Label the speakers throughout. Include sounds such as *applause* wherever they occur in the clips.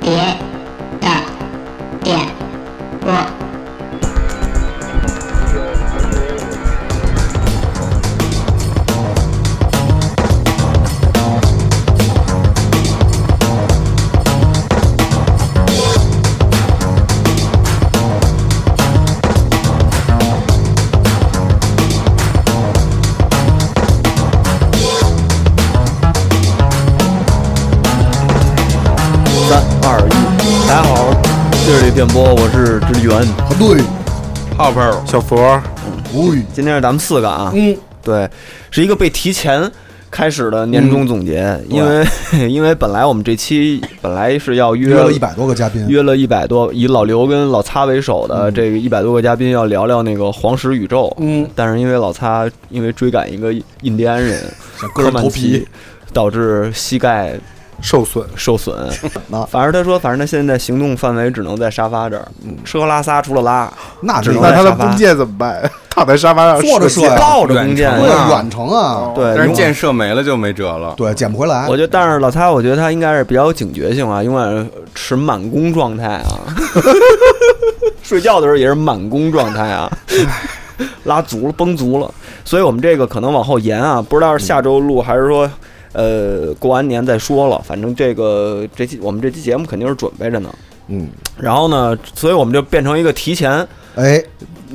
Speaker 1: 别的点播。
Speaker 2: 三二一，大家好，这是电波，我是知立源，
Speaker 3: 对，
Speaker 4: 泡泡，
Speaker 2: 小佛。
Speaker 3: 喂，
Speaker 2: 今天是咱们四个啊，嗯，对，是一个被提前开始的年终总结，因为 *laughs* 因为本来我们这期本来是要约
Speaker 3: 约了一百多个嘉宾，
Speaker 2: 约了一百多，以老刘跟老擦为首的
Speaker 5: 嗯
Speaker 2: 这个一百多个嘉宾要聊聊那个黄石宇宙，嗯，但是因为老擦因为追赶一个印第
Speaker 5: *laughs*
Speaker 2: 安人
Speaker 4: 割
Speaker 2: 科
Speaker 4: 人
Speaker 2: 曼
Speaker 4: 头
Speaker 2: 奇
Speaker 4: 皮，
Speaker 2: 导致膝盖
Speaker 3: 受损。
Speaker 2: 受损。
Speaker 3: 那
Speaker 2: *laughs* 反正他说，反正他现在行动范围只能在沙发这儿，吃喝拉撒除了拉，
Speaker 3: 那
Speaker 2: 只能
Speaker 3: 那
Speaker 2: 在
Speaker 5: 嗯那他的
Speaker 2: 沙发
Speaker 5: 弓箭怎么办？ *laughs* 躺在沙发上
Speaker 3: 坐着
Speaker 5: 射
Speaker 3: 射呀
Speaker 2: 啊抱着弓箭
Speaker 3: 对
Speaker 2: 呀。
Speaker 3: 远程啊，
Speaker 2: 对，
Speaker 4: 啊但是
Speaker 2: 永
Speaker 4: 箭射没了就没辙了。
Speaker 3: 对，捡不回来
Speaker 2: 我。觉得，但是老蔡，我觉得他应该是比较有警觉性啊，永远持满弓状态啊， *laughs* 睡觉的时候也是满弓状态啊，拉足了，绷足了。所以我们这个可能往后延啊，不知道是下周
Speaker 3: 嗯
Speaker 2: 录还是说，呃，过完年再说了。反正这个这期我们这期节目肯定是准备着呢。
Speaker 3: 嗯，
Speaker 2: 然后呢，所以我们就变成一个提前
Speaker 3: 哎，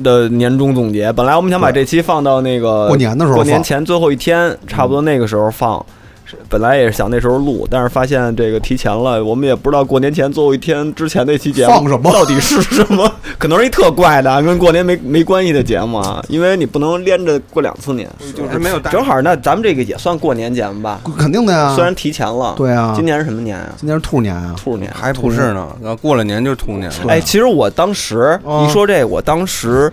Speaker 2: 的年终总结。本来我们想把这期放到那个
Speaker 3: 过年的时候
Speaker 2: 过年
Speaker 3: 放
Speaker 2: 前最后一天，差不多那个时候放。是本来也是想那时候录，但是发现这个提前了，我们也不知道过年前最后一天之前那期节目
Speaker 3: 放什么
Speaker 2: 到底是什么， *laughs* 可能是一特怪的， *laughs* 跟过年没没关系的节目啊，因为你不能连着过两次年，
Speaker 4: 就是没有大
Speaker 2: 正好那咱们这个也算过年节目吧，
Speaker 3: 肯定的呀。
Speaker 2: 虽然提前了，
Speaker 3: 对啊
Speaker 2: 今年是什么年啊？
Speaker 3: 今年是兔年啊，
Speaker 2: 兔年，
Speaker 4: 还不是呢，然后过了年就兔年了。
Speaker 2: 哎，其实我当时
Speaker 3: 嗯
Speaker 2: 一说这，我当时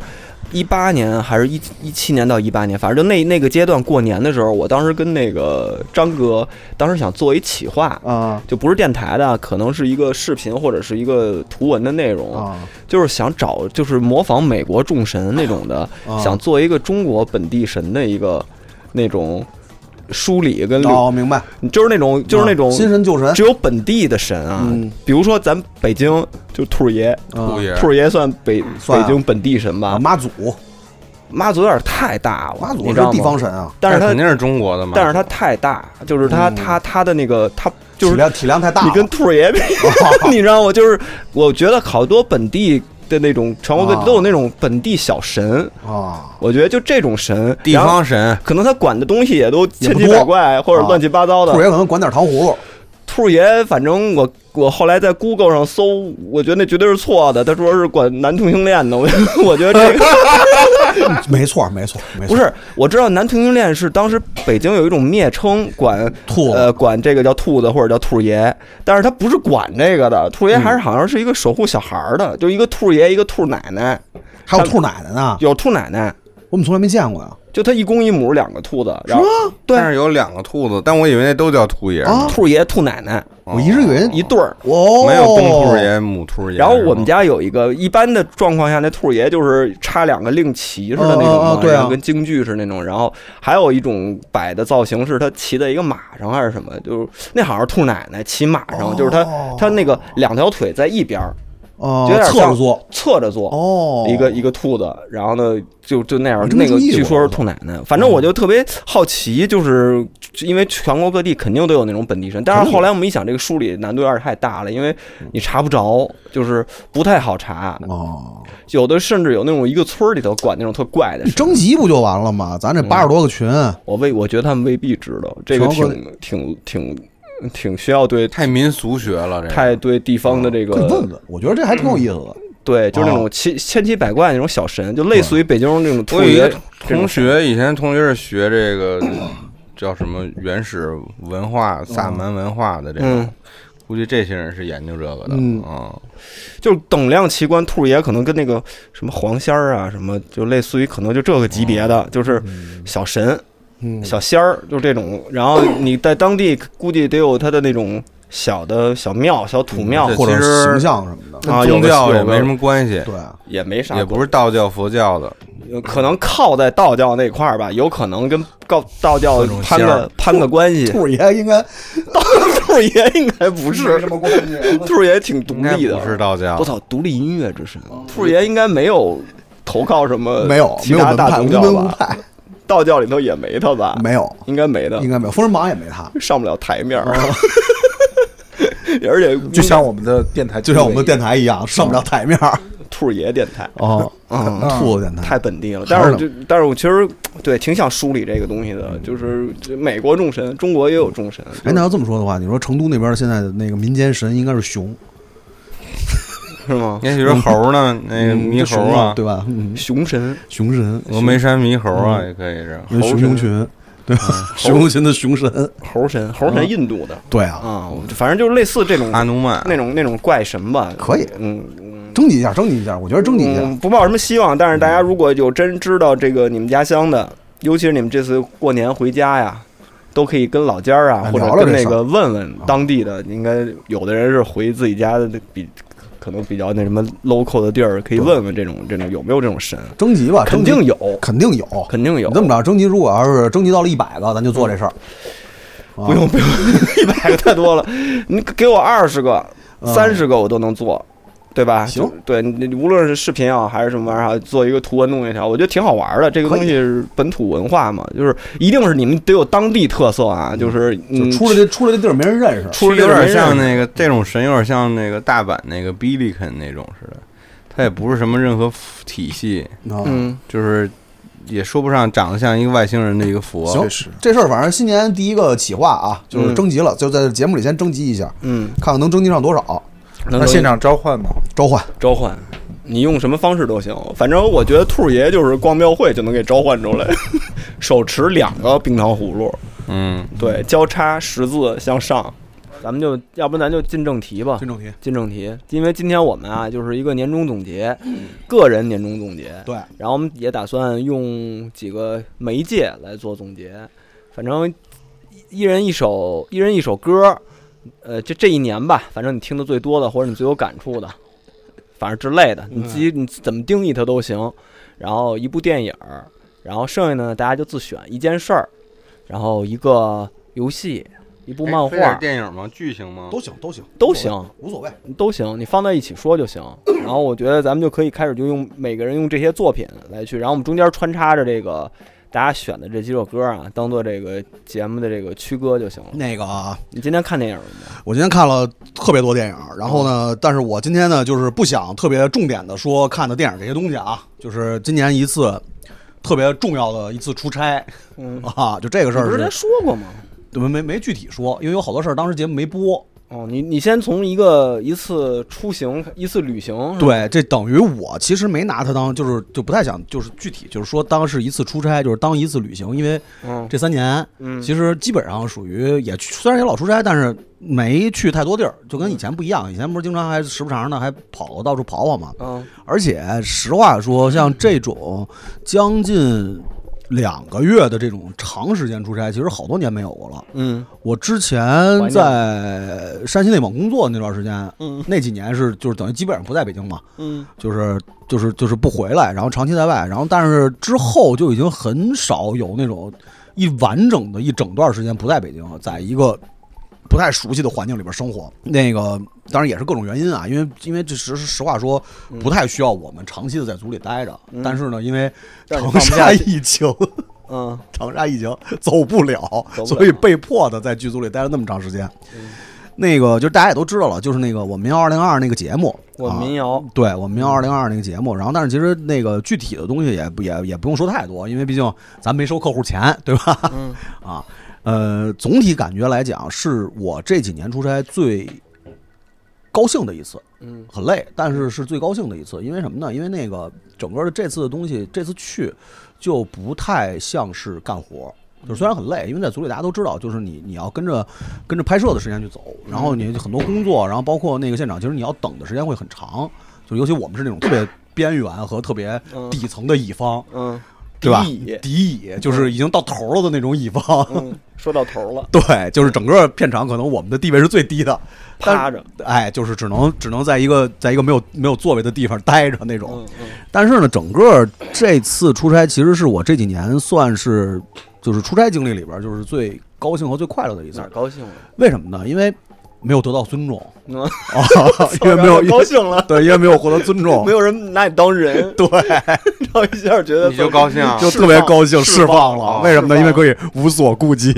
Speaker 2: 一八年还是一一七年到一八年，反正就那那个阶段过年的时候，我当时跟那个张哥，当时想做一企划。
Speaker 3: 啊
Speaker 2: 就不是电台的，可能是一个视频或者是一个图文的内容，
Speaker 3: 啊，
Speaker 2: 就是想找，就是模仿美国众神那种的，
Speaker 3: 啊
Speaker 2: 想做一个中国本地神的一个那种梳理跟流，
Speaker 3: 哦，明白，
Speaker 2: 就是那种就是那种
Speaker 3: 啊新神旧神，
Speaker 2: 只有本地的神啊，
Speaker 3: 嗯
Speaker 2: 比如说咱北京就兔儿爷，
Speaker 3: 啊
Speaker 4: 兔爷
Speaker 2: 兔儿爷算北
Speaker 3: 算
Speaker 2: 北
Speaker 3: 啊
Speaker 2: 京本地神
Speaker 3: 啊
Speaker 2: 吧？
Speaker 3: 妈祖，
Speaker 2: 妈祖有点太大了，
Speaker 3: 妈祖
Speaker 2: 你
Speaker 3: 是
Speaker 2: 知道吗
Speaker 3: 地方，神啊，
Speaker 2: 但是
Speaker 4: 肯
Speaker 2: 他
Speaker 4: 定是中国的嘛。
Speaker 2: 但是他太大，就是他
Speaker 3: 嗯
Speaker 2: 他他的那个他就
Speaker 3: 体
Speaker 2: 是
Speaker 3: 量体量太大了。
Speaker 2: 你跟兔儿
Speaker 3: *laughs*
Speaker 2: 爷比， *laughs* 你知道吗？就是我觉得好多本地的那种全国各地
Speaker 3: 啊
Speaker 2: 都有那种本地小神，
Speaker 3: 啊，
Speaker 2: 我觉得就这种神，
Speaker 4: 地
Speaker 2: 然后
Speaker 4: 方神，
Speaker 2: 可能他管的东西也都
Speaker 3: 也
Speaker 2: 千
Speaker 3: 不
Speaker 2: 奇
Speaker 3: 多啊
Speaker 2: 百怪或者乱七八糟的
Speaker 3: 兔，爷可能管点糖葫芦，
Speaker 2: 兔儿爷，反正我我后来在 Google 上搜，我觉得那绝对是错的。他说是管男同性恋的，我我觉得 *laughs* 这个
Speaker 3: 没错没错没错，
Speaker 2: *laughs* 不是。我知道男同性恋是当时北京有一种蔑称，管
Speaker 3: 兔
Speaker 2: 呃管这个叫兔子或者叫兔儿爷，但是他不是管这个的，兔儿爷
Speaker 3: 嗯
Speaker 2: 还是好像是一个守护小孩儿的，就一个兔儿爷一个兔奶奶，
Speaker 3: 还有兔奶奶呢，
Speaker 2: 有兔奶奶，
Speaker 3: 我们从来没见过呀。
Speaker 2: 就他一公一母两个兔子，然后对
Speaker 4: 但是有两个兔子，但我以为那都叫兔爷，
Speaker 3: 啊
Speaker 4: 哦
Speaker 2: 兔儿爷兔奶奶
Speaker 3: 我一直以为
Speaker 2: 一对儿。
Speaker 3: 哦，
Speaker 4: 没有公兔爷、母兔爷。
Speaker 2: 然后我们家有一个，一般的状况下，那兔儿爷就是插两个令旗似的那种
Speaker 3: 哦哦
Speaker 2: 嘛
Speaker 3: 哦，对啊
Speaker 2: 然后跟京剧似的那种。然后还有一种摆的造型是他骑在一个马上还是什么，就是那好像是兔奶奶骑马上，就是他
Speaker 3: 哦
Speaker 2: 他那个两条腿在一边儿
Speaker 3: 哦
Speaker 2: 就有，点
Speaker 3: 侧着
Speaker 2: 像
Speaker 3: 坐
Speaker 2: 侧着坐，
Speaker 3: 哦，
Speaker 2: 一个一个兔子，然后呢就就那样
Speaker 3: 我，真没
Speaker 2: 那个
Speaker 3: 注意过
Speaker 2: 据说是兔奶奶。反正我就特别好奇，就是因为全国各地肯定都有那种本地神，但是后来我们一想，这个梳理难度有点太大了，因为你查不着，就是不太好查。
Speaker 3: 哦，
Speaker 2: 有的甚至有那种一个村儿里头管那种特怪的
Speaker 3: 你
Speaker 2: 事。
Speaker 3: 征集不就完了吗？咱这八十多个群，
Speaker 2: 我未我觉得他们未必知道，这个
Speaker 3: 全国
Speaker 2: 挺挺挺挺需要对
Speaker 4: 太民俗学了，这个
Speaker 2: 太对地方的这
Speaker 3: 可以嗯问
Speaker 2: 个嗯
Speaker 3: 问。我觉得这还挺有意思的。
Speaker 2: 对，就是那种
Speaker 3: 哦
Speaker 2: 千千奇百怪那种小神，就类
Speaker 3: 嗯
Speaker 2: 似于北京那种兔
Speaker 4: 我有一
Speaker 2: 爷
Speaker 4: 个同学，以前同学是学这个叫什么原始文化、萨满文化的这
Speaker 2: 嗯
Speaker 4: 种，估计这些人是研究这个的
Speaker 3: 嗯
Speaker 4: 啊。
Speaker 2: 就是等量齐观，兔爷可能跟那个什么黄仙儿啊，什么就类似于可能就这个级别
Speaker 4: 哦
Speaker 2: 的，就是小神、
Speaker 3: 嗯
Speaker 2: 小仙儿，就这种。然后你在当地估计得有他的那种小的小庙、小土庙
Speaker 4: 嗯，
Speaker 3: 或者
Speaker 4: 其实
Speaker 3: 形象什么的。
Speaker 2: 啊
Speaker 4: 跟
Speaker 2: 有
Speaker 4: 宗
Speaker 2: 个
Speaker 4: 教
Speaker 2: 有
Speaker 4: 也
Speaker 2: 个
Speaker 4: 没什么关系，
Speaker 3: 对，
Speaker 2: 也没啥
Speaker 4: 也
Speaker 2: 关系。
Speaker 4: 不是道教、佛教的，
Speaker 2: 呃可能靠在道教那块儿吧，有可能跟告道教
Speaker 4: 各种
Speaker 2: 攀
Speaker 4: 线
Speaker 2: 个
Speaker 4: 儿
Speaker 2: 攀个关系。
Speaker 3: 兔爷应该
Speaker 2: *laughs* 兔爷应该不是，
Speaker 3: 么关系。啊
Speaker 2: 兔爷挺独
Speaker 4: 应该
Speaker 2: 立的。
Speaker 4: 不是道教
Speaker 2: 我，操，独立音乐之神，
Speaker 3: 嗯
Speaker 2: 兔爷应该没有投靠什么，
Speaker 3: 没有，
Speaker 2: 其
Speaker 3: 没有
Speaker 2: 他
Speaker 3: 门
Speaker 2: 大
Speaker 3: 派，
Speaker 2: 宗
Speaker 3: 无
Speaker 2: 教
Speaker 3: 门无
Speaker 2: 吧？
Speaker 3: 派，
Speaker 2: 道教里头也没他吧？
Speaker 3: 没有，
Speaker 2: 应该没的
Speaker 3: 应，该没有。封神榜也没他，哦
Speaker 2: 上不了台面儿。 *laughs* 而且
Speaker 6: 就像我们的电台，
Speaker 3: 就像我们电台一样，上不了台面儿。
Speaker 2: 兔爷电台。
Speaker 3: *laughs* 哦，
Speaker 2: 嗯
Speaker 3: 兔子电
Speaker 2: 太
Speaker 3: 台，
Speaker 2: 本地了，
Speaker 3: 还
Speaker 2: 但
Speaker 3: 是
Speaker 2: 是我就但是我其实对挺想梳理这个东西的，就是这美国众神，中国也有众神，
Speaker 3: 哎，那要这么说的话，你说成都那边现在的那个民间神应该是熊，
Speaker 2: 是吗？
Speaker 4: 也许是猴呢，那个猕
Speaker 3: 是
Speaker 4: 猴
Speaker 3: 熊
Speaker 4: 啊，
Speaker 3: 对吧？嗯，
Speaker 2: 熊神，
Speaker 3: 熊神，
Speaker 4: 峨眉山猕猴啊，也可以是。
Speaker 3: 因为熊熊群，对吧？熊熊群的熊神，嗯
Speaker 2: 猴神，猴神印度的
Speaker 3: 对啊，
Speaker 2: 啊，我就反正就是类似这种
Speaker 4: 阿努曼，
Speaker 2: 那种那种怪神吧，
Speaker 3: 可以
Speaker 2: 嗯，
Speaker 3: 征集一下，征集一下，我觉得征集一下，
Speaker 2: 嗯，不抱什么希望，但是大家如果有真知道这个你们家乡的，尤其是你们这次过年回家呀。都可以跟老家儿啊，
Speaker 3: 哎
Speaker 2: 或者
Speaker 3: 聊聊
Speaker 2: 跟
Speaker 3: 这
Speaker 2: 那
Speaker 3: 事儿
Speaker 2: 个问问当地的，应该有的人是回自己家的比，可能比较那什么 local 的地儿，可以问问这种这种有没有这种神，
Speaker 3: 征集吧，
Speaker 2: 肯
Speaker 3: 征集
Speaker 2: 定有，
Speaker 3: 肯定有，
Speaker 2: 肯定有。
Speaker 3: 你这么着，征集如果要是征集到了一百个，咱就做这事儿。
Speaker 2: 不用不用，一百个太多了， *laughs* 你给我二十个、
Speaker 3: 嗯
Speaker 2: 三十个我都能做，对吧？
Speaker 3: 行
Speaker 2: 就，对你你无论是视频也好还是什么玩意儿啊，做一个图文弄一条，我觉得挺好玩的。这个
Speaker 3: 可以
Speaker 2: 东西是本土文化嘛，就是一定是你们得有当地特色啊，就是
Speaker 3: 就
Speaker 2: 嗯，
Speaker 3: 出了这出了这地儿没人认识，
Speaker 2: 出了
Speaker 4: 有点像
Speaker 2: 个
Speaker 4: 那个这种神，有点像那个大阪那个 Billiken 那种似的，它也不是什么任何体系，
Speaker 3: 啊
Speaker 2: 嗯，
Speaker 4: 就是也说不上长得像一个外星人的一个佛。
Speaker 3: 行，这事儿反正新年第一个企划啊，就是征集了，就在节目里先征集一下，
Speaker 2: 嗯，
Speaker 3: 看看能征集上多少，
Speaker 2: 能
Speaker 6: 那现场召唤嘛，
Speaker 3: 召唤。
Speaker 2: 召唤。你用什么方式都行，反正我觉得兔爷就是逛庙会就能给召唤出来， *laughs* 手持两个冰糖葫芦，
Speaker 4: 嗯，
Speaker 2: 对，交叉十字向上。咱们就要不咱就进正题吧，
Speaker 3: 正题，
Speaker 2: 进正题，因为今天我们啊就是一个年终总结，个人年终总结，
Speaker 3: 嗯对，
Speaker 2: 然后我们也打算用几个媒介来做总结，反正一人一首，一人一首歌，呃，这这一年吧，反正你听的最多的或者你最有感触的，反正之类的，
Speaker 3: 嗯
Speaker 2: 你自己你怎么定义它都行。然后一部电影儿，然后剩下呢大家就自选一件事儿，然后一个游戏，一
Speaker 3: 哎
Speaker 2: 部漫
Speaker 4: 非得是
Speaker 2: 画
Speaker 4: 电影吗？剧情吗？
Speaker 3: 都行，都行，
Speaker 2: 都行。
Speaker 3: 无所谓。
Speaker 2: 都行，你放在一起说就行。然后我觉得咱们就可以开始就用每个人用这些作品来去，然后我们中间穿插着这个大家选的这几首歌啊，当做这个节目的这个区隔就行了。
Speaker 3: 那个啊，
Speaker 2: 你今天看电影了吗？
Speaker 3: 我今天看了特别多电影，然后呢，但是我今天呢，就是不想特别重点的说看的电影这些东西啊，就是今年一次特别重要的一次出差
Speaker 2: 嗯，
Speaker 3: 啊，就这个事
Speaker 2: 你不
Speaker 3: 儿
Speaker 2: 是才
Speaker 3: 是
Speaker 2: 说过吗？
Speaker 3: 没没没具体说，因为有好多事儿当时节目没播，
Speaker 2: 哦，你你先从一个一次出行、一次旅行，
Speaker 3: 对，这等于我其实没拿它当，就是就不太想，就是具体就是说当是一次出差，就是当一次旅行，因为
Speaker 2: 嗯，
Speaker 3: 这三年，
Speaker 2: 嗯
Speaker 3: 其实基本上属于也去，虽然也老出差，但是没去太多地儿，就跟以前不一样。以前不是经常还时不常的还跑到处跑跑嘛。
Speaker 2: 嗯
Speaker 3: 而且实话说，像这种将近两个月的这种长时间出差，其实好多年没有过了。
Speaker 2: 嗯
Speaker 3: 我之前在山西内蒙工作那段时间，
Speaker 2: 嗯
Speaker 3: 那几年是就是等于基本上不在北京嘛，
Speaker 2: 嗯
Speaker 3: 就是就是就是不回来，然后长期在外，然后但是之后就已经很少有那种一完整的一整段时间不在北京，在一个不太熟悉的环境里边生活。那个当然也是各种原因啊，因为因为这实实话说
Speaker 2: 嗯
Speaker 3: 不太需要我们长期的在组里待着，但是呢，因为
Speaker 2: 让
Speaker 3: 长
Speaker 2: 你嗯放不
Speaker 3: 沙
Speaker 2: 下去
Speaker 3: 疫情。
Speaker 2: 嗯，
Speaker 3: 长沙疫情走不了，
Speaker 2: 不了
Speaker 3: 所以被迫的在剧组里待了那么长时间。那个就是大家也都知道了，就是那个我们要二零二那个节目，
Speaker 2: 我
Speaker 3: 啊
Speaker 2: 民谣，
Speaker 3: 对，我们要二零二那个节目，然后但是其实那个具体的东西也不也也不用说太多，因为毕竟咱没收客户钱，对吧？
Speaker 2: 嗯
Speaker 3: *laughs* 啊，呃，总体感觉来讲，是我这几年出差最高兴的一次，
Speaker 2: 嗯，
Speaker 3: 很累，但是是最高兴的一次，因为什么呢？因为那个整个的这次的东西，这次去就不太像是干活。就虽然很累，因为在组里大家都知道，就是你你要跟着跟着拍摄的时间去走，然后你很多工作，然后包括那个现场，其实你要等的时间会很长，就尤其我们是那种特别边缘和特别底层的乙方，
Speaker 2: 嗯
Speaker 3: 对吧？
Speaker 7: 敌意
Speaker 3: 敌意就是已经到头了的那种乙方。
Speaker 7: 嗯，说到头
Speaker 3: *laughs*
Speaker 7: 了，
Speaker 3: 对，就是整个片场可能我们的地位是最低的，
Speaker 7: 趴着，
Speaker 3: 哎，就是只能只能在一个在一个没有没有座位的地方待着那种
Speaker 7: 嗯。嗯，
Speaker 3: 但是呢，整个这次出差其实是我这几年算是就是出差经历里边儿就是最高兴和最快乐的一次
Speaker 7: 哪儿。高
Speaker 3: *laughs*
Speaker 7: 兴了？
Speaker 3: 为什么呢？因为没有得到尊重 *laughs*
Speaker 7: 嗯 *laughs*
Speaker 3: 啊，因为没
Speaker 2: *laughs*
Speaker 3: 有因
Speaker 7: 高
Speaker 3: 为
Speaker 7: 兴了，
Speaker 3: 对，因为没有获得尊重
Speaker 7: *laughs* 没，有人拿你当人，
Speaker 3: 对，
Speaker 7: *laughs* 然后一下觉得
Speaker 4: 你就高兴啊，
Speaker 3: 就特别高兴，释
Speaker 7: 释放
Speaker 3: 放了。
Speaker 4: 啊
Speaker 3: 为什么呢？因
Speaker 7: 释
Speaker 3: 为
Speaker 7: 放
Speaker 3: 可以无所顾忌，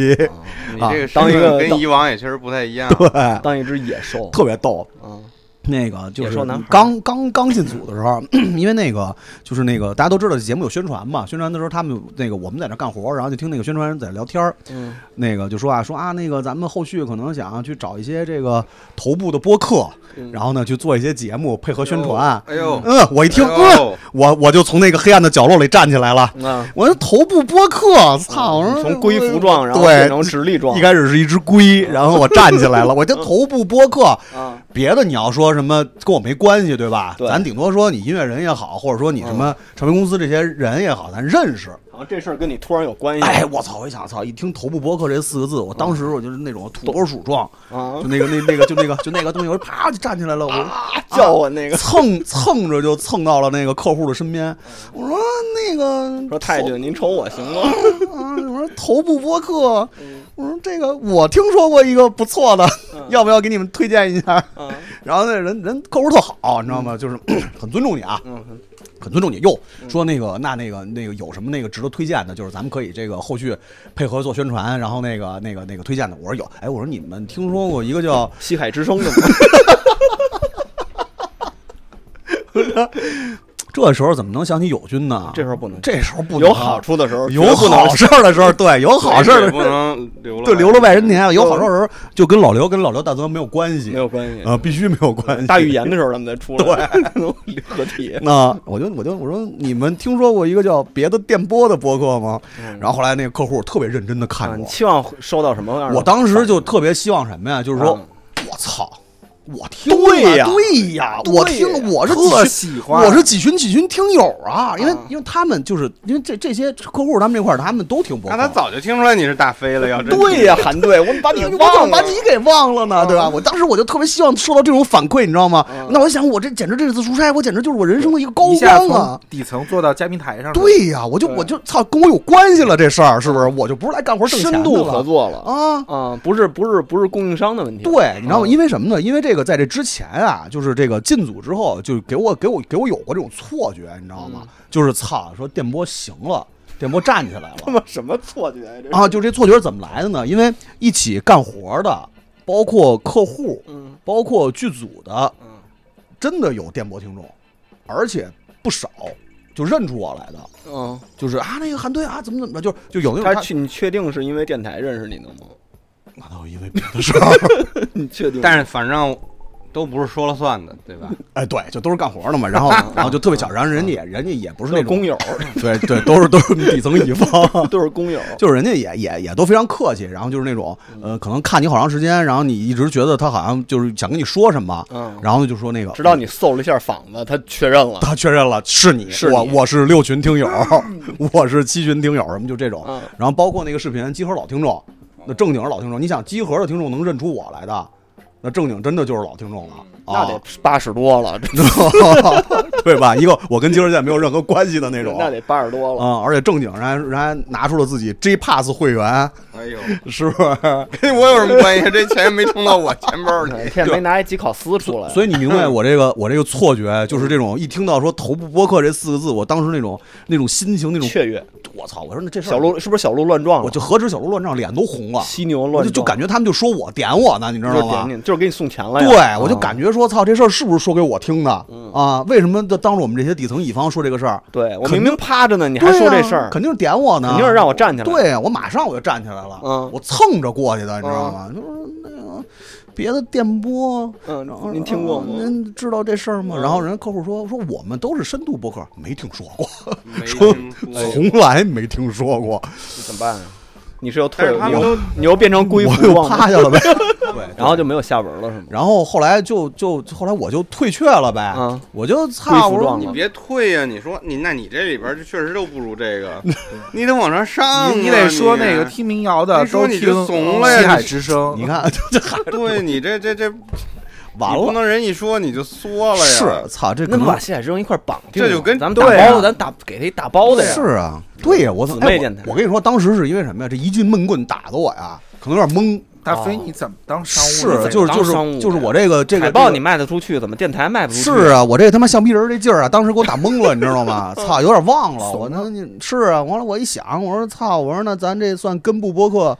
Speaker 4: 你
Speaker 3: 啊
Speaker 4: 这个
Speaker 7: 当
Speaker 4: 身
Speaker 7: 一个
Speaker 4: 份跟
Speaker 7: 当
Speaker 4: 以往也确实不太一样。
Speaker 3: 对，
Speaker 7: 当一只野兽，
Speaker 3: 特别逗。
Speaker 7: 嗯
Speaker 3: 那个就
Speaker 7: 野
Speaker 3: 是
Speaker 7: 兽男孩儿
Speaker 3: 刚刚刚进组的时候， *clears throat* 因为那个就是那个大家都知道节目有宣传嘛，宣传的时候他们有那个我们在那干活儿，然后就听那个宣传人在聊天儿，
Speaker 7: 嗯
Speaker 3: 那个就说啊说啊那个咱们后续可能想啊去找一些这个头部的播客，
Speaker 7: 嗯
Speaker 3: 然后呢去做一些节目配合宣传。
Speaker 4: 哎呦，
Speaker 3: 嗯，我一听，
Speaker 4: 哎
Speaker 3: 嗯
Speaker 4: 呦，嗯
Speaker 3: 我我就从那个黑暗的角落里站起来了。
Speaker 7: 啊，
Speaker 3: 我说头部播客，操！我说
Speaker 7: 从龟服状，然后
Speaker 3: 对
Speaker 7: 变成直立状嗯
Speaker 3: 一，开始是一只龟，然后我站起来了，我就头部播客。
Speaker 7: 啊，
Speaker 3: 别的你要说什么跟我没关系，对吧？
Speaker 7: 对嗯
Speaker 3: 咱顶多说你音乐人也好，或者说你什么唱片公司这些人也好，咱认识。
Speaker 7: 然后啊这事儿跟你突然有关系，
Speaker 3: 哎，我操！我一想，操！一听“头部播客”这四个字，我当时我就是那种土拨鼠状，
Speaker 7: 啊啊
Speaker 3: 就，那个那那个就那个就那个东西，我就啪就站起来了，我
Speaker 7: 叫我那个
Speaker 3: 蹭蹭着就蹭到了那个客户的身边。我说那个
Speaker 7: 说太君，您瞅我行吗？
Speaker 3: 啊，我说 *laughs* 头部播客，我说这个我听说过一个不错的， *laughs* 要不要给你们推荐一下？
Speaker 7: 啊，
Speaker 3: 然后那人人客户特好，你知道吗？就是 *coughs* 很尊重你啊，
Speaker 7: 嗯，
Speaker 3: 很尊重你。哟，说那个那那个那个有什么那个值得推荐的？就是咱们可以这个后续配合做宣传，然后那个那个那个推荐的。我说有，哎，我说你们听说过一个叫
Speaker 7: 西海之声的嘛，
Speaker 3: *laughs* 这时候怎么能想起友军呢？
Speaker 7: 这时候不能
Speaker 3: 这时候不能
Speaker 7: 有好，处的时候
Speaker 3: 有
Speaker 7: 绝不能
Speaker 3: 好事儿的时候，对，有好事儿的
Speaker 4: 也
Speaker 3: 时候
Speaker 4: 不能留了，
Speaker 3: 就留了外人田，啊有好事儿的时候就跟老刘跟老刘大泽没有关系，
Speaker 7: 没有关系。
Speaker 3: 呃，必须没有关
Speaker 7: *laughs*
Speaker 3: 系。
Speaker 7: 大预言的时候咱们再出来， *laughs* 对，合体。
Speaker 3: *laughs* 那啊我就我就我说你们听说过一个叫别的电波的播客吗？然后后来那个客户特别认真的
Speaker 7: 嗯啊
Speaker 3: 看
Speaker 7: 你
Speaker 3: 我，
Speaker 7: 期望收到什么样的？
Speaker 3: 我当时就特别希望什么呀？就是说
Speaker 7: 嗯，
Speaker 3: 我操，我听了
Speaker 7: 对呀
Speaker 3: 对呀，
Speaker 7: 对呀
Speaker 3: 我听了，我是
Speaker 7: 特
Speaker 3: 几群
Speaker 7: 喜欢
Speaker 3: 我是几群几群听友啊，因为
Speaker 7: 啊
Speaker 3: 因为他们就是因为这这些客户他们这块儿他们都听播
Speaker 4: 那他
Speaker 3: 客。
Speaker 4: 早就听出来你是大飞了，要真
Speaker 7: 啊对呀，韩队，我怎么把你
Speaker 3: *laughs* 我怎么
Speaker 7: 忘
Speaker 3: 把
Speaker 7: 了啊
Speaker 3: 你给忘了呢？对吧？我当时我就特别希望收到这种反馈，你知道吗
Speaker 7: 嗯？
Speaker 3: 那我想，我这简直这次出差，我简直就是我人生的一个高
Speaker 8: 一下
Speaker 3: 光啊
Speaker 8: 从！底层坐到嘉宾台上，，
Speaker 3: 对呀，我就我就操，跟我有关系了这事儿，是不是？我就不是来干活挣钱的
Speaker 7: 深度
Speaker 3: 了
Speaker 7: 合作了
Speaker 3: 啊。
Speaker 7: 啊？不是不是不是供应商的问题，
Speaker 3: 对，你知道吗？
Speaker 7: 嗯
Speaker 3: 因为什么呢？因为这个，在这之前啊，就是这个进组之后，就给我给我给我有过这种错觉，你知道
Speaker 7: 嗯
Speaker 3: 吗？就是操，说电波行了，电波站起来
Speaker 7: 他
Speaker 3: 了
Speaker 7: 妈什么错觉呀？这是
Speaker 3: 啊！就这错觉是怎么来的呢？因为一起干活的，包括客户，
Speaker 7: 嗯
Speaker 3: 包括剧组的，
Speaker 7: 嗯
Speaker 3: 真的有电波听众，而且不少，就认出我来的，
Speaker 7: 嗯，
Speaker 3: 就是啊，那个韩队啊，怎么怎么着，就就有那种
Speaker 7: 他去，你确定是因为电台认识你的吗？
Speaker 3: 那倒因为别的事儿，
Speaker 7: *laughs* 你确定？
Speaker 4: 但是反正都不是说了算的，对
Speaker 7: *laughs*
Speaker 4: 吧？
Speaker 3: 哎，对，就都是干活的嘛，然后然后就特别巧，然后人家也人家也不是
Speaker 7: 都
Speaker 3: 那
Speaker 7: 是
Speaker 3: 种
Speaker 7: 工友，。
Speaker 3: 对对，都是都是底层乙方 *laughs*
Speaker 7: 都是工友，
Speaker 3: 就是人家也也也都非常客气，然后就是那种，呃，可能看你好长时间，然后你一直觉得他好像就是想跟你说什么，
Speaker 7: 嗯，
Speaker 3: 然后就说那个，
Speaker 7: 直到你搜了一下访子，他确认了。
Speaker 3: 他确认了是你，
Speaker 7: 是
Speaker 3: 我
Speaker 7: 你
Speaker 3: 我是六群听友，我是七群听友，什么就这种
Speaker 7: 嗯，
Speaker 3: 然后包括那个视频集合老听众，那正经是老听众，你想集合的听众能认出我来的，那正经真的就是老听众了，
Speaker 7: 嗯那
Speaker 3: 啊
Speaker 7: 得八十多
Speaker 3: *laughs*
Speaker 7: 了，这
Speaker 3: 对吧？一个我跟金世界没有任何关系的那种，
Speaker 7: *laughs* 那得八十多了。
Speaker 3: 嗯，而且正经人还人还拿出了自己 J Pass 会员，
Speaker 4: 哎
Speaker 3: *laughs*
Speaker 4: 呦，
Speaker 3: 是不是？
Speaker 4: 跟我有什么关系？这钱没充到我钱包
Speaker 2: *laughs*
Speaker 4: 里
Speaker 2: 哎
Speaker 7: 哪。天没拿一吉考斯出来，
Speaker 3: 所以你明白我这个我这个错觉，就是这种一听到说“头部播客”这四个字，我当时那种那种心情，那种
Speaker 7: 雀跃。
Speaker 3: 我操！我说那这事儿
Speaker 7: 小鹿是不是小鹿乱撞了？啊
Speaker 3: 我就何止小鹿乱撞，脸都红了，
Speaker 7: 犀牛
Speaker 3: 我
Speaker 7: 乱
Speaker 3: 就
Speaker 7: 撞，
Speaker 3: 就感觉他们就说我点我呢，你知
Speaker 7: 就是
Speaker 3: 道吗
Speaker 7: 点？你，就是给你送钱了呀。啊
Speaker 3: 对，我
Speaker 2: 啊
Speaker 3: 就感
Speaker 7: 觉
Speaker 3: 觉说，操，这事儿是不是说给我听的啊？为什么就当着我们这些底层乙方说这个事儿？
Speaker 7: 对我
Speaker 3: 肯定
Speaker 7: 明明趴着呢，你还说
Speaker 3: 对
Speaker 7: 这
Speaker 3: 啊
Speaker 7: 事儿，
Speaker 3: 肯定是点我呢，
Speaker 7: 肯定是让我站起来
Speaker 3: 对我马上我就站起来了，
Speaker 7: 嗯
Speaker 3: 我蹭着过去的，你知道吗？就是那个别的电波，
Speaker 7: 嗯
Speaker 3: 然后
Speaker 7: 您听过
Speaker 3: 啊
Speaker 7: 吗嗯
Speaker 3: 您知道这事儿吗？然后人家客户说说我们都是深度播客，没听说过，
Speaker 4: 没
Speaker 3: 说
Speaker 4: 听说
Speaker 3: 从来没听说过。
Speaker 7: 这怎么办啊？
Speaker 2: 你是又退
Speaker 4: 但是
Speaker 2: 了，
Speaker 4: 他
Speaker 2: 你
Speaker 4: 们
Speaker 2: 又你又变成龟
Speaker 3: 我
Speaker 2: 服
Speaker 3: 又
Speaker 2: 忘
Speaker 3: 趴
Speaker 2: 了，
Speaker 3: 下
Speaker 4: *laughs*
Speaker 3: 了呗。 *laughs*
Speaker 2: 然后就没有下文了，是吗？
Speaker 3: 然后后来就就后来我就退却了呗，
Speaker 2: 嗯
Speaker 3: 我就
Speaker 2: 恢
Speaker 3: 操，
Speaker 2: 复
Speaker 3: 我说
Speaker 2: 状
Speaker 3: 你
Speaker 2: 态
Speaker 4: 你别退呀、你说你那你这里边就确实都不如
Speaker 8: *laughs*
Speaker 4: 这个，你得往上上、啊
Speaker 8: 你你得说那个听民谣的
Speaker 4: 你说
Speaker 8: 都
Speaker 4: 你
Speaker 8: 听嗯
Speaker 4: 就怂了呀
Speaker 8: 西海
Speaker 4: 你
Speaker 8: 之声，
Speaker 3: 你看 *laughs* 这这还
Speaker 4: 对你这这这
Speaker 3: *laughs* 完
Speaker 4: 你不
Speaker 3: 了，
Speaker 4: 能人一说你就缩了呀。
Speaker 3: 是操这可
Speaker 2: 那
Speaker 3: 能
Speaker 2: 不把西海之声一块儿绑定了，
Speaker 4: 这就跟
Speaker 2: 咱们打
Speaker 8: 对
Speaker 2: 包
Speaker 8: 啊
Speaker 2: 的，咱打给他一大包的呀。
Speaker 3: 是啊，对呀，我怎么
Speaker 2: 姊妹
Speaker 3: 哎我
Speaker 2: 电台
Speaker 3: 我跟你说，当时是因为什么呀？这一记闷棍打的我呀，可能有点懵。
Speaker 8: 大飞你怎么当商务
Speaker 3: 是
Speaker 8: 了？
Speaker 3: 就是就
Speaker 2: 哦当商务
Speaker 3: 是就是
Speaker 2: 呀
Speaker 3: 我这个这个
Speaker 2: 海报你卖得出去，怎么电台卖不出去？
Speaker 3: 是，啊，我这他妈橡皮人儿这劲儿啊，当时给我打懵了，你知
Speaker 8: *laughs*
Speaker 3: 道吗？操，有点忘了。我那是啊，完了我一想，我说操，我说那咱这算根部播客，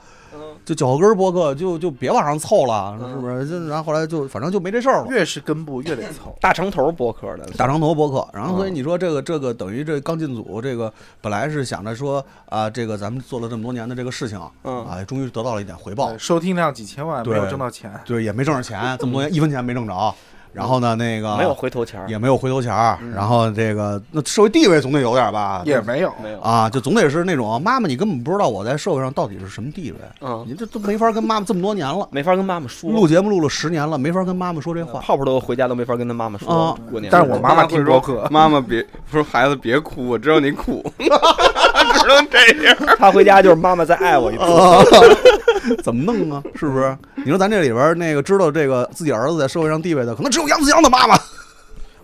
Speaker 3: 就脚后跟儿播客，就就别往上凑了，是不是？就然后后来就反正就没这事儿了。
Speaker 8: 嗯越是根部越得凑。
Speaker 2: 大长头播客的，
Speaker 3: 大长头播客，然后所以你说这个这个等于这刚进组，这个本来是想着说啊、这个咱们做了这么多年的这个事情，
Speaker 2: 嗯
Speaker 3: 啊，终于得到了一点回报
Speaker 8: 对，收听量几千万，哎没
Speaker 3: 对
Speaker 8: 有挣到钱，
Speaker 3: 对，也没挣
Speaker 8: *laughs*
Speaker 3: 着钱，这么多年一分钱没挣着，然后呢，那个
Speaker 2: 没有回头钱儿，
Speaker 3: 也没有回头钱儿，然后这个那社会地位总得有点儿吧？
Speaker 8: 嗯也没有。
Speaker 2: 没有。
Speaker 3: 啊，就总得是那种妈妈，你根本不知道我在社会上到底是什么地位，
Speaker 2: 嗯，
Speaker 3: 你这都没法跟妈妈这么多年了，
Speaker 2: 没法跟妈妈说，
Speaker 3: 录节目录了十年了，没法跟妈妈说这话。
Speaker 2: 泡泡都回家都没法跟他妈妈说
Speaker 3: 啊。
Speaker 2: 过年，
Speaker 8: 但是我妈妈
Speaker 4: 会
Speaker 8: 听
Speaker 4: 说
Speaker 8: 播客：“
Speaker 4: 妈妈别不是孩子别哭，我知道你苦， *laughs* 只能这样。
Speaker 2: 她回家就是妈妈再爱我一
Speaker 3: *laughs*
Speaker 2: 次。
Speaker 3: 啊， *laughs* 怎么弄啊？是不是？你说咱这里边儿那个知道这个自己儿子在社会上地位的，可能只有杨子阳的妈妈，哦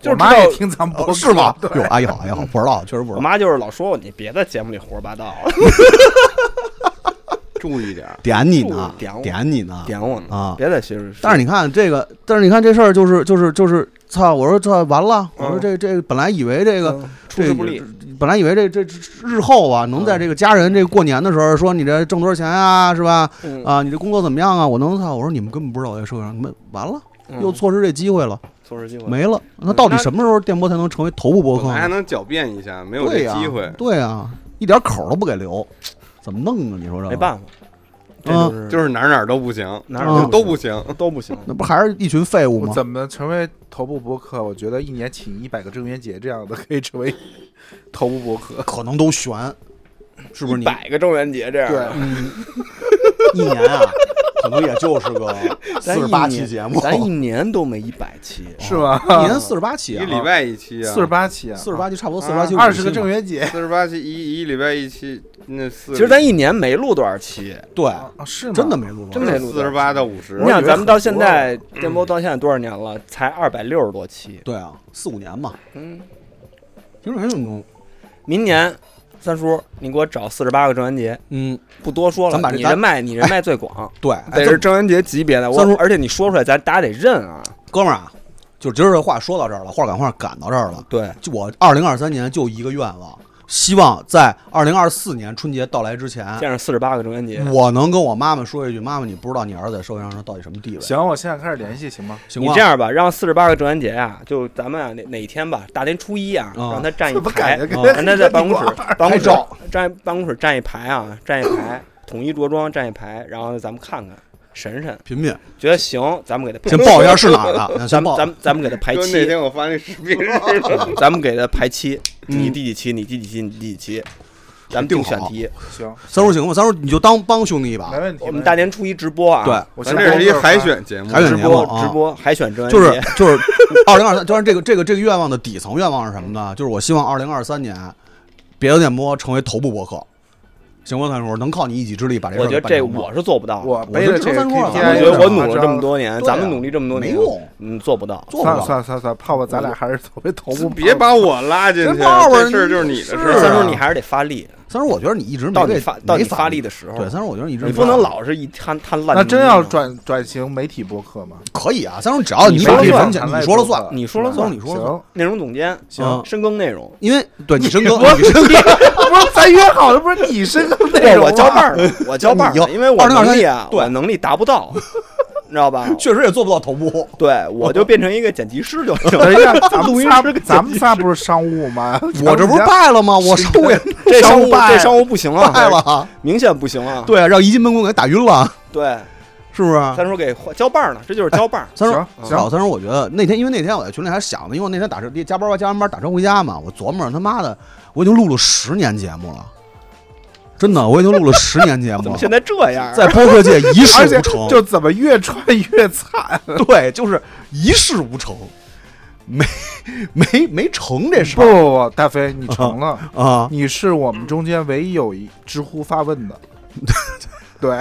Speaker 2: 就是
Speaker 8: 我妈也听咱们播客，
Speaker 3: 是吗？
Speaker 8: 对
Speaker 3: 哟，哎呀好，哎呀好，不知道，确实不知
Speaker 2: 我
Speaker 3: 道。
Speaker 2: 妈就是老说我，你别在节目里胡说八道啊
Speaker 4: *laughs*
Speaker 2: 了，
Speaker 4: 注意点儿，
Speaker 3: 点你呢，
Speaker 2: 点我
Speaker 3: 点你呢，
Speaker 2: 点我呢
Speaker 3: 啊
Speaker 2: 别在学术。
Speaker 3: 但是你看这个，但是你看这事儿就是就是就是，操！我说这完了，我
Speaker 4: 嗯
Speaker 3: 说这这本来以为这个
Speaker 2: 嗯出师不利，
Speaker 3: 本来以为这这这日后啊，能在这个家人这过年的时候说你这挣多少钱啊，是吧？
Speaker 2: 嗯
Speaker 3: 啊，你这工作怎么样啊？我能操！我说你们根本不知道我在社会上，你们完了，
Speaker 2: 嗯
Speaker 3: 又错失这机会了，
Speaker 2: 错失机会。
Speaker 3: 没了。那到底
Speaker 2: 那
Speaker 3: 什么时候电波才能成为头部播
Speaker 4: 本
Speaker 3: 客
Speaker 4: 来还
Speaker 3: 呢？
Speaker 4: 能狡辩一下，没有这
Speaker 3: 对呀、
Speaker 4: 机会。
Speaker 3: 对呀、一点口都不给留，怎么弄啊？你说这
Speaker 2: 没办法，这
Speaker 3: 啊
Speaker 2: 是
Speaker 4: 就是哪儿哪儿都不行，
Speaker 2: 哪儿
Speaker 3: 啊
Speaker 4: 都不行。
Speaker 2: 嗯都不行。
Speaker 3: 那不还是一群废物
Speaker 8: 嗯我
Speaker 3: 吗？
Speaker 8: 怎么成为头部博客？我觉得一年请一百个郑渊洁这样的可以成
Speaker 3: *laughs*
Speaker 8: 为头部博客。
Speaker 3: 可能都悬，是不是你？
Speaker 2: 百个郑渊洁这样
Speaker 8: 对
Speaker 2: 的，，
Speaker 3: 一年啊，可能也就是个四
Speaker 2: 咱一
Speaker 3: 十八期
Speaker 2: 年
Speaker 3: 节目，哦
Speaker 2: 咱一年都没一百期，
Speaker 8: 是吗？
Speaker 3: 一年四十八期
Speaker 4: 一
Speaker 3: 啊，
Speaker 4: 礼拜一期啊，
Speaker 8: 四十八期啊，
Speaker 3: 四十八期差不多四十八期，
Speaker 8: 二十个郑渊洁
Speaker 4: 四十八期一一礼拜一期，那四
Speaker 2: 其实咱一年没录多少期。
Speaker 3: 对，
Speaker 8: 啊，是吗？
Speaker 3: 真的没录过，
Speaker 2: 真没录
Speaker 4: 四十八到五十
Speaker 2: 你。想，咱们到现在电
Speaker 3: 嗯
Speaker 2: 波到现在多少年了？才二百六十多期。
Speaker 3: 对啊，四五年嘛，
Speaker 2: 嗯，
Speaker 3: 平时没怎么弄，
Speaker 2: 明年三叔，你给我找四十八个郑渊洁，
Speaker 3: 嗯，
Speaker 2: 不多说了
Speaker 3: 咱把。这
Speaker 2: 你
Speaker 3: 咱
Speaker 2: 人脉，你人脉最广，
Speaker 3: *laughs* 对，
Speaker 2: 得
Speaker 3: 哎，
Speaker 2: 是
Speaker 3: 这
Speaker 2: 郑渊洁级别的。我
Speaker 3: 三叔
Speaker 2: 而且你说出来，咱大家得认啊。
Speaker 3: 哥们儿啊，就今儿这话说到这儿了，话赶话赶到这儿了，
Speaker 2: 对，
Speaker 3: 就我二零二三年就一个愿望，希望在二零二四年春节到来之前。
Speaker 2: 见着四十八个郑渊洁，
Speaker 3: 我能跟我妈妈说一句，妈妈，你不知道你儿子在社会上到底什么地位，
Speaker 8: 行，我现在开始联系行吗？
Speaker 3: 行
Speaker 2: 你
Speaker 3: 吗？
Speaker 2: 这样吧，让四十八个郑渊洁啊，就咱们啊哪哪一天吧，大年初一啊，
Speaker 3: 啊
Speaker 2: 让他站一
Speaker 8: 怎么感觉，
Speaker 2: 排
Speaker 8: 跟
Speaker 2: 让他在办公室办公
Speaker 3: 拍
Speaker 2: 室
Speaker 3: 照
Speaker 2: 站办公室站一排啊，站一排，统一着装站一排，然后咱们看看审审，
Speaker 3: 品品，
Speaker 2: 觉得行，咱们给他
Speaker 3: 先报一下是哪儿
Speaker 2: *laughs*
Speaker 3: 的，那
Speaker 2: 咱
Speaker 3: 先报
Speaker 2: 们。咱们咱们给他排
Speaker 4: 就那
Speaker 2: 期，
Speaker 4: 天我发那视频似的，
Speaker 2: *laughs* 咱们给他排期，
Speaker 3: 嗯
Speaker 2: 你第几期？你第几期？你第几期？咱们定选题，
Speaker 8: 行，
Speaker 3: 三叔行吗？三叔你就当帮兄弟一把
Speaker 8: 没，问题。
Speaker 2: 我们大年初一直播啊，
Speaker 3: 对，
Speaker 8: 我
Speaker 4: 咱
Speaker 8: 现
Speaker 4: 这
Speaker 8: 在
Speaker 4: 是一海，选节目
Speaker 3: 海，选
Speaker 2: 直
Speaker 3: 节目
Speaker 2: 播
Speaker 3: 啊
Speaker 2: 直播海选专
Speaker 3: 就是就是二零二三，当然 *laughs* 这个这个这个愿望的底层愿望是什么呢？就是我希望二零二三年，别的电波成为头部播客，行吗？三叔，能靠你一己之力把这事
Speaker 2: 我
Speaker 3: 儿
Speaker 2: 觉
Speaker 3: 给办
Speaker 2: 得
Speaker 3: 成
Speaker 2: 这
Speaker 3: 吗。
Speaker 2: 我是做不到的，
Speaker 8: 我
Speaker 3: 我
Speaker 8: 背
Speaker 3: 就
Speaker 8: 着
Speaker 3: 知
Speaker 8: 这
Speaker 3: 道
Speaker 8: 个
Speaker 3: 咱说了
Speaker 8: KPI，
Speaker 3: 我
Speaker 2: 我觉得我努了这么
Speaker 8: 多。
Speaker 2: 多年，
Speaker 3: 对啊
Speaker 2: 咱们努力这么多年
Speaker 3: 没用，
Speaker 2: 嗯，做不到。
Speaker 3: 做不
Speaker 8: 算了
Speaker 3: 了。嗯
Speaker 8: 算了算了算了，泡泡，咱俩还是作为头部。
Speaker 4: 别把我拉进去，
Speaker 3: 真泡泡
Speaker 4: 这事儿就是你的事
Speaker 3: 是
Speaker 2: 三
Speaker 4: 儿。
Speaker 3: 啊
Speaker 2: 叔，你还是得发力，
Speaker 3: 三叔，我觉得你一直没
Speaker 2: 到你
Speaker 3: 为
Speaker 2: 发到
Speaker 3: 没
Speaker 2: 你
Speaker 3: 发
Speaker 2: 发力的时候，
Speaker 3: 对，三叔，我觉得你一直
Speaker 2: 你
Speaker 3: 没
Speaker 2: 不能
Speaker 3: 发力
Speaker 2: 老是一摊摊烂泥。
Speaker 8: 那真要转转型媒体播客吗？
Speaker 3: 可以啊。三叔，只要
Speaker 2: 你
Speaker 3: 你
Speaker 2: 说
Speaker 3: 把
Speaker 2: 了
Speaker 3: 这
Speaker 2: 算
Speaker 3: 分钱，你说了算，
Speaker 2: 你说了算
Speaker 3: 你说了算
Speaker 2: 内容总监，
Speaker 3: 行
Speaker 2: 深耕内容，
Speaker 3: 因为对你申
Speaker 2: *laughs*
Speaker 3: 哥，
Speaker 8: 我
Speaker 3: 你申哥，
Speaker 8: 行，不是咱约好的，不是你是个内
Speaker 2: 对，
Speaker 8: 容
Speaker 2: 我交
Speaker 8: 吗
Speaker 2: 棒儿的，啊 *laughs* 我交棒儿
Speaker 3: 你要
Speaker 2: 的，因为我
Speaker 3: 2023
Speaker 2: 能力啊，
Speaker 3: 对
Speaker 2: 我能力达不到， *laughs* 你知道吧？
Speaker 3: 确实也做不到头部。哎
Speaker 2: 对，我就变成一个剪辑师就行。
Speaker 3: *laughs*
Speaker 8: 等一
Speaker 2: *laughs*
Speaker 8: 下， *laughs* 咱
Speaker 2: 录
Speaker 8: 们
Speaker 2: 音
Speaker 8: 仨
Speaker 2: 师跟
Speaker 8: 咱们仨不是商务吗？
Speaker 3: 我这不是败了吗？我上午也
Speaker 2: *laughs* 这商务
Speaker 3: 败
Speaker 2: 这商务不行啊，
Speaker 3: 败了啊，
Speaker 2: 明显不行啊。
Speaker 3: 对啊，让一进门给我给打晕了，
Speaker 2: 对，
Speaker 3: 是不是？
Speaker 2: 三叔给换交棒儿了，这就是交棒儿。
Speaker 3: 三叔
Speaker 8: 行，行
Speaker 3: 老三叔，我觉得那天，因为那天我在群里还想呢，因为我那天打车加班吧，加完班打车回家嘛，我琢磨着他妈的，我已经录了十年节目了，真的，我已经录了十年节目了，
Speaker 2: *laughs* 现在这样啊，
Speaker 3: 嗯在播客界一事
Speaker 8: 而且
Speaker 3: 无成，
Speaker 8: 就怎么越穿越惨，
Speaker 3: 对，就是一事无成，没没没成这事
Speaker 8: 不
Speaker 3: 儿
Speaker 8: 不不，大飞你成了。
Speaker 3: 啊。
Speaker 8: 你是我们中间唯一有一知乎发问
Speaker 3: *laughs*
Speaker 8: 的。对，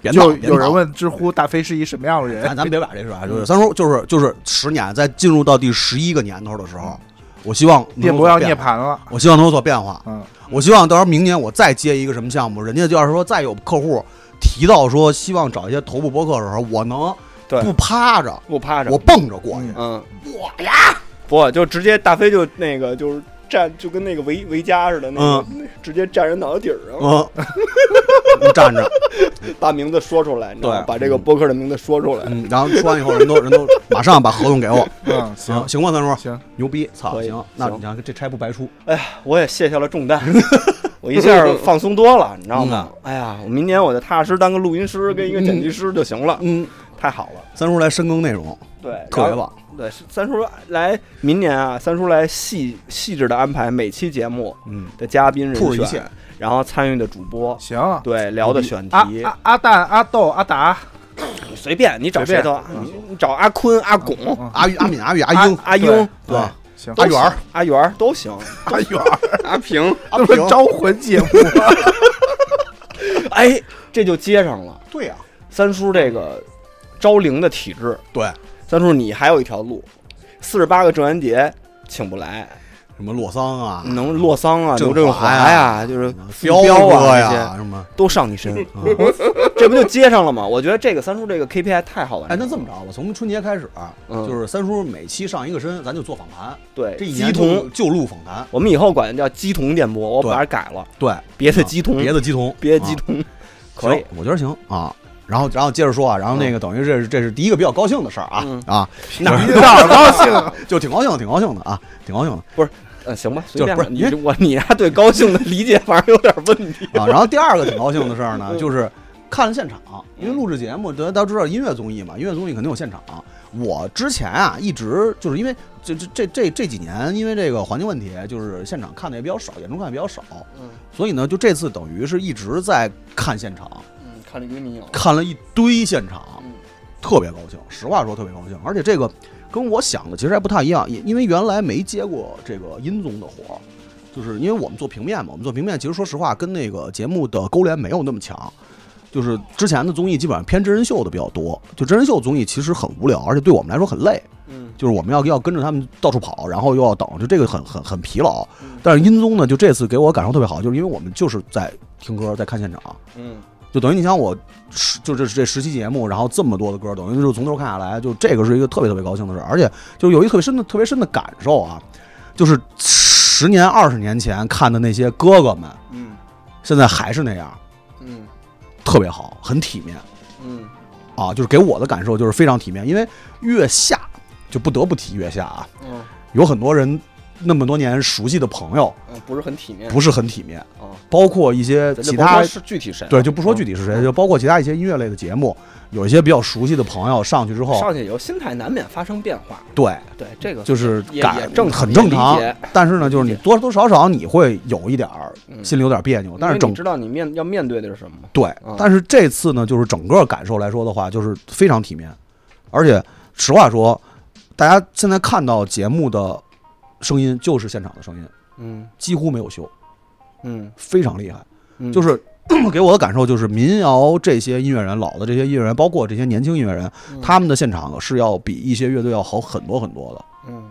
Speaker 3: 别闹
Speaker 8: 就
Speaker 3: 别
Speaker 8: 有
Speaker 3: 闹
Speaker 8: 人问知乎大飞是一什么样的
Speaker 3: 咱
Speaker 8: 人？嗯
Speaker 3: 咱们别把这事儿啊，
Speaker 2: 嗯
Speaker 3: 就是三叔，就是就是十年，在进入到第十一个年头的时候，
Speaker 2: 嗯
Speaker 3: 我希望能有
Speaker 8: 电
Speaker 3: 所
Speaker 8: 波要
Speaker 3: 变
Speaker 8: 涅
Speaker 3: 化，
Speaker 8: 槃了。
Speaker 3: 我希望能有所变化。
Speaker 8: 嗯，
Speaker 3: 我希望到时候明年我再接一个什么项目，人家就要是说再有客户提到说希望找一些头部播客的时候，我能
Speaker 2: 对
Speaker 3: 不趴着，
Speaker 2: 我趴着，
Speaker 3: 我蹦着过去。
Speaker 8: 嗯
Speaker 2: 嗯，我呀，不就直接大飞就那个就是站就跟那个维维嘉似的，那个、直接站人脑袋顶儿上，
Speaker 3: 嗯，你站
Speaker 2: *laughs*
Speaker 3: 着，
Speaker 2: 把名字说出来，你知道吗
Speaker 3: 对
Speaker 2: 把这个播客的名字说出来。
Speaker 3: 嗯，然后说完以后，人都人都马上把合同给我，
Speaker 8: 嗯，
Speaker 3: 行
Speaker 8: 行
Speaker 3: 行吗，三叔？
Speaker 8: 行，
Speaker 3: 牛逼，操，
Speaker 2: 可以
Speaker 3: 行，那
Speaker 2: 行
Speaker 3: 你看这差不白出，
Speaker 2: 哎呀，我也卸下
Speaker 3: *laughs*
Speaker 2: 了重担，我一下放松多了，你
Speaker 3: 嗯
Speaker 2: 知道
Speaker 3: 啊
Speaker 2: 吗？哎呀，我明年我就踏踏实实当个录音师跟一个剪辑师就行了，
Speaker 3: 嗯，
Speaker 2: 太好了。
Speaker 3: 三叔来深耕内容，
Speaker 2: 对，
Speaker 3: 特别
Speaker 2: 然后
Speaker 3: 棒，
Speaker 2: 对，是三叔来明年啊，三叔来细细致的安排每期节目
Speaker 3: 嗯，
Speaker 2: 的嘉宾
Speaker 3: 铺着一
Speaker 2: 人
Speaker 3: 切
Speaker 2: 选，然后参与的主播，
Speaker 8: 行。啊
Speaker 2: 对聊的选题，
Speaker 8: 阿啊阿蛋、阿豆、阿达、
Speaker 2: 你随便你找谁都，你你找阿坤、阿拱、
Speaker 8: 啊嗯
Speaker 3: 阿玉、阿敏、阿玉、
Speaker 2: 阿
Speaker 3: 阿英、
Speaker 2: *laughs* 阿英，对，
Speaker 3: 啊
Speaker 8: 行，
Speaker 2: 都
Speaker 3: 阿元儿
Speaker 2: 行、阿元儿都行。
Speaker 8: 阿远，
Speaker 2: *laughs*
Speaker 9: 阿平，
Speaker 3: 阿
Speaker 8: 这不
Speaker 3: 平
Speaker 8: 是，招魂节目吗？
Speaker 2: 哎，这就接上了
Speaker 3: 对啊呀，
Speaker 2: 三叔这个招灵的体质。
Speaker 3: 对，
Speaker 2: 三叔，你还有一条路，四十八个郑渊洁请不来，
Speaker 3: 什么洛桑啊，
Speaker 2: 能洛桑啊、
Speaker 3: 郑
Speaker 2: 刘振
Speaker 3: 华
Speaker 2: 华
Speaker 3: 呀
Speaker 2: 呀，就是
Speaker 4: 嗯
Speaker 3: 彪
Speaker 2: 彪
Speaker 3: 哥
Speaker 2: 啊
Speaker 3: 呀，
Speaker 2: 这些
Speaker 3: 什么？
Speaker 2: 都上你身，
Speaker 3: 嗯
Speaker 2: *laughs* 这不就接上了吗？我觉得这个三叔这个 KPI 太好玩了。
Speaker 3: 哎，那这么着，我从春节开始，
Speaker 2: 嗯
Speaker 3: 就是三叔每期上一个身，咱就做访谈，
Speaker 2: 对，
Speaker 3: 这一
Speaker 2: 鸡
Speaker 3: 年就
Speaker 2: 同，
Speaker 3: 就录访谈，
Speaker 2: 我们以后管它叫鸡同电波，我把它改了，
Speaker 3: 对，
Speaker 2: 别的
Speaker 3: 啊
Speaker 2: 鸡同，
Speaker 3: 别的鸡同，
Speaker 2: 嗯别
Speaker 3: 啊
Speaker 2: 的鸡同，可以
Speaker 3: 行。我觉得行啊。然后，然后接着说啊，然后那个等于这是这是第一个比较高兴的事儿啊、
Speaker 2: 嗯 *laughs*
Speaker 3: 啊，
Speaker 8: 哪儿高兴啊？
Speaker 3: *laughs* 就挺高兴的，挺高兴的啊，挺高兴的
Speaker 2: 嗯，行吧，随
Speaker 3: 就
Speaker 2: 便
Speaker 3: 不
Speaker 2: 吧。
Speaker 3: 是
Speaker 2: 你
Speaker 3: 因为
Speaker 2: 这我你丫对高兴的理解反而有点问题。嗯
Speaker 3: 啊。然后第二个挺高兴的事儿呢，就是看了现场，因为录制节目，大家都知道音乐综艺嘛，音乐综艺肯定有现场。我之前啊，一直就是因为这这这这这几年，因为这个环境问题，就是现场看的也比较少，演出看的比较少，
Speaker 2: 嗯
Speaker 3: 所以呢，就这次等于是一直在看现场，
Speaker 2: 嗯，看着跟你有
Speaker 3: 看了一堆现场
Speaker 2: 嗯，
Speaker 3: 特别高兴。实话说，特别高兴。而且这个跟我想的其实还不太一样，因因为原来没接过这个音综的活儿，就是因为我们做平面嘛，我们做平面其实说实话跟那个节目的勾连没有那么强。就是之前的综艺基本上偏真人秀的比较多，就真人秀综艺其实很无聊，而且对我们来说很累。
Speaker 2: 嗯
Speaker 3: 就是我们要要跟着他们到处跑，然后又要等，就这个很很很疲劳
Speaker 2: 嗯。
Speaker 3: 但是音综呢，就这次给我感受特别好，就是因为我们就是在听歌，在看现场，
Speaker 2: 嗯
Speaker 3: 就等于你想我十就这这十期节目，然后这么多的歌，等于就是从头看下来，就这个是一个特别特别高兴的事儿，而且就是有一个特别深的特别深的感受啊，就是十年二十年前看的那些哥哥们，
Speaker 2: 嗯
Speaker 3: 现在还是那样，
Speaker 2: 嗯
Speaker 3: 特别好，很体面
Speaker 2: 嗯
Speaker 3: 啊，就是给我的感受就是非常体面，因为月下就不得不提月下啊，
Speaker 2: 嗯
Speaker 3: 有很多人那么多年熟悉的朋友
Speaker 2: 嗯，不是很体面。
Speaker 3: 不是很体面，
Speaker 2: 啊，
Speaker 3: 包括一些
Speaker 2: 咱就
Speaker 3: 其
Speaker 2: 甭
Speaker 3: 他
Speaker 2: 说是具体谁，啊哦
Speaker 3: 对，就不说具体是谁，就包括其他一些音乐类的节目，有一些比较熟悉的朋友上去之后，
Speaker 2: 上去以后心态难免发生变化。
Speaker 3: 对，
Speaker 2: 对，这个
Speaker 3: 就是
Speaker 2: 也也
Speaker 3: 感
Speaker 2: 正常
Speaker 3: 很正常
Speaker 2: 也理解。
Speaker 3: 但是呢，就是你
Speaker 2: 理解
Speaker 3: 多多少少你会有一点儿
Speaker 2: 嗯
Speaker 3: 心里有点别扭，但是
Speaker 2: 因为
Speaker 3: 整
Speaker 2: 你知道你面要面对的是什么吗？
Speaker 3: 对
Speaker 2: 嗯，
Speaker 3: 但是这次呢，就是整个感受来说的话，就是非常体面，而且实话说，大家现在看到节目的声音就是现场的声音，
Speaker 2: 嗯
Speaker 3: 几乎没有修，
Speaker 2: 嗯，
Speaker 3: 非常厉害。
Speaker 2: 嗯
Speaker 3: 就是 *clears throat* 给我的感受就是，民谣这些音乐人，老的这些音乐人，包括这些年轻音乐人，
Speaker 2: 嗯
Speaker 3: 他们的现场是要比一些乐队要好很多很多的。
Speaker 2: 嗯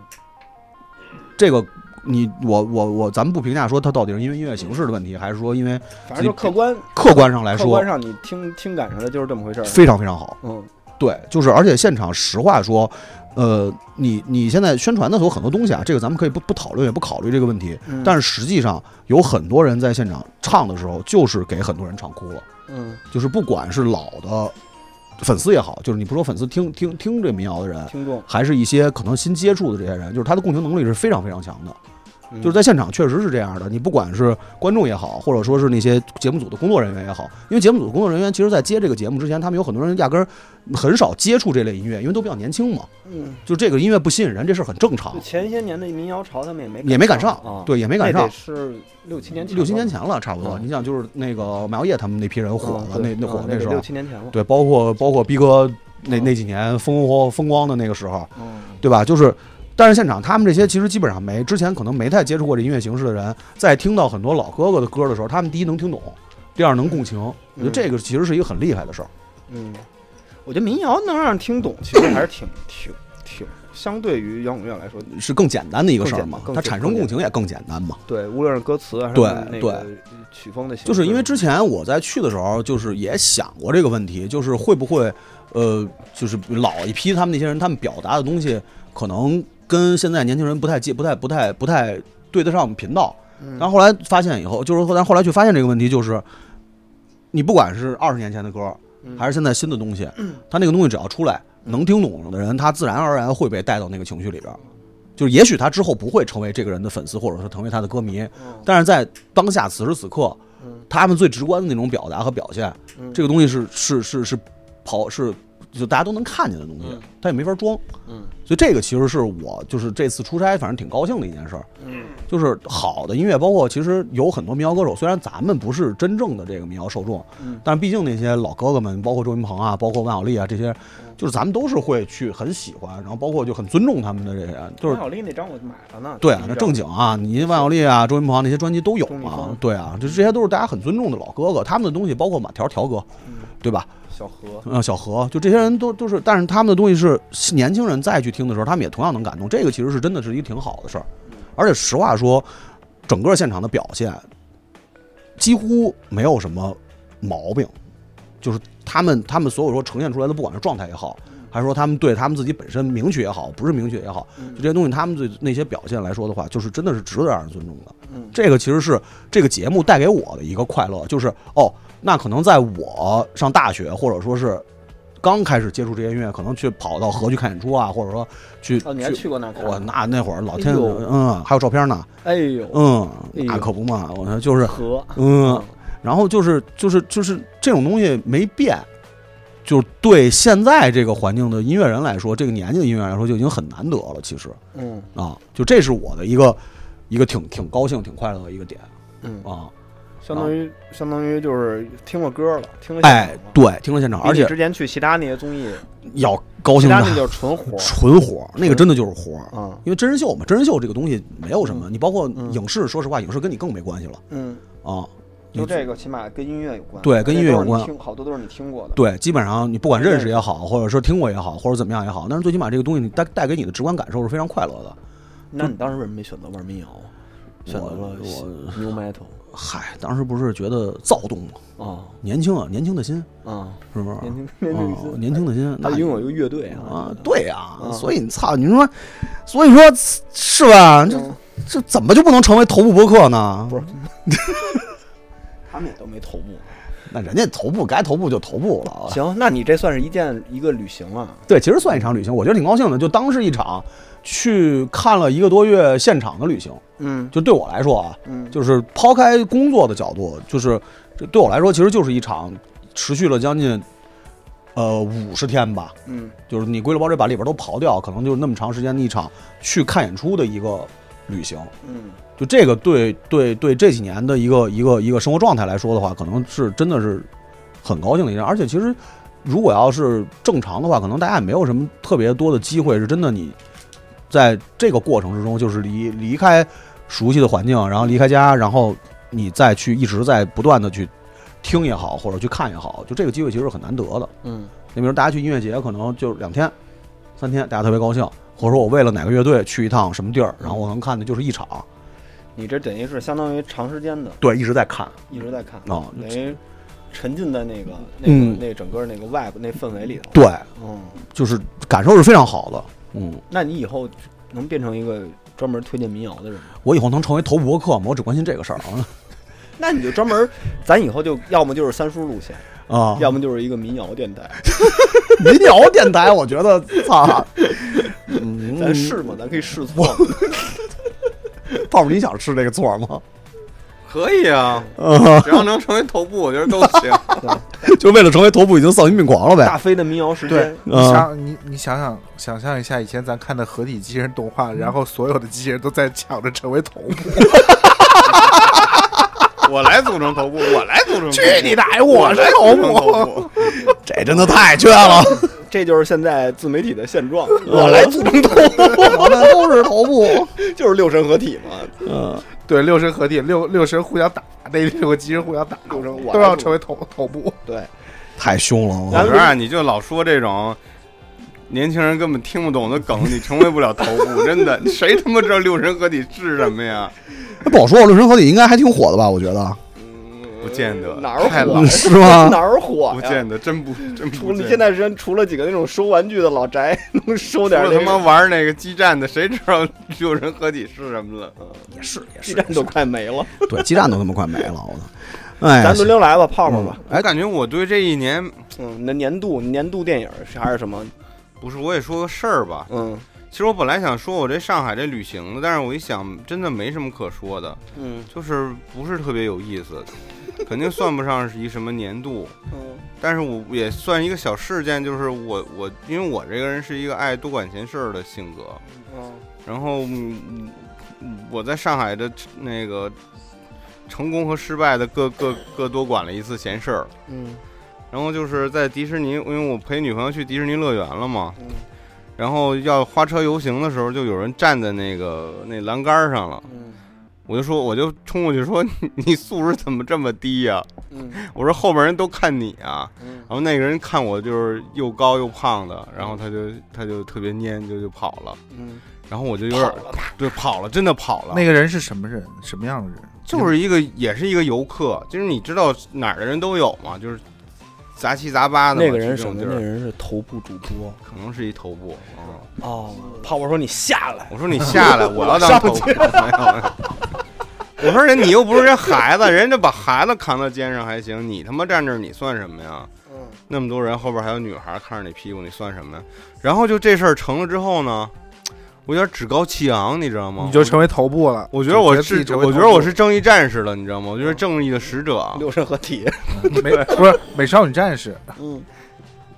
Speaker 3: 这个你我我我，咱们不评价说他到底是因为音乐形式的问题，还是说因为
Speaker 2: 反正就客观
Speaker 3: 客观上来
Speaker 2: 客
Speaker 3: 说
Speaker 2: 观上你听听感上的就是这么回事儿。
Speaker 3: 非常非常好。
Speaker 2: 嗯
Speaker 3: 对，就是而且现场实话说，呃，你你现在宣传的时候很多东西啊，这个咱们可以不不讨论，也不考虑这个问题。
Speaker 2: 嗯
Speaker 3: 但是实际上有很多人在现场唱的时候，就是给很多人唱哭了。
Speaker 2: 嗯，
Speaker 3: 就是不管是老的粉丝也好，就是你不说粉丝听听听这民谣的人，
Speaker 2: 听众嗯
Speaker 3: 还是一些可能新接触的这些人，就是他的共情能力是非常非常强的。就是在现场确实是这样的。你不管是观众也好，或者说是那些节目组的工作人员也好，因为节目组的工作人员其实在接这个节目之前，他们有很多人压根儿很少接触这类音乐，因为都比较年轻嘛。
Speaker 7: 嗯，
Speaker 3: 就这个音乐不吸引人，这事儿很正常
Speaker 2: 就，前些年的民谣潮，他们也没
Speaker 3: 也没赶上
Speaker 7: 啊，，
Speaker 3: 对，也没赶
Speaker 2: 没
Speaker 3: 上。
Speaker 2: 是六七年前，
Speaker 3: 六七年前了，差不多。
Speaker 7: 嗯
Speaker 3: 你想，就是那个马小叶他们那批人火了，
Speaker 2: 嗯
Speaker 3: 那
Speaker 2: 对
Speaker 3: 那火
Speaker 2: 嗯
Speaker 3: 那时
Speaker 2: 得
Speaker 3: 候
Speaker 2: 六，七年前了，
Speaker 3: 对，包括包括逼哥那
Speaker 2: 嗯
Speaker 3: 那几年风光风光的那个时候，
Speaker 8: 嗯，
Speaker 3: 对吧？就是，但是现场他们这些其实基本上没之前可能没太接触过这音乐形式的人，在听到很多老哥哥的歌的时候，他们第一能听懂，第二能共情，我觉得这个其实是一个很厉害的事儿。
Speaker 2: 嗯，我觉得民谣能让人听懂，其实还是挺挺挺，相对于摇滚乐来说，
Speaker 3: 是更简单的一个事儿
Speaker 2: 更简
Speaker 3: 嘛，
Speaker 2: 更
Speaker 3: 它
Speaker 2: 简
Speaker 3: 产生
Speaker 2: 更
Speaker 3: 共
Speaker 2: 简
Speaker 3: 情也更简单嘛。
Speaker 2: 对，无论是歌词啊，还是
Speaker 3: 对
Speaker 2: 那个
Speaker 3: 对
Speaker 2: 曲风的形式，
Speaker 3: 就是因为之前我在去的时候，就是也想过这个问题，就是会不会，呃，就是老一批他们那些人，他们表达的东西可能跟现在年轻人不太接、不太、不太、不太对得上频道。然后后来发现以后，就是后来后来去发现这个问题，就是你不管是二十年前的歌，还是现在新的东西，
Speaker 4: 嗯
Speaker 2: 嗯
Speaker 3: 他那个东西只要出来，能听懂的人，他自然而然会被带到那个情绪里边儿。就是也许他之后不会成为这个人的粉丝，或者说成为他的歌迷，但是在当下此时此刻，他们最直观的那种表达和表现，这个东西是是是是跑是就大家都能看见的东西，他也没法装。
Speaker 7: 嗯，
Speaker 3: 所以这个其实是我就是这次出差，反正挺高兴的一件事儿。
Speaker 7: 嗯，
Speaker 3: 就是好的音乐，包括其实有很多民谣歌手，虽然咱们不是真正的这个民谣受众，
Speaker 7: 嗯
Speaker 3: 但毕竟那些老哥哥们，包括周云鹏啊，包括万晓利啊这些，就是咱们都是会去很喜欢，然后包括就很尊重他们的这些人，就是
Speaker 2: 马小丽那张我买了呢，
Speaker 3: 对啊，那正经啊，你万晓利啊、周云鹏啊那些专辑都有
Speaker 2: 钟立
Speaker 3: 啊
Speaker 2: 风，
Speaker 3: 对啊，就这些都是大家很尊重的老哥哥，他们的东西包括马条条哥，对吧？
Speaker 2: 小何，
Speaker 3: 嗯，小何，就这些人都都是，但是他们的东西是是年轻人再去听的时候，他们也同样能感动，这个其实是真的是一个挺好的事儿，而且实话说，整个现场的表现几乎没有什么毛病，就是他们他们所有说呈现出来的，不管是状态也好，还是说他们对他们自己本身名曲也好，不是名曲也好，就这些东西，他们对那些表现来说的话，就是真的是值得让人尊重的。这个其实是这个节目带给我的一个快乐，就是哦，那可能在我上大学或者说是刚开始接触这些音乐，可能去跑到河去看演出啊，或者说去
Speaker 2: 哦，你还去过那儿看？
Speaker 3: 我那那会儿老
Speaker 2: 哎
Speaker 3: 天，
Speaker 2: 呦
Speaker 3: 嗯，还有照片呢，
Speaker 2: 哎呦，
Speaker 3: 嗯，
Speaker 2: 哎
Speaker 3: 那
Speaker 2: 呦
Speaker 3: 可不嘛，我说就是，
Speaker 2: 何，
Speaker 3: 嗯，然后就是就是就是这种东西没变，就是对现在这个环境的音乐人来说，这个年纪的音乐人来说就已经很难得了，其实
Speaker 2: 嗯
Speaker 3: 啊，就这是我的一个一个挺挺高兴、挺快乐的一个点
Speaker 2: 嗯，
Speaker 3: 啊，
Speaker 2: 相当于相当于就是听过歌了，听了现
Speaker 3: 哎
Speaker 2: 场了，
Speaker 3: 对，听了现场，
Speaker 2: 比
Speaker 3: 而
Speaker 2: 你
Speaker 3: 且
Speaker 2: 之前去其他那些综艺，
Speaker 3: 要高
Speaker 2: 其
Speaker 3: 兴
Speaker 2: 他
Speaker 3: 的
Speaker 2: 那就是纯活
Speaker 3: 纯活儿，那个真的就是活儿。
Speaker 2: 啊，
Speaker 3: 因为真人秀嘛，真人秀这个东西没有什么，你包括
Speaker 2: 嗯
Speaker 3: 影视，说实话，影视跟你更没关系了
Speaker 2: 嗯，
Speaker 3: 啊。
Speaker 2: 就这个起码跟音乐有关，
Speaker 3: 对跟音乐有关
Speaker 2: 那都是你听好多都是你听过的，
Speaker 3: 对，基本上你不管认识也好，或者说听过也好，或者怎么样也好，但是最起码这个东西你带带给你的直观感受是非常快乐的。
Speaker 2: 那你当时为什么没选择玩民谣啊？选择了
Speaker 3: 我
Speaker 2: new metal
Speaker 3: *laughs* 嗨，当时不是觉得躁动嘛，
Speaker 2: 啊
Speaker 3: 年轻啊，年轻的心
Speaker 2: 啊，
Speaker 3: 是不是？
Speaker 2: 年轻
Speaker 3: 啊
Speaker 2: 年轻
Speaker 3: 年轻的心，
Speaker 2: 他
Speaker 3: 那
Speaker 2: 拥有一个乐队啊
Speaker 3: 啊，，对呀、
Speaker 2: 啊
Speaker 3: 所以你操，你说，所以说是吧？这
Speaker 2: 嗯
Speaker 3: 这怎么就不能成为头部播客呢？
Speaker 2: 不是他们也都没头部。
Speaker 3: 那人家头部该头部就头部了啊。
Speaker 2: 行，那你这算是一件一个旅行啊了，
Speaker 3: 对，其实算一场旅行，我觉得挺高兴的，就当是一场去看了一个多月现场的旅行。
Speaker 2: 嗯
Speaker 3: 就对我来说啊，
Speaker 2: 嗯
Speaker 3: 就是抛开工作的角度，就是这对我来说，其实就是一场持续了将近呃五十天吧，
Speaker 2: 嗯
Speaker 3: 就是你归了包这把里边都刨掉，可能就是那么长时间的一场去看演出的一个旅行。
Speaker 2: 嗯，
Speaker 3: 就这个对对对这几年的一个一个一个生活状态来说的话，可能是真的是很高兴的一件。而且其实如果要是正常的话，可能大家也没有什么特别多的机会，是真的你在这个过程之中，就是离离开熟悉的环境，然后离开家，然后你再去一直在不断的去听也好，或者去看也好，就这个机会其实是很难得的。
Speaker 2: 嗯，
Speaker 3: 你比如大家去音乐节，可能就两天、三天，大家特别高兴。或者说我为了哪个乐队去一趟什么地儿，然后我能看的就是一场，
Speaker 2: 你这等于是相当于长时间的
Speaker 3: 对，一直在看。
Speaker 2: 一直在看，
Speaker 3: 哦
Speaker 2: 等于沉浸在那个那个、
Speaker 3: 嗯
Speaker 2: 那整个那个 vibe 那氛围里头。
Speaker 3: 对，
Speaker 2: 嗯，
Speaker 3: 就是感受是非常好的。嗯，
Speaker 2: 那你以后能变成一个专门推荐民谣的人吗？
Speaker 3: 我以后能成为头部博客吗？我只关心这个事儿
Speaker 2: *laughs*
Speaker 3: 啊。
Speaker 2: 那你就
Speaker 3: *laughs*
Speaker 2: 专门，咱以后就要么就是三叔路线，
Speaker 3: 啊，
Speaker 2: 要么就是一个民谣电台。
Speaker 3: 民谣电台，我
Speaker 2: *laughs*
Speaker 3: 觉得操，嗯
Speaker 2: 咱试嘛，咱可以试错。
Speaker 3: 泡泡，你想吃这个座吗？
Speaker 4: *laughs*
Speaker 3: *laughs*
Speaker 4: 可以啊，只要能成为头部，我
Speaker 8: 嗯
Speaker 4: 觉得都行。
Speaker 2: *laughs*
Speaker 3: 就为了成为头部已经丧心病狂了呗
Speaker 2: 大。飞的民谣时
Speaker 8: 对
Speaker 2: 间，，
Speaker 8: 你
Speaker 3: 嗯
Speaker 8: 想你你想想想象一下，以前咱看的合体机器人动
Speaker 2: 嗯
Speaker 8: 画，然后所有的机器人都在抢着成为头
Speaker 2: *laughs*
Speaker 8: 目，
Speaker 4: 我来组成头部，我来组成头部。
Speaker 8: 去你的！我是
Speaker 3: *laughs*
Speaker 8: 头目，
Speaker 4: 部！
Speaker 3: 这真的太缺了，
Speaker 2: *laughs* 这就是现在自媒体的现状。
Speaker 3: 我来组成头
Speaker 2: *laughs*
Speaker 3: 部，我们都是头 *laughs* 部。
Speaker 2: 就是六神合体嘛，
Speaker 3: 嗯，
Speaker 8: 对，六神合体，六六神互相打，那六个机器人互相打，
Speaker 2: 六神我
Speaker 8: 都要成为
Speaker 2: 哦
Speaker 4: *laughs*
Speaker 8: 头头部。
Speaker 2: 对，
Speaker 3: 太凶了，我
Speaker 4: 我觉得啊你就老说这种年轻人根本听不懂的梗，你成为不了头部，真的。谁他妈知道六神合体是什么呀？
Speaker 3: 哎不好说，六神合体应该还挺火的吧？我觉得
Speaker 4: 不见得，
Speaker 2: 哪儿
Speaker 4: 太
Speaker 2: 火
Speaker 3: 嗯
Speaker 4: 老
Speaker 2: 呀
Speaker 4: 了，
Speaker 3: 是吗
Speaker 2: *laughs* 哪？儿火
Speaker 4: 不
Speaker 2: 呀？
Speaker 4: 见得，真不真
Speaker 2: 除
Speaker 4: 不
Speaker 2: 了
Speaker 4: 见得。
Speaker 2: 现在人，除了几个那种收玩具的老宅， *laughs* 能收点
Speaker 4: 除
Speaker 2: 那
Speaker 4: 了
Speaker 2: 个
Speaker 4: 他妈玩那个激战的，谁知道 *laughs* 六神合体是什么了？嗯
Speaker 3: 也是也
Speaker 2: 基站都快没了。
Speaker 3: 对，基站都他妈快没了，我操！哎呀，
Speaker 2: 咱轮流来吧，泡泡吧。
Speaker 4: 哎，感觉我对这一年
Speaker 2: 嗯，你的年度年度电影是还是什么？
Speaker 4: 不是，我也说个事儿吧。
Speaker 2: 嗯
Speaker 4: 其实我本来想说我这上海这旅行的，但是我一想，真的没什么可说的，
Speaker 2: 嗯
Speaker 4: 就是不是特别有意思，肯定算不上是一什么年度。
Speaker 2: 嗯
Speaker 4: 但是我也算一个小事件，就是我我因为我这个人是一个爱多管闲事儿的性格，
Speaker 2: 嗯，
Speaker 4: 然后嗯嗯我在上海的那个成功和失败的各各各多管了一次闲事儿。
Speaker 2: 嗯
Speaker 4: 然后就是在迪士尼，因为我陪女朋友去迪士尼乐园了嘛，
Speaker 2: 嗯
Speaker 4: 然后要花车游行的时候，就有人站在那个那栏杆上了，
Speaker 2: 嗯
Speaker 4: 我就说我就冲过去说你你素质怎么这么低呀、
Speaker 2: 嗯
Speaker 4: *laughs* 我说后边人都看你啊，
Speaker 2: 嗯
Speaker 4: 然后那个人看我就是又高又胖的，然后他就他就特别蔫，就就跑了，
Speaker 2: 嗯，
Speaker 4: 然后我就有点对跑了，真的跑了，
Speaker 8: 那个人是什么人？什么样的人？
Speaker 4: 就是一个也是一个游客，就是你知道哪儿的人都有嘛，就是杂七杂八的嘛，
Speaker 2: 那个人
Speaker 4: 去
Speaker 2: 什
Speaker 4: 这种
Speaker 2: 么？那个
Speaker 4: 地儿
Speaker 2: 人是头部主播
Speaker 4: 可能是一头部啊。
Speaker 2: 哦。泡泡说你下来，
Speaker 4: 我说你下
Speaker 2: *laughs*
Speaker 4: 来，我要当头 *laughs* 部。没有没有我说人你又不是人孩子，人家把孩子扛到肩上还行，你他妈站这儿你算什么呀？
Speaker 2: 嗯
Speaker 4: 那么多人后边还有女孩看着你屁股，你算什么呀？然后就这事儿成了之后呢，我有点趾高气昂，你知道吗？
Speaker 8: 你就成为头部了。
Speaker 4: 我觉得我
Speaker 8: 就觉得自己
Speaker 4: 是
Speaker 8: 成为
Speaker 4: 我觉得
Speaker 8: 头部
Speaker 4: 我是正义战士了，你知道吗？我觉得正义的使者。啊
Speaker 2: 六神
Speaker 8: *laughs*
Speaker 2: 合体。
Speaker 8: 美，不是美少女战士，
Speaker 2: 嗯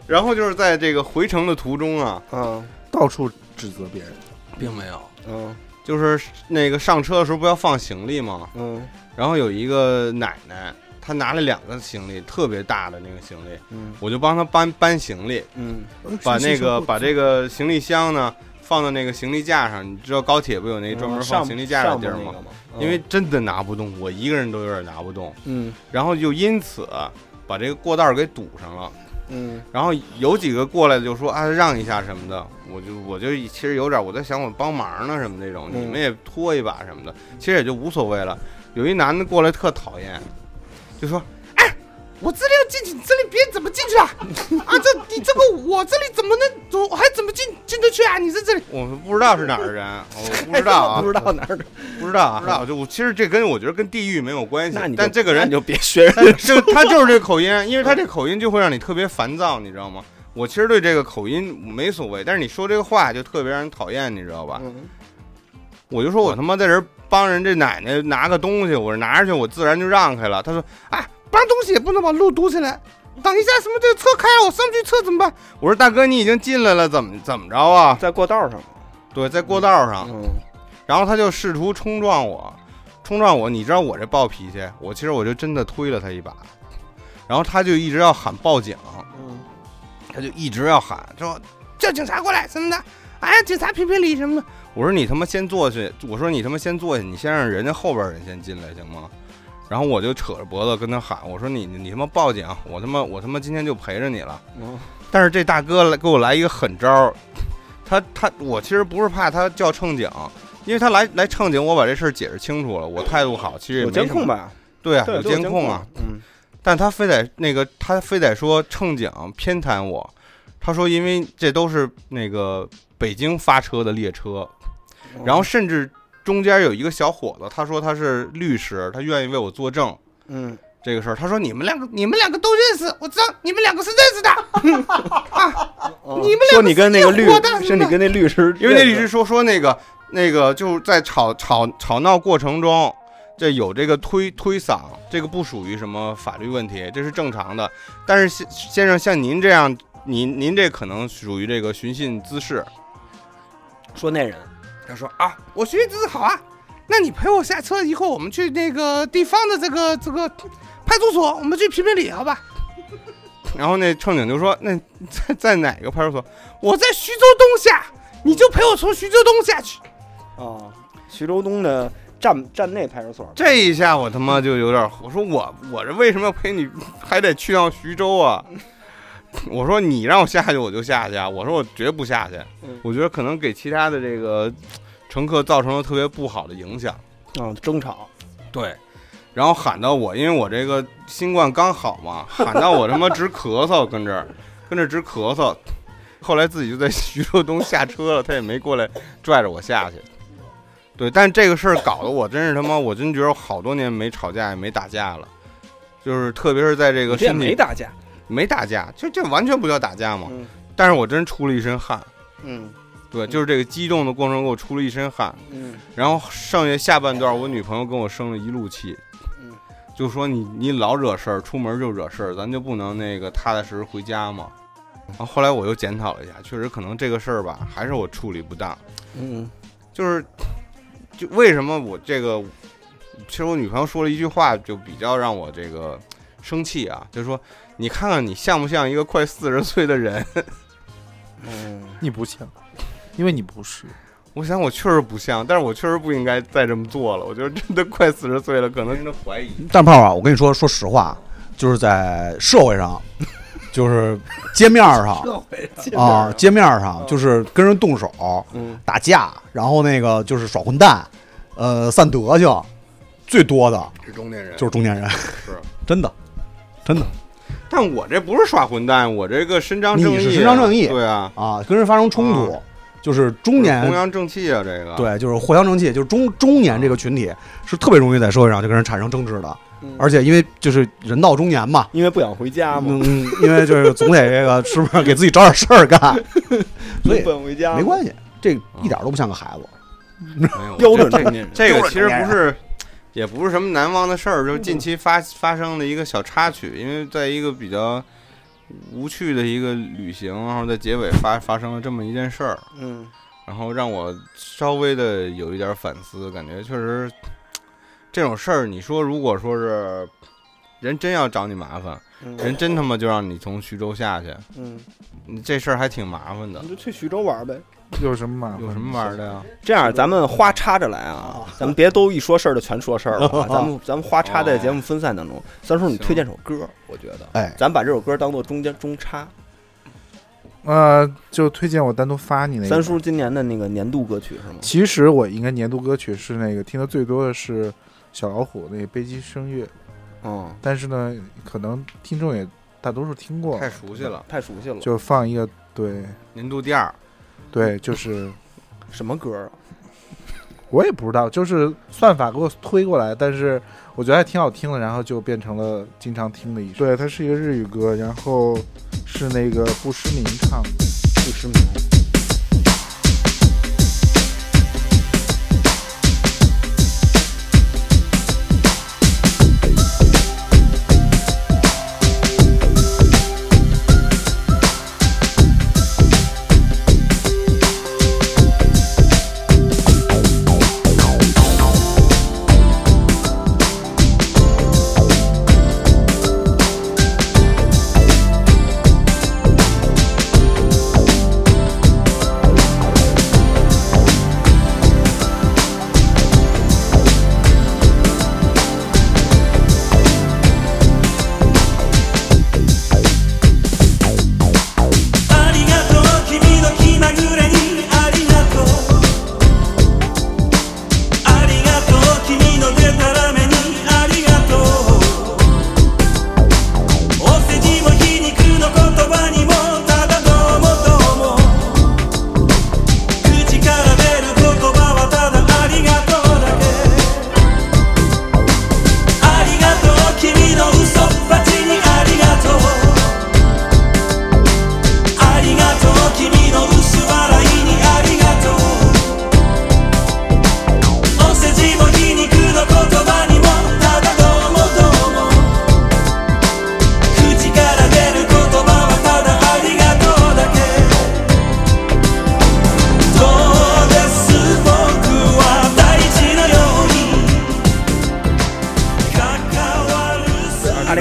Speaker 4: 然后就是在这个回程的途中啊，
Speaker 2: 嗯
Speaker 8: 到处指责别人。
Speaker 4: 并没有，
Speaker 2: 嗯
Speaker 4: 就是那个上车的时候不要放行李吗？
Speaker 2: 嗯
Speaker 4: 然后有一个奶奶，她拿了两个行李，特别大的那个行李，
Speaker 2: 嗯
Speaker 4: 我就帮她搬搬行李，
Speaker 2: 嗯
Speaker 4: 把那个把这个行李箱呢放到那个行李架上。你知道高铁不有那专门放行李架的地儿吗？？嗯因为真的拿不动，我一个人都有点拿不动，
Speaker 2: 嗯
Speaker 4: 然后就因此把这个过道儿给堵上了。
Speaker 2: 嗯
Speaker 4: 然后有几个过来就说啊让一下什么的，我就我就其实有点我在想我帮忙呢什么这种，
Speaker 2: 嗯
Speaker 4: 你们也拖一把什么的，其实也就无所谓了。有一男的过来特讨厌，就说：“哎，我这里要进去，你这里别怎么进去啊？啊，这你这个我这里怎么能走，还怎么进进得去啊？你在这里，我们不知道是哪儿的人， *laughs* 我不知道啊
Speaker 2: 不，知道哪儿的，
Speaker 4: 不知道啊，不知道。就我其实这跟我觉得跟地域没有关系
Speaker 2: 那你，就
Speaker 4: 但这个人
Speaker 2: 那你就别学人。
Speaker 4: 但 *laughs* 这他就是这口音，因为他这口音就会让你特别烦躁，你知道吗？我其实对这个口音没所谓，但是你说这个话就特别让人讨厌，你知道吧？
Speaker 2: 嗯
Speaker 4: 我就说我他妈在这儿帮人这奶奶拿个东西，我说拿着去，我自然就让开了。他说，哎，搬东西也不能把路堵起来。等一下，什么这车开了，我上不去车怎么办？我说大哥，你已经进来了，怎么怎么着啊？
Speaker 2: 在过道上，
Speaker 4: 对，在过道上，
Speaker 2: 嗯
Speaker 4: 然后他就试图冲撞我，冲撞我，你知道我这暴脾气，我其实我就真的推了他一把，然后他就一直要喊报警，
Speaker 2: 嗯
Speaker 4: 他就一直要喊说叫警察过来什么的，哎，警察评评理什么的。我说你他妈先坐去，我说你他妈先坐下，你先让人家后边人先进来行吗？然后我就扯着脖子跟他喊，我说你你你他妈报警，我他妈我他妈今天就陪着你了。
Speaker 2: 嗯
Speaker 4: 但是这大哥来给我来一个狠招儿，他他我其实不是怕他叫乘警，因为他来来乘警，我把这事儿解释清楚了，我态度好，其实也
Speaker 2: 有
Speaker 4: 没
Speaker 2: 监
Speaker 4: 什
Speaker 2: 控
Speaker 4: 么，
Speaker 2: 吧？
Speaker 4: 对啊，
Speaker 2: 对，
Speaker 4: 有
Speaker 2: 都有
Speaker 4: 监控啊，，
Speaker 2: 嗯
Speaker 4: 但他非得那个他非得说乘警偏袒我，他说因为这都是那个北京发车的列车，然后甚至中间有一个小伙子，他说他是律师，他愿意为我作证。
Speaker 2: 嗯，
Speaker 4: 这个事儿，他说你们两个，你们两个都认识，我知道你们两个是认识的，嗯
Speaker 2: 你们说你跟那个律，说你跟那律师，
Speaker 4: 因为那律师说说那个那个就是在吵吵吵闹过程中，这有这个推推搡，这个不属于什么法律问题，这是正常的。但是先先生像您这样，您您这可能属于这个寻衅滋事。
Speaker 7: 说那人，
Speaker 4: 他说啊，我寻衅滋事好啊，那你陪我下车以后，我们去那个地方的这个这个派出所，我们去评评理，好吧？然后那乘警就说：“那在在哪个派出所？我在徐州东下，你就陪我从徐州东下去。”
Speaker 2: 啊，徐州东的站站内派出所，
Speaker 4: 这一下我他妈就有点儿，我说我我这为什么要陪你，还得去趟徐州啊？
Speaker 2: *laughs*
Speaker 4: 我说你让我下去我就下去啊，我说我绝不下去
Speaker 2: 嗯，
Speaker 4: 我觉得可能给其他的这个乘客造成了特别不好的影响。
Speaker 2: 啊，争吵，
Speaker 4: 对，然后喊到我，因为我这个新冠刚好
Speaker 2: *laughs*
Speaker 4: 嘛，喊到我他妈直咳嗽，跟这儿跟这儿直咳嗽。后来自己就在徐州东下车了，他也没过来拽着我下去。对，但这个事儿搞得我真是他妈，我真觉得我好多年没吵架也没打架了，就是特别是在这个
Speaker 2: 这也
Speaker 4: 身体
Speaker 2: 没打架，
Speaker 4: 没打架，就这完全不叫打架嘛。
Speaker 2: 嗯
Speaker 4: 但是我真出了一身汗，
Speaker 2: 嗯
Speaker 4: 对，就是这个激动的过程给我出了一身汗。
Speaker 2: 嗯
Speaker 4: 然后剩下下半段，我女朋友跟我生了一路气，
Speaker 2: 嗯，
Speaker 4: 就说你你老惹事儿，出门就惹事儿，咱就不能那个踏踏实实回家吗？然后后来我又检讨了一下，确实可能这个事儿吧，还是我处理不当，
Speaker 2: 嗯，
Speaker 4: 就是就为什么我这个，其实我女朋友说了一句话，就比较让我这个生气啊，就是说你看看你像不像一个快四十岁的人？ *laughs*
Speaker 8: 你不像，因为你不是。
Speaker 4: 我想我确实不像，但是我确实不应该再这么做了。我觉得真的快四十岁了，可能真的怀疑。
Speaker 3: 但是胖啊，我跟你说，说实话，就是在社会上，就是街面儿上 *laughs*
Speaker 10: *laughs*
Speaker 3: 啊，街面儿上就是跟人动手、
Speaker 2: 嗯
Speaker 3: 打架，然后那个就是耍混蛋，呃，散德性，最多的
Speaker 4: 是中年人
Speaker 3: 就是中年人， *laughs*
Speaker 4: 是
Speaker 3: 真的，真的
Speaker 4: 但我这不是耍混蛋，我这个伸张正义啊，
Speaker 3: 你是伸张正义
Speaker 4: 对啊，
Speaker 3: 啊，跟人发生冲突，就是中
Speaker 4: 弘
Speaker 3: 年。
Speaker 4: 扬正气啊，这个，
Speaker 3: 对，就是藿香正气，就是中中年这个群体是特别容易在社会上就跟人产生争执的，
Speaker 2: 嗯
Speaker 3: 而且因为就是人到中年嘛，
Speaker 2: 因为不想回家嘛，
Speaker 3: 嗯，因为就是总得这个，是不是给自己找点事儿
Speaker 2: *laughs*
Speaker 3: 干？所以
Speaker 2: 不想回家，
Speaker 3: 没关系，这一点都不像个孩子。
Speaker 4: 没
Speaker 2: *laughs*
Speaker 4: 有
Speaker 2: 标准
Speaker 4: 嗯这
Speaker 2: 中年人，嗯
Speaker 4: 这个其实不是，也不是什么难忘的事儿，就是近期发发生的一个小插曲，因为在一个比较无趣的一个旅行，然后在结尾发发生了这么一件事儿，
Speaker 2: 嗯
Speaker 4: 然后让我稍微的有一点反思，感觉确实这种事儿，你说如果说是人真要找你麻烦，
Speaker 2: 嗯
Speaker 4: 人真他妈就让你从徐州下去，
Speaker 2: 嗯，
Speaker 4: 你这事儿还挺麻烦的
Speaker 2: 你。就去徐州玩呗。
Speaker 8: 有什么麻烦？
Speaker 4: 有什么玩儿的呀？
Speaker 2: 这样，咱们花插着来啊，咱们别都一说事儿就全说事儿了
Speaker 4: *laughs*
Speaker 2: 啊，咱们咱们花插在节目分散当
Speaker 4: 啊
Speaker 2: 中。三叔，你
Speaker 4: 行
Speaker 2: 推荐首歌，我觉得，
Speaker 3: 哎，
Speaker 2: 咱把这首歌当做中间中插。
Speaker 8: 呃，就推荐我单独发你那个。
Speaker 2: 三叔，今年的那个年度歌曲是吗？
Speaker 8: 其实我应该年度歌曲是那个听的最多的是小老虎那个《悲鸡声乐》，
Speaker 2: 嗯，
Speaker 8: 但是呢，可能听众也大多数听过，
Speaker 4: 太熟悉了，
Speaker 2: 太熟悉了。
Speaker 8: 就放一个对
Speaker 4: 年度第二，
Speaker 8: 对， *laughs* 就是
Speaker 2: 什么歌啊？
Speaker 8: 我也不知道，就是算法给我推过来，但是我觉得还挺好听的，然后就变成了经常听的一首。对，它是一个日语歌，然后是那个不失明唱的。
Speaker 2: 不失明。
Speaker 11: 「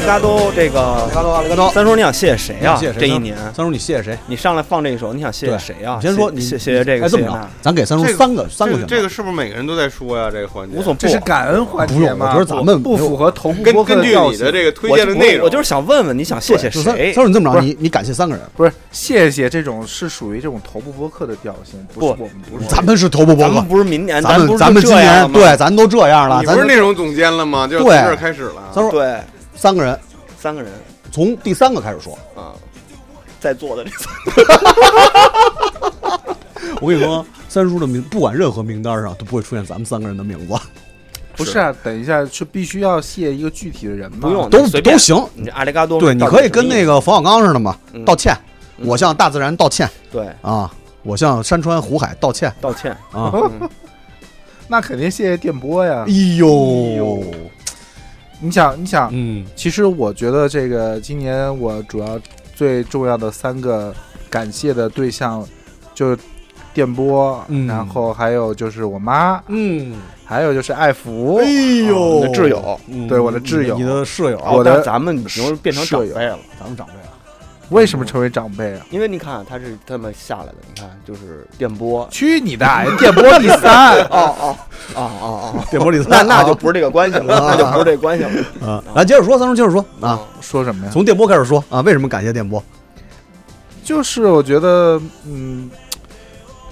Speaker 2: 嘎都这个
Speaker 3: 嘎多，嘎多。
Speaker 2: 三叔，你想谢谢谁啊？
Speaker 3: 谢谢谁呢
Speaker 2: 这一年
Speaker 3: 三叔，你谢谢谁？
Speaker 2: 你上来放这一首，你想谢谢
Speaker 3: 对
Speaker 2: 谁啊？
Speaker 3: 你先说，
Speaker 2: 谢
Speaker 3: 你
Speaker 2: 谢谢这个，
Speaker 3: 哎，这么
Speaker 2: 谢谢
Speaker 3: 着，咱给三叔
Speaker 4: 这个
Speaker 3: 三个三个
Speaker 4: 这
Speaker 3: 选
Speaker 4: 个
Speaker 3: 择
Speaker 4: 这个是不是每个人都在说呀？这个环节
Speaker 2: 那无所
Speaker 8: 这是感恩环
Speaker 3: 不
Speaker 8: 节
Speaker 3: 用
Speaker 8: 吗？
Speaker 3: 我觉得咱们
Speaker 8: 不符合头部
Speaker 4: 根
Speaker 8: 播客
Speaker 4: 根
Speaker 8: 的
Speaker 4: 据
Speaker 8: 调
Speaker 4: 你
Speaker 8: 性
Speaker 4: 的。这个推
Speaker 2: 我
Speaker 4: 荐的内容，
Speaker 2: 我就是想问问你想谢谢
Speaker 3: 就是三
Speaker 2: 谁
Speaker 3: 三？叔，你这么着，
Speaker 8: 不是
Speaker 3: 你你感谢三个人，
Speaker 8: 不是谢谢这种是属于这种头部播客的调性，不是
Speaker 2: 不
Speaker 8: 我们不是
Speaker 3: 咱们是头部播
Speaker 2: 咱
Speaker 3: 客
Speaker 2: 们，不是明年，
Speaker 3: 咱
Speaker 2: 不
Speaker 3: 们
Speaker 2: 是
Speaker 3: 咱们
Speaker 2: 这
Speaker 3: 今
Speaker 2: 样
Speaker 3: 年
Speaker 2: 吗
Speaker 3: 对，咱都这样了，
Speaker 4: 你
Speaker 3: 咱
Speaker 4: 不是内容总监了吗？就从
Speaker 3: 对
Speaker 4: 这儿开始了。
Speaker 3: 三叔
Speaker 2: 对
Speaker 3: 三个人
Speaker 2: 三个人
Speaker 3: 从第三个开始说。
Speaker 4: 啊，
Speaker 2: 在座的这三
Speaker 3: 我跟你说，三叔的名不管任何名单上都不会出现咱们三个人的名字，
Speaker 8: 不是啊？等一下，是必须要谢一个具体的人吗？
Speaker 2: 不用
Speaker 3: 都
Speaker 2: 随便
Speaker 3: 都行。
Speaker 2: 你这阿里嘎多，
Speaker 3: 对，你可以跟那
Speaker 2: 个
Speaker 3: 个冯小刚似的嘛
Speaker 2: 嗯，
Speaker 3: 道歉。
Speaker 2: 嗯
Speaker 3: 我向大自然道歉
Speaker 2: 对
Speaker 3: 啊，我向山川湖海道歉
Speaker 2: 道歉，
Speaker 3: *laughs*
Speaker 2: 嗯
Speaker 3: 啊。
Speaker 8: 那肯定谢谢电波呀
Speaker 3: 哎。呦，
Speaker 8: 你想，你想，
Speaker 3: 嗯，
Speaker 8: 其实我觉得这个今年我主要最重要的三个感谢的对象，就是电波，
Speaker 3: 嗯
Speaker 8: 然后还有就是我妈，
Speaker 3: 嗯，
Speaker 8: 还有就是爱福。
Speaker 3: 哎呦，
Speaker 2: 啊我们的挚友，哦
Speaker 3: 嗯，
Speaker 8: 对我的挚友
Speaker 3: 你的舍友，
Speaker 8: 我的
Speaker 2: 但咱们已经变成长
Speaker 8: 舍友
Speaker 2: 辈了，
Speaker 3: 咱们长辈啊，
Speaker 8: 为什么成为长辈啊？
Speaker 2: 因为你看他是这么下来的，你看就是电波，
Speaker 8: 去你的！电波第三，
Speaker 2: *laughs* 哦哦哦哦哦，
Speaker 3: 电波里头
Speaker 2: 那那就不是这个关系了，那就不是这个关系了
Speaker 3: 啊，来接着说，三叔接着说
Speaker 8: 嗯
Speaker 3: 啊，
Speaker 8: 说什么呀？
Speaker 3: 从电波开始说啊，为什么感谢电波？
Speaker 8: 就是我觉得，嗯，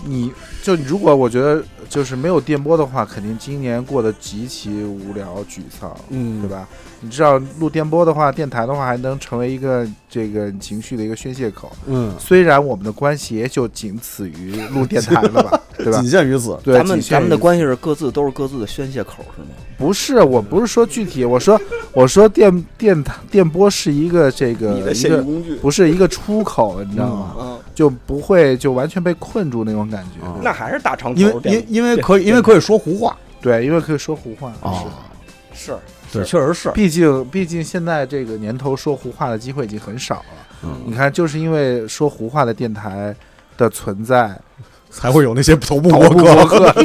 Speaker 8: 你就如果我觉得就是没有电波的话，肯定今年过得极其无聊、沮丧，
Speaker 3: 嗯
Speaker 8: 对吧？你知道录电波的话，电台的话，还能成为一个这个情绪的一个宣泄口。
Speaker 3: 嗯，
Speaker 8: 虽然我们的关系也就仅此于录电台了
Speaker 3: *laughs*
Speaker 8: 吧，对吧
Speaker 3: 仅？限于此。
Speaker 8: 对，
Speaker 2: 咱们
Speaker 8: 仅限
Speaker 2: 咱们的
Speaker 8: 于
Speaker 2: 关系是各自都是各自的宣泄口是吗？
Speaker 8: 不是，我不是说具体，我说我说电电台电波是一个这个
Speaker 2: 你的
Speaker 8: 一
Speaker 2: 泄欲
Speaker 8: 个
Speaker 2: 工具，
Speaker 8: 不是一个出口，你知道吗？
Speaker 2: 嗯，
Speaker 8: 就不会就完全被困住那种感觉。
Speaker 3: 啊
Speaker 2: 那还是大长头，
Speaker 3: 因为因因为可以，因为可以说胡话
Speaker 8: 对，因为可以说胡话。
Speaker 3: 啊，
Speaker 2: 是
Speaker 3: 对，确实是，
Speaker 8: 毕竟毕竟现在这个年头说胡话的机会已经很少了。你
Speaker 3: 嗯，
Speaker 8: 看，就是因为说胡话的电台的存在，
Speaker 3: 才会有那些头部
Speaker 8: 头部
Speaker 3: 播
Speaker 8: 播
Speaker 3: 客。
Speaker 8: 客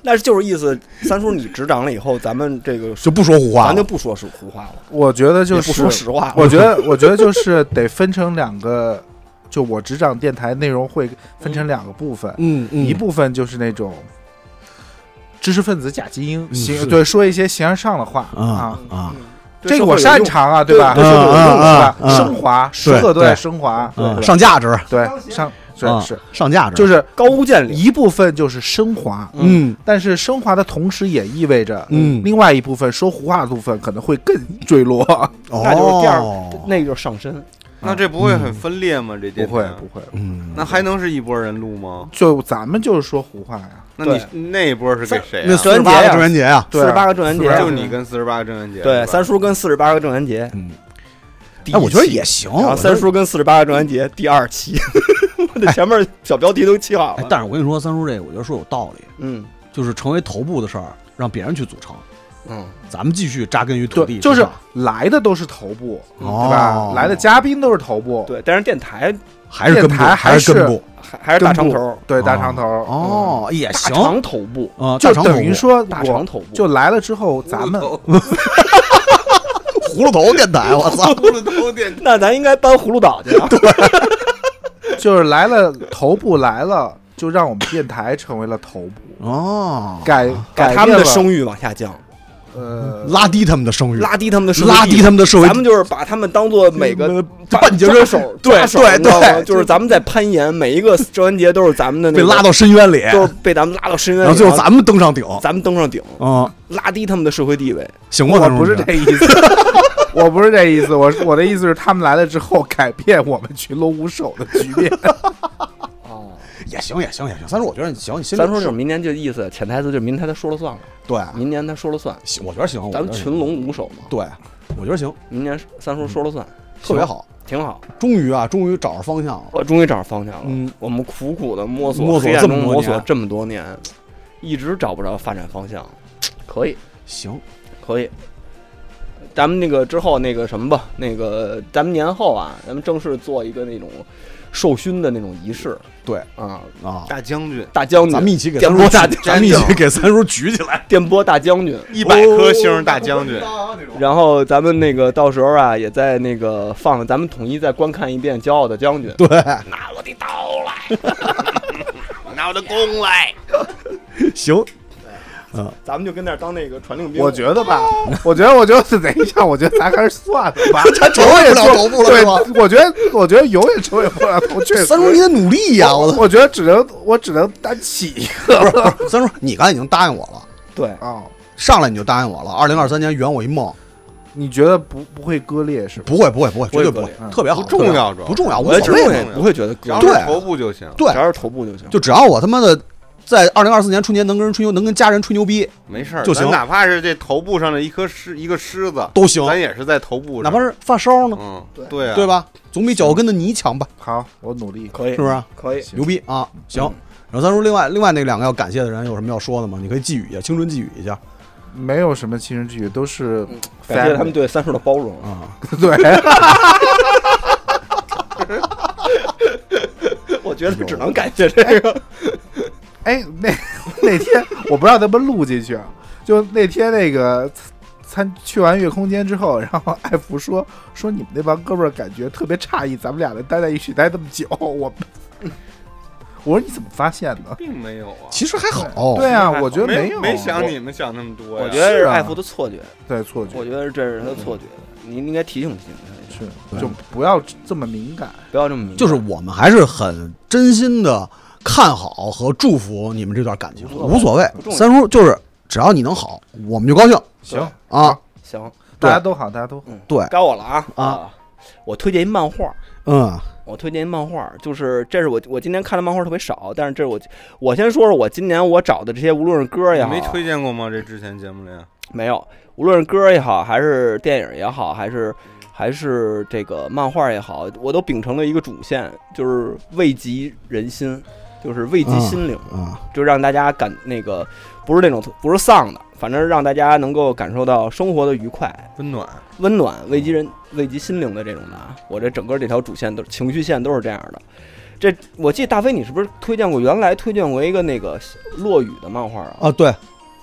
Speaker 2: 那就是意思，三叔你执掌了以后，咱们这个
Speaker 3: *laughs* 就不说胡话
Speaker 2: 咱就
Speaker 3: 了，
Speaker 2: 不说是胡话了，
Speaker 8: 我觉得
Speaker 2: 也
Speaker 8: 就
Speaker 2: 不说
Speaker 8: 是，
Speaker 3: *laughs*
Speaker 2: 实话
Speaker 8: *laughs*
Speaker 2: 了。
Speaker 8: 我觉得我觉得就是得分成两个，就我执掌电台内容会分成两个部分，
Speaker 3: 嗯嗯，
Speaker 8: 一部分就是那种。知识分子假精英，
Speaker 3: 嗯
Speaker 8: 行
Speaker 3: 是
Speaker 8: 对，说一些形而上的话
Speaker 3: 啊
Speaker 8: 啊，
Speaker 3: 啊，
Speaker 8: 这个我擅长啊，对吧？
Speaker 3: 对社会有用啊啊啊
Speaker 8: 升华，
Speaker 3: 对
Speaker 8: 时刻都在
Speaker 3: 对
Speaker 8: 升华，
Speaker 3: 嗯，
Speaker 8: 对
Speaker 3: 上价值，
Speaker 8: 对上
Speaker 3: 啊
Speaker 8: 是是，
Speaker 3: 上价值，
Speaker 8: 就是是
Speaker 2: 高屋建瓴，
Speaker 8: 一部分就是升华，
Speaker 3: 嗯
Speaker 8: 但是升华的同时也意味着，
Speaker 3: 嗯
Speaker 8: 另外一部分说胡话的部分可能会更坠落。
Speaker 3: 哦，
Speaker 2: 那就是第二，那个就是上身。
Speaker 4: 那这不会很分裂吗？这
Speaker 8: 不
Speaker 4: 电台
Speaker 8: 会不会，
Speaker 3: 嗯，
Speaker 4: 那还能是一拨人录吗？
Speaker 8: 就咱们就是说胡话呀。
Speaker 4: 那你那一波是给谁
Speaker 3: 那
Speaker 4: 啊？
Speaker 3: 四十八个郑渊洁啊，
Speaker 2: 四
Speaker 8: 对啊
Speaker 2: 十八个郑元
Speaker 8: 48
Speaker 2: 节，
Speaker 4: 就你跟四十八个郑元
Speaker 2: *laughs*
Speaker 4: 杰
Speaker 2: 对，三
Speaker 4: 叔
Speaker 2: 叔跟四十八个郑元节，
Speaker 3: 嗯，
Speaker 2: 第一
Speaker 3: 哎，我觉得
Speaker 2: 期
Speaker 3: 也行，
Speaker 2: 然后
Speaker 3: 我觉
Speaker 2: 三
Speaker 3: 得。
Speaker 2: 叔跟四十八个郑元节第二期，我这前面小标题都起好
Speaker 3: 哎
Speaker 2: 了。，
Speaker 3: 但是我跟你说，三叔这个我觉得说有道理，
Speaker 2: 嗯
Speaker 3: 就是成为头部的事儿，让别人去组成，
Speaker 2: 嗯，
Speaker 3: 咱们继续扎根于土
Speaker 8: 对，
Speaker 3: 地之哦
Speaker 8: 就
Speaker 3: 上，
Speaker 8: 是来的都是头部，对
Speaker 3: 对
Speaker 8: 吧？来的嘉宾都是头部，
Speaker 2: 对，但是电台
Speaker 3: 还是根部，
Speaker 8: 电台还
Speaker 3: 是
Speaker 8: 是
Speaker 3: 根部，
Speaker 2: 还还是大长头，
Speaker 8: 对，大长头。嗯
Speaker 3: 哦，也
Speaker 2: 大
Speaker 3: 行
Speaker 2: 长头部，
Speaker 3: 啊，
Speaker 8: 就
Speaker 3: 大长头
Speaker 8: 等于说
Speaker 2: 大
Speaker 8: 我
Speaker 2: 长头部，
Speaker 8: 就来了之后，咱们 *laughs*
Speaker 3: 葫芦头电台，我
Speaker 2: *laughs*
Speaker 3: 操，
Speaker 4: 秃噜头电
Speaker 2: 那咱应该搬葫芦岛去啊。
Speaker 8: 就是来了头部来了，就让我们电台成为了头部，
Speaker 3: 哦，
Speaker 8: 改
Speaker 2: 把
Speaker 8: 改
Speaker 2: 他们
Speaker 8: 变
Speaker 2: 的
Speaker 8: 了
Speaker 2: 声誉往下降，
Speaker 8: 呃
Speaker 3: 拉低他们的声誉，
Speaker 2: 拉低他们的声誉，
Speaker 3: 拉低他们的社会
Speaker 2: 咱，们就是把他们当做每个
Speaker 3: 就嗯半截
Speaker 2: 抓
Speaker 3: 儿
Speaker 2: 手，
Speaker 3: 对
Speaker 2: 抓手
Speaker 3: 对
Speaker 2: 你知道吗
Speaker 3: 对
Speaker 2: 就是咱们在攀岩，每
Speaker 3: *laughs*
Speaker 2: 一个郑渊洁都是咱们的那
Speaker 3: 被
Speaker 2: 个
Speaker 3: 拉，到深渊里，
Speaker 2: 都是被咱们拉到深渊里，
Speaker 3: 然后最后咱们登上顶，
Speaker 2: 咱们登上顶，
Speaker 3: 嗯，
Speaker 2: 拉低他们的社会地位。
Speaker 3: 行吗？
Speaker 8: 我
Speaker 3: 三叔
Speaker 8: 不是这意思，我不是这意思，我是我的意思是他们来了之后改变我们群龙无首的局面。
Speaker 2: 哦，
Speaker 3: 也行也行也行，三叔我觉得你行，你心里
Speaker 2: 咱说就是明年就意思，潜台词就是明天他说了算了，
Speaker 3: 对，
Speaker 2: 明年他说了算，
Speaker 3: 行我觉得行，我
Speaker 2: 咱们
Speaker 3: 觉得行
Speaker 2: 群龙无首嘛，
Speaker 3: 对，我觉得行，嗯
Speaker 2: 明年三叔说了算，
Speaker 3: 特别好，
Speaker 2: 挺好。
Speaker 3: 终于啊，终于找着方向了，
Speaker 2: 我终于找着方向了。
Speaker 3: 嗯，
Speaker 2: 我们苦苦的摸索，
Speaker 3: 摸索
Speaker 2: 黑暗
Speaker 3: 这
Speaker 2: 中
Speaker 3: 么多
Speaker 2: 摸索
Speaker 3: 年
Speaker 2: 这么多年，一直找不着发展方向。可以，
Speaker 3: 行，
Speaker 2: 可以。咱们那个之后那个什么吧，那个咱们年后啊，咱们正式做一个那种授勋的那种仪式。
Speaker 3: 对
Speaker 8: 嗯
Speaker 2: 啊，
Speaker 3: 啊，
Speaker 4: 大将军
Speaker 2: 大将军，
Speaker 3: 咱们一起给
Speaker 2: 电
Speaker 3: 三
Speaker 2: 波
Speaker 3: 叔
Speaker 2: 大
Speaker 3: 举，咱们一
Speaker 4: 战
Speaker 3: 起
Speaker 4: 将
Speaker 3: 给三叔举起来。
Speaker 2: *laughs*
Speaker 3: 哦
Speaker 2: 电波大将军。
Speaker 4: 一百颗星大
Speaker 3: *laughs*
Speaker 4: 将军，
Speaker 2: 然后咱们那个到时候啊，也在那个放了，咱们统一再观看一遍《骄傲的将军》。
Speaker 3: 对，
Speaker 4: 拿我的刀来， *laughs* 拿我的弓来。
Speaker 3: *laughs* 行，嗯
Speaker 2: *laughs* 咱们就跟那儿当那个传令兵。
Speaker 8: 我觉得吧， *laughs* 我觉得，我觉得等一下，我觉得咱还是算了
Speaker 3: *laughs*
Speaker 8: 吧。
Speaker 3: 咱成为不了头部了是吧
Speaker 8: 对，我觉得，我觉得永远成为不了头，确实。
Speaker 3: 三叔你得努力呀！我
Speaker 8: *laughs* 我
Speaker 3: 操，
Speaker 8: 我觉得只能我只能单起一个
Speaker 3: 不是不是，三叔你刚才已经答应我了，
Speaker 2: 对，
Speaker 8: 啊。
Speaker 3: 上来你就答应我了，二零二三年圆我一梦，
Speaker 8: 你觉得不不会割裂是吧？嗯
Speaker 3: 不会不会不会，绝对不
Speaker 2: 不
Speaker 3: 会
Speaker 2: 会，
Speaker 3: 嗯特别好，
Speaker 4: 不重
Speaker 3: 特
Speaker 4: 要主
Speaker 3: 别
Speaker 4: 要
Speaker 3: 好不重要，无
Speaker 2: 我也只
Speaker 3: 所谓
Speaker 2: 会
Speaker 3: 嘛。
Speaker 2: 不会觉得
Speaker 4: 只
Speaker 2: 哥
Speaker 4: 要
Speaker 3: 对啊
Speaker 4: 是头部就行，
Speaker 3: 对啊
Speaker 2: 只，要是头部就行。
Speaker 3: 就只要我他妈的在二零二四年春节能跟人吹牛，能跟家人吹牛逼
Speaker 4: 没事儿
Speaker 3: 就行
Speaker 4: 咱哪怕是这头部上的一颗狮一个狮子，
Speaker 3: 都行，
Speaker 4: 咱也是在头部
Speaker 3: 哪怕
Speaker 4: 上，
Speaker 3: 是发梢呢，
Speaker 4: 嗯，对啊，
Speaker 3: 对？吧？总比脚后跟的泥强吧？
Speaker 8: 好，我努力。
Speaker 2: 可以，
Speaker 3: 是不是？
Speaker 2: 可以。
Speaker 8: 行
Speaker 3: 牛逼啊！行。
Speaker 8: 嗯
Speaker 3: 然后三叔，另外另外那两个要感谢的人有什么要说的吗？你可以寄语一下，青春寄语一下
Speaker 8: 没有什么亲人之语，都是
Speaker 2: 嗯感谢他们对三叔的包容。
Speaker 3: *laughs* 啊！
Speaker 8: 对。
Speaker 2: *laughs* 我觉得只能感谢这个。
Speaker 8: 哎，那 *laughs* 那天我不知道能不能录进去啊。就那天那个参去完月空间之后，然后艾福说 *laughs* 说你们那帮哥们儿感觉特别诧异，咱们俩能待在一起待那么久。我 *laughs* 我说你怎么发现的？
Speaker 4: 并没有啊，
Speaker 3: 其实还好，
Speaker 8: 对啊，我觉得
Speaker 4: 没
Speaker 8: 有，
Speaker 4: 没
Speaker 8: 没
Speaker 4: 想你们想那么多
Speaker 2: 哦
Speaker 4: 呀，
Speaker 2: 我觉得是
Speaker 8: 是啊
Speaker 2: 艾福的错觉，
Speaker 8: 对错觉
Speaker 2: 我觉得这是他的错觉。你应该提醒提醒他，嗯
Speaker 8: 是
Speaker 3: 对
Speaker 8: 就不要这么敏感。
Speaker 2: 不要这么迷。
Speaker 3: 就是我们还是很真心的看好和祝福你们这段感情，无
Speaker 2: 无
Speaker 3: 所
Speaker 2: 所
Speaker 3: 谓
Speaker 2: 不。重要
Speaker 3: 三叔就是只要你能好，我们就高兴
Speaker 8: 行，
Speaker 3: 啊！
Speaker 2: 行，
Speaker 8: 大家都好，大家都好。
Speaker 3: 对，
Speaker 2: 该我了啊
Speaker 3: 啊！
Speaker 2: 我推荐一漫画，
Speaker 3: 嗯，
Speaker 2: 我推荐一漫画，就是这是我我今年看的漫画特别少，但是这是我我先说说我今年我找的这些，无论是歌
Speaker 4: 你
Speaker 2: 也好，啊
Speaker 4: 没推荐过吗？这之前节目里，啊
Speaker 2: 没有，无论是歌也好，还是电影也好，还是还是这个漫画也好，我都秉承了一个主线，就是慰藉人心，就是慰藉心灵，
Speaker 3: 啊，
Speaker 2: 就让大家感那个不是那种不是丧的，反正让大家能够感受到生活的愉快，
Speaker 4: 温暖，
Speaker 2: 温暖、慰藉人、慰藉心灵的这种的啊。我这整个这条主线都情绪线都是这样的。这我记得大飞，你是不是推荐过？原来推荐过一个那个落雨的漫画啊，
Speaker 3: 啊，对，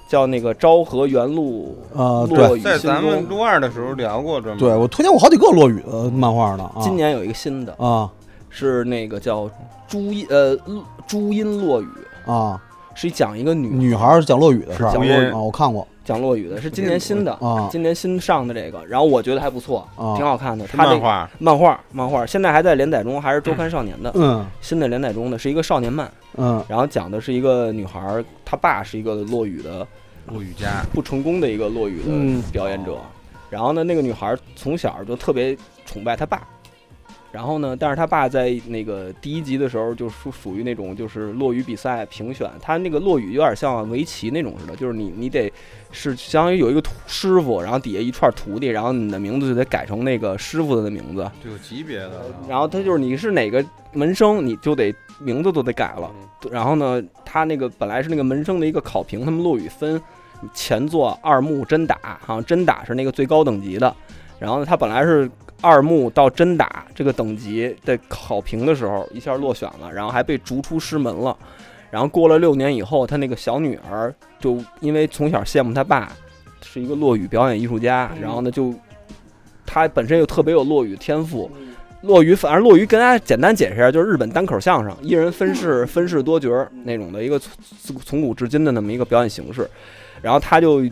Speaker 2: 叫那个《昭和原路》
Speaker 3: 呃，
Speaker 2: 落
Speaker 3: 对，
Speaker 2: 雨
Speaker 4: 在
Speaker 2: 心
Speaker 4: 咱们
Speaker 2: 中。
Speaker 4: 录二的时候聊过专门，
Speaker 3: 对我推荐过好几个落雨的漫画呢啊，
Speaker 2: 今年有一个新的，
Speaker 3: 啊
Speaker 2: 是那个叫朱茵呃陆朱茵落雨，
Speaker 3: 啊，
Speaker 2: 是讲一个女
Speaker 3: 女孩儿讲落雨的事儿
Speaker 2: 是讲
Speaker 4: 落雨
Speaker 3: 啊，我看过
Speaker 2: 讲落雨的，是今年新的，
Speaker 3: 啊
Speaker 2: 今年新上的这个，然后我觉得还不错，
Speaker 3: 啊
Speaker 2: 挺，好看的。
Speaker 4: 是
Speaker 2: 他那
Speaker 4: 漫
Speaker 2: 个
Speaker 4: 画，
Speaker 2: 漫画漫画现在还在连载中，还是周刊少年的
Speaker 3: 嗯
Speaker 2: 新的连载中的，是一个少年漫。
Speaker 3: 嗯
Speaker 2: 然后讲的是一个女孩儿，她爸是一个落雨的
Speaker 4: 陆雨佳，
Speaker 2: 不成功的一个落雨
Speaker 3: 嗯
Speaker 2: 的表演者。然后呢，那个女孩儿从小就特别崇拜她爸。然后呢，但是她爸在那个第一集的时候就属属于那种就是落雨比赛评选，他那个落雨有点像围棋那种似的，就是你你得是相当于有一个徒师傅，然后底下一串徒弟，然后你的名字就得改成那个师傅的名字。
Speaker 4: 有级别的，
Speaker 2: 然后他就是你是哪个门生，你就得名字都得改了。然后呢，他那个本来是那个门生的一个考评，他们落雨分前作、二幕、真打，好像真打是那个最高等级的。然后呢，他本来是二幕到真打这个等级的考评的时候，一下落选了，然后还被逐出师门了。然后过了六年以后，他那个小女儿就因为从小羡慕他爸是一个落雨表演艺术家，然后呢就他本身又特别有落雨天赋，落语，反正落语跟大家简单解释一下，就是日本单口相声，一人分饰分饰多角儿那种的一个从从从古至今的那么一个表演形式。然后他就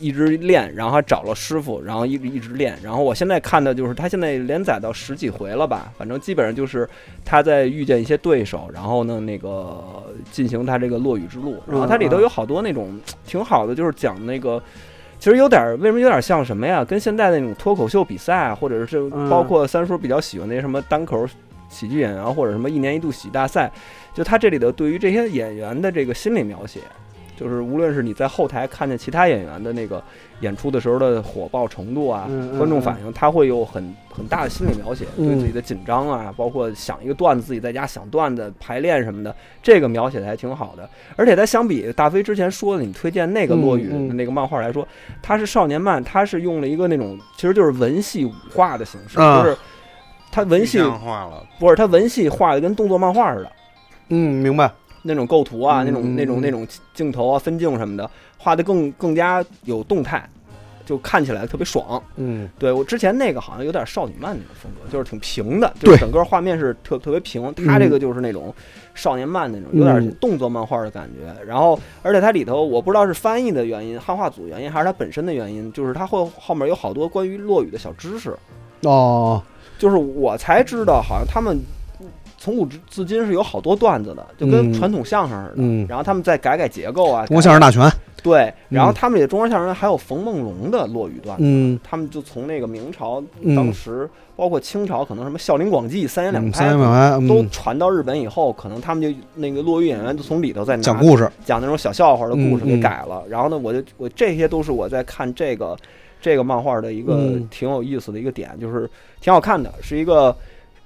Speaker 2: 一直练，然后还找了师傅，然后一直一直练。然后我现在看的就是他现在连载到十几回了吧，反正基本上就是他在遇见一些对手，然后呢那个进行他这个落雨之路。然后它里头有好多那种挺好的，就是讲那个。其实有点儿，为什么有点像什么呀？跟现在那种脱口秀比赛，啊或者是
Speaker 3: 嗯
Speaker 2: 包括三叔比较喜欢那些什么单口喜剧演员，或者什么一年一度喜剧大赛，就他这里头对于这些演员的这个心理描写，就是无论是你在后台看见其他演员的那个演出的时候的火爆程度啊，
Speaker 11: 嗯嗯
Speaker 2: 观众反应，他会有很很大的心理描写，
Speaker 11: 嗯
Speaker 2: 对自己的紧张啊，包括想一个段子，自己在家想段子、排练什么的，这个描写的还挺好的。而且它相比大飞之前说的你推荐那个落雨
Speaker 11: 嗯嗯
Speaker 2: 的那个漫画来说，它是少年漫，它是用了一个那种其实就是文戏武画的形式，
Speaker 8: 啊
Speaker 2: 就是它文戏
Speaker 4: 像化了，
Speaker 2: 不是它文戏画的跟动作漫画似的。
Speaker 11: 嗯，明白。
Speaker 2: 那种构图啊，
Speaker 11: 嗯
Speaker 2: 那种那种那种镜头啊、分镜什么的，画的更更加有动态，就看起来特别爽。
Speaker 11: 嗯
Speaker 2: 对我之前那个好像有点少女漫那种风格，就是挺平的，就是整个画面是特特别平。它这个就是那种少年漫那种，有点
Speaker 11: 嗯
Speaker 2: 动作漫画的感觉。然后，而且它里头我不知道是翻译的原因、汉化组原因，还是它本身的原因，就是它会后面有好多关于落雨的小知识。
Speaker 11: 哦，
Speaker 2: 就是我才知道，好像他们从古至至今是有好多段子的，就跟
Speaker 11: 嗯
Speaker 2: 传统相声似的。
Speaker 11: 嗯，
Speaker 2: 然后他们再改改结构啊，
Speaker 3: 中国相声大全，
Speaker 2: 改对，然后
Speaker 11: 嗯
Speaker 2: 他们也中国相声还有冯梦龙的落语段子，
Speaker 11: 嗯
Speaker 2: 他们就从那个明朝
Speaker 11: 嗯
Speaker 2: 当时，包括清朝，可能什么孝陵广记、三言两
Speaker 11: 嗯，
Speaker 2: 拍，
Speaker 11: 三言两拍，
Speaker 2: 都
Speaker 11: 嗯，
Speaker 2: 传到日本以后，可能他们就那个落语演员就从里头再拿
Speaker 3: 讲故事，
Speaker 2: 讲那种小笑话的故事
Speaker 11: 嗯
Speaker 2: 给
Speaker 11: 嗯
Speaker 2: 改了。然后呢，我就我这些都是我在看这个这个漫画的一个
Speaker 11: 嗯
Speaker 2: 挺有意思的一个点，就是挺好看的，是一个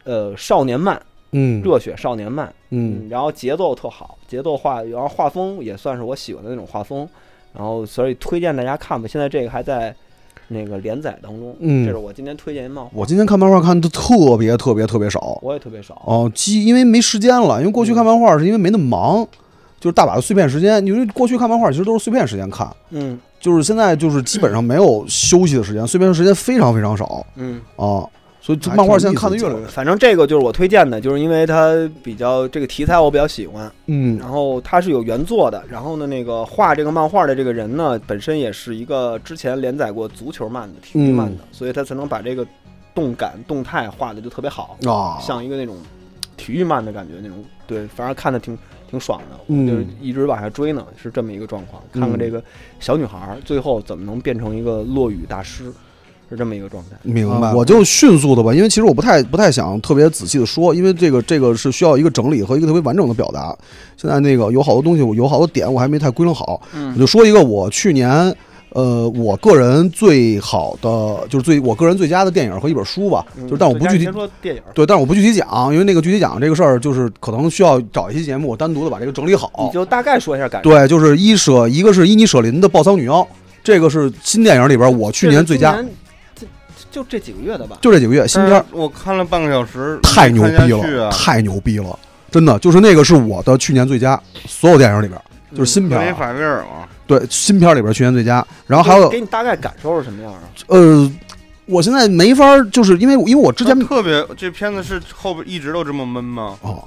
Speaker 2: 呃少年漫，
Speaker 11: 嗯，
Speaker 2: 热血少年漫。
Speaker 11: 嗯
Speaker 2: 嗯，然后节奏特好，节奏画，然后画风也算是我喜欢的那种画风，然后所以推荐大家看吧。现在这个还在那个连载当中，
Speaker 11: 嗯
Speaker 2: 这是我今天推荐一漫画，
Speaker 3: 我今天看漫画看的特别特别特别少，
Speaker 2: 我也特别少。
Speaker 3: 哦，基因为没时间了，因为过去看漫画是因为没那么忙，就是大把的碎片时间。因为过去看漫画其实都是碎片时间看，
Speaker 2: 嗯
Speaker 3: 就是现在就是基本上没有休息的时间，碎片时间非常非常少
Speaker 2: 嗯，
Speaker 3: 啊。所以这漫画现在看的越来越
Speaker 2: 反正这个就是我推荐的，就是因为它比较这个题材我比较喜欢，
Speaker 3: 嗯
Speaker 2: 然后它是有原作的，然后呢，那个画这个漫画的这个人呢，本身也是一个之前连载过足球漫的体
Speaker 3: 嗯
Speaker 2: 育漫的，所以他才能把这个动感动态画的就特别好。
Speaker 3: 啊，
Speaker 2: 像一个那种体育漫的感觉那种，对，反正看的挺挺爽的，
Speaker 11: 嗯
Speaker 2: 就是一直往下追呢，是这么一个状况。
Speaker 3: 嗯
Speaker 2: 看看这个小女孩儿最后怎么能变成一个落雨大师，是这么一个状态。
Speaker 3: 明白。
Speaker 11: 啊
Speaker 3: 我就迅速的吧，因为其实我不太不太想特别仔细的说，因为这个这个是需要一个整理和一个特别完整的表达。现在那个有好多东西，我有好多点我还没太归拢好，
Speaker 2: 嗯
Speaker 3: 我就说一个我去年。呃，我个人最好的就是最我个人最佳的电影和一本书吧，
Speaker 8: 嗯
Speaker 3: 就是但我不具体
Speaker 2: 嗯先说电影，
Speaker 3: 对，但是我不具体讲，因为那个具体讲这个事儿，就是可能需要找一期节目，我单独的把这个整理
Speaker 2: 你
Speaker 3: 好。
Speaker 2: 就大概说一下感觉。
Speaker 3: 对，就是伊舍，一个是伊尼舍林的《暴丧女妖》，这个是新电影里边我去年最佳，
Speaker 2: 这是今年，嗯这就这几个月的吧。
Speaker 3: 就这几个月新片儿，
Speaker 4: 啊我看了半个小时，
Speaker 3: 太牛
Speaker 4: 没看
Speaker 3: 逼
Speaker 4: 下去
Speaker 3: 了，
Speaker 4: 啊！
Speaker 3: 太牛逼了，真的就是那个是我的去年最佳，所有电影里边就是新片
Speaker 4: 格
Speaker 3: 儿
Speaker 4: 林
Speaker 3: 啊，
Speaker 4: 法威尔嘛，
Speaker 3: 对新片儿里边去年最佳。然后还有
Speaker 2: 给你大概感受是什么样啊？
Speaker 3: 呃，我现在没法儿，就是因为因为我之前
Speaker 4: 他特别这片子是后边一直都这么闷吗？
Speaker 3: 哦。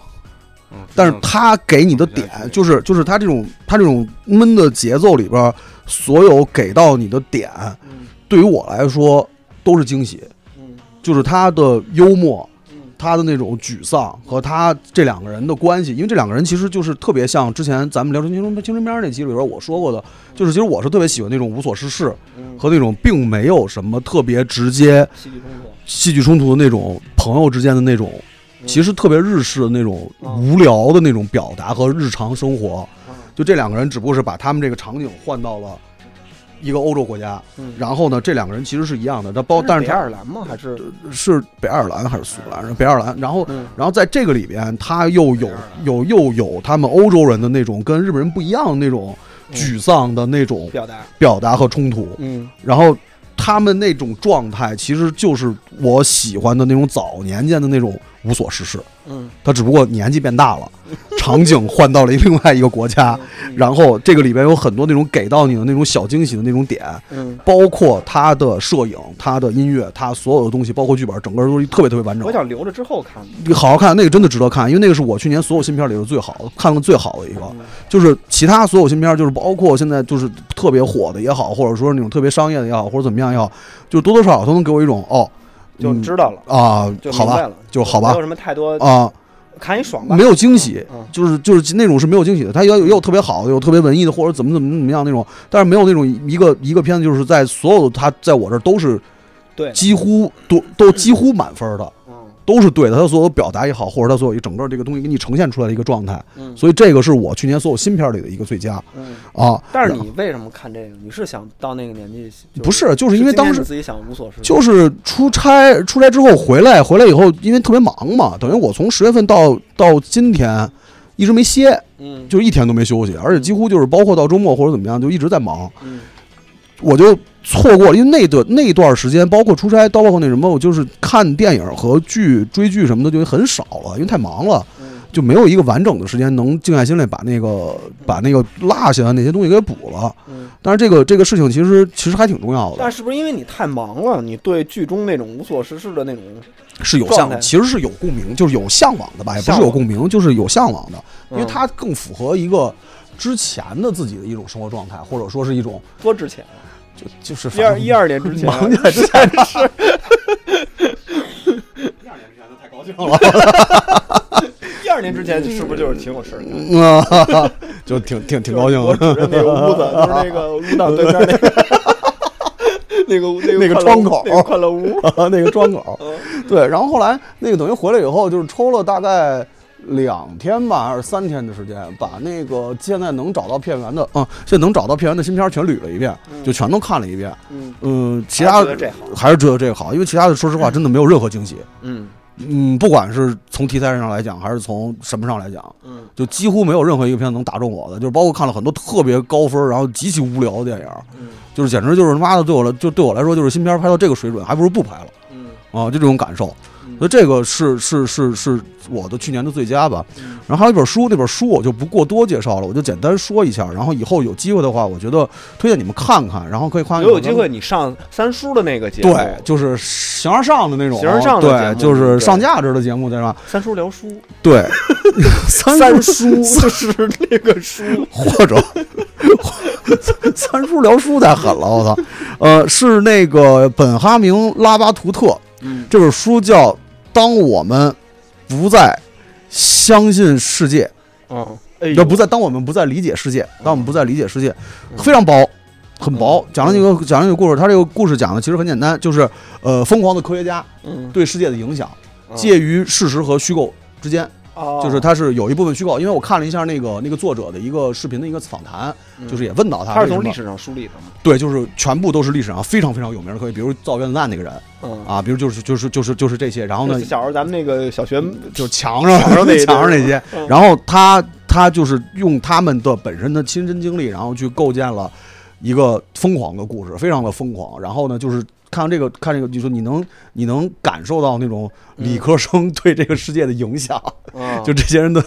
Speaker 4: 嗯
Speaker 3: 但是他给你的
Speaker 4: 我觉
Speaker 3: 点
Speaker 4: 得是
Speaker 3: 就是就是他这种他这种闷的节奏里边儿，所有给到你的点，
Speaker 2: 嗯
Speaker 3: 对于我来说都是惊喜。
Speaker 2: 嗯
Speaker 3: 就是他的幽默，
Speaker 2: 嗯
Speaker 3: 他的那种沮丧和他这两个人的关系，因为这两个人其实就是特别像之前咱们聊《青春青春片》那期里边我说过的，就是其实我是特别喜欢那种无所事事
Speaker 2: 嗯，
Speaker 3: 和那种并没有什么特别直接
Speaker 2: 戏剧冲突。
Speaker 3: 戏剧冲突的那种朋友之间的那种。
Speaker 2: 嗯
Speaker 3: 其实特别日式的那种无聊的那种表达和日常生活，
Speaker 2: 嗯
Speaker 3: 就这两个人只不过是把他们这个场景换到了一个欧洲国家，
Speaker 2: 嗯
Speaker 3: 然后呢，这两个人其实是一样的，他包但是
Speaker 2: 北
Speaker 3: 他
Speaker 2: 爱尔兰吗？还是
Speaker 3: 是北爱尔兰还是苏格兰？北爱尔兰，然后
Speaker 2: 嗯
Speaker 3: 然后在这个里边，他又有有又有他们欧洲人的那种跟日本人不一样的那种沮丧的那种
Speaker 2: 表达？
Speaker 3: 表达和冲突，
Speaker 2: 嗯
Speaker 3: 然后他们那种状态其实就是我喜欢的那种早年间的那种无所事事，
Speaker 2: 嗯，
Speaker 3: 他只不过年纪变大了，场景换到了另外一个国家，
Speaker 2: *laughs* 嗯
Speaker 3: 然后这个里边有很多那种给到你的那种小惊喜的那种点，
Speaker 2: 嗯。
Speaker 3: 包括他的摄影、他的音乐、他所有的东西，包括剧本，整个都是特别特别完整
Speaker 2: 我。想留着之后看，
Speaker 3: 好好看，那个真的值得看，因为那个是我去年所有新片里头最好看的最好的一个
Speaker 2: 嗯，
Speaker 3: 就是其他所有新片，就是包括现在就是特别火的也好，或者说那种特别商业的也好，或者怎么样也好，就多多少少都能给我一种哦，
Speaker 2: 就
Speaker 3: 嗯
Speaker 2: 知道了，
Speaker 3: 啊
Speaker 2: 就，
Speaker 3: 好
Speaker 2: 明白
Speaker 3: 吧，
Speaker 2: 了，
Speaker 3: 就是好吧
Speaker 2: 没有什么太多，
Speaker 3: 啊，
Speaker 2: 看你爽吧，
Speaker 3: 没有惊喜，
Speaker 2: 嗯，
Speaker 3: 就是就是那种是没有惊喜的，它也有也有特别好的，有特别文艺的，或者怎么怎么怎么样那种，但是没有那种一个一个片子就是在所有的它在我这儿都是
Speaker 2: 对，
Speaker 3: 几乎都都几乎满分的。
Speaker 2: 嗯，
Speaker 3: 都是对的，他所有表达也好，或者他所有一整个这个东西给你呈现出来的一个状态，
Speaker 2: 嗯
Speaker 3: 所以这个是我去年所有新片里的一个最佳
Speaker 2: 嗯。
Speaker 3: 啊。
Speaker 2: 但是你为什么看这个？你是想到那个年纪？就
Speaker 3: 不是，就是是因为
Speaker 2: 今天
Speaker 3: 当时
Speaker 2: 你自己想无所事事，
Speaker 3: 就是出差，出差之后回来，回来以后因为特别忙嘛，等于我从十月份到到今天一直没歇，
Speaker 2: 嗯，
Speaker 3: 就一天都没休息，而且几乎就是包括到周末或者怎么样，就一直在忙，
Speaker 2: 嗯
Speaker 3: 我就错过了，因为那段那段时间，包括出差，到包括那什么，我就是看电影和剧、追剧什么的就很少了，因为太忙了，
Speaker 2: 嗯
Speaker 3: 就没有一个完整的时间能静下心来把那个把那个落下的那些东西给补了。
Speaker 2: 嗯。
Speaker 3: 但是这个这个事情其实其实还挺重要的
Speaker 2: 但，是不是因为你太忙了，你对剧中那种无所事事的那种，
Speaker 3: 是有
Speaker 2: 状态
Speaker 3: 向，其实是有共鸣，就是有向往的吧，也不是有共鸣，就是有向往的，因为
Speaker 2: 嗯
Speaker 3: 它更符合一个之前的自己的一种生活状态，或者说是一种
Speaker 2: 多值钱？
Speaker 3: 就就是
Speaker 2: 一
Speaker 3: 反
Speaker 2: 二
Speaker 3: 正
Speaker 2: 一二年之前，
Speaker 3: 忙起来之前的事。
Speaker 2: 一二年之前是不是就是挺有事儿的？
Speaker 3: *laughs* 嗯 *laughs* 啊，就挺挺挺高兴
Speaker 2: 我指
Speaker 3: 的。
Speaker 2: 着那个屋子，
Speaker 3: *laughs*
Speaker 2: 就是那个屋挡对面那个那个屋那
Speaker 3: *laughs* 那个
Speaker 2: 快乐
Speaker 3: 窗口
Speaker 2: 那个快乐 *laughs* 屋。
Speaker 3: *laughs* 那个窗口，对，然后后来那个等于回来以后，就是抽了大概两天吧，还是三天的时间，把那个现在能找到片源的，嗯，现在能找到片源的新片全捋了一遍，就全都看了一遍。
Speaker 2: 嗯
Speaker 3: 嗯，其他
Speaker 2: 还是觉得这好
Speaker 3: 还是觉得这个好，因为其他的说实话真的没有任何惊喜。
Speaker 2: 嗯
Speaker 3: 嗯，不管是从题材上来讲，还是从什么上来讲，
Speaker 2: 嗯
Speaker 3: 就几乎没有任何一个片子能打中我的，就是包括看了很多特别高分，然后极其无聊的电影，
Speaker 2: 嗯
Speaker 3: 就是简直就是他妈的对我来，就对我来说就是新片拍到这个水准，还不如不拍了
Speaker 2: 嗯
Speaker 3: 啊，就这种感受。
Speaker 2: 嗯
Speaker 3: 所以这个是是是是我的去年的最佳吧。
Speaker 2: 嗯
Speaker 3: 然后还有一本书，那本书我就不过多介绍了，我就简单说一下。然后以后有机会的话，我觉得推荐你们看看，然后可以看看。
Speaker 2: 有有机会你上三叔的那个节目，
Speaker 3: 对，就是形而上的那种，啊
Speaker 2: 形而上的节目
Speaker 3: 对，就是
Speaker 2: 对
Speaker 3: 上价值的节目，对吧？
Speaker 2: 三叔聊书，
Speaker 3: 对，三
Speaker 2: *laughs* 三
Speaker 3: 叔
Speaker 2: 就是那个书，
Speaker 3: 或者三叔聊书太狠了，我操！呃，是那个本哈明拉巴图特
Speaker 2: 嗯
Speaker 3: 这本书叫《当我们不再相信世界
Speaker 2: 哦，哎》，
Speaker 3: 要
Speaker 2: 呦，
Speaker 3: 不再当我们不再理解世界，当我们不再理解世界，
Speaker 2: 嗯
Speaker 3: 非常薄。很薄，讲了一个讲了一个故事，他这个故事讲的其实很简单，就是，呃，疯狂的科学家
Speaker 2: 嗯，
Speaker 3: 对世界的影响，
Speaker 2: 嗯
Speaker 3: 介于事实和虚构之间，
Speaker 2: 哦
Speaker 3: 就是它是有一部分虚构，因为我看了一下那个那个作者的一个视频的一个访谈，
Speaker 2: 嗯
Speaker 3: 就是也问到他
Speaker 2: 他
Speaker 3: 为
Speaker 2: 是
Speaker 3: 什么，
Speaker 2: 从历史上梳理的嘛，
Speaker 3: 对，就是全部都是历史上非常非常有名的科学，比如造原子弹那个人
Speaker 2: 嗯，
Speaker 3: 啊，比如就是就是就是就是这些，然后呢
Speaker 2: 那小时候咱们那个小学
Speaker 3: 就是墙上 *laughs*
Speaker 2: 墙上那
Speaker 3: 墙上那些
Speaker 2: 嗯，
Speaker 3: 然后他他就是用他们的本身的亲身经历，然后去构建了一个疯狂的故事，非常的疯狂。然后呢，就是看这个看这个，你说你能你能感受到那种理科生对这个世界的影响，*laughs*
Speaker 2: 嗯
Speaker 3: 就这些人的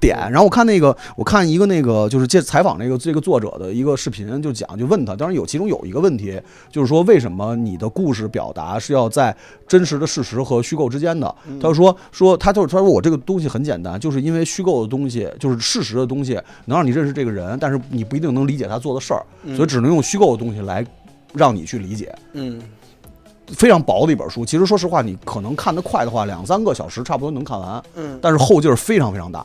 Speaker 3: 点。然后我看那个，我看一个那个就是这采访那个这个作者的一个视频，就讲就问他，当然有其中有一个问题，就是说为什么你的故事表达是要在真实的事实和虚构之间的？
Speaker 2: 嗯
Speaker 3: 他就说说他就是他说我这个东西很简单，就是因为虚构的东西就是事实的东西能让你认识这个人，但是你不一定能理解他做的事儿，所以只能用虚构的东西来让你去理解。
Speaker 2: 嗯
Speaker 3: 非常薄的一本书，其实说实话，你可能看得快的话，两三个小时差不多能看完。
Speaker 2: 嗯，
Speaker 3: 但是后劲儿非常非常大，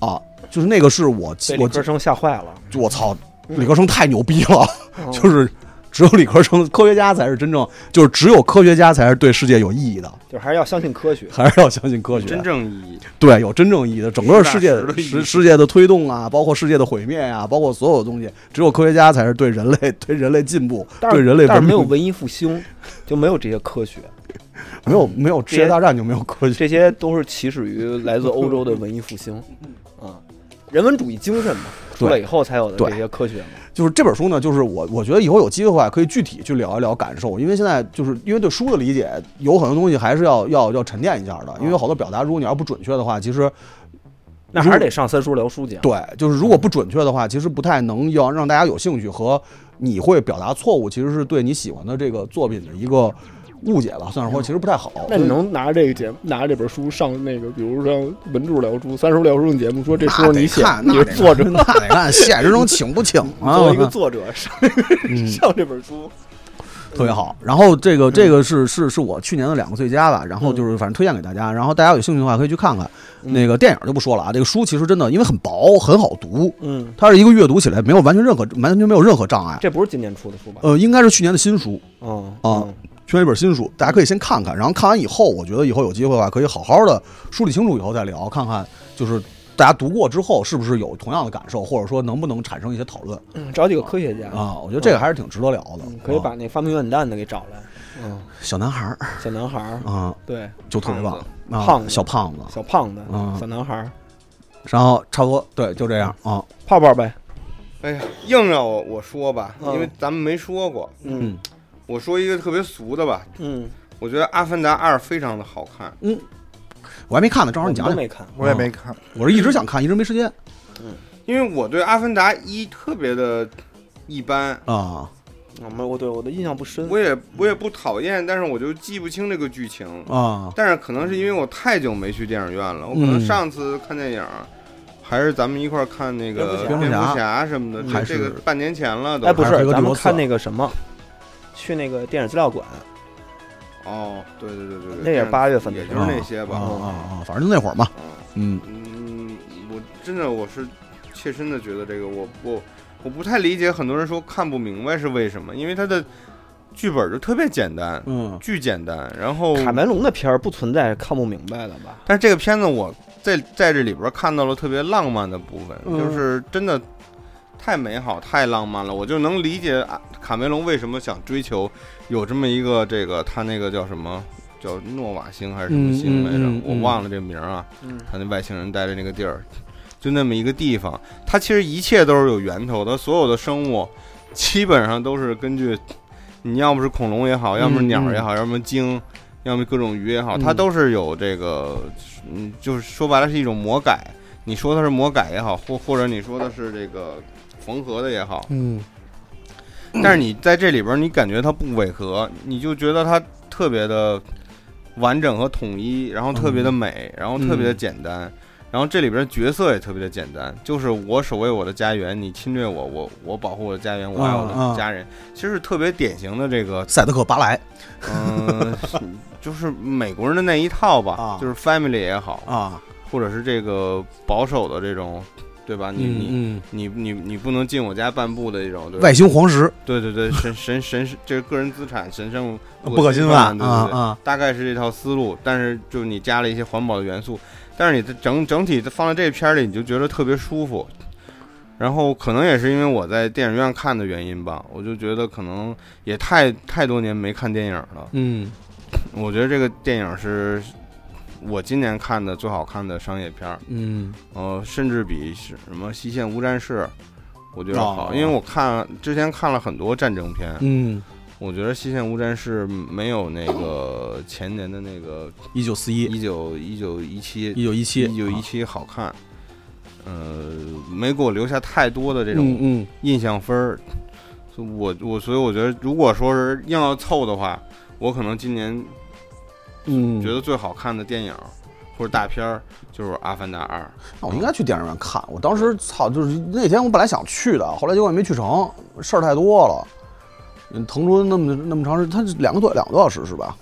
Speaker 3: 啊，就是那个是我
Speaker 2: 被理
Speaker 3: 我
Speaker 2: 科生吓坏了，
Speaker 3: 我操，理科生太牛逼了，
Speaker 2: 嗯
Speaker 3: 就是只有理科生，科学家才是真正，就是只有科学家才是对世界有意义的，
Speaker 2: 就还是要相信科学，
Speaker 3: *laughs* 还是要相信科学，
Speaker 4: 真正意义。
Speaker 3: 对有真正意义的，整个世界
Speaker 4: 实打实的意义
Speaker 3: 世世界的推动啊，包括世界的毁灭啊，包括所有东西，只有科学家才是对人类对人类进步，
Speaker 2: 但
Speaker 3: 对
Speaker 2: 是
Speaker 3: 人类
Speaker 2: 但
Speaker 3: 文
Speaker 2: 是没有
Speaker 3: 明
Speaker 2: 文艺复兴，就没有这些科学，
Speaker 3: *laughs*
Speaker 2: 嗯
Speaker 3: 没有没有世界大战就没有科学， *laughs*
Speaker 2: 这些都是起始于来自欧洲的文艺复兴，啊，人文主义精神嘛，出来以后才有的这些科学嘛，
Speaker 3: 就是这本书呢，就是我我觉得以后有机会的话，可以具体去聊一聊感受，因为现在就是因为对书的理解，有很多东西还是要要要沉淀一下的，因为有好多表达，如果你要不准确的话，其实
Speaker 2: 啊那还是得上三叔聊书啊讲。
Speaker 3: 对，就是如果不准确的话，其实不太能要让大家有兴趣和你会表达错误，其实是对你喜欢的这个作品的一个误解吧，算是或其实不太好。
Speaker 12: 那你能拿着这个节目，拿着这本书上那个，比如像文著聊书、三叔聊书的节目，说这书你写，
Speaker 3: 那
Speaker 12: 你
Speaker 3: 得
Speaker 12: 是
Speaker 3: 看
Speaker 12: 作者，
Speaker 3: 那
Speaker 12: *laughs*
Speaker 3: 得看现实中请不请啊？
Speaker 2: 作为一
Speaker 3: 我
Speaker 2: 个
Speaker 3: 看 *laughs*
Speaker 2: 作者上
Speaker 12: *laughs*
Speaker 3: 嗯
Speaker 2: 上这本书，
Speaker 3: 特别好。然后这个这个是是是我去年的两个最佳吧，然后
Speaker 12: 嗯
Speaker 3: 就是反正推荐给大家，然后大家有兴趣的话可以去看看。那个电影就不说了啊，这个书其实真的因为很薄，很好读，
Speaker 2: 嗯，
Speaker 3: 它是一个阅读起来没有完全任何完全没有任何障碍。
Speaker 2: 这不是今年出的书吧？
Speaker 3: 呃，应该是去年的新书
Speaker 2: 嗯
Speaker 3: 啊，选一本新书，大家可以先看看，然后看完以后，我觉得以后有机会的话，可以好好的梳理清楚以后再聊，看看就是大家读过之后是不是有同样的感受，或者说能不能产生一些讨论
Speaker 2: 嗯找几个科学家，
Speaker 3: 啊？我觉得这个还是挺值得聊的
Speaker 2: 嗯。可以把
Speaker 3: 啊
Speaker 2: 那发明原子弹的给找来，
Speaker 8: 嗯
Speaker 3: 小男孩儿
Speaker 2: 小男孩儿，
Speaker 3: 啊，
Speaker 2: 对，
Speaker 3: 就特别棒，啊
Speaker 2: 胖子
Speaker 3: 小胖子，
Speaker 2: 小胖子
Speaker 3: 嗯，
Speaker 2: 小男孩儿，
Speaker 3: 然后差不多对，就这样啊。
Speaker 2: 泡泡呗，
Speaker 4: 哎呀，硬让我我说吧，
Speaker 2: 嗯
Speaker 4: 因为咱们没说过。
Speaker 2: 嗯
Speaker 4: 我说一个特别俗的吧，
Speaker 2: 嗯，
Speaker 4: 我觉得《阿凡达二》非常的好看。
Speaker 3: 我还没看呢，正好
Speaker 2: 我
Speaker 3: 你
Speaker 2: 们
Speaker 3: 讲
Speaker 2: 都
Speaker 3: 讲。
Speaker 2: 没看，
Speaker 8: 我也没看，
Speaker 3: 我是一直想看，一直没时间
Speaker 4: 嗯因为我对《阿凡达一》特别的一般，
Speaker 3: 啊
Speaker 2: 我们我对我的印象不深，
Speaker 4: 我也我也不讨厌，但是我就记不清这个剧情。
Speaker 3: 啊
Speaker 4: 但是可能是因为我太久没去电影院了，我可能
Speaker 3: 嗯
Speaker 4: 上次看电影。还是咱们一块儿看那个
Speaker 3: 蝙
Speaker 4: 蝙
Speaker 3: 蝠侠
Speaker 4: 蝠侠什么的，
Speaker 3: 还
Speaker 4: 这
Speaker 3: 是
Speaker 4: 这个半年前了都。
Speaker 2: 哎，不
Speaker 3: 还是黑，
Speaker 2: 是
Speaker 3: 格
Speaker 2: 咱
Speaker 3: 利
Speaker 2: 们
Speaker 3: 罗斯
Speaker 2: 看那个什么，去那个电影资料馆，
Speaker 4: 哦，对对对对对，
Speaker 2: 那也是八月份的
Speaker 4: 也
Speaker 2: 时
Speaker 4: 就是
Speaker 2: 候
Speaker 4: 那些吧。
Speaker 3: 啊啊啊！反正就那会儿嘛，嗯
Speaker 4: 嗯，我真的我是切身的觉得这个我我我不太理解，很多人说看不明白是为什么，因为他的剧本就特别简单，
Speaker 3: 嗯
Speaker 4: 巨简单。然后，
Speaker 2: 卡梅隆的片儿不存在看不明白的吧？
Speaker 4: 但是这个片子我在在这里边看到了特别浪漫的部分，
Speaker 3: 嗯
Speaker 4: 就是真的太美好、太浪漫了。我就能理解啊卡梅隆为什么想追求有这么一个这个他那个叫什么叫诺瓦星还是什么星来着？
Speaker 3: 嗯嗯嗯嗯
Speaker 4: 我忘了这名儿啊。
Speaker 2: 嗯，
Speaker 4: 他那外星人待的那个地儿，就那么一个地方，它其实一切都是有源头的，所有的生物基本上都是根据，你要么是恐龙也好，要么是鸟也好，要么鲸，要么各种鱼也好，它
Speaker 2: 嗯
Speaker 4: 都是有这个，嗯，就是说白了是一种魔改。你说它是魔改也好，或或者你说的是这个缝合的也好，
Speaker 11: 嗯
Speaker 4: 但是你在这里边儿，你感觉它不违和，你就觉得它特别的完整和统一，然后特别
Speaker 3: 嗯
Speaker 4: 的美，然后特别的简单，然后这里边儿角色也特别的简单，就是我守卫我的家园，你侵略我，我我保护我的家园，我爱我
Speaker 3: 嗯嗯
Speaker 4: 的家人，其实是特别典型的这个，
Speaker 3: 赛德克·巴莱
Speaker 4: 嗯、就是美国人的那一套吧，
Speaker 3: 啊
Speaker 4: 就是 family 也好，
Speaker 3: 啊，
Speaker 4: 或者是这个保守的这种，对吧？你、
Speaker 11: 嗯
Speaker 4: 你你你你不能进我家半步的这种，对吧？
Speaker 3: 外星黄石
Speaker 4: 对对对，神神神是，这是个人资产，神圣
Speaker 3: 不可侵
Speaker 4: 犯，
Speaker 3: 犯
Speaker 4: 对
Speaker 3: 啊
Speaker 4: 对对，
Speaker 3: 啊！
Speaker 4: 大概是这套思路。但是就是你加了一些环保的元素，但是你的整整体放在这片儿里，你就觉得特别舒服。然后可能也是因为我在电影院看的原因吧，我就觉得可能也太太多年没看电影了。
Speaker 11: 嗯
Speaker 4: 我觉得这个电影是我今年看的最好看的商业片儿。
Speaker 11: 嗯
Speaker 4: 呃，甚至比是什么《西线无战事》，我觉得
Speaker 3: 哦
Speaker 4: 好，因为我看之前看了很多战争片，
Speaker 11: 嗯
Speaker 4: 我觉得《西线无战事》没有那个前年的那个
Speaker 3: 一九四一，
Speaker 4: 一九一九一七
Speaker 3: 一九一七，
Speaker 4: 一九一七好看，呃，没给我留下太多的这
Speaker 11: 嗯
Speaker 4: 种
Speaker 11: 嗯，
Speaker 4: 印象分儿。所以我我所以我觉得，如果说是硬要凑的话，我可能今年
Speaker 11: 嗯，
Speaker 4: 觉得最好看的电影或者大片儿就是《阿凡达二》。
Speaker 3: 那我应该去电影院看。我当时操，就是那天我本来想去的，后来结果也没去成，事儿太多了。嗯，腾出那么那么长时间，它是两个多两个多小时是吧？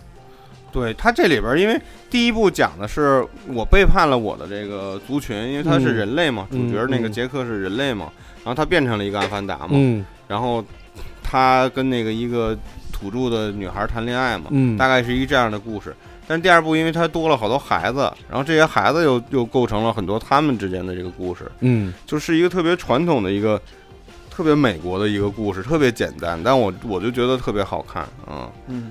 Speaker 4: 对他这里边儿，因为第一部讲的是我背叛了我的这个族群，因为他是人类嘛，
Speaker 11: 嗯
Speaker 4: 主角那个
Speaker 11: 嗯
Speaker 4: 杰克是人类嘛，然后他变成了一个阿凡达嘛，
Speaker 11: 嗯
Speaker 4: 然后他跟那个一个土著的女孩谈恋爱嘛，
Speaker 11: 嗯
Speaker 4: 大概是一个这样的故事。但是第二部，因为他多了好多孩子，然后这些孩子又又构成了很多他们之间的这个故事，
Speaker 11: 嗯
Speaker 4: 就是一个特别传统的一个特别美国的一个故事，特别简单，但我我就觉得特别好看啊。
Speaker 2: 嗯，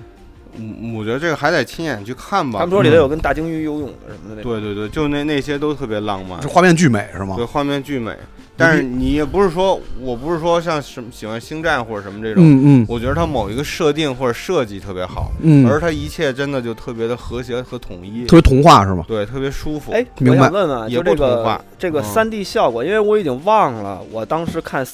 Speaker 4: 嗯，我觉得这个还得亲眼去看吧。嗯
Speaker 2: 他们说里头有跟大鲸鱼游泳的什么的那种，
Speaker 4: 对对对，就那那些都特别浪漫
Speaker 3: 这，画面巨美是吗
Speaker 4: 对，？画面巨美。但是你也不是说，我不是说像什么喜欢星战或者什么这种，
Speaker 11: 嗯嗯
Speaker 4: 我觉得它某一个设定或者设计特别好，
Speaker 11: 嗯，
Speaker 4: 而它一切真的就特别的和谐和统一
Speaker 3: 特，别童话是吗？
Speaker 4: 对，特别舒服。
Speaker 2: 哎，
Speaker 3: 明
Speaker 2: 我
Speaker 3: 白
Speaker 2: 想问问啊，
Speaker 4: 也
Speaker 2: 就
Speaker 4: 不
Speaker 2: 这
Speaker 4: 童话
Speaker 2: 个这个
Speaker 4: 嗯
Speaker 2: 三 D 效果，因为我已经忘了我当时看《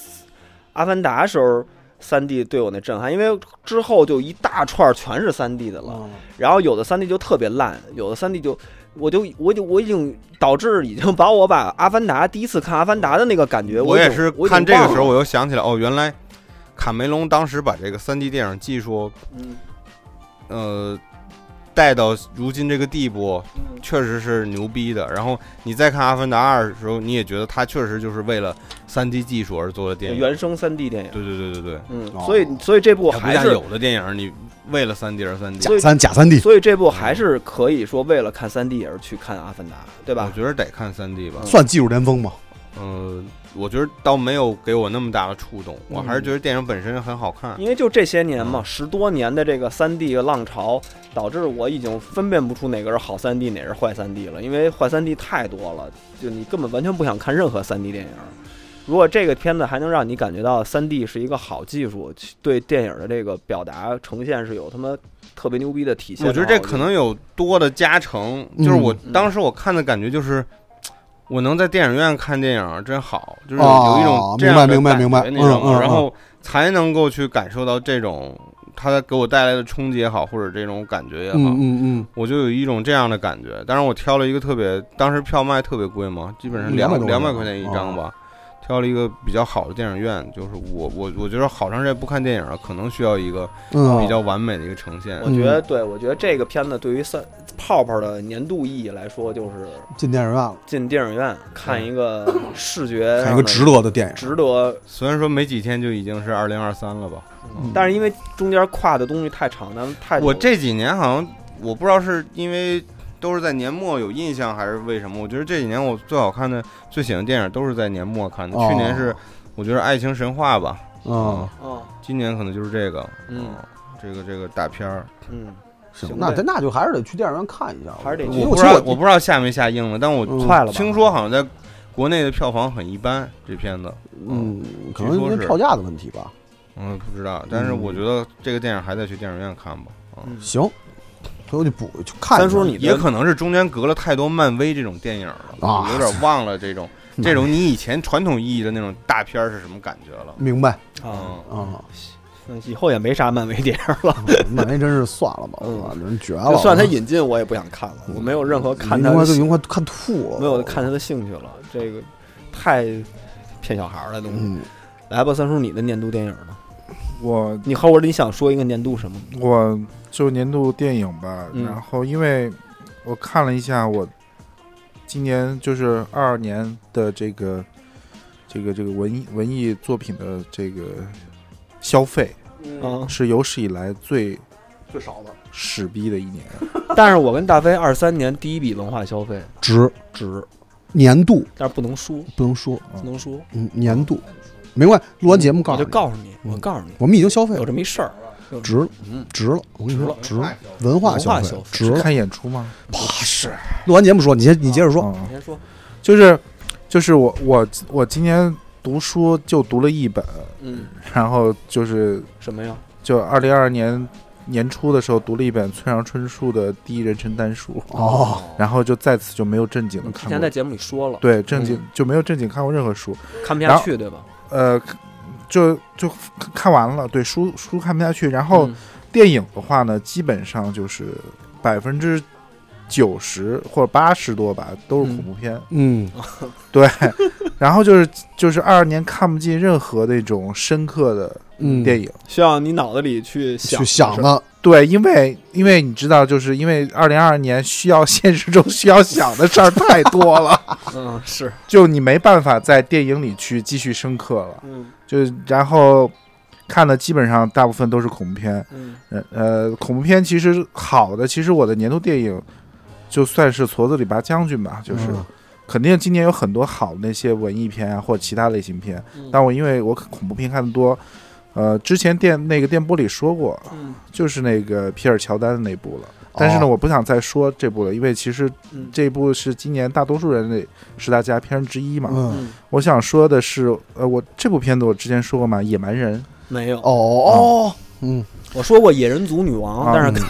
Speaker 2: 阿凡达》时候三 D 对我那震撼，因为之后就一大串儿全是三 D 的了，
Speaker 4: 嗯
Speaker 2: 然后有的三 D 就特别烂，有的三 D 就。我就我就我已经导致已经把我把《阿凡达》第一次看《阿凡达》的那个感觉，
Speaker 4: 我
Speaker 2: 已
Speaker 4: 也
Speaker 2: 经
Speaker 4: 是
Speaker 2: 我已经
Speaker 4: 看这个时候，
Speaker 2: 忘了
Speaker 4: 我又想起来，哦，原来卡梅隆当时把这个三 D 电影技术，
Speaker 2: 嗯
Speaker 4: 呃，带到如今这个地步，确实是牛逼的。然后你再看《阿凡达二》的时候，你也觉得它确实就是为了三 D 技术而做的电影。
Speaker 2: 原生三 D 电影。
Speaker 4: 对对对对对，
Speaker 2: 嗯
Speaker 3: 哦，
Speaker 2: 所以所以这部
Speaker 4: 它不
Speaker 2: 还
Speaker 4: 像
Speaker 2: 是
Speaker 4: 有的电影，你为了三 D 而三 D，
Speaker 2: 所以
Speaker 3: 三假三 D，
Speaker 2: 所以这部还是可以说为了看三 D 而去看《阿凡达》，对
Speaker 4: 我
Speaker 2: 吧？
Speaker 4: 觉得得看三 D 吧。
Speaker 2: 嗯
Speaker 3: 算技术巅峰吗？
Speaker 4: 嗯，我觉得倒没有给我那么大的触动，我还是
Speaker 2: 嗯
Speaker 4: 觉得电影本身很好看。
Speaker 2: 因为就这些年嘛，十多年的这个三 D 浪潮，导致我已经分辨不出哪个是好三 D，哪个是坏三 D 了。因为坏三 D 太多了，就你根本完全不想看任何三 D 电影。如果这个片子还能让你感觉到三 D 是一个好技术，去对电影的这个表达呈现是有他妈特别牛逼的体现的
Speaker 4: 我
Speaker 2: 话，
Speaker 4: 觉得这可能有多的加成，
Speaker 3: 嗯
Speaker 4: 就是我
Speaker 2: 嗯
Speaker 4: 当时我看的感觉就是，我能在电影院看电影真好，就是
Speaker 3: 哦
Speaker 4: 有一种这样的
Speaker 3: 明白
Speaker 4: 感觉
Speaker 3: 明白明白
Speaker 4: 你知道
Speaker 3: 嗯嗯
Speaker 4: 吗？
Speaker 3: 嗯
Speaker 4: 然后才能够去感受到这种它给我带来的冲击也好，或者这种感觉也好，
Speaker 11: 嗯嗯
Speaker 4: 我就有一种这样的感觉。当然我挑了一个特别，当时票卖特别贵嘛，基本上
Speaker 3: 嗯
Speaker 4: 两
Speaker 3: 200多
Speaker 4: 两百
Speaker 3: 块
Speaker 4: 块钱一
Speaker 3: 钱
Speaker 4: 张吧。挑了一个比较好的电影院，就是我我我觉得好长时间不看电影了，可能需要一个
Speaker 3: 嗯
Speaker 4: 比较完美的一个呈现。
Speaker 2: 我觉得对，我觉得这个片子对于三泡泡的年度意义来说，就是
Speaker 3: 进电影院了，
Speaker 2: 进电影院看一个视觉
Speaker 3: 看
Speaker 2: 上
Speaker 3: 一个
Speaker 2: 的
Speaker 3: 值得的电影。
Speaker 2: 值得，
Speaker 4: 虽然说没几天就已经是二零二三了吧，
Speaker 3: 嗯
Speaker 2: 但是因为中间跨的东西太长，咱们太
Speaker 4: 我这几年好像我不知道是因为都是在年末有印象还是为什么，我觉得这几年我最好看的、最喜欢的电影都是在年末看的。
Speaker 3: 哦
Speaker 4: 去年是我觉得《爱情神话》吧，
Speaker 3: 嗯，
Speaker 2: 嗯
Speaker 4: 今年可能就是这个，
Speaker 2: 嗯，
Speaker 4: 这个这个大片儿，
Speaker 2: 嗯
Speaker 3: 行
Speaker 2: 行，
Speaker 3: 那
Speaker 2: 呗
Speaker 3: 那就还是得去电影院看一下，
Speaker 2: 还是得去
Speaker 3: 因为
Speaker 4: 我
Speaker 3: 我
Speaker 4: 不
Speaker 3: 其
Speaker 4: 知
Speaker 3: 实
Speaker 4: 道
Speaker 3: 我
Speaker 4: 我不知道下没下映了，但我
Speaker 3: 嗯
Speaker 2: 快了吧？
Speaker 4: 听说好像在国内的票房很一般，这片子，
Speaker 3: 嗯，可
Speaker 4: 据
Speaker 3: 能因
Speaker 4: 说
Speaker 3: 为
Speaker 4: 是
Speaker 3: 票价的问题吧。
Speaker 4: 嗯，不知道，但是我觉得这个电影还得去电影院看吧。嗯
Speaker 2: 嗯
Speaker 3: 行，回头去补去看一下。
Speaker 2: 三叔你
Speaker 4: 也
Speaker 2: 的
Speaker 4: 可能是中间隔了太多漫威这种电影了，
Speaker 3: 啊
Speaker 4: 我有点忘了这种 *laughs* 这种你以前传统意义的那种大片儿是什么感觉了。
Speaker 3: 明白
Speaker 2: 啊，
Speaker 4: 嗯，
Speaker 3: 啊？
Speaker 2: 嗯以后也没啥漫威电影了，
Speaker 3: 漫威真是算了吧，
Speaker 2: 嗯
Speaker 3: 我人绝
Speaker 2: 就
Speaker 3: 了。
Speaker 2: 算他引进我也不想看了，我没有任何看他
Speaker 3: 已经
Speaker 2: 的
Speaker 3: 快就已
Speaker 2: 兴
Speaker 3: 经快看吐了，
Speaker 2: 没有看他的兴趣了，这个太骗小孩儿了东西。
Speaker 3: 嗯，
Speaker 2: 来吧，三叔，你的年度电影呢？
Speaker 8: 我
Speaker 2: 你后边你想说一个年度什么？
Speaker 3: 嗯
Speaker 8: 我就年度电影吧，
Speaker 2: 嗯
Speaker 8: 然后因为我看了一下我今年就是二二年的这个这个这个文艺文艺作品的这个消费，
Speaker 2: 嗯，
Speaker 8: 是有史以来最
Speaker 11: 最少的，
Speaker 8: 屎逼的一年。
Speaker 2: 但是我跟大飞二三年第一笔文化消费，
Speaker 3: 值值，年度
Speaker 2: 但是不能输，
Speaker 3: 不能说，
Speaker 2: 不能输。
Speaker 3: 嗯，年度，明白？录完节目告
Speaker 2: 我
Speaker 3: 诉
Speaker 2: 就
Speaker 3: 你，
Speaker 2: 告诉你，
Speaker 3: 嗯
Speaker 2: 我告诉你，
Speaker 3: 我们已经消费
Speaker 2: 有
Speaker 3: 了，
Speaker 2: 这么一事儿，
Speaker 3: 值了
Speaker 2: 嗯，
Speaker 3: 值了，我跟你说，值了，文
Speaker 2: 化
Speaker 3: 化
Speaker 2: 消
Speaker 3: 消
Speaker 2: 费文化消费
Speaker 3: 值了。
Speaker 8: 看演出吗？
Speaker 3: 不是，录完节目说，你先你接着说，
Speaker 8: 嗯
Speaker 2: 先说，
Speaker 8: 就是就是我我我今年读书就读了一本，
Speaker 2: 嗯，
Speaker 8: *laughs* 然后就是
Speaker 2: 什么呀？
Speaker 8: 就二零二二年年初的时候读了一本村上春树的第一人称单数，
Speaker 3: 哦，
Speaker 8: *laughs* 然后就在此就没有正经的
Speaker 2: 你之
Speaker 8: 看
Speaker 2: 前在
Speaker 8: 过，
Speaker 2: 节目里说了，嗯
Speaker 8: 对正经、就没有正经看过任何书，
Speaker 2: 看不
Speaker 8: 然
Speaker 2: 下
Speaker 8: 后
Speaker 2: 去，对吧？
Speaker 8: 呃，就就看完了，对书书看不下去，然后
Speaker 2: 嗯
Speaker 8: 电影的话呢，基本上就是百分之。九十或者八十多吧，都是恐怖片。
Speaker 3: 嗯，
Speaker 8: *laughs* 对，然后就是就是二二年看不进任何那种深刻的
Speaker 3: 嗯
Speaker 8: 电影。
Speaker 2: 需要你脑子里去想
Speaker 3: 去想
Speaker 2: 的，
Speaker 3: 了，
Speaker 8: 对，因为因为你知道，就是因为二零二二年需要 *laughs* 现实中需要想的事儿太多了， *laughs*
Speaker 2: 嗯，是，
Speaker 8: 就你没办法在电影里去继续深刻了。
Speaker 2: 嗯
Speaker 8: 就然后看的基本上大部分都是恐怖片，
Speaker 2: 嗯
Speaker 8: 呃呃，恐怖片其实好的，其实我的年度电影就算是《矬子里拔将军》吧，就是。
Speaker 3: 嗯
Speaker 8: 肯定今年有很多好的那些文艺片啊，或者其他类型片，
Speaker 2: 嗯
Speaker 8: 但我因为我恐怖片看的多，呃，之前电那个电波里说过，
Speaker 2: 嗯
Speaker 8: 就是那个皮尔乔丹的那部了。但是呢，
Speaker 3: 哦
Speaker 8: 我不想再说这部了，因为其实
Speaker 2: 嗯
Speaker 8: 这部是今年大多数人的十大佳片之一嘛。
Speaker 3: 嗯，
Speaker 2: 嗯，
Speaker 8: 我想说的是，呃，我这部片子我之前说过嘛，《野蛮人
Speaker 2: 没有，
Speaker 3: 哦哦，嗯，
Speaker 2: 我说过野人族女王，
Speaker 8: 啊
Speaker 2: 但是》，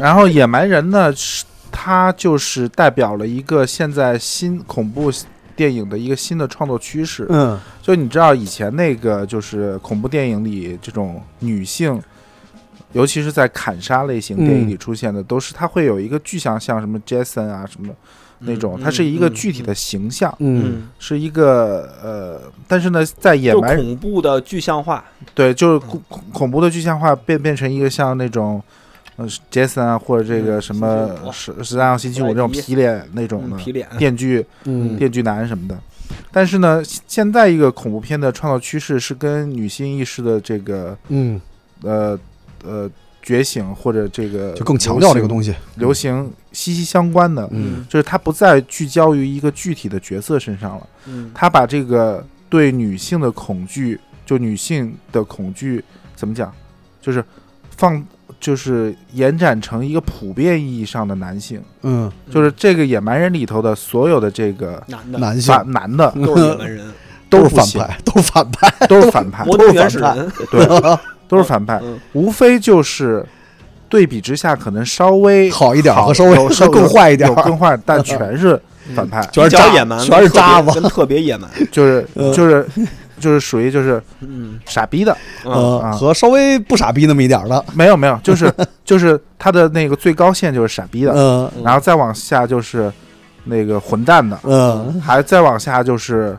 Speaker 8: *laughs* 然后《野蛮人》呢，是它就是代表了一个现在新恐怖电影的一个新的创作趋势。
Speaker 3: 嗯，
Speaker 8: 就你知道以前那个就是恐怖电影里这种女性，尤其是在砍杀类型电影里出现的，都是它会有一个具象，像什么 Jason 啊什么那种，它是一个具体的，形象，
Speaker 3: 嗯，
Speaker 2: 嗯，
Speaker 8: 是一个呃，但是呢，在野
Speaker 2: 就
Speaker 8: 蛮人
Speaker 2: 恐怖的具象化，
Speaker 8: 对，就是恐恐恐怖的具象化变变成一个像那种。呃杰森啊，或者这个什么
Speaker 2: 嗯
Speaker 8: 十十三号星期五这种皮脸那种
Speaker 2: 嗯
Speaker 8: 的
Speaker 2: 皮脸，
Speaker 8: 电锯
Speaker 11: 嗯
Speaker 8: 电锯男什么的。但是呢，现现在一个恐怖片的创造趋势是跟女性意识的这个
Speaker 11: 嗯，
Speaker 8: 呃呃觉醒或者这个
Speaker 3: 就更强调这个东西。
Speaker 8: 流行息息相关的，
Speaker 3: 嗯，
Speaker 8: 就是它不再聚焦于一个具体的角色身上了，
Speaker 2: 嗯
Speaker 8: 它把这个对女性的恐惧，就女性的恐惧怎么讲，就是放就是延展成一个普遍意义上的男性，
Speaker 11: 嗯，
Speaker 8: 就是这个野蛮人里头的所有的这个
Speaker 2: 男的
Speaker 11: 男性
Speaker 8: 反男的
Speaker 7: 都是野蛮
Speaker 8: *laughs*
Speaker 7: 人，
Speaker 8: 都
Speaker 11: 都
Speaker 8: 不
Speaker 11: 是反
Speaker 8: 行，
Speaker 11: 派，都是反派。
Speaker 8: 都是反派，
Speaker 7: 摩
Speaker 11: 都
Speaker 7: 登
Speaker 11: 是
Speaker 7: 原
Speaker 11: 反
Speaker 7: 始
Speaker 11: 派
Speaker 7: 人，嗯
Speaker 8: 都是反派，无非就是对比之下可能稍微
Speaker 11: 好一点
Speaker 8: 好
Speaker 11: 和稍微
Speaker 8: 有
Speaker 11: *laughs*
Speaker 8: 稍
Speaker 11: 更坏一点
Speaker 8: 有更坏，但全是反派，
Speaker 2: 嗯
Speaker 11: 全是
Speaker 7: 比较
Speaker 11: 渣
Speaker 7: 野蛮，
Speaker 11: 全是渣子
Speaker 7: 跟特别野蛮。
Speaker 8: 就是就是就是属于就是
Speaker 7: 嗯，
Speaker 8: 傻逼的，
Speaker 11: 呃
Speaker 8: 啊，
Speaker 11: 和稍微不傻逼那么一点儿的，
Speaker 8: 没有没有，就是
Speaker 11: *laughs*
Speaker 8: 就是他的那个最高线就是傻逼的，
Speaker 11: 嗯
Speaker 8: 然后再往下就是那个混蛋的，
Speaker 11: 嗯
Speaker 8: 还再往下就是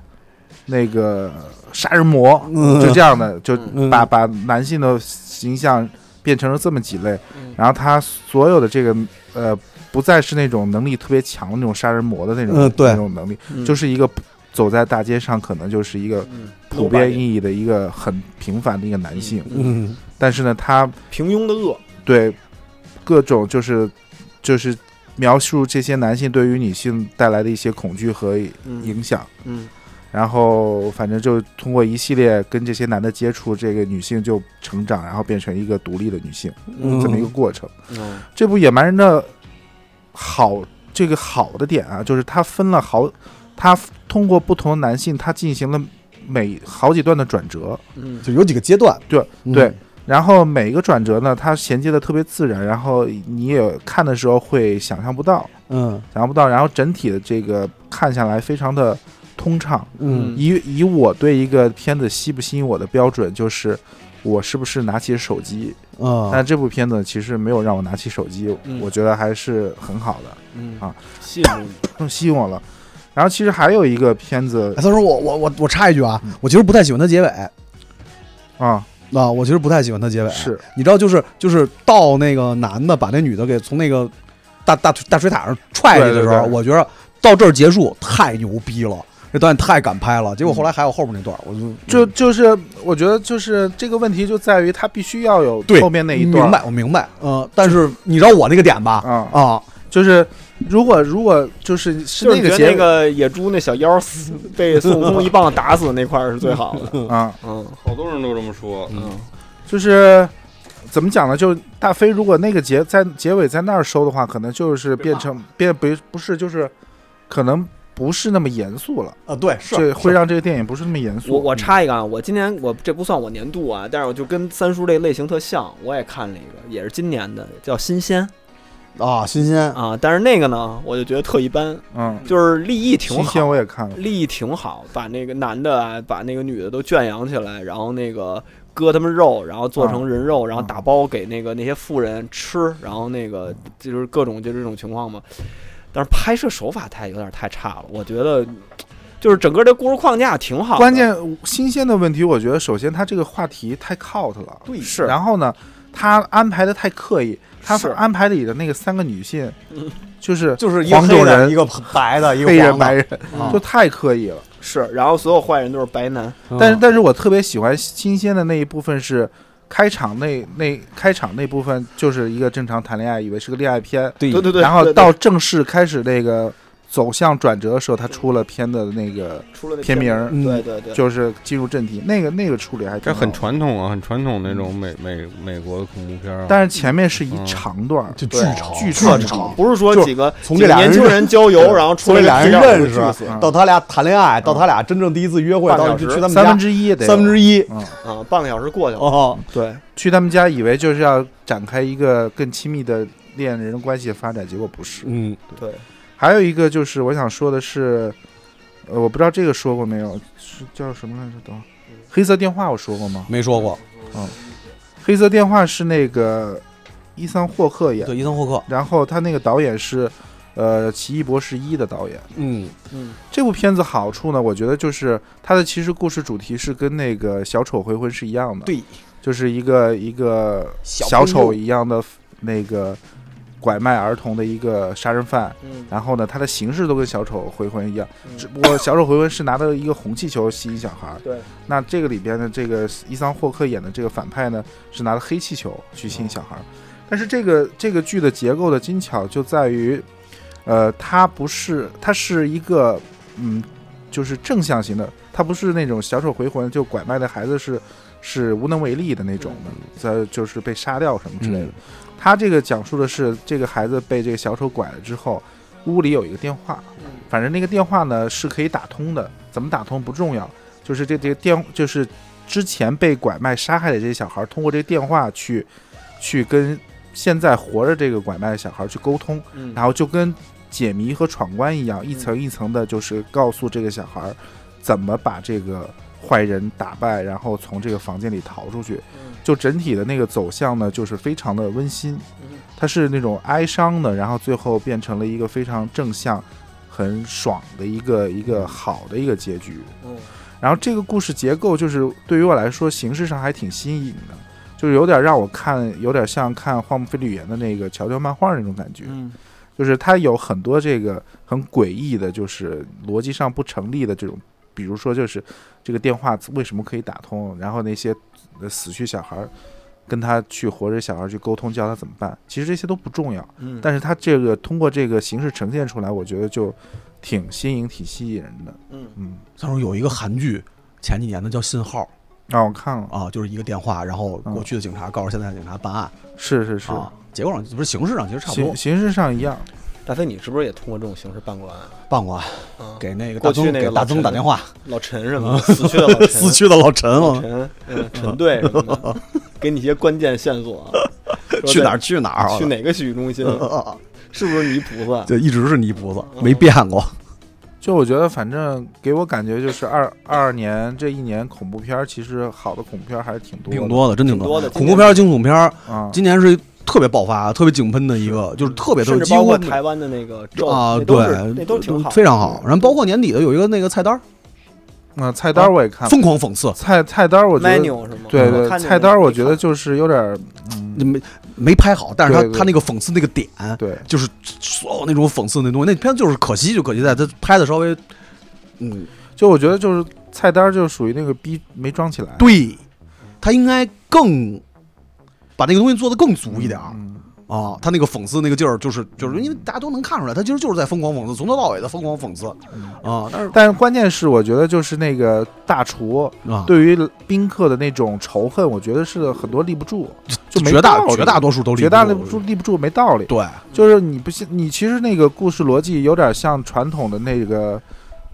Speaker 8: 那个杀人魔，
Speaker 11: 嗯
Speaker 8: 就这样的，就
Speaker 11: 嗯
Speaker 8: 把把男性的形象变成了这么几类，
Speaker 11: 嗯
Speaker 8: 然后他所有的这个呃，不再是那种能力特别强的那种杀人魔的那种、
Speaker 11: 嗯对
Speaker 8: 那种能力，就是一个走在大街上可能就是一个
Speaker 7: 嗯
Speaker 8: 普遍意义的一个很平凡的一个男性，
Speaker 11: 嗯
Speaker 8: 但是呢，他
Speaker 7: 平庸的恶，
Speaker 8: 对各种就是就是描述这些男性对于女性带来的一些恐惧和影响。
Speaker 7: 嗯，
Speaker 8: 然后反正就通过一系列跟这些男的接触，这个女性就成长，然后变成一个独立的女性，这么一个
Speaker 11: 嗯，
Speaker 8: 过程。
Speaker 7: 嗯
Speaker 8: 这部《野蛮人》的好，这个好的点啊，就是它分了好，它通过不同的男性，它进行了每好几段的转折，
Speaker 7: 嗯，
Speaker 11: 就有几个阶段。
Speaker 8: 对
Speaker 11: 嗯
Speaker 8: 对，然后每一个转折呢，它衔接的特别自然，然后你也看的时候会想象不到，
Speaker 11: 嗯
Speaker 8: 想象不到，然后整体的这个看下来非常的通畅。
Speaker 11: 嗯
Speaker 8: 以以我对一个片子吸不吸引我的标准，就是我是不是拿起手机。
Speaker 11: 啊
Speaker 8: 但这部片子其实没有让我拿起手机，
Speaker 7: 嗯
Speaker 8: 我觉得还是很好的，
Speaker 7: 嗯
Speaker 8: 啊，
Speaker 7: 信任你，
Speaker 8: 更吸引我了。然后其实还有一个片子
Speaker 11: 哎，他说我我我我插一句啊，我其实不太喜欢他结尾
Speaker 8: 啊，
Speaker 11: 啊，我其实不太喜欢他结尾。
Speaker 8: 是
Speaker 11: 你知道，就是就是到那个男的把那女的给从那个大大大水塔上踹下去的时候，
Speaker 8: 对对对
Speaker 11: 我觉得到这儿结束太牛逼了，这导演太敢拍了。结果后来还有后面那段，我就
Speaker 8: 就就是我觉得就是这个问题就在于它必须要有
Speaker 11: 对
Speaker 8: 后面那一段，
Speaker 11: 明白，我明白。呃，但是你知道我那个点吧？
Speaker 8: 啊，
Speaker 11: 啊，
Speaker 8: 就是如果如果就是是
Speaker 2: 就
Speaker 8: *laughs* 那
Speaker 2: 是
Speaker 8: 个
Speaker 2: 觉得
Speaker 8: 结
Speaker 2: 那个野猪那小妖死被孙悟空一棒子打死那块儿是最好的。
Speaker 8: 尾 *laughs* 啊，
Speaker 2: 嗯
Speaker 4: 好多人都这么说。
Speaker 2: 嗯
Speaker 8: 就是怎么讲呢？就是大飞如果那个结在结尾在那儿收的话，可能就是变成变不不是就是可能不是那么严肃了，
Speaker 11: 啊，对，是
Speaker 8: 这会让这个电影不是那么严肃。
Speaker 2: 我我插一个啊，我今年我这不算我年度啊，但是我就跟三叔这类型特像，我也看了一个，也是今年的，叫《新鲜
Speaker 11: 啊，欣欣》
Speaker 2: 啊，但是那个呢，我就觉得特一般，
Speaker 8: 嗯，
Speaker 2: 就是立意挺
Speaker 8: 新
Speaker 2: 好
Speaker 8: 鲜，我也看了，
Speaker 2: 立意挺好，把那个男的啊，把那个女的都圈养起来，然后那个割他们肉，然后做
Speaker 8: 啊
Speaker 2: 成人肉，然后打包给那个那些富人吃，然后那个就是各种就这种情况嘛。但是拍摄手法太有点太差了，我觉得就是整个这故事框架挺好的，
Speaker 8: 关键新鲜的问题，我觉得首先他这个话题太 cult 了，
Speaker 2: 对是
Speaker 8: 然后呢，他安排的太刻意，他
Speaker 2: 是
Speaker 8: 安排里的那个三个女性，就是
Speaker 11: 嗯就是一个
Speaker 8: 黄
Speaker 11: 黑
Speaker 8: 种
Speaker 11: 的，一
Speaker 8: 人、
Speaker 11: 个白的，一个
Speaker 8: 黑人、
Speaker 11: 黄的
Speaker 8: 白人，
Speaker 11: 啊
Speaker 8: 就太刻意了。
Speaker 2: 是，然后所有坏人都是白男，
Speaker 11: 嗯
Speaker 8: 但是，但是我特别喜欢新鲜的那一部分是开场那那开场那部分，就是一个正常谈恋爱，以为是个恋爱片，
Speaker 2: 对对对，
Speaker 8: 然后
Speaker 2: 对对
Speaker 8: 到正式开始那个走向转折的时候，他出了片的那个
Speaker 2: 出了那
Speaker 8: 片名儿
Speaker 11: 嗯
Speaker 2: 子对对对，
Speaker 8: 就是进入正题，那个那个处理还挺
Speaker 4: 这
Speaker 8: 好
Speaker 4: 很，传统啊，很传统那种美美美国的恐怖片啊。
Speaker 8: 但是前面是一长段儿，
Speaker 11: 嗯就巨长，
Speaker 8: 巨
Speaker 11: 特
Speaker 8: 长
Speaker 11: 长。
Speaker 2: 不是说
Speaker 8: 就
Speaker 2: 几个
Speaker 11: 从
Speaker 2: 几
Speaker 11: 这
Speaker 2: 个
Speaker 11: 俩人
Speaker 2: 年轻
Speaker 11: 认
Speaker 2: 人郊游，然后出
Speaker 11: 从
Speaker 2: 来
Speaker 11: 这俩人
Speaker 2: 这样
Speaker 11: 认
Speaker 2: 就
Speaker 11: 识
Speaker 2: 会死，
Speaker 11: 到他俩谈恋爱，到他俩真正第一次约会，
Speaker 2: 半
Speaker 11: 到
Speaker 2: 小
Speaker 11: 去
Speaker 2: 时
Speaker 11: 他们
Speaker 8: 三
Speaker 11: 家
Speaker 8: 分之一也得有
Speaker 11: 三分之一，
Speaker 8: 嗯，
Speaker 2: 啊，半个小时过去了，
Speaker 11: 哦，
Speaker 2: 对，
Speaker 8: 去他们家以为就是要展开一个更亲密的恋人关系的发展，结果不是。
Speaker 11: 嗯
Speaker 2: 对，
Speaker 8: 还有一个就是我想说的是，呃，我不知道这个说过没有，是叫什么来着？等会儿，黑色电话我说过吗？
Speaker 11: 没说过，
Speaker 8: 黑色电话是那个伊桑霍克演，
Speaker 11: 对，伊森霍克，
Speaker 8: 然后他那个导演是，呃，《奇异博士一》的导演。
Speaker 11: 嗯
Speaker 2: 嗯
Speaker 8: 这部片子好处呢，我觉得就是它的其实故事主题是跟那个《小丑回魂》是一样的，
Speaker 2: 对，
Speaker 8: 就是一个一个
Speaker 11: 小
Speaker 8: 小
Speaker 11: 朋友
Speaker 8: 丑一样的那个拐卖儿童的一个杀人犯。
Speaker 12: 嗯
Speaker 8: 然后呢，他的形式都跟小丑回魂一样，
Speaker 12: 嗯
Speaker 8: 只不过小丑回魂是拿到一个红气球吸引小孩儿。
Speaker 12: 对，
Speaker 8: 那这个里边的这个伊桑霍克演的这个反派呢，是拿着黑气球去吸引小孩儿。但是这个这个剧的结构的精巧就在于，呃，它不是它是一个嗯，就是正向型的，它不是那种小丑回魂就拐卖的孩子是是无能为力的那种的，在就是被杀掉什么之类的。他这个讲述的是这个孩子被这个小丑拐了之后，屋里有一个电话，反正那个电话呢是可以打通的，怎么打通不重要，就是这这个电就是之前被拐卖杀害的这些小孩通过这个电话去去跟现在活着这个拐卖的小孩去沟通，
Speaker 2: 嗯
Speaker 8: 然后就跟解谜和闯关一样，一层一层的，就是告诉这个小孩怎么把这个坏人打败，然后从这个房间里逃出去。就整体的那个走向呢，就是非常的温馨，
Speaker 12: 嗯
Speaker 8: 它是那种哀伤的，然后最后变成了一个非常正向、很爽的一个一个好的一个结局。
Speaker 12: 嗯
Speaker 8: 然后这个故事结构就是对于我来说形式上还挺新颖的，就是有点让我看，有点像看荒木飞吕彦的那个乔乔漫画那种感觉。
Speaker 12: 嗯
Speaker 8: 就是它有很多这个很诡异的，就是逻辑上不成立的这种，比如说就是这个电话为什么可以打通，然后那些呃死去小孩儿跟他去活着小孩儿去沟通，教他怎么办，其实这些都不重要，
Speaker 12: 嗯
Speaker 8: 但是它这个通过这个形式呈现出来，我觉得就挺新颖、挺吸引人的。
Speaker 12: 嗯
Speaker 8: 嗯，
Speaker 3: 他说有一个韩剧，前几年的叫《信号
Speaker 8: 让我看》了，
Speaker 3: 啊，就是一个电话，然后
Speaker 11: 嗯
Speaker 3: 过去的警察告诉现在的警察办案
Speaker 8: 是是是，
Speaker 3: 啊，结果上不是形式上其实差不
Speaker 8: 形
Speaker 3: 多，
Speaker 8: 形式上一样。
Speaker 7: 大飞，你是不是也通过这种形式办过案？
Speaker 3: 办过啊
Speaker 7: 啊
Speaker 3: 给那个大
Speaker 7: 过去
Speaker 3: 曾
Speaker 7: 那个
Speaker 3: 给大
Speaker 7: 老
Speaker 3: 曾
Speaker 7: 陈
Speaker 3: 打电话，嗯
Speaker 7: 老陈什么的，死去的老陈，
Speaker 3: *laughs* 死去的老陈
Speaker 7: 老
Speaker 3: 啊，
Speaker 7: 陈，嗯，陈队
Speaker 3: *laughs*
Speaker 7: 什么
Speaker 11: *laughs*
Speaker 7: 的，给你一些关键线索啊，说
Speaker 3: 去哪儿
Speaker 7: 在？
Speaker 3: 去哪儿啊，
Speaker 7: 去哪个洗浴中心？
Speaker 3: 啊
Speaker 7: 是不是泥菩萨？
Speaker 3: 就一直是泥菩萨，没变过。
Speaker 8: 就我觉得，反正给我感觉就是二二二年这一年恐怖片儿，其实好的恐怖片儿还是挺多的，
Speaker 3: 挺多的，真挺
Speaker 7: 挺多的
Speaker 3: 恐怖片儿、惊悚片儿，
Speaker 8: 啊。
Speaker 3: 今年是特别爆发、特别井喷的一个，就是特别特
Speaker 7: 甚
Speaker 3: 别
Speaker 7: 至
Speaker 3: 几
Speaker 7: 包
Speaker 3: 乎
Speaker 7: 括台湾的那个咒
Speaker 3: 啊，
Speaker 7: 那
Speaker 3: 对
Speaker 7: 都是，那都挺好，
Speaker 3: 非常好。然后包括年底的有一个那个菜单儿，啊
Speaker 8: 嗯，菜单儿我也看了，
Speaker 3: 疯狂讽刺，嗯
Speaker 8: 菜菜单儿我觉得，
Speaker 2: menu 是吗？
Speaker 8: 对
Speaker 2: 我
Speaker 8: 对，
Speaker 2: 看见
Speaker 8: 菜单儿
Speaker 2: 那
Speaker 8: 我
Speaker 2: 个
Speaker 8: 觉得就是有点儿，嗯，
Speaker 3: 没没拍好，但是
Speaker 8: 对
Speaker 3: 他
Speaker 8: 对
Speaker 3: 他那个讽刺那个点，
Speaker 8: 对，
Speaker 3: 就是所有那种讽刺那东西，那片就是可惜就可惜在他拍的稍微，嗯，
Speaker 8: 就我觉得就是菜单儿就属于那个逼没装起来，
Speaker 3: 对，他应该更把那个东西做得更足一点儿。
Speaker 8: 嗯，
Speaker 3: 啊，他那个讽刺那个劲儿，就是就是因为大家都能看出来，他其实就是在疯狂讽刺，从头到尾的疯狂讽刺啊。但是
Speaker 8: 但是关键是我觉得就是那个大厨
Speaker 3: 啊，
Speaker 8: 对于宾客的那种仇恨，我觉得是很多立不住，就没
Speaker 3: 绝大
Speaker 8: 道理
Speaker 3: 绝大多数都立
Speaker 8: 绝大立
Speaker 3: 不
Speaker 8: 不住立不住没道理，
Speaker 3: 对，
Speaker 8: 就是你不信，你其实那个故事逻辑有点像传统的那个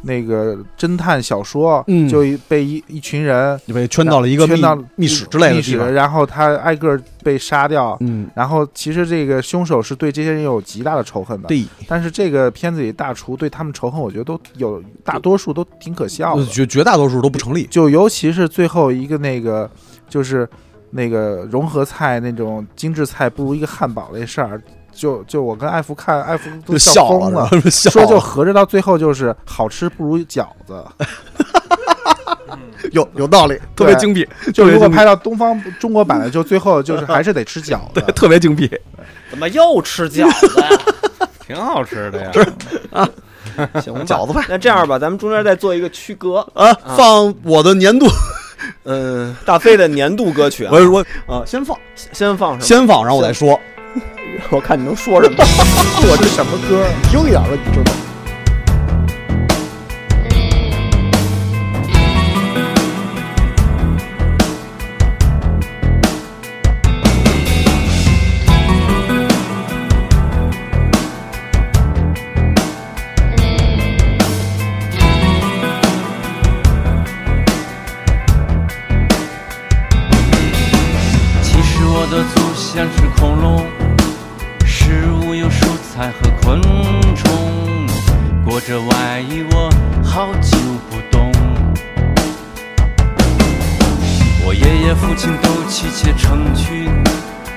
Speaker 8: 那个侦探小说，
Speaker 3: 嗯
Speaker 8: 就一被一一群人。
Speaker 3: 你被圈到了一个
Speaker 8: 圈
Speaker 3: 密
Speaker 8: 到
Speaker 3: 密室之类
Speaker 8: 密
Speaker 3: 的地
Speaker 8: 室，
Speaker 3: 方。
Speaker 8: 然后他挨个儿被杀掉。
Speaker 3: 嗯，
Speaker 8: 然后其实这个凶手是对这些人有极大的仇恨的，
Speaker 3: 对，
Speaker 8: 但是这个片子里大厨对他们仇恨，我觉得都有大多数都挺可笑的，
Speaker 3: 绝绝大多数都不成立。
Speaker 8: 就尤其是最后一个那个就是那个融合菜那种精致菜不如一个汉堡那事儿，就就我跟艾福看艾福都
Speaker 3: 就
Speaker 8: 笑
Speaker 3: 笑
Speaker 8: 疯
Speaker 3: 了
Speaker 8: 了，，
Speaker 3: 然后 *laughs* 笑
Speaker 8: 说就
Speaker 3: 了
Speaker 8: 合着到最后就是好吃不如饺子，
Speaker 3: *laughs* 有有道理，特
Speaker 8: 对
Speaker 3: 别精辟，
Speaker 8: 就
Speaker 3: 别
Speaker 8: 如果
Speaker 3: 精辟，
Speaker 8: 拍到东方中国版的，就最后就是还是得吃饺子
Speaker 3: *laughs* 特别精辟。
Speaker 2: 怎么又吃饺
Speaker 8: *laughs*
Speaker 2: 子呀？
Speaker 4: 挺好吃的呀。
Speaker 2: *laughs* 啊行吧，
Speaker 3: 饺子派
Speaker 2: 那这样吧，咱们中间再做一个区隔。
Speaker 3: 啊，放我的年度，
Speaker 2: 嗯，大飞的年度歌曲
Speaker 3: *laughs*
Speaker 2: 啊
Speaker 3: 我，我
Speaker 2: 啊，
Speaker 3: 先放
Speaker 2: 先放什么？
Speaker 3: 先放，然后我再说。
Speaker 2: *laughs* 我看你能说什么。
Speaker 3: *laughs*
Speaker 2: *laughs*
Speaker 8: 我这什么歌？
Speaker 3: 听一点吧，你知道。
Speaker 13: 其实我的祖先是恐龙，食物有蔬菜和昆虫，裹着外衣我好久不动。我爷爷父亲都妻妾成群，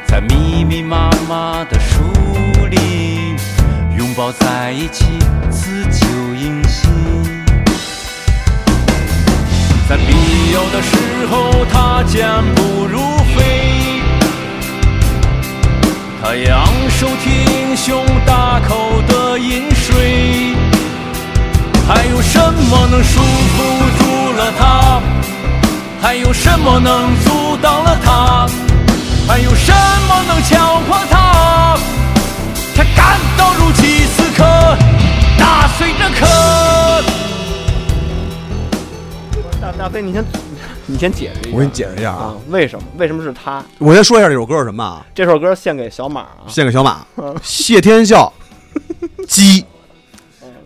Speaker 13: 在密密麻麻的树林拥抱在一起，辞旧迎新。在必要的时候，它健步如飞，它也
Speaker 14: 啊
Speaker 10: 胸大口的饮水，还有什么能束缚住了他？还有什么能阻挡了他？还有什么能强迫他？他感到如饥似渴，大碎着壳。
Speaker 2: 大大飞，你先你先解释一下。
Speaker 3: 我给你解释一下啊，
Speaker 2: 啊，为什么？为什么是他？
Speaker 3: 我先说一下这首歌是什么啊？
Speaker 2: 这首歌献给小马啊， *laughs*
Speaker 3: 献给小马，谢天笑，鸡。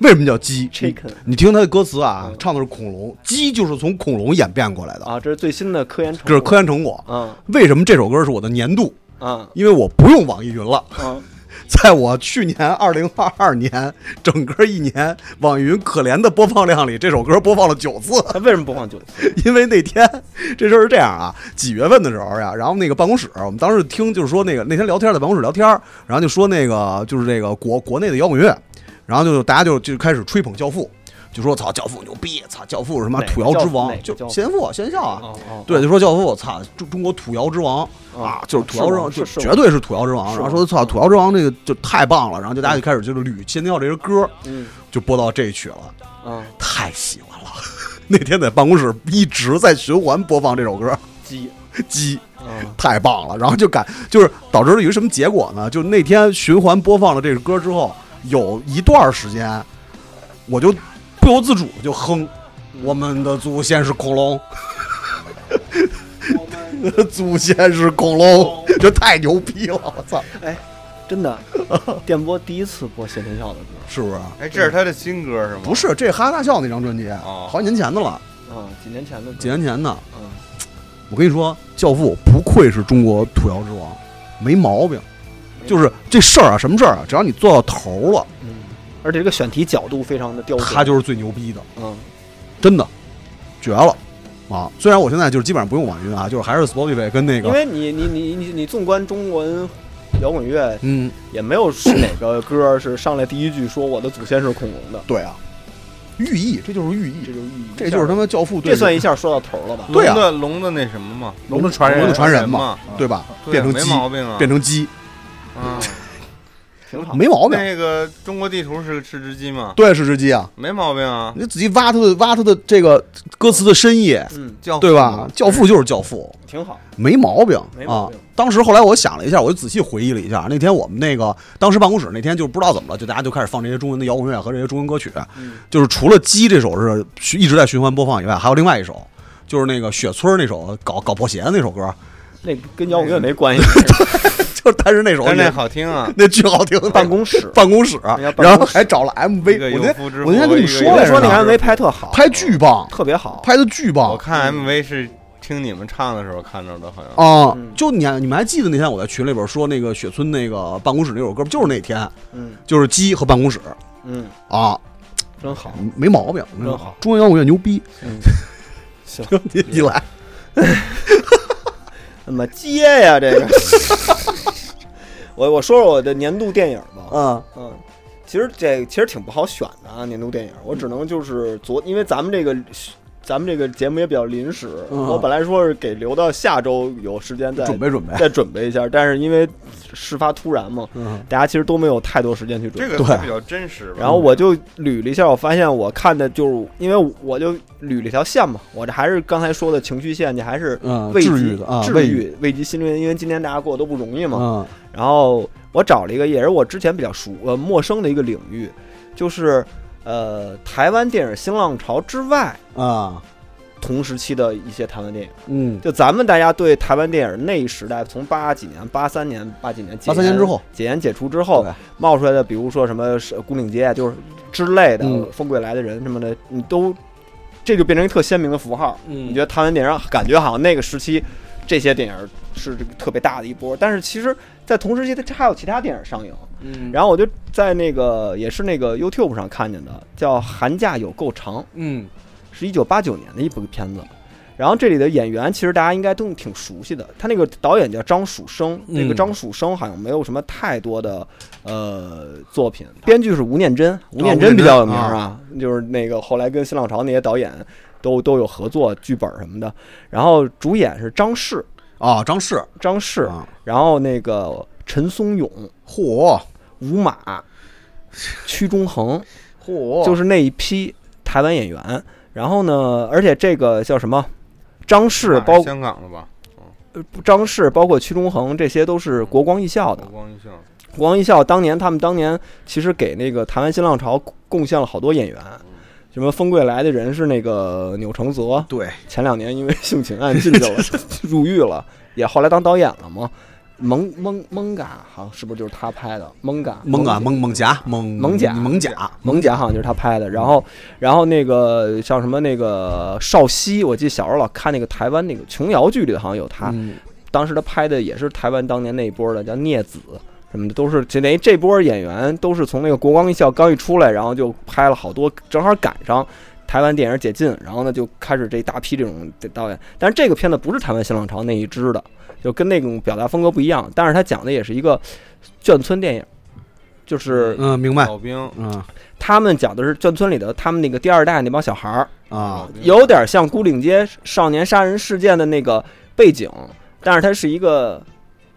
Speaker 3: 为什么叫鸡
Speaker 2: Chicken
Speaker 3: 你你听他的歌词啊，唱的是恐龙，鸡就是从恐龙演变过来的，
Speaker 2: 啊，这是最新的科研成果。
Speaker 3: 这是科研成果。
Speaker 2: 嗯
Speaker 3: 为什么这首歌是我的年度？
Speaker 2: 嗯
Speaker 3: 因为我不用网易云了，
Speaker 2: 嗯，
Speaker 3: *laughs* 在我去年二零二二年整个一年网易云可怜的播放量里，这首歌播放了九次。
Speaker 2: 他为什么不放九次？
Speaker 3: *laughs* 因为那天这事儿是这样啊，几月份的时候呀，然后那个办公室，我们当时听就是说那个那天聊天在办公室聊天，然后就说那个就是这个国国内的摇滚乐，然后就大家就就开始吹捧《教父》，就说操《教父》牛逼，操《教父》什么
Speaker 2: 哪个
Speaker 3: 土窑之
Speaker 2: 教父
Speaker 3: 王
Speaker 2: 哪，个
Speaker 3: 就
Speaker 2: 教父
Speaker 3: 贤父贤孝啊，
Speaker 2: 哦哦，嗯
Speaker 3: 对，就说教父，操，中中国土窑之王啊，就是土窑之王，
Speaker 2: 是
Speaker 3: 就是绝对是土窑之王。
Speaker 2: 是
Speaker 3: 然后说操，土窑之王这个就太棒了，然后就大家就开始就是捋《千跳》这些歌，
Speaker 2: 嗯
Speaker 3: 就播到这一曲了，
Speaker 2: 嗯，
Speaker 3: 太喜欢了。 *laughs* 那天在办公室一直在循环播放这首歌，
Speaker 2: 鸡 *laughs*
Speaker 3: 鸡
Speaker 2: 嗯
Speaker 3: 太棒了。然后就感就是导致了有一什么结果呢？就那天循环播放了这个歌之后，有一段时间，我就不由自主地就哼，
Speaker 2: 嗯
Speaker 3: 我们的祖先是恐龙。 *laughs* 祖先是恐龙，这太牛逼了！我操，
Speaker 2: 哦哎真的，电波第一次播谢天笑的歌
Speaker 3: 是不是？
Speaker 4: 哎，这是他的新歌是吗？
Speaker 3: 不，是，这是哈哈大笑那张专辑，
Speaker 4: 哦
Speaker 3: 好几年前的了，
Speaker 2: 啊，几年前的歌。
Speaker 3: 几年前的。
Speaker 2: 嗯
Speaker 3: 我跟你说，《教父》不愧是中国土窑之王，没毛病。就是这事儿啊，什么事儿啊？只要你做到头了，
Speaker 2: 嗯，而且这个选题角度非常的刁钻。
Speaker 3: 他就是最牛逼的，
Speaker 2: 嗯
Speaker 3: 真的，绝了啊！虽然我现在就是基本上不用网云啊，就是还是 Spotify 跟那
Speaker 2: 因
Speaker 3: 个，
Speaker 2: 为你你你你你纵观中文摇滚乐，
Speaker 3: 嗯，
Speaker 2: 也没有是哪个歌是上来第一句说我的祖先是恐龙的，
Speaker 3: 对啊，寓意，这就是寓意，
Speaker 2: 这就是一
Speaker 3: 这就是他妈《教父》对
Speaker 2: 这算一下说到头了吧？
Speaker 3: 对啊
Speaker 4: 龙的龙的那什么嘛，
Speaker 15: 龙的传
Speaker 3: 龙
Speaker 15: 人
Speaker 3: 的，传人嘛
Speaker 4: 嘛，
Speaker 3: 对吧？
Speaker 4: 对
Speaker 3: 变成
Speaker 4: 没
Speaker 3: 鸡，
Speaker 4: 毛病啊，
Speaker 3: 变成鸡，
Speaker 4: 嗯，
Speaker 2: *laughs* 挺好。
Speaker 3: 没毛病。
Speaker 4: 那个中国地图是是只鸡吗？
Speaker 3: 对，是只鸡啊！
Speaker 4: 没毛病啊，
Speaker 3: 你仔细挖它的挖它的这个歌词的深意，
Speaker 2: 嗯，
Speaker 4: 教父
Speaker 3: 对吧？教父就是教父，
Speaker 2: 挺好。
Speaker 3: 没毛病
Speaker 2: 没毛
Speaker 3: 啊
Speaker 2: 病。
Speaker 3: 当时后来我想了一下，我就仔细回忆了一下，那天我们那个当时办公室那天就不知道怎么了，就大家就开始放这些中文的摇滚乐和这些中文歌曲，
Speaker 2: 嗯
Speaker 3: 就是除了《鸡》这首是循一直在循环播放以外，还有另外一首。就是那个雪村那首搞搞破鞋的那首歌，
Speaker 2: 那跟摇滚乐没关系。
Speaker 3: 嗯 *laughs* 就是但是那首
Speaker 4: 但是那
Speaker 3: 也
Speaker 4: 好听啊。
Speaker 3: *laughs* 那巨好听，
Speaker 2: 办公室，
Speaker 3: 办公室，
Speaker 2: 那叫办公室
Speaker 3: 然后还找了 MV，
Speaker 4: 一个
Speaker 3: 我
Speaker 4: 有
Speaker 3: 那
Speaker 4: 夫之
Speaker 3: 我那天
Speaker 4: 妇
Speaker 3: 跟你
Speaker 4: 一个
Speaker 3: 说
Speaker 4: 有
Speaker 2: 我
Speaker 3: 来
Speaker 2: 跟
Speaker 3: 着
Speaker 2: 你说那
Speaker 3: 呢
Speaker 2: 个 MV 拍特好，
Speaker 3: 拍巨棒，
Speaker 2: 特别好。
Speaker 3: 拍的巨
Speaker 4: 我
Speaker 3: 棒嗯
Speaker 4: 看 MV 是听你们唱的时候看着的，好像。
Speaker 3: 啊
Speaker 2: 嗯！
Speaker 3: 就你你们还记得那天我在群里边说那个雪村那个办公室那首歌吗，就是那天，
Speaker 2: 嗯
Speaker 3: 就是鸡和办公室
Speaker 2: 嗯，
Speaker 3: 啊，
Speaker 2: 真好。
Speaker 3: 没毛病，没毛
Speaker 2: 真
Speaker 3: 病
Speaker 2: 好
Speaker 3: 中央摇滚乐牛逼，
Speaker 2: 嗯，行，
Speaker 3: *laughs* 你你
Speaker 2: *laughs*
Speaker 3: 来，
Speaker 2: 那么接呀、这
Speaker 3: *laughs*
Speaker 2: 个。我我说说我的年度电影吧。
Speaker 3: 嗯
Speaker 2: 嗯，其实这其实挺不好选的啊，年度电影，我只能就是昨，因为咱们这个。咱们这个节目也比较临时，
Speaker 3: 嗯
Speaker 2: 我本来说是给留到下周有时间再
Speaker 3: 准备准备，
Speaker 2: 再准备一下，但是因为事发突然嘛，
Speaker 3: 嗯
Speaker 2: 大家其实都没有太多时间去准备。
Speaker 4: 这个
Speaker 3: 对
Speaker 4: 是比较真实吧。
Speaker 2: 然
Speaker 3: 嗯
Speaker 2: 后我就捋了一下，我发现我看的就是，因为我就捋了一条线嘛，我这还是刚才说的情绪线，你还是
Speaker 3: 嗯，
Speaker 2: 慰藉
Speaker 3: 治愈的啊，
Speaker 2: 治
Speaker 3: 慰
Speaker 2: 愈、慰藉心灵，因为今天大家过得都不容易嘛。
Speaker 3: 嗯
Speaker 2: 然后我找了一个，也是我之前比较熟呃陌生的一个领域，就是呃台湾电影新浪潮之外
Speaker 3: 啊
Speaker 2: 同时期的一些台湾电影。
Speaker 3: 嗯，
Speaker 2: 就咱们大家对台湾电影那一时代，从八几年、八三年、八几年解
Speaker 3: 83年之后
Speaker 2: 解严解除之后
Speaker 3: 对
Speaker 2: 冒出来的，比如说什么是孤岭街，就是之类的，
Speaker 3: 嗯
Speaker 2: 风归来的人什么的，你都这就变成一个特鲜明的符号。
Speaker 3: 嗯
Speaker 2: 你觉得台湾电影啊感觉好像那个时期这些电影是这个特别大的一波，但是其实，在同时期它还有其他电影上映。
Speaker 3: 嗯
Speaker 2: 然后我就在那个也是那个 YouTube 上看见的，叫《寒假有够长》，
Speaker 3: 嗯
Speaker 2: 是一九八九年的一部片子。然后这里的演员其实大家应该都挺熟悉的，他那个导演叫张曙生，
Speaker 3: 嗯
Speaker 2: 那个张曙生好像没有什么太多的呃作品，编剧是吴念真，吴念真比较有名啊，就是那个后来跟新浪潮那些导演都都有合作剧本什么的。然后主演是张氏，
Speaker 3: 啊，张氏
Speaker 2: 张氏，
Speaker 3: 啊，
Speaker 2: 然后那个陈松勇、
Speaker 3: 嚯，
Speaker 2: 吴马、屈中恒，
Speaker 8: 嚯
Speaker 2: 就是那一批台湾演员。然后呢，而且这个叫什么？张氏包呃
Speaker 4: 香港的吧？嗯
Speaker 2: 张氏包括屈中恒，这些都是国光艺校的
Speaker 4: 国。光艺校，
Speaker 2: 国光艺校当年他们当年其实给那个台湾新浪潮贡献了好多演员，什么风贵来的人是那个钮承泽，
Speaker 11: 对，
Speaker 2: 前两年因为性侵案进去了，入狱了，也后来当导演了嘛。蒙蒙蒙嘎好像是不是就是他拍的？蒙嘎
Speaker 11: 蒙啊蒙蒙甲蒙
Speaker 2: 蒙甲
Speaker 11: 蒙甲，
Speaker 2: 蒙甲好像就是他拍的，然后，然后那个像什么那个邵熙，我记得小时候老看那个台湾那个琼瑶剧里好像有他，
Speaker 11: 嗯
Speaker 2: 当时他拍的也是台湾当年那一波的，叫聂子什么的，都是就等于这波演员都是从那个国光艺校刚一出来，然后就拍了好多，正好赶上台湾电影解禁，然后呢就开始这一大批这种导演。但是这个片子不是台湾新浪潮那一支的，就跟那种表达风格不一样，但是他讲的也是一个眷村电影，就是
Speaker 11: 嗯，明白，
Speaker 4: 老兵
Speaker 11: 嗯
Speaker 2: 他们讲的是眷村里的他们那个第二代那帮小孩儿，
Speaker 11: 啊，
Speaker 2: 有点像孤岭街少年杀人事件的那个背景，但是它是一个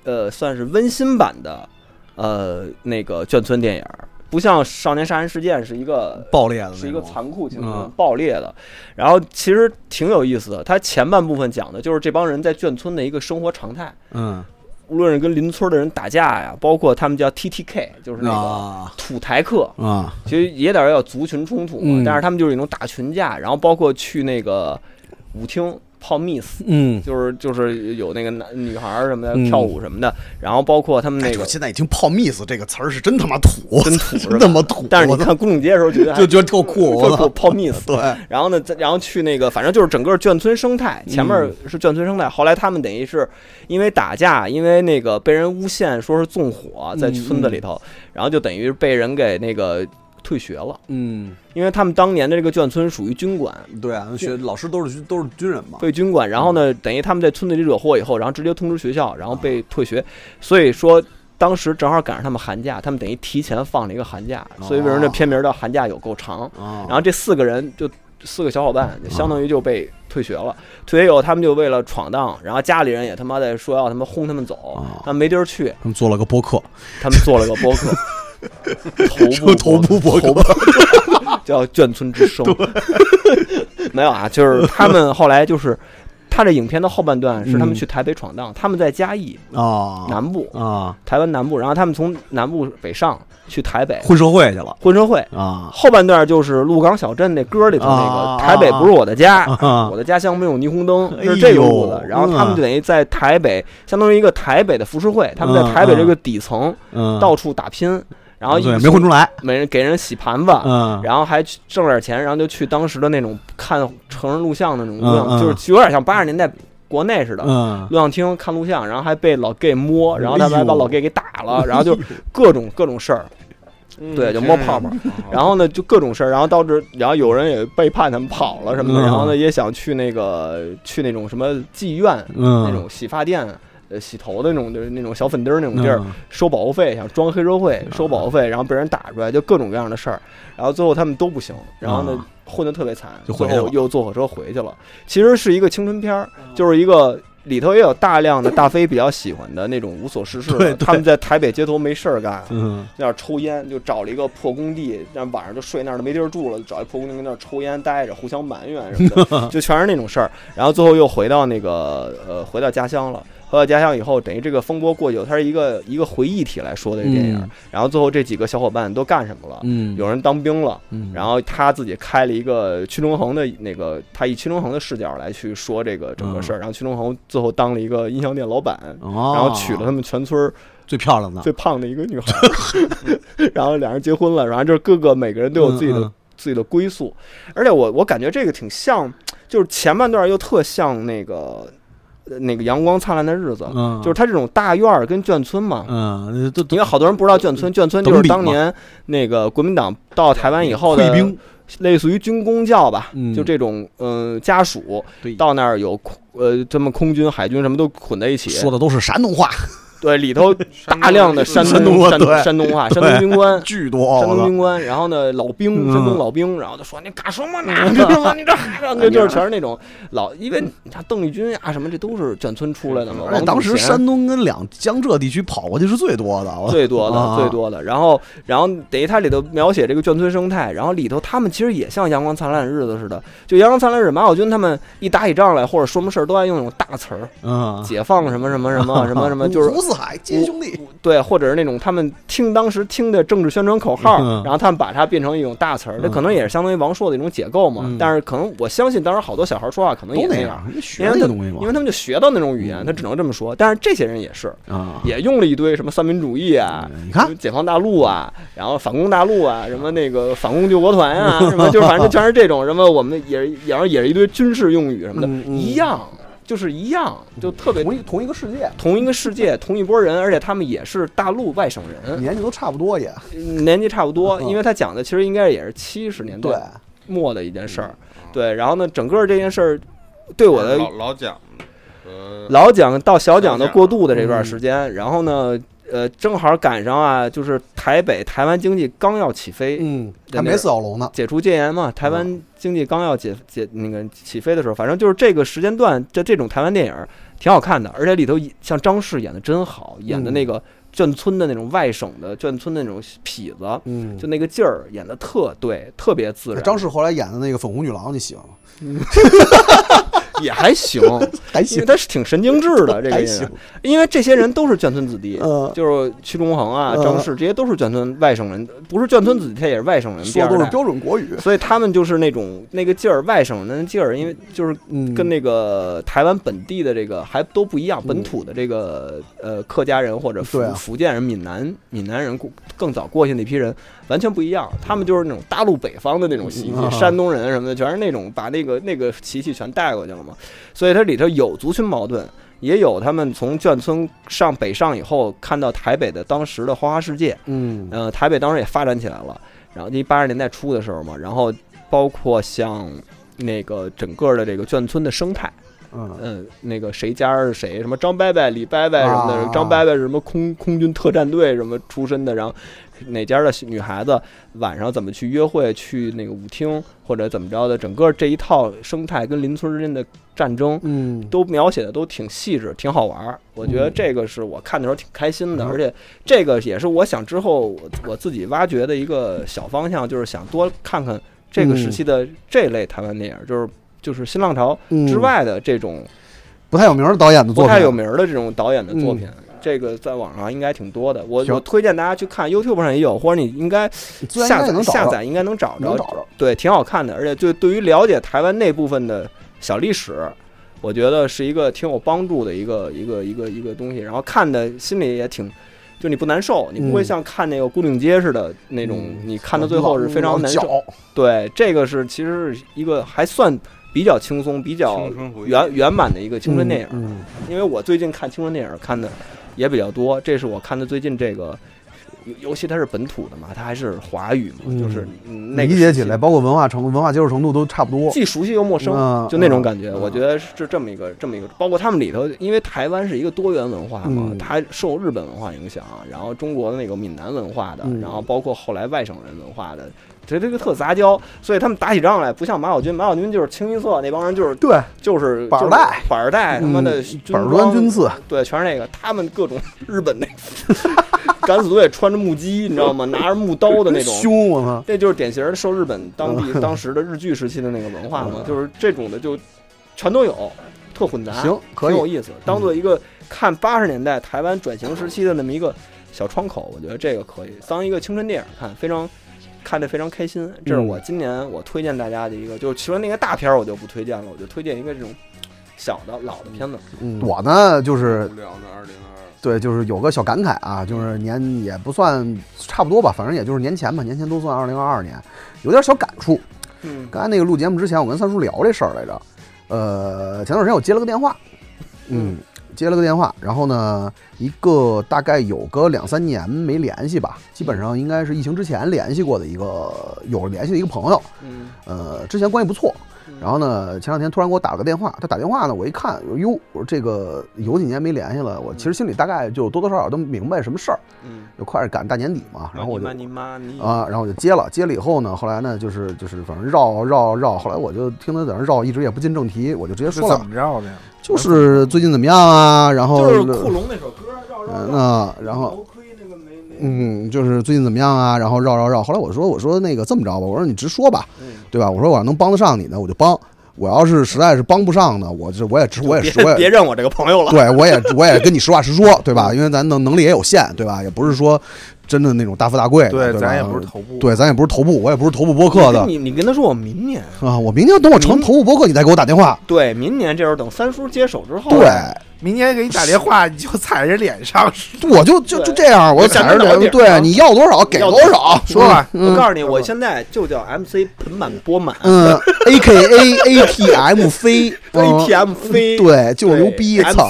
Speaker 2: 呃，算是温馨版的呃那个眷村电影儿，不像少年杀人事件是一个
Speaker 11: 爆裂的
Speaker 2: 是
Speaker 11: 那
Speaker 2: 一个
Speaker 11: 种
Speaker 2: 残酷情况
Speaker 11: 嗯
Speaker 2: 爆裂的。然后其实挺有意思的，它前半部分讲的就是这帮人在眷村的一个生活常态，
Speaker 11: 嗯
Speaker 2: 无论是跟邻村的人打架呀，包括他们叫 TTK，就是那个
Speaker 11: 啊
Speaker 2: 土台客，
Speaker 11: 啊
Speaker 2: 其实也点儿要族群冲突嘛，
Speaker 11: 嗯
Speaker 2: 但是他们就是一种打群架，然后包括去那个舞厅泡 miss，
Speaker 11: 嗯，
Speaker 2: 就是就是有那个男女孩儿什么的、
Speaker 11: 嗯
Speaker 2: 跳舞什么的，然后包括他们那
Speaker 11: 哎，
Speaker 2: 个
Speaker 11: 我，现在已经泡 miss 这个词儿是真他妈土，*laughs*
Speaker 2: 真土是吧
Speaker 11: 真他妈土，
Speaker 2: 但是你
Speaker 11: 我操
Speaker 2: 看《孤岭街》的时候觉得还
Speaker 11: 就 *laughs* 觉得特酷，我
Speaker 2: 就
Speaker 11: 操
Speaker 2: 是泡 miss，
Speaker 11: 对，
Speaker 2: 然后呢，再然后去那个，反正就是整个眷村生态，前面是眷村生态，后来他们等于是因为打架，因为那个被人诬陷说是纵火在村子里头，然后就等于被人给那个退学了，
Speaker 11: 嗯，
Speaker 2: 因为他们当年的这个眷村属于军管，
Speaker 11: 对啊，学老师都是军都是军人嘛，嗯
Speaker 2: 被军管，然后呢，等于他们在村子里惹祸以后，然后直接通知学校，然后
Speaker 11: 啊
Speaker 2: 被退学。所以说，当时正好赶上他们寒假，他们等于提前放了一个寒假，
Speaker 11: 哦
Speaker 2: 所以为什么这片名叫《寒假有够长》？
Speaker 11: 啊
Speaker 2: 然后这四个人就四个小伙伴，就相当于就被退学了。退学以后，他们就为了闯荡，然后家里人也他妈的说要他妈轰他们
Speaker 11: 哦
Speaker 2: 走，他们没地儿去，
Speaker 11: 他们做了个播客，
Speaker 2: 他们做了个播
Speaker 11: *laughs*
Speaker 2: 客。头部
Speaker 11: 头
Speaker 2: *laughs*
Speaker 11: 部播客，
Speaker 2: 叫眷村之
Speaker 11: *laughs*
Speaker 2: 声。没有啊，就是他们后来就是，他这影片的后半段是他们去台北闯荡，他们在嘉义
Speaker 11: 嗯
Speaker 3: *laughs*
Speaker 11: 啊
Speaker 2: 南部，
Speaker 11: 啊，
Speaker 2: 台湾南部，然后他们从南部北上去台北
Speaker 11: 混社会去了
Speaker 2: 混社会。
Speaker 11: 啊
Speaker 2: 后半段就是鹿港小镇那歌里头那
Speaker 11: 啊
Speaker 2: 个“台北不是我的家”，
Speaker 11: 啊
Speaker 2: 我的家乡没有霓虹灯，
Speaker 11: 哎呦
Speaker 2: 是这个路子。然后他们就等于在台北，相当于一个台北的浮世绘，他们在台北这个底层
Speaker 11: 嗯，
Speaker 2: 到处打拼，然后一
Speaker 11: 对没混出来，
Speaker 2: 没人给人洗盘子，
Speaker 11: 嗯
Speaker 2: 然后还去挣点钱，然后就去当时的那种看成人录像的那种录像，
Speaker 11: 嗯嗯
Speaker 2: 就是有点像八十年代国内似的。
Speaker 11: 嗯，
Speaker 2: 录像厅看录像，然后还被老 gay 摸，然后他们
Speaker 11: 哎
Speaker 2: 还
Speaker 11: 呦
Speaker 2: 把老 gay 给打了，然后就各种各种事儿，嗯
Speaker 10: 嗯
Speaker 2: 对，就摸泡
Speaker 11: 嗯
Speaker 2: 泡，然后呢就各种事儿，然后到这，然后有人也背叛他们跑了什么的，
Speaker 11: 嗯
Speaker 2: 然后呢也想去那个去那种什么妓院
Speaker 11: 嗯
Speaker 2: 那种洗发店。呃，洗头的那种，就是那种小粉灯儿那种地儿，
Speaker 11: 嗯
Speaker 2: 收保护费，想装黑社会，收保护费，然后被人打出来，就各种各样的事儿。然后最后他们都不行，然后呢
Speaker 11: 啊
Speaker 2: 混得特别惨，
Speaker 11: 就回
Speaker 2: 最
Speaker 11: 去了
Speaker 2: 后又坐火车回去了。其实是一个青春片儿，就是一个里头也有大量的大飞比较喜欢的那种无所事事
Speaker 11: 对
Speaker 2: 的，
Speaker 11: 对
Speaker 2: 他们在台北街头没事儿干，
Speaker 11: 嗯
Speaker 2: 在那儿抽烟，就找了一个破工地，但晚上就睡那儿，没地儿住了，就找一破工地跟那儿抽烟待着，互相埋怨什么
Speaker 11: *laughs*
Speaker 2: 的，就全是那种事儿。然后最后又回到那个呃，回到家乡了。回到家乡以后，等于这个风波过去，它是一个一个回忆体来说的这电影。
Speaker 11: 嗯
Speaker 2: 然后最后这几个小伙伴都干什么了？
Speaker 11: 嗯，
Speaker 2: 有人当兵了，
Speaker 11: 嗯，
Speaker 2: 然后他自己开了一个屈中恒的那个，他以屈中恒的视角来去说这个整个事儿。然后屈中恒最后当了一个音像店老板，
Speaker 11: 嗯哦，
Speaker 2: 然后娶
Speaker 3: 啊
Speaker 2: 了他们全村儿
Speaker 11: 最漂亮的，
Speaker 2: 最胖的一个女孩儿， *laughs* 然后俩人结婚了，然后就是各个每个人都有自己的、
Speaker 11: 嗯嗯
Speaker 2: 自己的归宿，而且我我感觉这个挺像，就是前半段又特像那个呃那个阳光灿烂的日子，
Speaker 11: 嗯，
Speaker 2: 就是它这种大院儿跟眷村嘛。
Speaker 11: 嗯，都
Speaker 2: 因
Speaker 11: 都
Speaker 2: 为好多人不知道眷村，眷村就
Speaker 11: 等
Speaker 2: 是
Speaker 11: 礼
Speaker 2: 当
Speaker 11: 嘛
Speaker 2: 年那个国民党到台湾以后
Speaker 11: 退
Speaker 2: 的
Speaker 11: 兵，
Speaker 2: 类似于军工教吧，
Speaker 11: 嗯
Speaker 2: 就这种呃家属
Speaker 11: 对
Speaker 2: 到那儿有空呃，他们空军、海军什么都混在一起，
Speaker 11: 说的都是山东话，
Speaker 2: 对，里头大量的山
Speaker 11: 山
Speaker 2: 东
Speaker 11: 东
Speaker 2: 山
Speaker 11: 对
Speaker 2: 山东话，山东军官，
Speaker 11: 巨多，啊
Speaker 2: 山
Speaker 11: 我
Speaker 2: 东
Speaker 11: 操
Speaker 2: 军官，然后呢，老
Speaker 11: 嗯
Speaker 2: 兵，山东老兵，然后就说你干什么呢？你这你这
Speaker 11: *laughs*
Speaker 2: 孩子，这就是全是那种老，因为你看邓丽君啊什么，这都是眷村出来的嘛。
Speaker 11: 而
Speaker 2: 王
Speaker 11: 且
Speaker 2: 祖
Speaker 11: 当时
Speaker 2: 贤
Speaker 11: 山东跟两江浙地区跑过去是最多的，我
Speaker 2: 最多的
Speaker 11: 啊
Speaker 2: 最多的，然后然后等于它里头描写这个眷村生态，然后里头他们其实也像《阳光灿烂的日子》似的，就《阳光灿烂的日子》，马小军他们一打起仗来或者说什么事儿都爱用那种大词儿，
Speaker 11: 嗯，
Speaker 2: 解放什么什么什么
Speaker 11: *laughs*
Speaker 2: 什么什么，就是
Speaker 11: 五湖四海皆兄弟，
Speaker 2: 对，或者是那种他们听当时听的政治宣传口号，
Speaker 11: 嗯
Speaker 2: 然后他们把它变成一种大词儿，这可能也是相当于王朔的一种解构嘛。
Speaker 11: 嗯
Speaker 2: 但是可能我相信当时好多小孩说话可能
Speaker 11: 都
Speaker 2: 也
Speaker 11: 那
Speaker 2: 样，
Speaker 11: 样，学那东西
Speaker 2: 因
Speaker 11: 嘛嗯
Speaker 2: 为他们就学到那种语言，他只能这么说。但是这些人也是
Speaker 11: 啊。
Speaker 2: 也用了一堆什么三民主义啊。
Speaker 11: 嗯你
Speaker 2: 什
Speaker 11: 看
Speaker 2: 么，解放大陆啊，然后反攻大陆啊，什么那个反攻救国
Speaker 11: *laughs*
Speaker 2: 团啊，什么就是反正全是这种什么，我们也是也是也是一堆军事用语什么的，
Speaker 11: 嗯嗯
Speaker 2: 一样就是一样，就特别
Speaker 11: 同一同一个世界，
Speaker 2: 同一个世
Speaker 11: *laughs*
Speaker 2: 界，同一拨人，而且他们也是大陆外省人，
Speaker 11: 年纪都差不多也
Speaker 2: 年纪差不多。
Speaker 11: 嗯
Speaker 2: 因为他讲的其实应该也是七十年
Speaker 11: 对嗯
Speaker 2: 代末的一件事儿，对。然后呢，整个这件事儿对我
Speaker 11: 哎
Speaker 2: 的
Speaker 4: 老老蒋和
Speaker 2: 老蒋到小蒋的
Speaker 4: 小蒋
Speaker 2: 过渡的这段时间，然后呢，呃，正好赶上啊，就是台北台湾经济刚要起飞，
Speaker 11: 嗯，还没四小龙呢，嗯
Speaker 2: 解除戒严嘛，台湾经济刚要解解那个起飞的时候，反正就是这个时间段，这这种台湾电影儿挺好看的，而且里头像张氏演的真好，演的那
Speaker 11: 嗯
Speaker 2: 个眷村的那种外省的眷村的那种痞子，
Speaker 11: 嗯，
Speaker 2: 就那个劲儿演的特对，特别自然。
Speaker 11: 张氏后来演的那个粉红女郎，你喜欢吗？
Speaker 2: *laughs* 也还行，
Speaker 11: *laughs* 还
Speaker 2: 因为
Speaker 11: 行，
Speaker 2: 他是挺神经质
Speaker 11: *laughs*
Speaker 2: 的这个
Speaker 11: 还
Speaker 2: 人
Speaker 11: 行，，
Speaker 2: 因为这些人都是眷村子弟。
Speaker 11: 呃，
Speaker 2: 就是屈中恒啊、
Speaker 11: 嗯
Speaker 2: 张氏，这些都是眷村外省人，不是眷村子弟，他也是外省人。
Speaker 11: 说的都
Speaker 2: 第二
Speaker 11: 是
Speaker 2: 代
Speaker 11: 标准国语，
Speaker 2: 所以他们就是那种那个劲儿，外省人的劲儿，因为就是
Speaker 11: 嗯，
Speaker 2: 跟那个台湾本地的这个还都不一样，本土的这个呃客家人或者福、
Speaker 11: 对啊
Speaker 2: 福建人、闽南闽南人过更早过去那批人完全不一样，他们就是那种大陆北方的那种习气，
Speaker 11: 嗯啊
Speaker 2: 山东人什么的，全是那种把那个那个习气全带过去了嘛，所以它里头有族群矛盾。也有他们从眷村上北上以后，看到台北的当时的花花世界，
Speaker 11: 嗯
Speaker 2: 呃，台北当时也发展起来了，然后一八十年代初的时候嘛，然后包括像那个整个的这个眷村的生态，
Speaker 11: 嗯
Speaker 2: 嗯，那个谁家是谁，什么张伯伯、李伯伯什么的，
Speaker 11: 啊
Speaker 2: 张伯伯是什么空空军特战队什么出身的，然后哪家的女孩子晚上怎么去约会，去那个舞厅或者怎么着的，整个这一套生态跟邻村之间的战争。
Speaker 11: 嗯，
Speaker 2: 都描写的都挺细致，挺好玩儿。我觉得
Speaker 11: 嗯
Speaker 2: 这个是我看的时候挺开心的，
Speaker 11: 嗯
Speaker 2: 而且这个也是我想之后我我自己挖掘的一个小方向，就是想多看看这个时期的这类台湾电影，就是就是新浪潮
Speaker 11: 嗯
Speaker 2: 之外的这种
Speaker 11: *laughs* 不太有名的导演的作
Speaker 2: 不
Speaker 11: 品，啊嗯
Speaker 2: 太有名儿的这种导演的作品。这个在网上应该挺多的，我我推荐大家去看，YouTube 上也有，或者你应该
Speaker 11: 自然应
Speaker 2: 下
Speaker 11: 该也
Speaker 2: 载
Speaker 11: 能找
Speaker 2: 下
Speaker 11: 着
Speaker 2: 载应该能找
Speaker 11: 能
Speaker 2: 着
Speaker 11: 找，着，
Speaker 2: 对，挺好看的，而且就对于了解台湾那部分的小历史，我觉得是一个挺有帮助的一个一个一个一个东西。然后看的心里也挺，就你不难受，你不会
Speaker 11: 嗯
Speaker 2: 像看那个《孤岭街》似的那种，
Speaker 11: 嗯
Speaker 2: 你看到最后是非常难受。
Speaker 11: 老
Speaker 2: 对，这个是其实是一个还算比较轻松、比较
Speaker 4: 青春回忆
Speaker 2: 圆圆满的一个青春电影。
Speaker 11: 嗯，
Speaker 2: 因为我最近看青春电影看的也比较多，这是我看的最近这个，尤尤其它是本土的嘛，它还是华语嘛，
Speaker 11: 嗯
Speaker 2: 就是嗯那个
Speaker 11: 理解
Speaker 2: 时
Speaker 11: 起
Speaker 2: 期
Speaker 11: 来，包括文化程度、文化接受程度都差不多，
Speaker 2: 既熟悉又陌生，
Speaker 11: 嗯
Speaker 2: 就那种感觉。
Speaker 11: 嗯
Speaker 2: 我觉得是这么一个这么一个，包括他们里头，因为台湾是一个多元文化嘛，
Speaker 11: 嗯
Speaker 2: 它受日本文化影响，然后中国的那个闽南文化的，
Speaker 11: 嗯
Speaker 2: 然后包括后来外省人文化的。这这个特杂交，所以他们打起仗来不像马小军，马小军就是清一色那帮人就是
Speaker 11: 对，
Speaker 2: 就是
Speaker 11: 板儿带，嗯
Speaker 2: 板儿带他妈的
Speaker 11: 板儿端军刺，
Speaker 2: 对，全是那个他们各种 *laughs* 日本那敢死队穿着木屐，你知道吗？拿着木刀的那种，
Speaker 11: 凶啊嗯我操，
Speaker 2: 这就是典型的受日本当地当时的日据时期的那个文化嘛，就是这种的就全都有，特混杂，
Speaker 11: 行，可
Speaker 2: 挺有
Speaker 11: 以，
Speaker 2: 意思。当做一个看八十年代台湾转型时期的那么一个小窗口，我觉得这个可以当一个青春电影看，非常。看着非常开心，这是我今年我推荐大家的一个，就是除了那个大片儿我就不推荐了，我就推荐一个这种小的老的片子。
Speaker 11: 嗯我呢就是
Speaker 4: 无聊的二零二
Speaker 11: 对，就是有个小感慨啊，就是年也不算差不多吧，反正也就是年前吧，年前都算二零二二年，有点小感触。
Speaker 2: 嗯，
Speaker 11: 刚才那个录节目之前，我跟三叔聊这事儿来着。呃，前段时间我接了个电话，嗯，接了个电话，然后呢，一个大概有个两三年没联系吧，基本上应该是疫情之前联系过的一个有联系的一个朋友，
Speaker 2: 嗯
Speaker 11: 呃，之前关系不错，
Speaker 8: 嗯
Speaker 3: 然后呢，前两天突然给我打了个电话，他打电话呢，我一看，我说哟，我说这个有几年没联系了，我
Speaker 8: 嗯
Speaker 3: 其实心里大概就多多少少都明白什么事儿，
Speaker 2: 嗯，
Speaker 3: 就快赶大年底嘛，然后我就
Speaker 2: 你妈
Speaker 8: 嗯
Speaker 2: 你妈你
Speaker 3: 啊，然后我就接了，接了以后呢，后来呢，就是就是反正绕绕绕，后来我就听他在那绕，一直也不进正题，我就直接
Speaker 8: 是
Speaker 3: 说
Speaker 8: 怎
Speaker 3: 了，
Speaker 8: 么着的呀？
Speaker 3: 就是最近怎么样啊，然后
Speaker 16: 就是库龙那首歌，绕绕
Speaker 3: 嗯
Speaker 16: 绕，
Speaker 3: 那然后
Speaker 16: 头盔那个没没，
Speaker 3: 嗯，就是最近怎么样啊？然后绕绕绕。后来我说我说那个这么着吧，我说你直说吧，
Speaker 16: 嗯
Speaker 3: 对吧？我说我要能帮得上你呢，我就帮；我要是实在是帮不上呢，我这我也直我也
Speaker 2: 别
Speaker 3: 是我 *laughs*
Speaker 2: 别
Speaker 3: 也
Speaker 2: 认我这个朋友了，
Speaker 3: 对我也我也跟你实话实说，对吧？因为咱能能力也有限，对吧？也不是说真的那种大富大贵的，对吧，
Speaker 8: 咱也不是头部，
Speaker 3: 对，咱也不是头部，我也不是头部播客的
Speaker 2: 你你跟他说我明年，
Speaker 3: 啊。我明天等我成
Speaker 2: 您
Speaker 3: 头部播客，你再给我打电话。
Speaker 2: 对，明年这时候等三叔接手之后，
Speaker 3: 对，
Speaker 8: 明年给你打电话，你就踩着脸上
Speaker 3: 我就就就这样，我
Speaker 2: 就想
Speaker 3: 踩着
Speaker 2: 着
Speaker 3: 点，
Speaker 2: 点儿
Speaker 3: 对，啊你要多少给
Speaker 2: 要嗯
Speaker 3: 多少，
Speaker 8: 说吧。
Speaker 2: 我告
Speaker 3: *laughs*
Speaker 2: 诉你，我现在就叫 MC 盆满钵满
Speaker 3: 嗯，A K A A T M
Speaker 2: *laughs*
Speaker 3: C 嗯
Speaker 2: ，ATM 飞，
Speaker 3: 对，就是牛逼，操！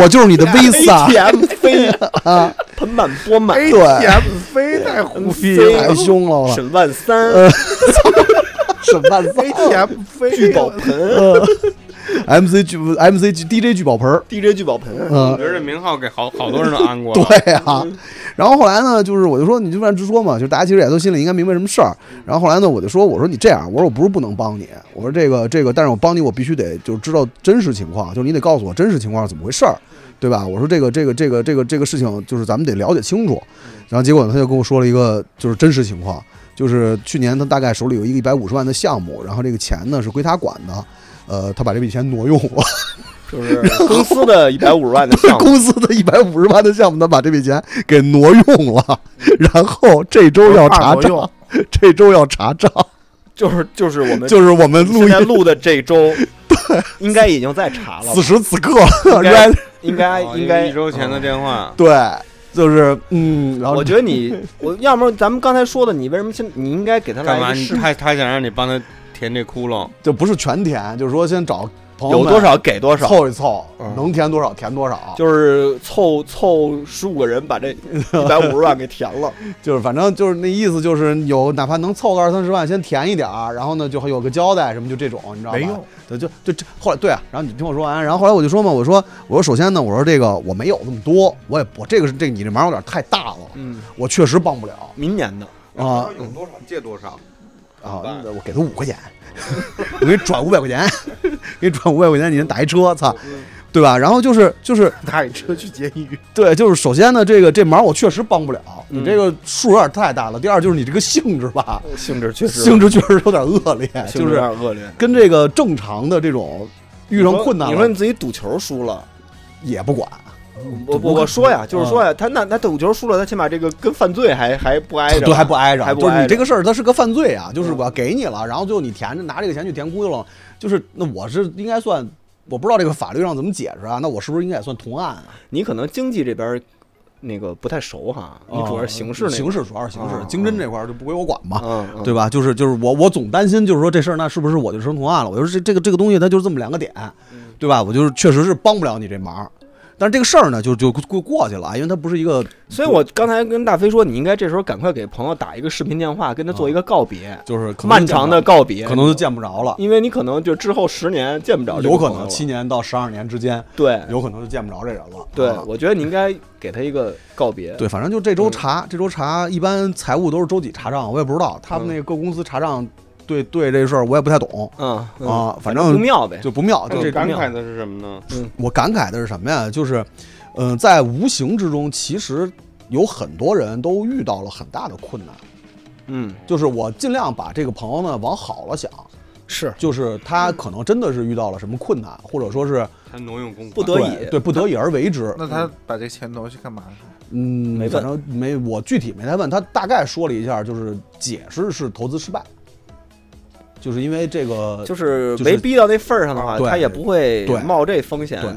Speaker 3: *laughs*我就是你
Speaker 2: *laughs*
Speaker 3: 的 Visa *laughs*
Speaker 2: ATM 飞，
Speaker 3: 啊，
Speaker 2: 盆满钵满，
Speaker 3: 对，
Speaker 8: ，ATM 飞太虎逼
Speaker 2: MC
Speaker 3: 太凶了我操，
Speaker 2: 沈万三，
Speaker 3: 呃，什么烂造
Speaker 8: ，ATM 飞啊
Speaker 2: 聚宝盆
Speaker 3: ？MC 嗯聚 MC 聚 DJ 聚宝盆儿，
Speaker 2: ，DJ 聚宝盆，
Speaker 4: 我
Speaker 3: 嗯，
Speaker 4: 觉得这名号给好好多人都安过
Speaker 2: *laughs*
Speaker 3: *laughs*
Speaker 4: 了。
Speaker 3: 对啊。然后后来呢，就是我就说你就按直说嘛，就是大家其实也都心里应该明白什么事儿。然后后来呢，我就说我说你这样，我说我不是不能帮你，我说这个这个，但是我帮你我必须得就是知道真实情况，就是你得告诉我真实情况是怎么回事儿。对吧？我说这个这个这个这个这个事情，就是咱们得了解清楚。然后结果呢，他就跟我说了一个就是真实情况，就是去年他大概手里有一个一百五十万的项目，然后这个钱呢是归他管的，呃，他把这笔钱挪用了， *laughs*
Speaker 2: 就是公司的一百五十万的项目，
Speaker 3: 公司的一百五十万的项目，他把这笔钱给挪用了，
Speaker 2: 嗯
Speaker 3: *laughs* 然后这周要查
Speaker 8: 不是怕挪
Speaker 3: 账， *laughs* 这周要查账，
Speaker 2: 就是就是我们
Speaker 3: 就是我们录
Speaker 2: 现在
Speaker 3: 音
Speaker 2: 录的这周，
Speaker 3: *laughs*
Speaker 2: 应该已经在查了
Speaker 3: 此
Speaker 2: 吧，
Speaker 3: 时此刻
Speaker 2: 应该
Speaker 3: right，
Speaker 2: 应该
Speaker 4: 哦
Speaker 2: 应该嗯
Speaker 4: 一周前的电话，
Speaker 3: *laughs* 对，就是嗯，然后
Speaker 2: 啊我觉得你，我要么咱们刚才说的，你为什么现你应该给他来
Speaker 4: 干
Speaker 2: 一
Speaker 4: 嘛？
Speaker 2: 个
Speaker 4: 你
Speaker 2: 试？
Speaker 4: 他他想让你帮他填这窟窿，
Speaker 3: *laughs* 就不是全填，就是说先找朋友
Speaker 2: 有
Speaker 3: 们
Speaker 2: 多少给多少，嗯
Speaker 3: 凑一凑，能填多少填多少，
Speaker 2: 就是凑凑十五个人把这一百
Speaker 3: *laughs*
Speaker 2: 五十万给填了。
Speaker 3: 就是反正就是那意思，就是有哪怕能凑个二三十万，先填一点儿，然后呢就有个交代什么，就这种，你知道吧？
Speaker 8: 没用，
Speaker 3: 对，就就这后来对啊，然后你听我说完，然后后来我就说嘛，我说我说首先呢，我说这个我没有那么多，我也我这个是这个、你这忙有点太大了，
Speaker 2: 嗯，
Speaker 3: 我确实帮不了
Speaker 2: 明年的
Speaker 3: 啊
Speaker 4: 有多少借多少。
Speaker 3: 啊，我给他五块钱，我给你转五百块钱， *laughs* 给你转五百块钱，你先打一车，操，
Speaker 2: 嗯
Speaker 3: 对吧？然后就是
Speaker 2: *laughs*
Speaker 3: 就是
Speaker 8: 打你车去监狱，
Speaker 3: 对，就是首先呢，这个这忙我确实帮不了，你
Speaker 2: 嗯呃
Speaker 3: 这个数有点太大了。第二就是你这个性质吧，
Speaker 2: 性质确实
Speaker 3: 性质确实有点恶劣，
Speaker 2: 性
Speaker 3: 就
Speaker 2: 质有
Speaker 3: 是
Speaker 2: 点恶劣。
Speaker 3: 跟这个正常的这种遇上困难
Speaker 2: 你说
Speaker 3: 了
Speaker 2: 你自己赌球输了，
Speaker 3: 也不管，
Speaker 2: 我我我说呀，就是说
Speaker 3: 嗯
Speaker 2: 呀，他那他赌球输了，他起码这个跟犯罪还还不挨着，
Speaker 3: 对，还不挨着，
Speaker 2: 还不
Speaker 3: 就是
Speaker 2: 挨
Speaker 3: 你
Speaker 2: 着
Speaker 3: 这个事儿它是个犯罪啊，就是我要给你了，然后最后你填着拿这个钱去填窟窿了，就是那我是应该算。我不知道这个法律上怎么解释啊，那我是不是应该也算同案啊？
Speaker 2: 你可能经济这边那个不太熟哈，你主要是刑事那
Speaker 3: 刑
Speaker 2: 事，
Speaker 3: 事啊主要是刑事
Speaker 2: 啊，
Speaker 3: 经侦这块儿就不归我管嘛。
Speaker 2: 嗯，嗯
Speaker 3: 对吧？就是就是我我总担心，就是说这事儿那是不是我就成同案了？我就是这这个这个东西它就是这么两个点，
Speaker 2: 嗯
Speaker 3: 对吧？我就是确实是帮不了你这忙，但是这个事儿呢就就过过去了，因为它不是一个
Speaker 2: 所以我刚才跟大飞说，你应该这时候赶快给朋友打一个视频电话，跟他做一个告别，
Speaker 3: 就是可能
Speaker 2: 漫长的告别，
Speaker 3: 可能就见不着了，
Speaker 2: 因为你可能就之后十年见不着这个
Speaker 3: 有可
Speaker 2: 朋友
Speaker 3: 能
Speaker 2: 了
Speaker 3: 七年到十二年之间，
Speaker 2: 对
Speaker 3: 有可能就见不着这人了。
Speaker 2: 对
Speaker 3: 啊，
Speaker 2: 我觉得你应该给他一个告别。
Speaker 3: 对，反正就这周
Speaker 2: 嗯
Speaker 3: 查，这周查一般财务都是周几查账，我也不知道他们那个各公司查账，对对这事儿我也不太懂
Speaker 2: 嗯，嗯
Speaker 3: 啊，反
Speaker 2: 不
Speaker 3: 正
Speaker 2: 妙呗。
Speaker 3: 就不妙，就
Speaker 4: 那
Speaker 3: 这
Speaker 4: 你感慨的是什么呢？
Speaker 2: 嗯
Speaker 3: 我感慨的是什么呀？就是，嗯、在无形之中，其实有很多人都遇到了很大的困难。
Speaker 2: 嗯，
Speaker 3: 就是我尽量把这个朋友呢往好了想，
Speaker 2: 是
Speaker 3: 就是他可能真的是遇到了什么困难，或者说是
Speaker 4: 他挪用公款，
Speaker 2: 不得已
Speaker 3: 对对不得已而为之。
Speaker 8: 那他把这钱挪去
Speaker 11: *laughs*
Speaker 8: 干嘛去？
Speaker 3: 嗯，
Speaker 2: 没
Speaker 3: 反
Speaker 2: 问
Speaker 3: 正没我具体没太问他，大概说了一下，就是解释是投资失败，就是因为这个
Speaker 2: 呃就是
Speaker 3: 就是
Speaker 2: 没逼到那份儿上的话，
Speaker 3: 对
Speaker 2: 他也不会
Speaker 3: 对
Speaker 2: 冒这风险
Speaker 3: 对，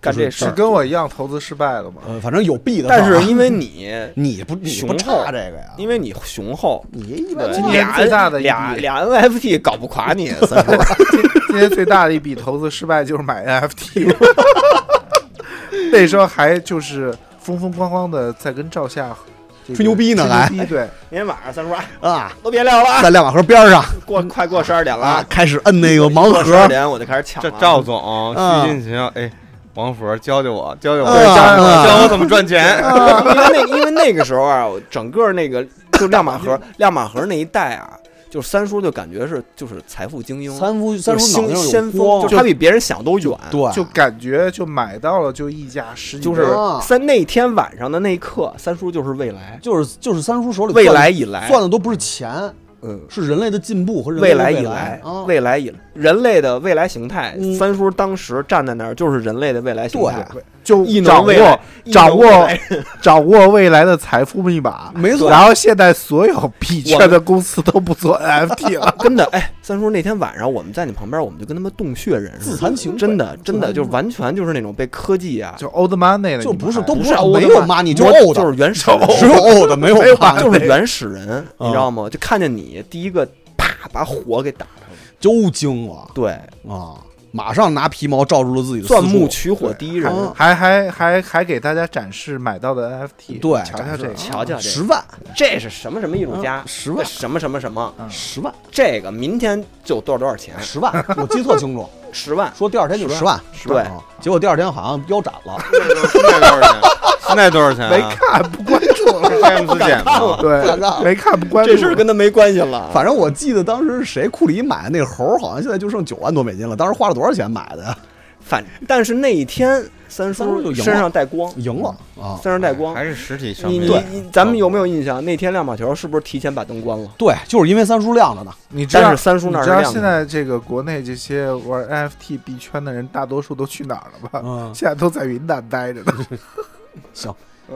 Speaker 2: 干
Speaker 3: 就是
Speaker 2: 这事
Speaker 8: 是
Speaker 2: 儿。
Speaker 8: 跟我一样投资失败了吗？
Speaker 3: 呃，反正有弊的事儿
Speaker 2: 但
Speaker 3: 啊。
Speaker 2: 是因为你，
Speaker 3: 你不 *laughs* 你
Speaker 2: 雄
Speaker 3: 不
Speaker 2: 厚
Speaker 3: 差这个呀，
Speaker 2: 因为你雄厚，
Speaker 3: 你一般
Speaker 2: 对
Speaker 8: 今年
Speaker 2: 俩
Speaker 8: 最大的一
Speaker 2: 俩
Speaker 8: 笔
Speaker 2: 俩 NFT 搞不垮你，三叔。
Speaker 8: *laughs* 今天最大的一笔投资失败就是买
Speaker 11: *laughs*
Speaker 8: NFT 了，那时候还就是风风光光的在跟赵夏这个
Speaker 11: 吹牛逼呢还
Speaker 8: 吹牛逼对，
Speaker 2: 明天晚上三叔啊，
Speaker 11: 啊，
Speaker 2: 都别聊了啊，
Speaker 11: 在亮马河边上
Speaker 2: 过快过十二点了
Speaker 11: 啊
Speaker 2: 啊，，
Speaker 11: 开始摁那个盲
Speaker 2: 过十二
Speaker 11: 盒，
Speaker 2: 点我就开始抢
Speaker 4: 这
Speaker 2: 了。
Speaker 4: 赵总
Speaker 2: 嗯
Speaker 11: 啊
Speaker 4: 虚心请教，哎，王佛教教我，
Speaker 2: 哎
Speaker 4: 教教
Speaker 3: 嗯
Speaker 4: 我，
Speaker 11: 对
Speaker 4: 教
Speaker 11: 教教我
Speaker 4: 教我怎么赚钱。
Speaker 2: 嗯 *laughs* 因为
Speaker 4: *laughs*
Speaker 2: 那因为那个时候啊，我整个那个就亮马河亮马河那一带啊，就是三叔就感觉是就是财富精英，
Speaker 3: 三夫
Speaker 2: 就
Speaker 3: 三
Speaker 2: 是
Speaker 3: 叔脑
Speaker 2: 先
Speaker 3: 袋上
Speaker 2: 先
Speaker 3: 有
Speaker 2: 锋，
Speaker 3: 光，
Speaker 2: 就是他比别人想都远。
Speaker 3: 对，
Speaker 8: 就感觉就买到了就溢价十几
Speaker 2: 就
Speaker 8: 倍
Speaker 2: 是三那天晚上的那一刻，三叔就是未
Speaker 3: 啊
Speaker 2: 来，
Speaker 3: 就是就是三叔手里
Speaker 2: 未
Speaker 3: 攥
Speaker 2: 来以来，
Speaker 3: 算的都不是钱，
Speaker 2: 嗯，
Speaker 3: 是人类的进步和人类
Speaker 2: 未
Speaker 3: 的
Speaker 2: 来以
Speaker 3: 未
Speaker 2: 来
Speaker 3: 啊，，
Speaker 2: 未来以来，人类的未来形态
Speaker 3: 嗯。
Speaker 2: 三叔当时站在那儿，就是人类的未来形态，
Speaker 8: 就
Speaker 2: 一能
Speaker 8: 掌
Speaker 2: 未来
Speaker 8: *laughs* 握掌
Speaker 2: 一能未
Speaker 8: 握
Speaker 2: *laughs* 来
Speaker 8: 掌握未来的财富密码，
Speaker 3: 没错
Speaker 8: 然后现在所有币圈的公司都不做 *laughs* NFT 了，
Speaker 2: 真的哎，三叔那天晚上我们在你旁边，我们就跟他们洞穴人似
Speaker 3: 自
Speaker 2: 的，
Speaker 3: 惭形秽
Speaker 2: 真的真的
Speaker 3: 自惭
Speaker 2: 就
Speaker 3: 形秽
Speaker 2: 是完全就是那种被科技啊，
Speaker 8: 就 old money 了，
Speaker 3: 就
Speaker 8: 你们
Speaker 3: 不是
Speaker 8: 还
Speaker 3: 都
Speaker 2: 不
Speaker 3: 是
Speaker 2: 是欧
Speaker 3: 没
Speaker 2: 的
Speaker 3: 有
Speaker 2: 嘛
Speaker 3: money，就
Speaker 2: 我
Speaker 3: 是 old，
Speaker 2: 就是
Speaker 3: *laughs*
Speaker 2: 原始人，
Speaker 3: 只有 old 没有嗯 money，
Speaker 2: 就是原始人，你知道吗？就看见你第一个啪把火给打上了，
Speaker 3: 就精了
Speaker 2: 对，
Speaker 3: 啊！马上拿皮毛罩住了自己的
Speaker 2: 钻
Speaker 3: 四
Speaker 2: 木
Speaker 3: 目，
Speaker 2: 取火 *laughs* 第一人，
Speaker 3: 啊
Speaker 8: 还还还还给大家展示买到的 NFT，
Speaker 3: 对
Speaker 8: 瞧瞧这个，
Speaker 2: 瞧瞧这
Speaker 3: 十
Speaker 2: 个，
Speaker 3: 万嗯
Speaker 2: 这是什么什么艺术家？
Speaker 3: 十万嗯
Speaker 2: 这什么什么什么？
Speaker 3: 十万
Speaker 2: 这个明天就多少多少钱？
Speaker 3: 十万，我记错清楚，
Speaker 2: 十万。
Speaker 3: 说第二天就十万，
Speaker 2: 十万
Speaker 3: 啊结果第二天好像腰斩了，
Speaker 4: 现在多少钱？现在多少钱啊？
Speaker 8: 没看不关注了，
Speaker 4: 是詹姆斯简吗？
Speaker 3: 看到
Speaker 8: 对，没看不关注，
Speaker 2: 这事儿跟他没关系了。
Speaker 3: 反正我记得当时谁库里买的那个猴儿，好像现在就剩九万多美金了。当时花了多少钱买的呀？
Speaker 2: *laughs* 反，但是那一天 *laughs* 三
Speaker 3: 三叔就
Speaker 2: 叔
Speaker 3: 赢了
Speaker 2: 身上带光，嗯
Speaker 3: 赢了啊！
Speaker 2: 身上带光
Speaker 4: 哎还。是实体商
Speaker 2: 你
Speaker 4: 品
Speaker 2: 你。你咱们有没有印象？那天亮马球是不是提前把灯关了？
Speaker 3: 对，就是因为三叔亮的呢。
Speaker 8: 你知道
Speaker 2: 但是三叔那儿
Speaker 8: 你
Speaker 2: 是
Speaker 8: 知道
Speaker 2: 亮
Speaker 8: 现
Speaker 2: 的
Speaker 8: 在这个国内这些玩 NFT 币圈的人，大多数都去哪儿了吧？
Speaker 3: 嗯，
Speaker 8: 现在都在云南待
Speaker 2: *laughs*
Speaker 8: 着呢，嗯
Speaker 3: 行，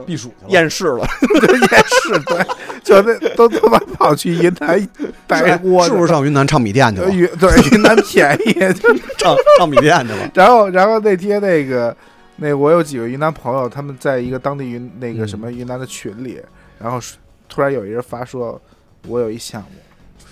Speaker 3: 避暑
Speaker 8: *laughs*
Speaker 3: 去了。
Speaker 2: 厌世 *laughs* 了，
Speaker 8: 也是对，就那都他妈跑去云南待窝
Speaker 3: 是不是上云南唱米店去
Speaker 8: 着
Speaker 3: 了
Speaker 8: 呢？？云呃对 *laughs* 云南便
Speaker 3: *laughs*
Speaker 8: 宜，就
Speaker 3: 唱唱米店去了。
Speaker 8: *laughs* 然后然后那天那个那我有几个云南朋友，他们在一个当地云那
Speaker 3: 嗯
Speaker 8: 个什么云南的群里，然后突然有一人发说，我有一项目，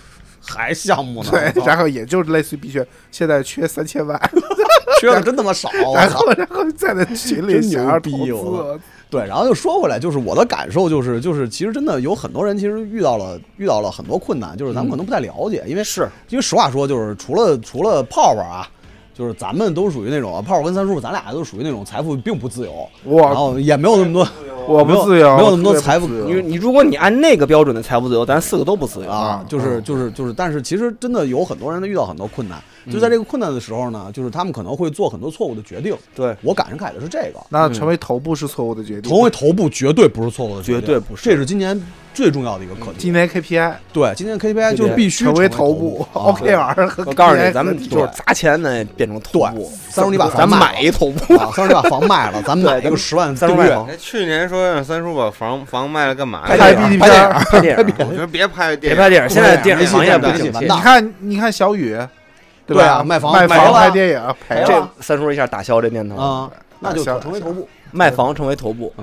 Speaker 3: 还项目呢？
Speaker 8: 对
Speaker 3: 我，操
Speaker 8: 然后也就是类似于币圈，现在缺三千万， *laughs*
Speaker 3: 缺的真他妈少。我
Speaker 8: 然
Speaker 3: 操
Speaker 8: 后然后在那群里
Speaker 3: 真牛
Speaker 8: 想要投
Speaker 3: 逼
Speaker 8: 资，啊
Speaker 3: 我对，然后又说回来，就是我的感受就是，就是其实真的有很多人其实遇到了遇到了很多困难，就是咱
Speaker 8: 嗯
Speaker 3: 们可能不太了解，因为
Speaker 2: 是
Speaker 3: 因为实话说，就是除了除了泡泡啊。就是咱们都属于那种泡泡跟三叔，咱俩都属于那种财富并不自由，然
Speaker 8: 我
Speaker 3: 后哦也没有那么多，
Speaker 8: 我不自由，
Speaker 3: 没有那么多
Speaker 8: 我特别不
Speaker 3: 财富
Speaker 8: 自由
Speaker 2: 你你如果你按那个标准的财务自由，咱四个都不自由。嗯
Speaker 3: 啊，就是就是就是，但是其实真的有很多人遇到很多困难，就
Speaker 2: 嗯
Speaker 3: 在这个困难的时候呢，就是他们可能会做很多错误的决定。
Speaker 2: 对，嗯
Speaker 3: 我赶上凯的是这个，
Speaker 8: 那成为头部是错误的决定。
Speaker 3: 成为头部绝对不是错误的决定，
Speaker 2: 绝对不是
Speaker 3: 这是今年最重要的一个课题
Speaker 8: 今。年 KPI
Speaker 3: 对，今年 KPI 就
Speaker 2: KPI
Speaker 3: 必须
Speaker 8: 成为
Speaker 3: 头
Speaker 8: 头部
Speaker 3: 啊
Speaker 8: ，OK 玩意儿和
Speaker 2: 我告诉你，
Speaker 8: KPI
Speaker 2: 咱们
Speaker 8: 合体
Speaker 2: 就是砸钱呢，变成头
Speaker 3: 对
Speaker 2: 部。，
Speaker 3: 三叔你把
Speaker 2: 咱
Speaker 3: 房
Speaker 2: 买
Speaker 3: 卖
Speaker 2: 一
Speaker 3: 了，
Speaker 2: 头部，
Speaker 3: 啊三叔你把房卖
Speaker 2: *laughs*
Speaker 3: 了，咱们买一个十万
Speaker 2: 三
Speaker 3: 订
Speaker 2: 叔卖
Speaker 3: 阅，
Speaker 2: 房，
Speaker 4: 哎，去年说让三叔把房房卖了干嘛
Speaker 2: 拍
Speaker 4: 呀？
Speaker 8: 拍
Speaker 2: 电影
Speaker 8: B
Speaker 2: 儿
Speaker 8: T 片儿，
Speaker 2: 拍电影儿，
Speaker 4: 我觉得别拍电
Speaker 2: 别
Speaker 4: 影，
Speaker 2: 拍电影儿，现在电影
Speaker 3: 没戏
Speaker 2: 行业
Speaker 3: 干
Speaker 2: 不
Speaker 3: 没戏
Speaker 2: 景
Speaker 3: 完
Speaker 2: 气
Speaker 3: 蛋。
Speaker 8: 你看，你看小雨，对
Speaker 3: 对啊
Speaker 8: 吧？
Speaker 3: 卖房
Speaker 8: 卖
Speaker 3: 卖房
Speaker 8: 拍电影赔了，
Speaker 2: 这三叔一下打消这念头了，
Speaker 3: 啊，那就成为头部。嗯
Speaker 2: 卖房成为头部，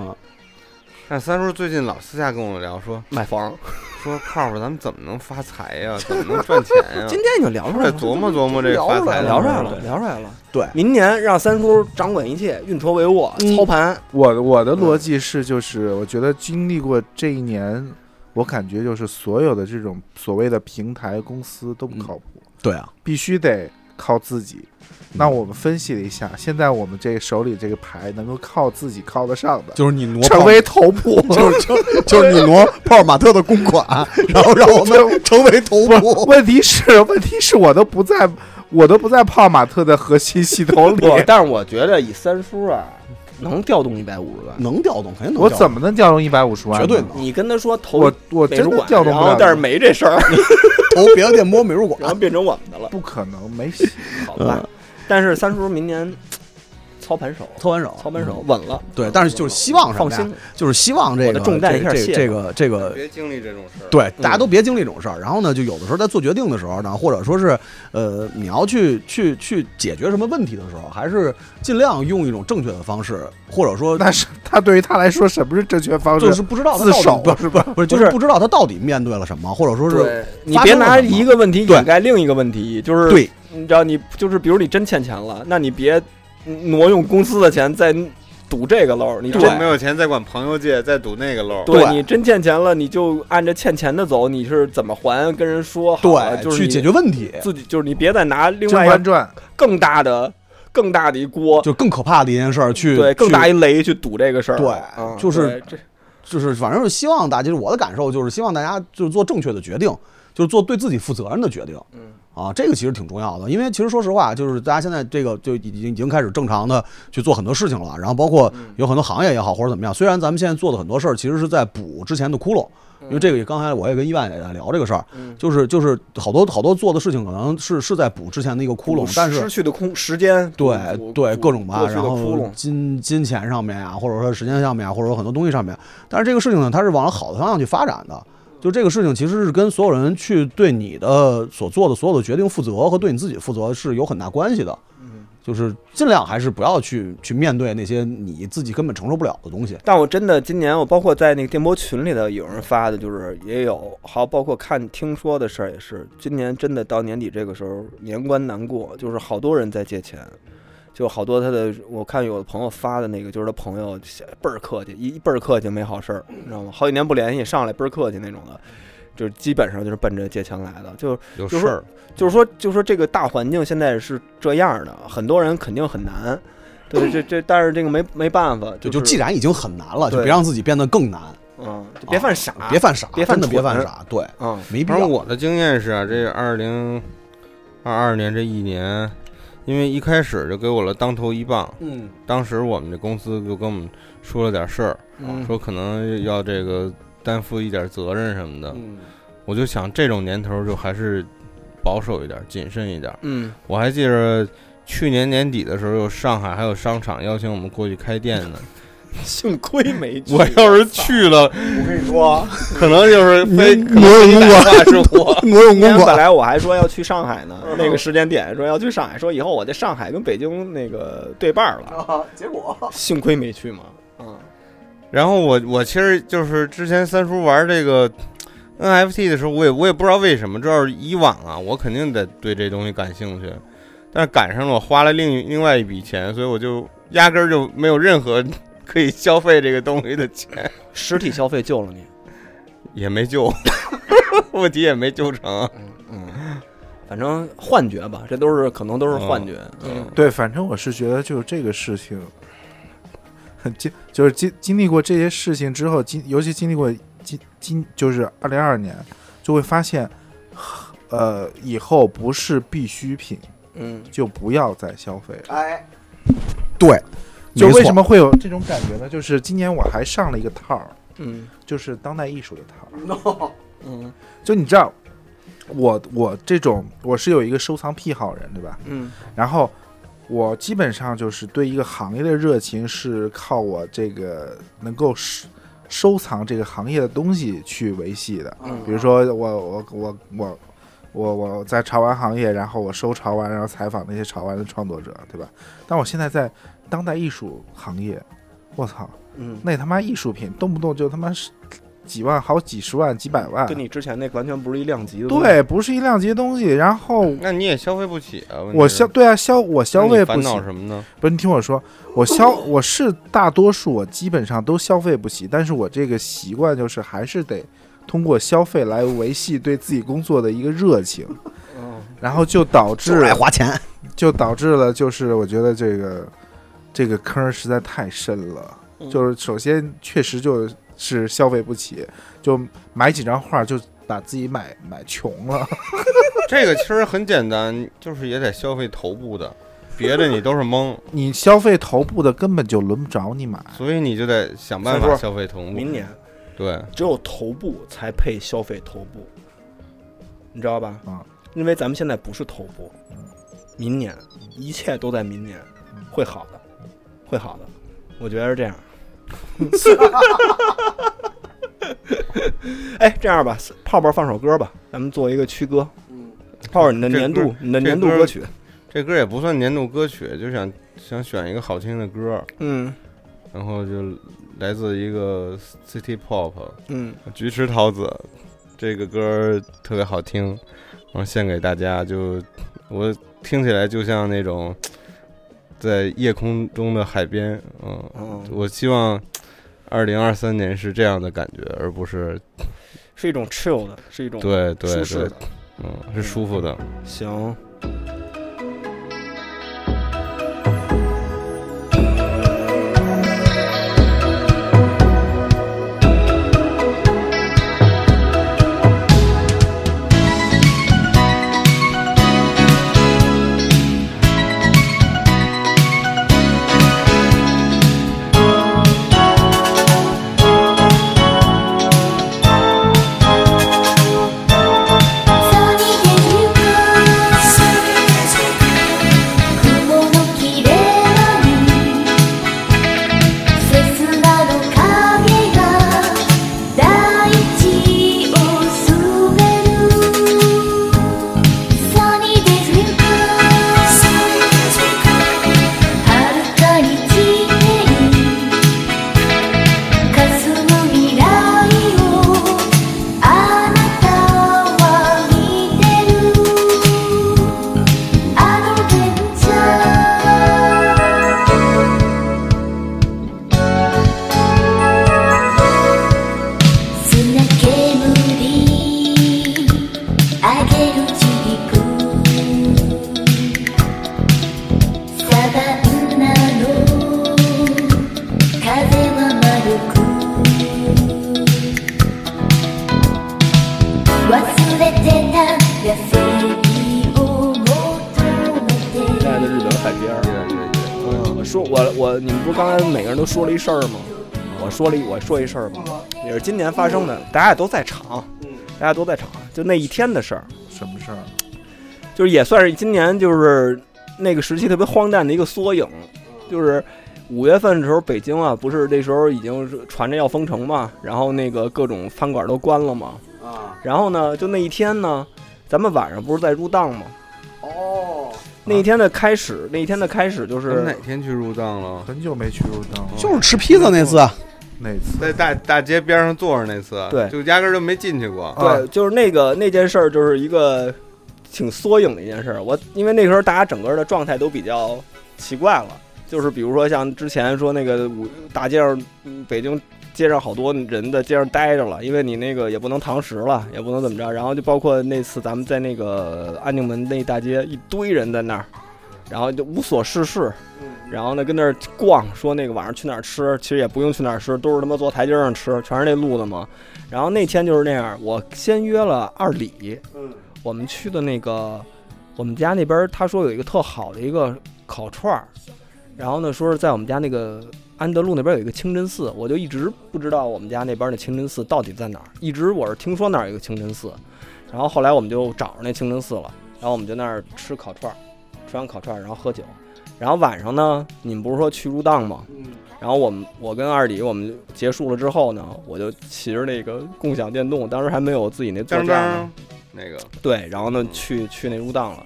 Speaker 4: 但三叔最近老私下跟我聊说
Speaker 2: 买房。
Speaker 4: 说泡泡，咱们怎么能发财呀？怎么能赚钱
Speaker 2: *laughs*
Speaker 4: 呀？
Speaker 2: 今天已经聊出来
Speaker 4: 得
Speaker 2: 了，
Speaker 4: 琢磨琢磨这个发财的
Speaker 2: 聊出
Speaker 4: 事
Speaker 2: 来
Speaker 4: 儿
Speaker 2: 了，。嗯聊出来了。
Speaker 3: 对
Speaker 2: 明年让三叔掌管一切，运筹帷幄，
Speaker 3: 嗯
Speaker 2: 操盘。
Speaker 8: 我我的逻辑是，就是我觉得经历过这一年，我感觉就是所有的这种所谓的平台公司都不靠谱，
Speaker 3: 对啊，
Speaker 8: 必须得靠自己。
Speaker 3: 嗯
Speaker 8: 那我们分析了一下，现在我们这手里这个牌能够靠自己靠得上的，
Speaker 3: 就是你挪
Speaker 8: 成
Speaker 3: 泡
Speaker 8: 为头部，
Speaker 3: *laughs* 就是就就是你挪泡玛特的公
Speaker 8: *laughs*
Speaker 3: 款，然后让我们成为头
Speaker 8: 不，
Speaker 3: 部。
Speaker 8: 问题是问题是我都不在，我都不在泡玛特的核心系统
Speaker 3: *laughs*
Speaker 8: 里，
Speaker 2: 不，但是我觉得以三叔啊，能调动一百五十万。
Speaker 3: 能调动，肯定能调动。
Speaker 8: 我怎么能调动一百五十万呢？
Speaker 3: 绝对能
Speaker 2: 你跟他说投
Speaker 8: 我我
Speaker 2: 美
Speaker 8: 真
Speaker 2: 术
Speaker 8: 的
Speaker 2: 馆，
Speaker 8: 调动
Speaker 2: 然
Speaker 8: 不
Speaker 2: 后
Speaker 8: 了，
Speaker 2: 但是没这事
Speaker 3: *laughs*
Speaker 2: 儿，
Speaker 3: 投别的店摸美术
Speaker 2: *laughs* 然后
Speaker 3: 馆？
Speaker 2: 变成我们的了，
Speaker 8: 不可能没戏。
Speaker 2: 好吧？但是三叔明年操盘手，
Speaker 3: 操完手，嗯
Speaker 2: 操盘手稳了，
Speaker 3: 对，但是就是希望什
Speaker 2: 放
Speaker 3: 么呀
Speaker 2: 心？，
Speaker 3: 就是希望这
Speaker 2: 我
Speaker 3: 个
Speaker 2: 的重担一下
Speaker 3: 这
Speaker 2: 卸
Speaker 3: 这
Speaker 2: 了
Speaker 3: 这个这个
Speaker 4: 别经历这种事儿。
Speaker 3: 呃对，
Speaker 2: 嗯
Speaker 3: 大家都别经历这种事儿。然后呢，就有的时候在做决定的时候呢，或者说是呃，你要去去去解决什么问题的时候，还是尽量用一种正确的方式，或者说
Speaker 8: 那是他对于他来说，什么是正确方
Speaker 3: 就
Speaker 8: 式
Speaker 3: 是？不知道他
Speaker 8: 自
Speaker 3: 到
Speaker 8: 首
Speaker 3: 底
Speaker 8: 是吧？
Speaker 3: 不是就
Speaker 2: 不
Speaker 3: 是
Speaker 2: 是
Speaker 3: 不知道他到底面对了什么，或者说是
Speaker 2: 对，你别拿一个问题
Speaker 3: 对
Speaker 2: 掩盖另一个问题，就是
Speaker 3: 对，
Speaker 2: 你知道你就是比如你真欠钱了，那你别挪用公司的钱在赌这个漏儿，你
Speaker 4: 你
Speaker 2: 真
Speaker 4: 没有钱再管朋友借，再赌那个漏。
Speaker 2: 对你真欠钱了，你就按着欠钱的走，你是怎么还跟人说好了？
Speaker 3: 对，
Speaker 2: 就是
Speaker 3: 去
Speaker 2: 你
Speaker 3: 解决问题，
Speaker 2: 自己，就是你别再拿另
Speaker 8: 《甄
Speaker 2: 外一
Speaker 8: 嬛
Speaker 2: 个
Speaker 8: 传》
Speaker 2: 更大的、更大的一锅，
Speaker 3: 就更可怕的一件事儿，去
Speaker 2: 对，更
Speaker 3: 去
Speaker 2: 大一雷去赌这个事儿。
Speaker 3: 对
Speaker 2: 啊
Speaker 3: 就是
Speaker 2: 对这
Speaker 3: 就是反正是希望大家，我的感受就是希望大家就是做正确的决定，就是做对自己负责任的决定。嗯，啊，这个其实挺重要的，因为其实说实话，就是大家现在这个就已经已经开始正常的去做很多事情了，然后包括有很多行业也好或者怎么样，虽然咱们现在做的很多事儿其实是在补之前的窟窿。因为这个也刚才我也跟伊万也在聊这个事儿，就是就是好多好多做的事情可能是是在补之前的一个窟窿，但是
Speaker 2: 失去的空时间，
Speaker 3: 对
Speaker 2: 赌
Speaker 3: 对，
Speaker 2: 赌
Speaker 3: 各种吧，
Speaker 2: 过去
Speaker 3: 然
Speaker 2: 的窟
Speaker 3: 后
Speaker 2: 窿。
Speaker 3: 金金钱上面啊，或者说时间上面啊，或者说很多东西上面，但是这个事情呢，它是往好的方向去发展的。就这个事情其实是跟所有人去对你的所做的所有的决定负责和对你自己负责是有很大关系的。就是尽量还是不要去去面对那些你自己根本承受不了的东西。
Speaker 2: 但我真的今年，我包括在那个电波群里头有人发的，就是也有，还有包括看听说的事儿也是，今年真的到年底这个时候，年关难过，就是好多人在借钱，就好多他的，我看有的朋友发的那个，就是他朋友写倍儿客气，一一倍儿客气没好事儿，你知道吗？好几年不联系，上来倍儿客气那种的，就是基本上就是奔着借钱来的，就
Speaker 4: 有
Speaker 2: 事儿，就是说，就是说这个大环境现在是这样的，很多人肯定很难。对，这这，但是这个没没办法，
Speaker 3: 就就
Speaker 2: 就
Speaker 3: 既
Speaker 2: 然
Speaker 3: 然已经很难了，就
Speaker 2: 对
Speaker 3: 别让自己变得更难，啊
Speaker 2: 嗯，就别犯傻，
Speaker 3: 别犯傻，
Speaker 2: 别犯
Speaker 3: 真的别
Speaker 2: 蠢
Speaker 3: 犯傻，对，
Speaker 2: 嗯，
Speaker 3: 没必
Speaker 4: 反正
Speaker 3: 要。
Speaker 4: 我的经验是啊，这二零二二年这一年，因为一开始就给我了当头一棒，
Speaker 2: 嗯
Speaker 4: 当时我们这公司就跟我们说了点事儿，
Speaker 2: 嗯
Speaker 4: 说可能要这个担负一点责任什么的。
Speaker 2: 嗯
Speaker 4: 我就想这种年头就还是保守一点，谨慎一点。
Speaker 2: 嗯，
Speaker 4: 我还记着去年年底的时候，上海还有商场邀请我们过去开店
Speaker 2: *laughs*
Speaker 4: 呢。
Speaker 2: 幸亏没去
Speaker 4: 我要是去了，
Speaker 2: 我跟你说，
Speaker 4: *laughs* 可能就是非可
Speaker 17: 我
Speaker 4: 能
Speaker 17: 有
Speaker 4: 非
Speaker 17: 功
Speaker 4: 打
Speaker 17: 过， *laughs*
Speaker 4: 话是我。
Speaker 17: 我有功
Speaker 2: 今天本
Speaker 17: 过。
Speaker 2: 来我还说要去上海呢，
Speaker 17: 嗯
Speaker 2: 那个时间点说要去上海，说以后我在上海跟北京那个对半儿了，
Speaker 17: 啊结果
Speaker 2: 幸亏没去嘛。嗯
Speaker 4: 然后我我其实就是之前三叔玩这个 NFT 的时候，我也我也不知道为什么，这要是以往啊，我肯定得对这东西感兴趣，但是赶上了我花了另另外一笔钱，所以我就压根儿就没有任何 *laughs* 可以消费这个东西的钱，
Speaker 2: 实体消费救了你。
Speaker 4: 也没
Speaker 2: *laughs*
Speaker 4: 救，问题也没救成。
Speaker 2: 嗯，反正幻觉吧，这都是可能都是幻觉。嗯，
Speaker 8: 对，反正我是觉得就是这个事情，很经就是经经历过这些事情之后，经尤其经历过今今就是二零二二年，就会发现，呃，以后不是必需品
Speaker 2: 嗯，哎
Speaker 8: 就不要再消费了。
Speaker 3: 对，
Speaker 8: 就
Speaker 3: 没
Speaker 8: 为
Speaker 3: 错
Speaker 8: 什么会有这
Speaker 3: *laughs*
Speaker 8: 种感觉呢？就是今年我还上了一个套儿，
Speaker 2: 嗯
Speaker 8: 就是当代艺术的套儿。
Speaker 2: 嗯
Speaker 8: 就你知道，我我这种我是有一个收藏癖好人，对吧？
Speaker 2: 嗯
Speaker 8: 然后我基本上就是对一个行业的热情是靠我这个能够收收藏这个行业的东西去维系的。
Speaker 2: 嗯
Speaker 8: 比如说我我我我我我在潮玩行业，然后我收潮玩，然后采访那些潮玩的创作者，对吧？但我现在在当代艺术行业，我操，
Speaker 2: 嗯，
Speaker 8: 那他妈艺术品动不动就他妈是几万、好几十万、几
Speaker 4: 嗯
Speaker 8: 百万
Speaker 2: 跟，你之前那完全不是一量级的。，
Speaker 8: 对，不是一量级的东西。然后
Speaker 2: 嗯
Speaker 4: 那你也消费不起啊？问题
Speaker 8: 我
Speaker 4: 是
Speaker 8: 消对啊消我
Speaker 4: 那
Speaker 8: 消
Speaker 4: 你
Speaker 8: 费不
Speaker 4: 烦
Speaker 8: 起
Speaker 4: 恼。什么呢？ *laughs*
Speaker 8: 不是，你听我说，我消我是大多数，我基本上都消费不起，但是我这个习惯就是还是得通过消费来维系对自己工作的一个热情，然后就导
Speaker 3: 就是 *laughs*
Speaker 8: 致
Speaker 3: 爱花钱。
Speaker 8: 就导致了就是我觉得这个这个坑儿实在太深了，
Speaker 3: 嗯
Speaker 8: 就是首先确实就是消费不起，就买几张画就把自己买买穷了。 *laughs*
Speaker 4: 这个其实很简单，就是也得消费头部的，别的你都是蒙，
Speaker 8: 你消费头部的根本就轮不着你买，
Speaker 4: 所以你就得想办
Speaker 2: 三
Speaker 4: 法
Speaker 2: 叔
Speaker 4: 消费头部。
Speaker 2: 明年
Speaker 4: 对，
Speaker 2: 只有头部才配消费头部，你知道吧？
Speaker 4: 啊
Speaker 8: 嗯，
Speaker 2: 因为咱们现在不是头部，明年一切都在明年
Speaker 4: 嗯
Speaker 2: 会好的，会好的，我觉得是
Speaker 4: *laughs*
Speaker 2: 这样。哎，这样吧，泡泡放首歌吧，咱们做一个区隔。
Speaker 4: 嗯
Speaker 2: 泡哦泡，你的
Speaker 4: 这
Speaker 2: 年
Speaker 4: 歌
Speaker 2: 度，你的
Speaker 4: 这
Speaker 2: 年度
Speaker 4: 歌
Speaker 2: 歌曲，
Speaker 4: 这歌也不算年度歌曲，就想想选一个好听的歌，
Speaker 2: 嗯
Speaker 4: 然后就来自一个 City Pop
Speaker 2: 嗯，
Speaker 4: 菊池桃子，这个歌特别好听，然后献给大家，就我听起来就像那种在夜空中的海边，嗯，
Speaker 2: 嗯，
Speaker 4: 我希望二零二三年是这样的感觉，而不是
Speaker 2: 是一种 chill 的，是一种
Speaker 4: 对对
Speaker 2: 舒适
Speaker 4: 对
Speaker 2: 的，。
Speaker 4: 嗯，是舒服的。
Speaker 2: 行，
Speaker 10: 雲のきれいに刹那の影が大地を滑る Sunny days will come 遥かに散って霞む未来をあなたは見てる Sunny「忘れてた野生気を求めて」
Speaker 2: 亲爱的日本海边儿。嗯，我说我我你们不是刚才每个人都说了一事儿吗？我说了一我说一事儿嗯吧，也是今年发生的，大家也都在场，大家都在场，就那一天的事儿，
Speaker 8: 什么事儿？
Speaker 2: 就是也算是今年就是那个时期特别荒诞的一个缩影，就是。五月份的时候，北京啊，不是那时候已经是传着要封城嘛，然后那个各种餐馆都关了嘛，
Speaker 11: 啊，
Speaker 2: 然后呢，就那一天呢，咱们晚上不是在入档吗？
Speaker 11: 哦，
Speaker 2: 那一天的开始，那一天的开始就
Speaker 4: 咱
Speaker 2: 是
Speaker 4: 哪天去入藏了？
Speaker 8: 很久没去入藏了，
Speaker 18: 就是吃披萨那次，啊
Speaker 8: 哪次？
Speaker 4: 在大大街边上坐着那次，
Speaker 2: 对
Speaker 4: 就压根儿就没进去过。
Speaker 8: 啊
Speaker 2: 对，就是那个那件事儿，就是一个挺缩影的一件事儿。我因为那时候大家整个的状态都比较奇怪了，就是比如说像之前说那个五大街上，嗯北京街上好多人在街上待着了，因为你那个也不能堂食了，也不能怎么着。然后就包括那次咱们在那个安定门那大街，一堆人在那儿，然后就无所事事。然后呢，跟那儿逛，说那个晚上去哪儿吃，其实也不用去哪儿吃，都是他妈坐台阶上吃，全是那路子嘛。然后那天就是那样，我先约了二李，
Speaker 11: 嗯，
Speaker 2: 我们去的那个我们家那边儿，他说有一个特好的一个烤串儿，然后呢说是在我们家那个安德路那边有一个清真寺，我就一直不知道我们家那边儿的清真寺到底在哪儿，一直我是听说那儿有一个清真寺，然后后来我们就找着那清真寺了，然后我们就那儿吃烤串儿，吃完烤串儿然后喝酒，然后晚上呢，你们不是说去入档吗？然后我们我跟二李我们结束了之后呢，我就骑着那个共享电动，当时还没有自己那座
Speaker 4: 当
Speaker 2: 驾呢
Speaker 4: 当，那个
Speaker 2: 对，然后
Speaker 4: 哦
Speaker 2: 呢去去那入档了。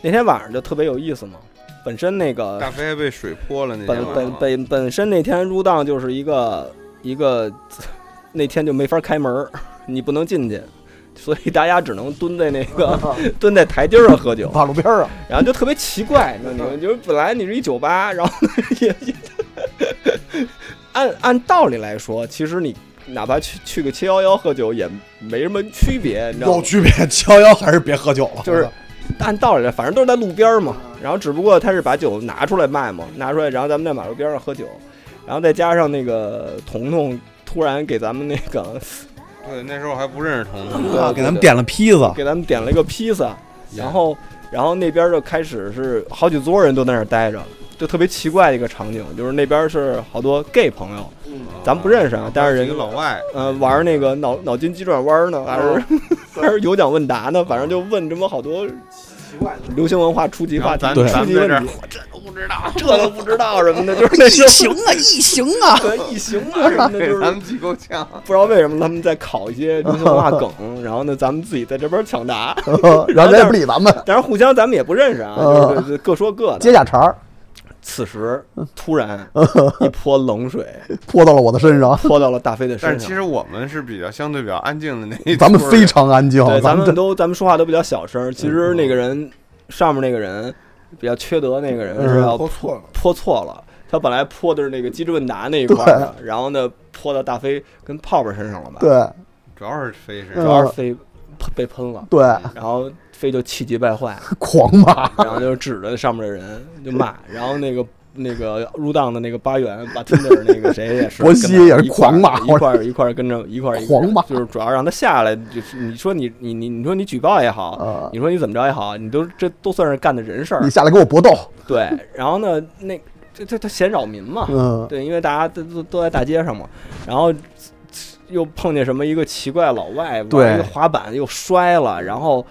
Speaker 2: 那天晚上就特别有意思嘛，本身那个
Speaker 4: 大飞还被水泼了那天
Speaker 2: 本
Speaker 4: 晚
Speaker 2: 本
Speaker 4: 上
Speaker 2: 本本身那天入档就是一个一个，那天就没法开门儿， *laughs* 你不能进去。所以大家只能蹲在那
Speaker 4: *laughs*
Speaker 2: 个蹲在台阶上喝酒，
Speaker 18: 马路边儿啊，
Speaker 2: 然后就特别奇怪，你知道吗？就是本来你是一酒吧，然后呢也也按按道理来说，其实你哪怕去去个七幺幺喝酒也没什么区别，你知道
Speaker 18: 有
Speaker 2: 吗？
Speaker 18: 区别，七幺幺还是别喝酒了，
Speaker 2: 就是按道理来，反正都是在路边儿嘛，然后只不过他是把酒拿出来卖嘛，拿出来，然后咱们在马路边上喝酒，然后再加上那个彤彤突然给咱们那个
Speaker 4: 对，那时候还不认识彤彤。
Speaker 2: 对
Speaker 18: 啊，给咱们点了披萨，
Speaker 2: 给咱们点了一个披萨，然后然后那边就开始是好几桌人都在那儿待着，就特别奇怪的一个场景，就是那边是好多 gay 朋友，咱们不认识啊但是人
Speaker 4: 几个嗯老外，
Speaker 2: 呃，玩那个脑脑筋急转弯呢，还
Speaker 18: 啊
Speaker 2: 是 *laughs* 还是有奖问答呢，反正就问这么好多流行文化初级
Speaker 4: 然
Speaker 2: 话
Speaker 4: 后
Speaker 2: 题
Speaker 4: 咱，
Speaker 2: 初
Speaker 4: 咱们
Speaker 2: 级
Speaker 4: 在
Speaker 2: 问
Speaker 4: 这儿
Speaker 2: 题，，
Speaker 18: *laughs*
Speaker 2: 这都不知道什么的，就是那
Speaker 18: 异
Speaker 2: 些
Speaker 18: 形啊，异形啊，
Speaker 2: *laughs* 对异形
Speaker 18: *laughs*
Speaker 2: 啊什么的，就
Speaker 4: 给
Speaker 2: 是
Speaker 4: 咱们气够呛。
Speaker 2: 不知道为什么他们在考一
Speaker 18: *laughs*
Speaker 2: 些流行文化梗，然后呢，咱们自己在这边抢答。
Speaker 18: 然后咱也不理咱们，
Speaker 2: 但是互相咱们也不认识啊，
Speaker 18: 嗯
Speaker 2: 就是各说各的。
Speaker 18: 接俩茬儿 *laughs*
Speaker 2: 此时突然一泼
Speaker 18: *laughs*
Speaker 2: 冷水
Speaker 18: 泼到了我的身上，
Speaker 2: 泼到了大飞的
Speaker 4: 但
Speaker 2: 身
Speaker 4: 是其
Speaker 2: 上。
Speaker 4: 实我们是比较相对比较安静的那一
Speaker 18: 咱们
Speaker 4: 撮人
Speaker 18: 非常安静
Speaker 2: 对，，
Speaker 18: 咱
Speaker 2: 咱
Speaker 18: 们这嗯
Speaker 2: 们都咱们说话都比较小声。其实那个人上面那个人比较缺德那个人
Speaker 7: 嗯
Speaker 2: 是要
Speaker 7: 泼
Speaker 8: 错了，
Speaker 2: 泼错了。他本来泼的是那个机智问答那一块儿的，然后呢泼到大飞跟泡泡身上了吧？
Speaker 18: 对，
Speaker 4: 主要是飞身
Speaker 2: 主要是飞喷被喷了。
Speaker 18: 对
Speaker 2: 然后飞就气急败坏，
Speaker 18: *laughs* 狂骂，
Speaker 2: 然后就指着上面的人就骂，然后那个。那个入档的那个八元，把 Tinder 那个谁也是
Speaker 18: *laughs* 伯希
Speaker 2: 跟着
Speaker 18: 也是
Speaker 2: 一块儿
Speaker 18: 狂骂
Speaker 2: 一块儿一块儿跟着一块儿一块儿
Speaker 18: 狂骂
Speaker 2: 就是主要让他下来，就是你说你你你你说你举报也好，你说你怎么着也好，你都这都算是干的人事儿。
Speaker 18: 啊你下来跟我搏斗，
Speaker 2: 对，然后呢，那这这他嫌扰民嘛，
Speaker 18: 嗯
Speaker 2: 对，因为大家都都都在大街上嘛，然后又碰见什么一个奇怪老外
Speaker 4: 对
Speaker 2: 玩一个滑板又摔了，然后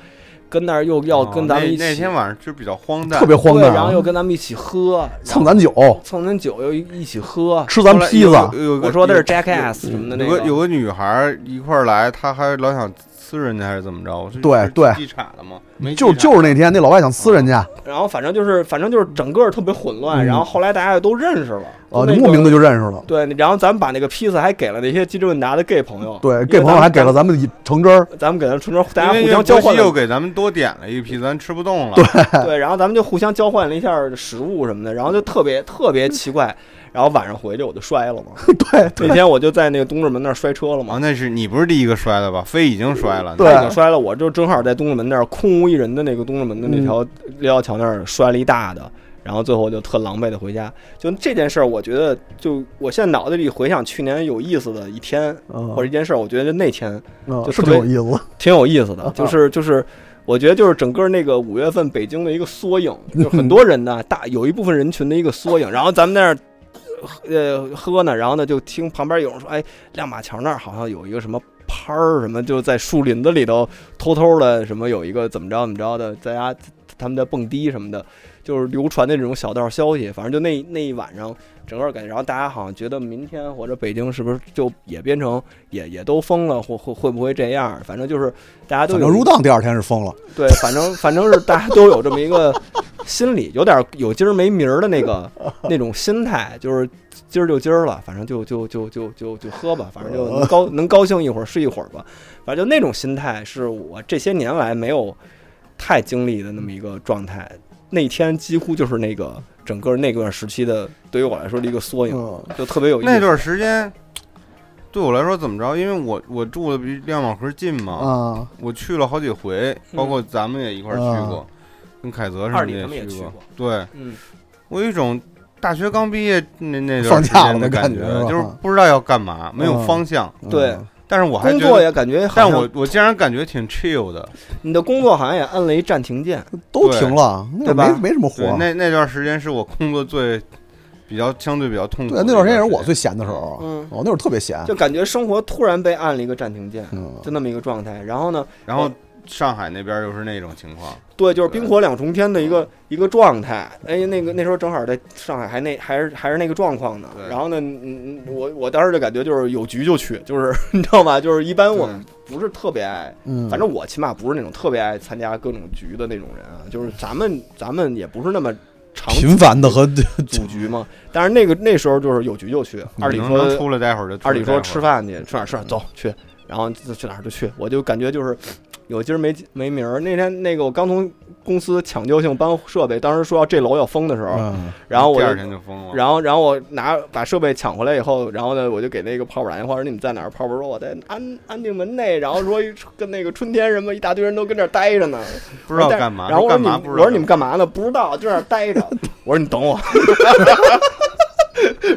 Speaker 2: 跟那儿又要跟咱们一起，
Speaker 4: 哦那那天晚上就比较荒诞，
Speaker 18: 特别荒诞啊
Speaker 2: 对然后又跟咱们一起喝，
Speaker 18: *laughs* 蹭咱酒，
Speaker 2: 蹭咱酒又一起喝，
Speaker 18: 吃咱
Speaker 2: 后来
Speaker 18: 披萨
Speaker 2: 有有有我说的是 Jackass 什么的那
Speaker 4: 有
Speaker 2: 个
Speaker 4: 个有个女孩儿一块儿来，她还老想撕人家还是怎么着？我说
Speaker 18: 对
Speaker 4: 是
Speaker 18: 对
Speaker 4: 地产了吗？没
Speaker 18: 就
Speaker 4: 地产
Speaker 18: 就是那天那老外想撕人家，
Speaker 2: 然后反正就是，反正就是整个特别混乱。
Speaker 18: 嗯
Speaker 2: 然后后来大家也都认识了，
Speaker 18: 哦
Speaker 2: 那个
Speaker 18: 莫名的就认识了
Speaker 2: 对，然后咱们把那个披萨还给了那些机智问答的 gay 朋友，因
Speaker 18: 对
Speaker 2: 为
Speaker 18: ，gay 朋友还给了
Speaker 2: 咱
Speaker 18: 咱们一橙汁儿，
Speaker 2: 们，咱们给他纯纯大
Speaker 4: 因
Speaker 2: 家互
Speaker 4: 为那
Speaker 2: 相
Speaker 4: 个
Speaker 2: 交
Speaker 4: 国
Speaker 2: 换
Speaker 4: 西
Speaker 2: 了
Speaker 4: 又给咱们多点了一批，咱吃不动了。
Speaker 2: 对，然后咱们就互相交换了一下食物什么的，然后就
Speaker 18: *laughs*
Speaker 2: 特别特别奇怪。然后晚上回去我就摔了嘛，
Speaker 18: 对，
Speaker 2: 那天我就在那个东直门那儿摔车了嘛。
Speaker 4: 啊，那是你不是第一个摔的吧？飞已经摔了，
Speaker 2: 啊他已经摔了，我就正好在东直门那儿空无一人的那个东直门的那
Speaker 18: 嗯
Speaker 2: 条立交桥那儿摔了一大的，然后最后就特狼狈的回家。就这件事儿，我觉得就我现在脑子里回想去年有意思的一天、
Speaker 18: 嗯
Speaker 2: 或者一件事儿，我觉得那天
Speaker 18: 嗯
Speaker 2: 啊就是特
Speaker 18: 挺
Speaker 2: 别
Speaker 18: 有意思，
Speaker 2: *laughs* 挺有意思的，就是就是，我觉得就是整个那个五月份北京的一个缩影，就是很多人呢，大有一部分人群的一个缩影。然后咱们那儿，呃，喝呢，然后呢就听旁边有人说，哎，亮马桥那儿好像有一个什么拍儿什么，就在树林子里头偷偷的什么有一个怎么着怎么着的，在家他们在蹦迪什么的，就是流传的这种小道消息。反正就那那一晚上，整个感觉，然后大家好像觉得明天或者北京是不是就也变成也也都封了，或会会不会这样？反正就是大家都
Speaker 18: 反
Speaker 2: 有
Speaker 18: 正入档第二天是疯了，
Speaker 2: 对，反正反正是大家都有这么一个心理，有点有今儿没明儿的那个那种心态，就是今儿就今儿了，反正就就就就就就喝吧，反正就能高能高兴一会儿是一会儿吧，反正就那种心态是我这些年来没有太经历的那么一个状态。那天几乎就是那个整个那段时期的对于我来说的一个缩影，就特别有意思。
Speaker 4: 那段时间对我来说怎么着？因为我我住的离亮马河近嘛，
Speaker 18: 啊
Speaker 4: 我去了好几回，包
Speaker 2: 嗯
Speaker 4: 括咱们也一块儿去
Speaker 2: 啊
Speaker 4: 过，跟凯泽什么
Speaker 2: 二
Speaker 4: 的
Speaker 2: 里他们也
Speaker 4: 去
Speaker 2: 去
Speaker 4: 过
Speaker 2: 过。
Speaker 4: 对，
Speaker 2: 嗯，
Speaker 4: 我有一种大学刚毕业那那
Speaker 2: 放
Speaker 4: 段时
Speaker 2: 假了
Speaker 4: 间
Speaker 2: 的
Speaker 4: 的
Speaker 2: 感
Speaker 4: 觉
Speaker 2: 觉是，吧啊
Speaker 4: 就是不知道要干嘛，没有
Speaker 2: 嗯
Speaker 4: 方向。
Speaker 2: 对
Speaker 4: 但是我还
Speaker 2: 工
Speaker 4: 觉
Speaker 2: 作
Speaker 4: 得
Speaker 2: 也感觉好
Speaker 4: 但
Speaker 2: 像
Speaker 4: 我我竟然感觉挺 chill 的，
Speaker 2: 你的工作好像也按了一暂停键，
Speaker 4: 对
Speaker 2: 对吧？
Speaker 4: 对那那段时间是我工作最比较相对比较痛苦
Speaker 18: 对
Speaker 4: 的，一
Speaker 18: 那
Speaker 4: 段
Speaker 18: 段
Speaker 4: 时间。
Speaker 18: 时间也是我最闲的时候，哦
Speaker 2: 嗯
Speaker 18: 我那会儿特别闲，
Speaker 2: 就感觉生活突然被按了一个暂停键，
Speaker 18: 嗯
Speaker 2: 就那么一个状态。然后呢，
Speaker 4: 然后上海那边又是那种情况，嗯
Speaker 2: 对，就是冰火两重天的一个一个状态。哎，那个那时候正好在上海，还那还是还是那个状况呢。然后呢，嗯，嗯我我当时就感觉就是有局就去，就是 *laughs* 你知道吧？就是一般我们不是特别爱，
Speaker 18: 嗯
Speaker 2: 反正我起码不是那种特别爱参加各种局的那种人啊。就是咱们咱们也不是那么常
Speaker 18: 频繁的和
Speaker 2: 组局嘛。但是那个那时候就是有局就去，
Speaker 4: 嗯
Speaker 2: 二里
Speaker 4: 能
Speaker 2: 说
Speaker 4: 能出来待会儿就出
Speaker 2: 二里
Speaker 4: 来待
Speaker 2: 说
Speaker 4: 会
Speaker 2: 吃
Speaker 4: 儿
Speaker 2: 饭去，吃哪儿吃哪儿走去，然后就去哪儿就去，我就感觉就是有今儿没没名儿。那天那个我刚从公司抢救性搬设备，当时说要这楼要封的时候，
Speaker 4: 嗯
Speaker 2: 然后我
Speaker 4: 第二天就封了
Speaker 2: 然后然后我拿把设备抢回来以后，然后呢我就给那个泡泡打电话说你们在哪儿？泡泡说我在安安定门内，然后说跟那个春天什么一大堆人都跟这儿待着呢，
Speaker 4: 不知道干嘛
Speaker 2: 然后我说
Speaker 4: 干
Speaker 2: 你
Speaker 4: 嘛
Speaker 2: 们
Speaker 4: 不知道
Speaker 2: 我说你们干嘛呢？不知道，就在那儿待着。我说你等我。 *laughs*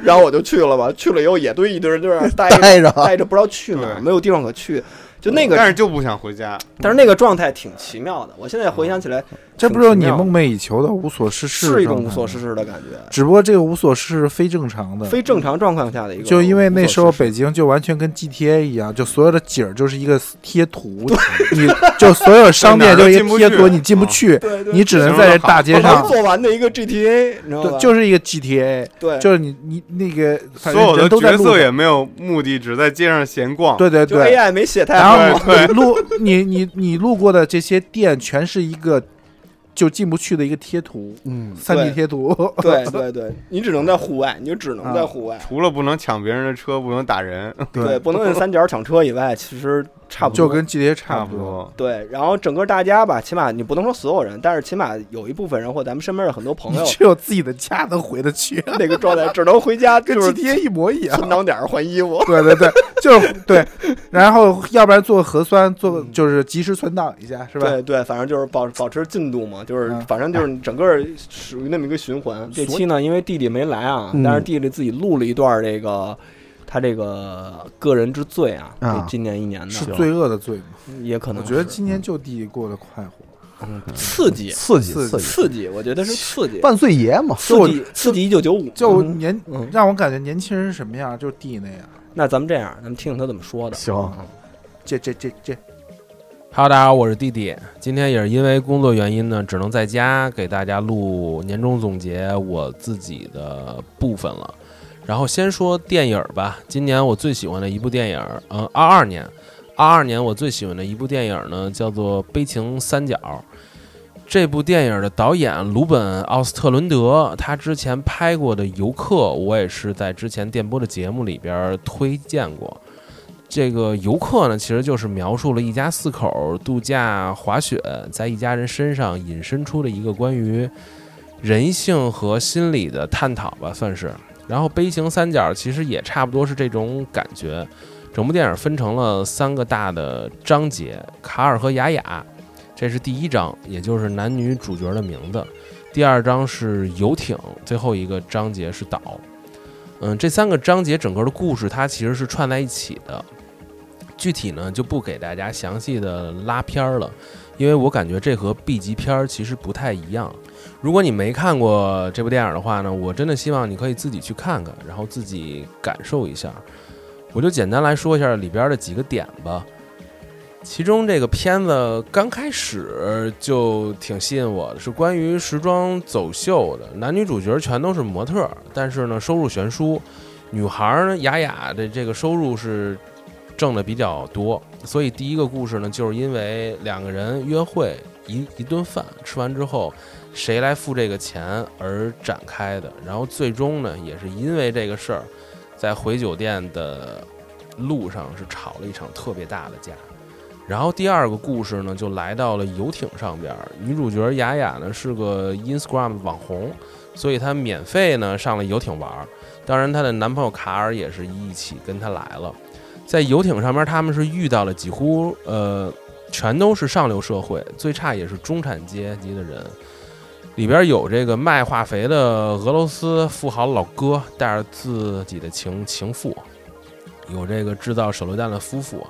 Speaker 2: 然后我就去了吧，去了以后也对一堆人就在
Speaker 8: *laughs*
Speaker 2: 那儿待
Speaker 4: 待
Speaker 2: 着
Speaker 4: 着
Speaker 2: 待着，不知道去哪儿，没有地方可去。就那个，
Speaker 4: 但是就不想回家。嗯
Speaker 2: 但是那个状态挺奇妙的。我现在回想起来，
Speaker 8: 这不
Speaker 2: 挺
Speaker 8: 是
Speaker 2: 奇
Speaker 8: 你
Speaker 2: 妙的
Speaker 8: 梦寐以求的无所事事，
Speaker 2: 是一种无所事，事的感觉，
Speaker 8: 只不过这个无所事事是非正常的，
Speaker 2: 非正常状况下的一个。
Speaker 8: 就因为那时
Speaker 2: 无
Speaker 8: 候
Speaker 2: 所事事
Speaker 8: 北京就完全跟 GTA 一样，就所有的景儿就是一个贴
Speaker 2: *laughs*
Speaker 8: 图，你就所有商店就是一个贴图，你进不去，你只能在这大街
Speaker 2: *laughs* 本
Speaker 8: 上
Speaker 2: 来。做完的一个 GTA，你知道吧？
Speaker 8: 对，就是一个 GTA，
Speaker 2: 对
Speaker 8: 就是你你那个
Speaker 4: 所有
Speaker 8: 人
Speaker 4: 的
Speaker 8: 都在
Speaker 4: 角
Speaker 8: 路
Speaker 4: 色
Speaker 8: 上
Speaker 4: 也没有目的，只在街上闲
Speaker 2: 啊
Speaker 4: 逛。
Speaker 8: 对对对然后你路你你你路过的这些店全是一个就进不去的一个贴图，
Speaker 18: 嗯
Speaker 8: 三 D 贴图， *laughs*
Speaker 2: 对对对，你只能在户外，你就只能在户外。
Speaker 4: 除了不能抢别人的车，不能打人，
Speaker 2: *laughs* 对，不能摁三角抢车以外，其实差不多
Speaker 4: 就跟
Speaker 8: GTA，
Speaker 4: 差不多。
Speaker 2: 对，然后整个大家吧，起码你不能说所有人，但是起码有一部分人或咱们身边的很多朋友
Speaker 8: *laughs* 只有自己的家能回得去，
Speaker 2: *laughs* 那个状态只能回家，
Speaker 8: 跟 GTA 一模一
Speaker 2: *laughs*
Speaker 8: 样，
Speaker 2: 存档点儿换衣服。
Speaker 8: 对对对，就是 *laughs* 对，然后要不然做核酸，做就是及时存档一下，是吧？嗯
Speaker 2: 对对，反正就是保保持进度嘛，就是反正就是你整个属于那么一个循
Speaker 8: 啊
Speaker 2: 环。这期呢，因为弟弟没来啊，
Speaker 7: 嗯
Speaker 2: 但是弟弟自己录了一段这个他这个呃个人之最啊，
Speaker 8: 啊
Speaker 2: 这今年一年的
Speaker 8: 是罪恶的罪吗？
Speaker 2: 也可能
Speaker 8: 我觉得
Speaker 2: 是嗯
Speaker 8: 今年就地过得快活，
Speaker 2: 刺激
Speaker 8: 刺激
Speaker 2: 刺
Speaker 8: 刺激
Speaker 2: 刺激，我觉得是刺激。
Speaker 8: 万岁爷嘛
Speaker 2: 刺激刺激一九九五，
Speaker 8: 就
Speaker 2: 嗯
Speaker 8: 年让我感觉年轻人是什么样，就是地那样。
Speaker 2: 那咱们这样，咱们听听他怎么说的。
Speaker 19: 行
Speaker 2: 嗯，
Speaker 8: 这这这这，
Speaker 19: Hello，大家好，我是弟弟。今天也是因为工作原因呢，只能在家给大家录年终总结我自己的部分了。然后先说电影吧，今年我最喜欢的一部电影，嗯，二二年，二二年我最喜欢的一部电影呢，叫做《悲情三角》。这部电影的导演鲁本·奥斯特伦德，他之前拍过的《游客》，我也是在之前电波的节目里边推荐过。这个游客呢，其实就是描述了一家四口度假滑雪，在一家人身上引申出的一个关于人性和心理的探讨吧，算是。然后《悲情三角》其实也差不多是这种感觉。整部电影分成了三个大的章节：卡尔和雅雅，这是第一章，也就是男女主角的名字；第二章是游艇，最后一个章节是岛。嗯，这三个章节整个的故事它其实是串在一起的，具体呢就不给大家详细的拉片儿了，因为我感觉这和 B 级片儿其实不太一样。如果你没看过这部电影的话呢，我真的希望你可以自己去看看，然后自己感受一下。我就简单来说一下里边的几个点吧。其中这个片子刚开始就挺吸引我的，是关于时装走秀的，男女主角全都是模特儿，但是呢收入悬殊。女孩儿呢雅雅的这个收入是挣的比较多，所以第一个故事呢，就是因为两个人约会一一顿饭吃完之后，谁来付这个钱而展开的。然后最终呢，也是因为这个事儿，在回酒店的路上是吵了一场特别大的架。然后第二个故事呢，就来到了游艇上边儿。女主角雅雅呢是个 Instagram 网红，所以她免费呢上了游艇玩儿。当然，她的男朋友卡尔也是一起跟她来了。在游艇上面，他们是遇到了几乎呃全都是上流社会，最差也是中产阶级的人。里边有这个卖化肥的俄罗斯富豪老哥带着自己的情情妇，有这个制造手榴弹的夫妇，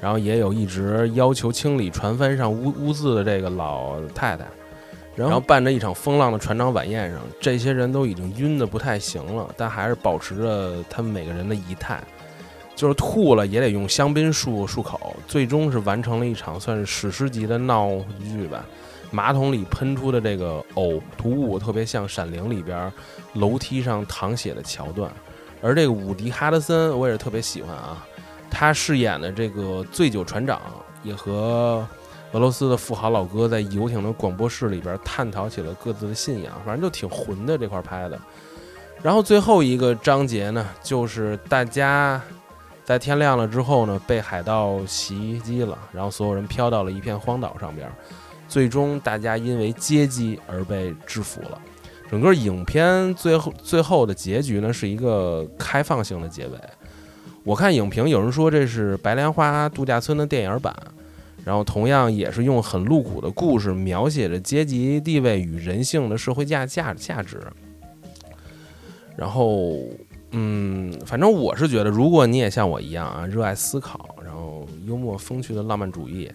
Speaker 19: 然后也有一直要求清理船帆上污污渍的这个老太太。然后伴着一场风浪的船长晚宴上，这些人都已经晕得不太行了，但还是保持着他们每个人的仪态，就是吐了也得用香槟漱漱口，最终是完成了一场算是史诗级的闹剧吧。马桶里喷出的这个呕吐物，特别像《闪灵》里边楼梯上淌血的桥段。而这个伍迪·哈德森，我也是特别喜欢啊，他饰演的这个醉酒船长，也和俄罗斯的富豪老哥在游艇的广播室里边探讨起了各自的信仰，反正就挺混的这块拍的。然后最后一个章节呢，就是大家在天亮了之后呢，被海盗袭击了，然后所有人飘到了一片荒岛上边，最终大家因为阶级而被制服了。整个影片最后最后的结局呢，是一个开放性的结尾。我看影评有人说这是《白莲花度假村》的电影版，然后同样也是用很露骨的故事描写着阶级地位与人性的社会价价价值。然后，嗯，反正我是觉得，如果你也像我一样啊，热爱思考，然后幽默风趣的浪漫主义，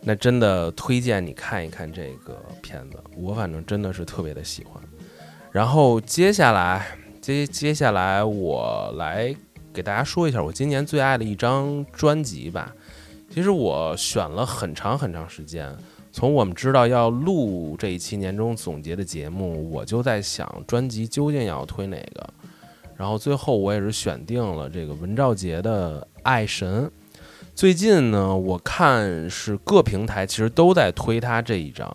Speaker 19: 那真的推荐你看一看这个片子。我反正真的是特别的喜欢。然后接下来，接接下来我来给大家说一下我今年最爱的一张专辑吧。其实我选了很长很长时间，从我们知道要录这一期年终总结的节目，我就在想专辑究竟要推哪个。然后最后我也是选定了这个文兆杰的《爱神》。最近呢，我看是各平台其实都在推他这一张，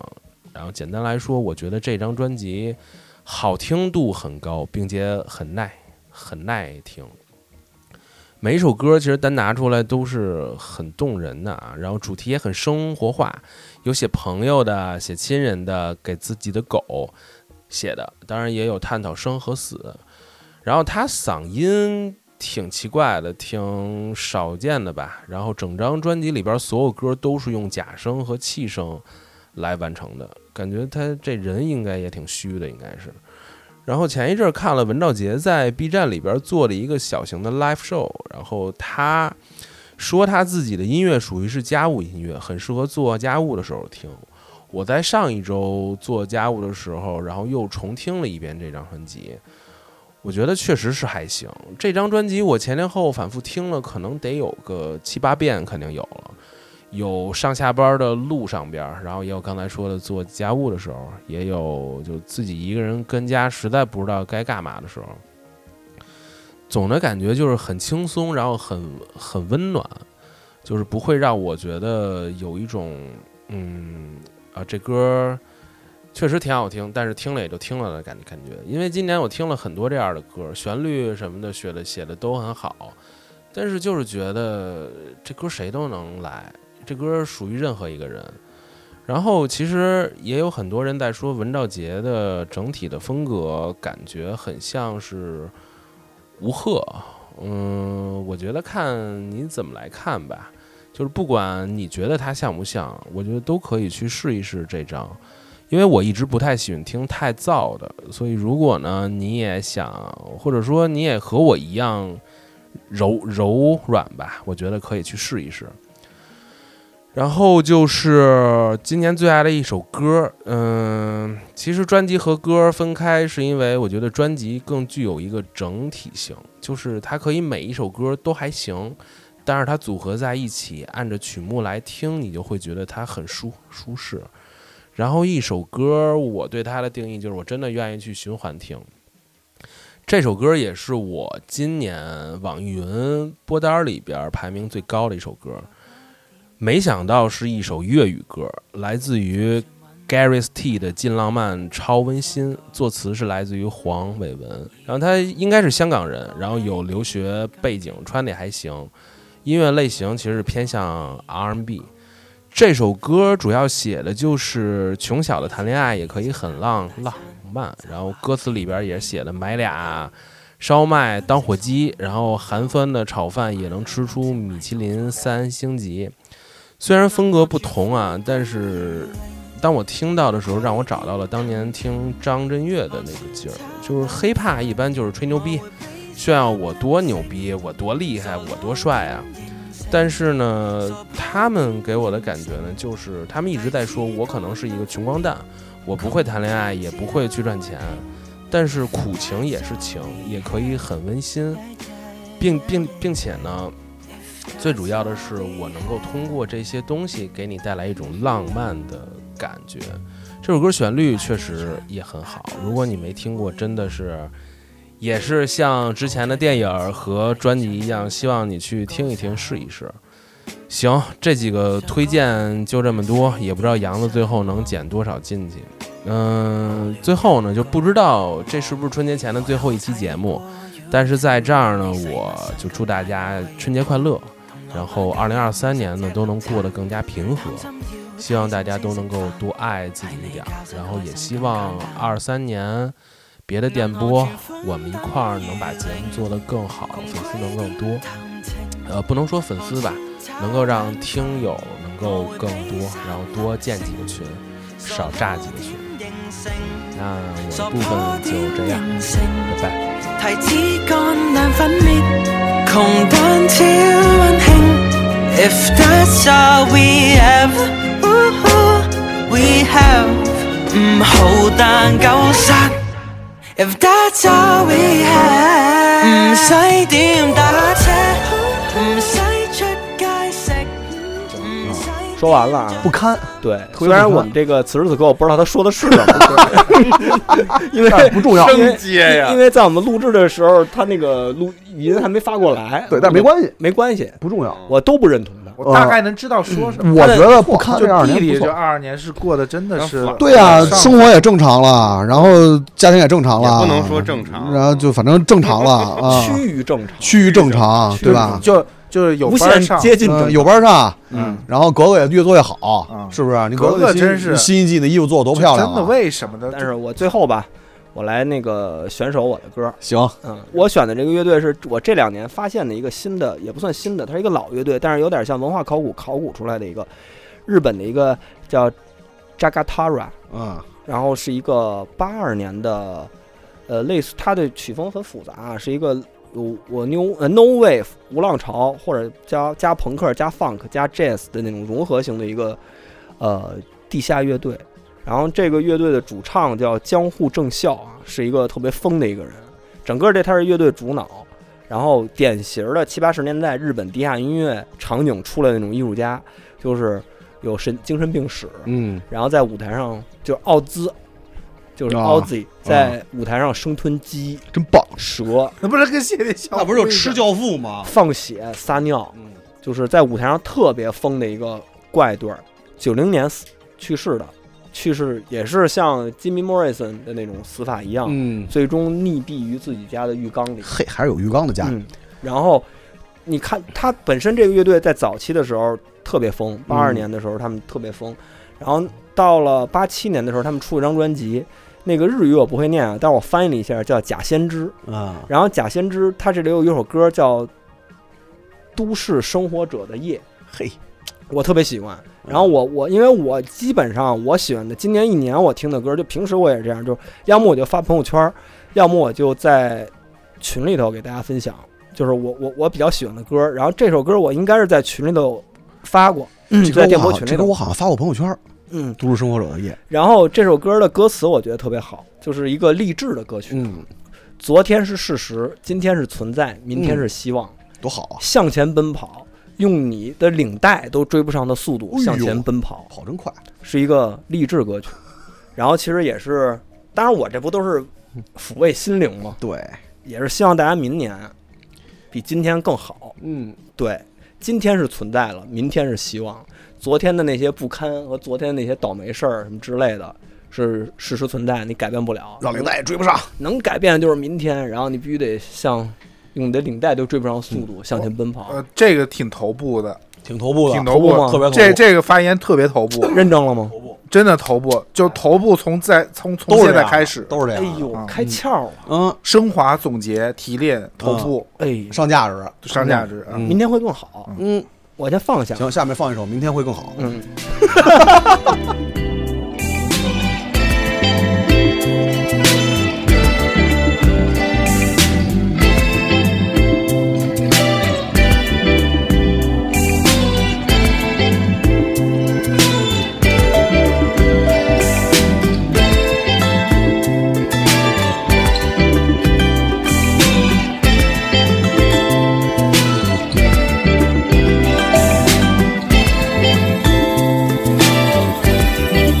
Speaker 19: 然后简单来说，我觉得这张专辑好听度很高，并且很耐，很耐听。每一首歌其实单拿出来都是很动人的啊，然后主题也很生活化，有写朋友的，写亲人的，给自己的狗写的，当然也有探讨生和死。然后他嗓音挺奇怪的，挺少见的吧。然后整张专辑里边所有歌都是用假声和气声来完成的，感觉他这人应该也挺虚的，应该是。然后前一阵儿看了文兆杰在 B 站里边做了一个小型的 live show，然后他说他自己的音乐属于是家务音乐，很适合做家务的时候听。我在上一周做家务的时候，然后又重听了一遍这张专辑，我觉得确实是还行。这张专辑我前前后后反复听了，可能得有个七八遍，肯定有了。有上下班的路上边儿，然后也有刚才说的做家务的时候，也有就自己一个人跟家实在不知道该干嘛的时候。总的感觉就是很轻松，然后很很温暖，就是不会让我觉得有一种嗯啊这歌儿确实挺好听，但是听了也就听了的感觉感觉。因为今年我听了很多这样的歌儿，旋律什么的写的写的都很好，但是就是觉得这歌谁都能来，这歌属于任何一个人。然后其实也有很多人在说文兆杰的整体的风格感觉很像是吴赫。嗯，我觉得看你怎么来看吧，就是不管你觉得他像不像，我觉得都可以去试一试这张。因为我一直不太喜欢听太燥的，所以如果呢你也想，或者说你也和我一样柔柔软吧，我觉得可以去试一试。然后就是今年最爱的一首歌，嗯，其实专辑和歌分开是因为我觉得专辑更具有一个整体性，就是它可以每一首歌都还行，但是它组合在一起，按着曲目来听，你就会觉得它很舒舒适。然后一首歌，我对它的定义就是我真的愿意去循环听。这首歌也是我今年网易云播单里边排名最高的一首歌，没想到是一首粤语歌，来自于 Garys T 的《近浪漫超温馨》，作词是来自于黄伟文，然后他应该是香港人，然后有留学背景，穿的也还行，音乐类型其实是偏向 R&B。这首歌主要写的就是穷小子谈恋爱也可以很浪浪漫，然后歌词里边也写的买俩烧麦当火鸡，然后韩翻的炒饭也能吃出米其林三星级。虽然风格不同啊，但是当我听到的时候，让我找到了当年听张震岳的那个劲儿，就是黑怕一般就是吹牛逼，炫耀我多牛逼，我多厉害，我多帅啊。但是呢，他们给我的感觉呢，就是他们一直在说我可能是一个穷光蛋，我不会谈恋爱，也不会去赚钱，但是苦情也是情，也可以很温馨，并并并且呢，最主要的是我能够通过这些东西给你带来一种浪漫的感觉。这首歌旋律确实也很好，如果你没听过，真的是。也是像之前的电影儿和专辑一样，希望你去听一听，试一试。行，这几个推荐就这么多，也不知道杨子最后能剪多少进去。嗯、最后呢，就不知道这是不是春节前的最后一期节目，但是在这儿呢，我就祝大家春节快乐，然后二零二三年呢都能过得更加平和，希望大家都能够多爱自己一点儿，然后也希望二三年。别的电波，我们一块儿能把节目做得更好，粉丝能更多。呃，不能说粉丝吧，能够让听友能够更多，然后多建几个群，少炸几个群。那我的部分就这样，拜拜。
Speaker 20: 提子干难粉灭，穷但超温馨。If that's all we have, ooh, we have 唔好但夠殺。If that's all we have，唔使點打車，唔使出街食，唔使。
Speaker 7: 说
Speaker 2: à?
Speaker 7: 完了啊，不
Speaker 18: 堪。
Speaker 7: 对，
Speaker 18: 特
Speaker 7: 虽
Speaker 18: 别
Speaker 7: 然
Speaker 18: 不堪
Speaker 7: 我们这个此时此刻我不知道他说的是
Speaker 18: *laughs*
Speaker 7: 什么，因为
Speaker 18: 但是不重要
Speaker 7: 因为
Speaker 18: 生接呀
Speaker 7: 因为在我们录制的时候，他那个录音还没发过来。
Speaker 18: 对但是没关
Speaker 7: 系，没关系，
Speaker 18: 不重要，
Speaker 7: 我都不认同他。
Speaker 8: 我大概能知道说什么。
Speaker 18: 呃嗯我觉得不堪
Speaker 8: 就
Speaker 18: 这二年
Speaker 8: 弟
Speaker 18: 不
Speaker 8: 弟
Speaker 18: 错
Speaker 8: 这二年是过得真的是
Speaker 18: 对呀、
Speaker 8: 上
Speaker 18: 生活也正常了，然后家庭也正常了，
Speaker 8: 也不能说正常
Speaker 18: 然后就反正正常了啊，
Speaker 8: 区域
Speaker 2: 正常，
Speaker 18: 区域正常，啊对吧？
Speaker 8: 就就是有
Speaker 18: 无
Speaker 8: 班
Speaker 18: 限
Speaker 8: 上
Speaker 18: 接近正常有班上，
Speaker 8: 嗯，
Speaker 18: 然后格格也越做越好，是不是？你
Speaker 8: 格
Speaker 18: 格
Speaker 8: 格
Speaker 18: 新
Speaker 8: 真是
Speaker 18: 新一季那衣服做的多漂亮啊！
Speaker 8: 为什么呢？
Speaker 2: 但是我最后吧，我来那个选首我的歌。
Speaker 18: 行，
Speaker 2: 嗯，我选的这个乐队是我这两年发现的一个新的，也不算新的，它是一个老乐队，但是有点像文化考古考古出来的一个日本的一个叫 Jagatara，
Speaker 18: 嗯，
Speaker 2: 然后是一个八二年的，呃，类似它的曲风很复杂啊，是一个。我我 new 呃 no wave 无浪潮，或者加加朋克、加 funk、加 jazz 的那种融合型的一个呃地下乐队。然后这个乐队的主唱叫江户正孝啊，是一个特别疯的一个人。整个这他是乐队主脑，然后典型的七八十年代日本地下音乐场景出来的那种艺术家，就是有神精神病史，
Speaker 19: 嗯，
Speaker 2: 然后在舞台上就是奥兹，就是
Speaker 19: 啊
Speaker 2: Ozzy
Speaker 19: 啊
Speaker 2: 在舞台上生吞鸡，
Speaker 18: 真棒，
Speaker 2: 蛇，
Speaker 8: 那不是跟谢天笑，
Speaker 2: 那不是就吃
Speaker 18: 教父吗？
Speaker 2: 放血撒尿，就是在舞台上特别疯的一个怪对儿。九零年死去世的，去世也是像 Jimmy Morrison 的那种死法一样，
Speaker 18: 嗯
Speaker 2: 最终溺毙于自己家的浴缸里。嗯
Speaker 18: 嘿，还是有浴缸的家里。
Speaker 2: 然后你看，他本身这个乐队在早期的时候特别疯，八二
Speaker 18: 嗯
Speaker 2: 年的时候他们特别疯，然后到了八七年的时候，他们出了一张专辑，那个日语我不会念啊，但是我翻译了一下，叫《假先知》。
Speaker 18: 啊，
Speaker 2: 然后《假先知》它这里有一首歌叫《都市生活者的夜》，
Speaker 18: 嘿，嗯
Speaker 2: 我特别喜欢。然后我我因为我基本上我喜欢的今年一年我听的歌，就平时我也是这样，就是要么我就发朋友圈儿，要么我就在群里头给大家分享，就是我我我比较喜欢的歌。然后这首歌我应该是在群里头发过，
Speaker 18: 这
Speaker 2: 就
Speaker 18: 歌
Speaker 2: 在
Speaker 18: 我
Speaker 2: 电
Speaker 18: 好
Speaker 2: 波
Speaker 18: 像
Speaker 2: 群
Speaker 18: 嗯这
Speaker 2: 里
Speaker 18: 歌我
Speaker 2: 头。
Speaker 18: 好像发过朋友圈。
Speaker 2: 嗯，
Speaker 18: 都市生活者的夜，
Speaker 2: 然后这首歌的歌词我觉得特别好，就是一个励志的歌曲。
Speaker 18: 嗯，
Speaker 2: 昨天是事实，今天是存在，明天是希望，
Speaker 18: 多好啊！
Speaker 2: 向前奔跑，用你的领带都追不上的速度
Speaker 18: 哎呦
Speaker 2: 向前奔跑，
Speaker 18: 跑真快，
Speaker 2: 是一个励志歌曲。然后其实也是，当然我这不都是抚慰心灵嘛，
Speaker 18: 对，
Speaker 2: 也是希望大家明年比今天更好。
Speaker 19: 嗯，
Speaker 2: 对，今天是存在了，明天是希望。昨天的那些不堪和昨天那些倒霉事儿什么之类的，是事实存在，你改变不了。
Speaker 18: 让领带也追不上，
Speaker 2: 能改变的就是明天。然后你必须得像用你的领带都追不上速
Speaker 18: 嗯
Speaker 2: 度、向前奔跑。
Speaker 8: 呃，这个挺头部的，
Speaker 18: 挺头部
Speaker 2: 的
Speaker 8: 挺头
Speaker 2: 头部
Speaker 8: 部，啊
Speaker 2: 吗特别头部
Speaker 8: 这这个发言特别头部，
Speaker 2: 认证了吗？
Speaker 8: 真的头部，就头部从在从从
Speaker 2: 都
Speaker 8: 现
Speaker 2: 是这
Speaker 8: 在
Speaker 2: 样
Speaker 8: 开始
Speaker 2: 都是这样哎呦
Speaker 8: 嗯
Speaker 2: 开窍了
Speaker 18: 嗯，
Speaker 8: 升华总结提炼头部，
Speaker 2: 哎，
Speaker 18: 上价值，
Speaker 8: 上价值啊
Speaker 2: 明天会更好。
Speaker 18: 嗯，
Speaker 2: 我先放下。
Speaker 18: 行，下面放一首《明天会更好》。
Speaker 2: 嗯，
Speaker 10: 「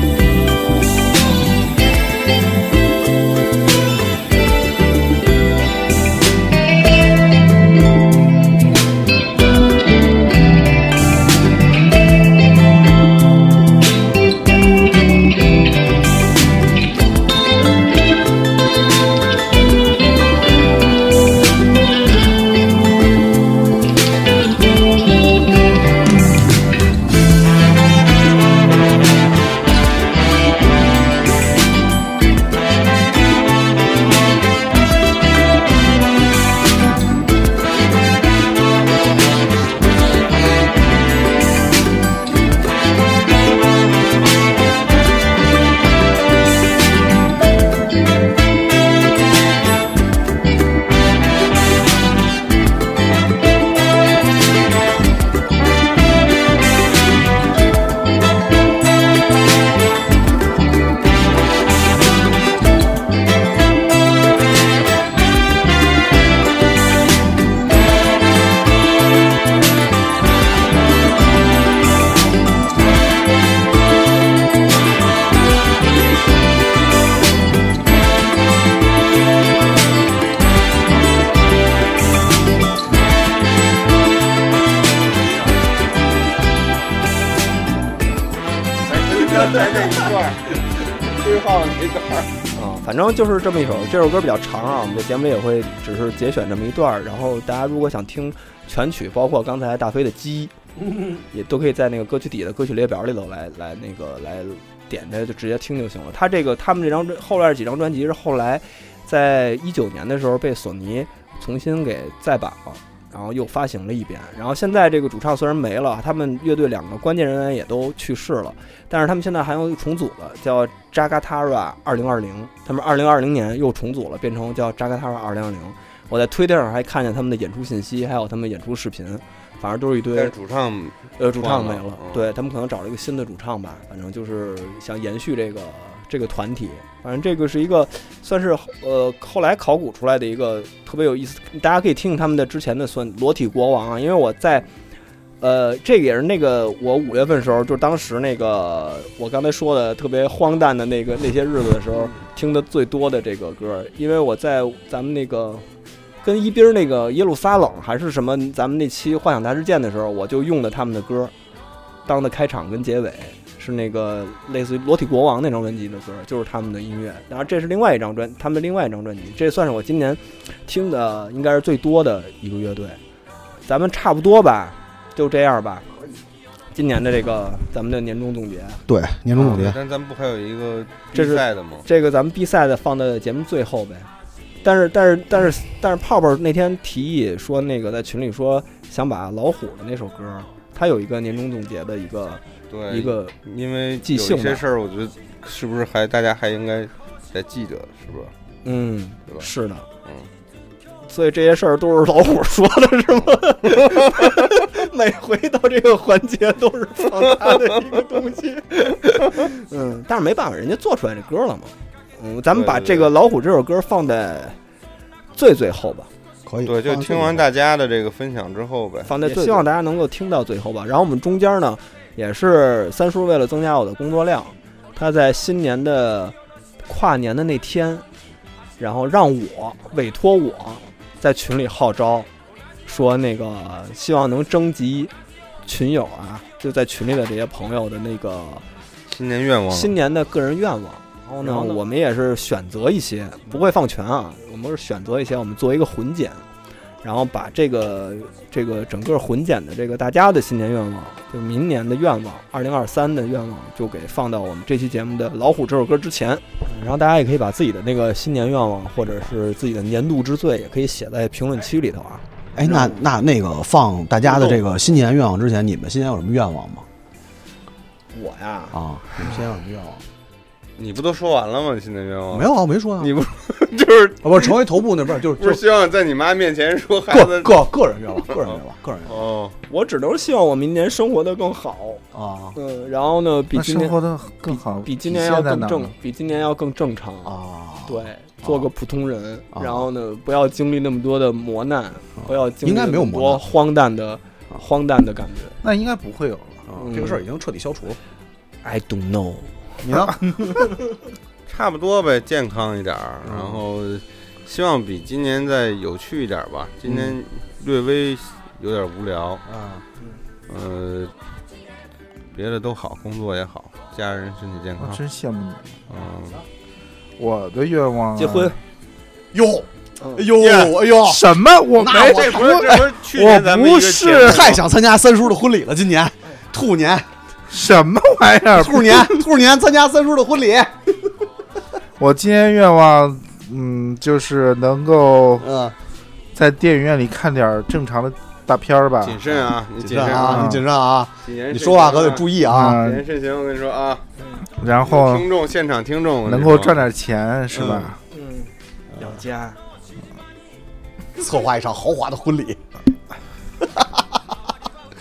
Speaker 4: à?
Speaker 2: 啊，反正就是这么一首，这首歌比较长啊，我们这节目里也会只是节选这么一段儿，然后大家如果想听全曲，包括刚才大飞的《鸡》，也都可以在那个歌曲底的歌曲列表里头来来那个来点开就直接听就行了。他这个他们这张专后来几张专辑是后来在一九年的时候被索尼重新给再版了。然后又发行了一遍，然后现在这个主唱虽然没了，他们乐队两个关键人员也都去世了，但是他们现在还又重组了，叫 Jagatara 二零二零，他们二零二零年又重组了，变成叫 Jagatara 二零二零。我在推特上还看见他们的演出信息，还有他们演出视频，反正都是一堆。
Speaker 4: 但是主唱
Speaker 2: 呃，主唱没
Speaker 4: 换了
Speaker 2: 了，
Speaker 4: 嗯
Speaker 2: 对他们可能找了一个新的主唱吧，反正就是想延续这个这个团体。反正这个是一个算是呃后来考古出来的一个特别有意思，大家可以听听他们的之前的算裸体国王啊，因为我在。呃，这个也是那个我五月份时候，就是当时那个我刚才说的特别荒诞的那个那些日子的时候，听的最多的这个歌，因为我在咱们那个跟一斌儿那个耶路撒冷还是什么咱们那期幻想大事件的时候，我就用的他们的歌当的开场跟结尾，是那个类似于《裸体国王》那张专辑的歌，就是他们的音乐。然后这是另外一张专，他们的另外一张专辑，这算是我今年听的应该是最多的一个乐队。咱们差不多吧，就这样吧。今年的这个咱们的年终总结，
Speaker 18: 对，年终总结。
Speaker 4: 但咱们不还有一个
Speaker 2: 这是
Speaker 4: 比赛的吗？
Speaker 2: 这个咱们比赛的放在节目最后呗。但是但是但是但是泡泡那天提议说，那个在群里说想把老虎的那首歌，他有一个年终总结的一个
Speaker 4: 对
Speaker 2: 一个
Speaker 4: 因为
Speaker 2: 即
Speaker 4: 有
Speaker 2: 兴
Speaker 4: 一
Speaker 2: 吧
Speaker 4: 些事儿，我觉得是不是还大家还应该再记着，是不是？
Speaker 2: 嗯，
Speaker 4: 对吧？
Speaker 2: 是的，
Speaker 4: 嗯，
Speaker 2: 所以这些事儿都是老虎说的，是吗？
Speaker 4: *laughs*
Speaker 2: 每回到这个环节都是放大的一个东
Speaker 4: *laughs*
Speaker 2: 西。嗯，但是没办法，人家做出来这歌了嘛。嗯，咱们把
Speaker 4: 对对对
Speaker 2: 这个老虎这首歌放在最最后吧。
Speaker 18: 可以
Speaker 4: 对，就听完大家的这个分享之后呗，
Speaker 2: 放在最，希望大家能够听到最后吧。然后我们中间呢，也是三叔为了增加我的工作量，他在新年的跨年的那天，然后让我委托我在群里号召，说那个希望能征集群友啊，就在群里的这些朋友的那个
Speaker 4: 新年愿望
Speaker 2: 新年的个人愿望。然后呢，
Speaker 4: 然后呢
Speaker 2: 我们也是选择一些，不会放全啊，我们是选择一些，我们做一个混剪，然后把这个这个整个混剪的这个大家的新年愿望，就明年的愿望，二零二三的愿望，就给放到我们这期节目的《老虎》这首歌之前。然后大家也可以把自己的那个新年愿望，或者是自己的年度之最，也可以写在评论区里头啊。
Speaker 3: 哎，那那那个放大家的这个新年愿望之前，你们新年有什么愿望吗？
Speaker 2: 我呀，
Speaker 3: 啊，你们新年有什么愿望？
Speaker 4: 你不都说完了吗？新年愿
Speaker 8: 哦
Speaker 4: 望
Speaker 3: 没有啊，我没说呀。
Speaker 8: *laughs*
Speaker 4: 你不就是
Speaker 3: 不是成为头部那不是就是
Speaker 4: 不
Speaker 3: 就是是
Speaker 4: 希望在你妈面前说孩子
Speaker 3: 个个个人愿望，个人愿望，个人愿望。
Speaker 4: 哦，
Speaker 2: 我只能希望我明年生活的更好
Speaker 3: 啊，
Speaker 2: 嗯，然后呢，比
Speaker 8: 那
Speaker 2: 今年
Speaker 8: 生活的更好，
Speaker 2: 比今
Speaker 8: 体
Speaker 2: 年
Speaker 8: 现
Speaker 2: 要
Speaker 8: 在
Speaker 2: 更
Speaker 8: 哪儿
Speaker 2: 正
Speaker 8: 呢，
Speaker 2: 比今年要更正常
Speaker 3: 啊。
Speaker 2: 对，做个普通人，
Speaker 8: 啊
Speaker 2: 然后呢，不要经历那么多的磨难，不要经历
Speaker 3: 应该没有
Speaker 2: 那么
Speaker 3: 磨
Speaker 2: 多荒诞的、
Speaker 8: 啊
Speaker 2: 荒诞的感觉。
Speaker 8: 那应该不会有了。
Speaker 2: 嗯
Speaker 3: 这个事儿已经彻底消
Speaker 4: *laughs*
Speaker 3: 除了。
Speaker 2: I don't know。
Speaker 3: 你呢？
Speaker 4: 差不多呗，健康一点儿，然后希望比今年再有趣一点儿吧。今年略微有点无聊，
Speaker 3: 啊，
Speaker 4: 呃，别的都好，工作也好，家人身体健
Speaker 8: 我
Speaker 4: 康，
Speaker 8: 真羡慕你。
Speaker 4: 嗯，
Speaker 8: 我的愿望啊
Speaker 4: 结婚
Speaker 3: 哟，
Speaker 8: 哎
Speaker 3: 呦哎呦
Speaker 8: 什么？我
Speaker 3: 那
Speaker 8: 没
Speaker 3: 我哎
Speaker 8: 这
Speaker 3: 不
Speaker 8: 不是
Speaker 4: 这不是
Speaker 8: 去年咱们一个节目吗
Speaker 3: 太想参加三叔的婚礼了，今年兔年
Speaker 8: 什么玩意儿？
Speaker 3: 兔年 *laughs* 兔年参加三叔的婚礼，
Speaker 8: 我今年愿望，嗯，就是能够，
Speaker 3: 嗯
Speaker 8: 在电影院里看点儿正常的大片儿吧。
Speaker 4: 谨慎啊，
Speaker 8: 嗯
Speaker 4: 你
Speaker 3: 谨
Speaker 4: 谨
Speaker 3: 慎
Speaker 4: 慎
Speaker 3: 啊，你谨慎啊，
Speaker 4: 谨言
Speaker 3: 你
Speaker 4: 慎行啊
Speaker 3: 说话可得注意啊。
Speaker 4: 谨言慎行，我跟你说啊，
Speaker 8: 然后
Speaker 4: 听众现场听众
Speaker 8: 能够赚点钱是吧？
Speaker 2: 嗯，养家。
Speaker 3: 策划一场豪华的婚礼。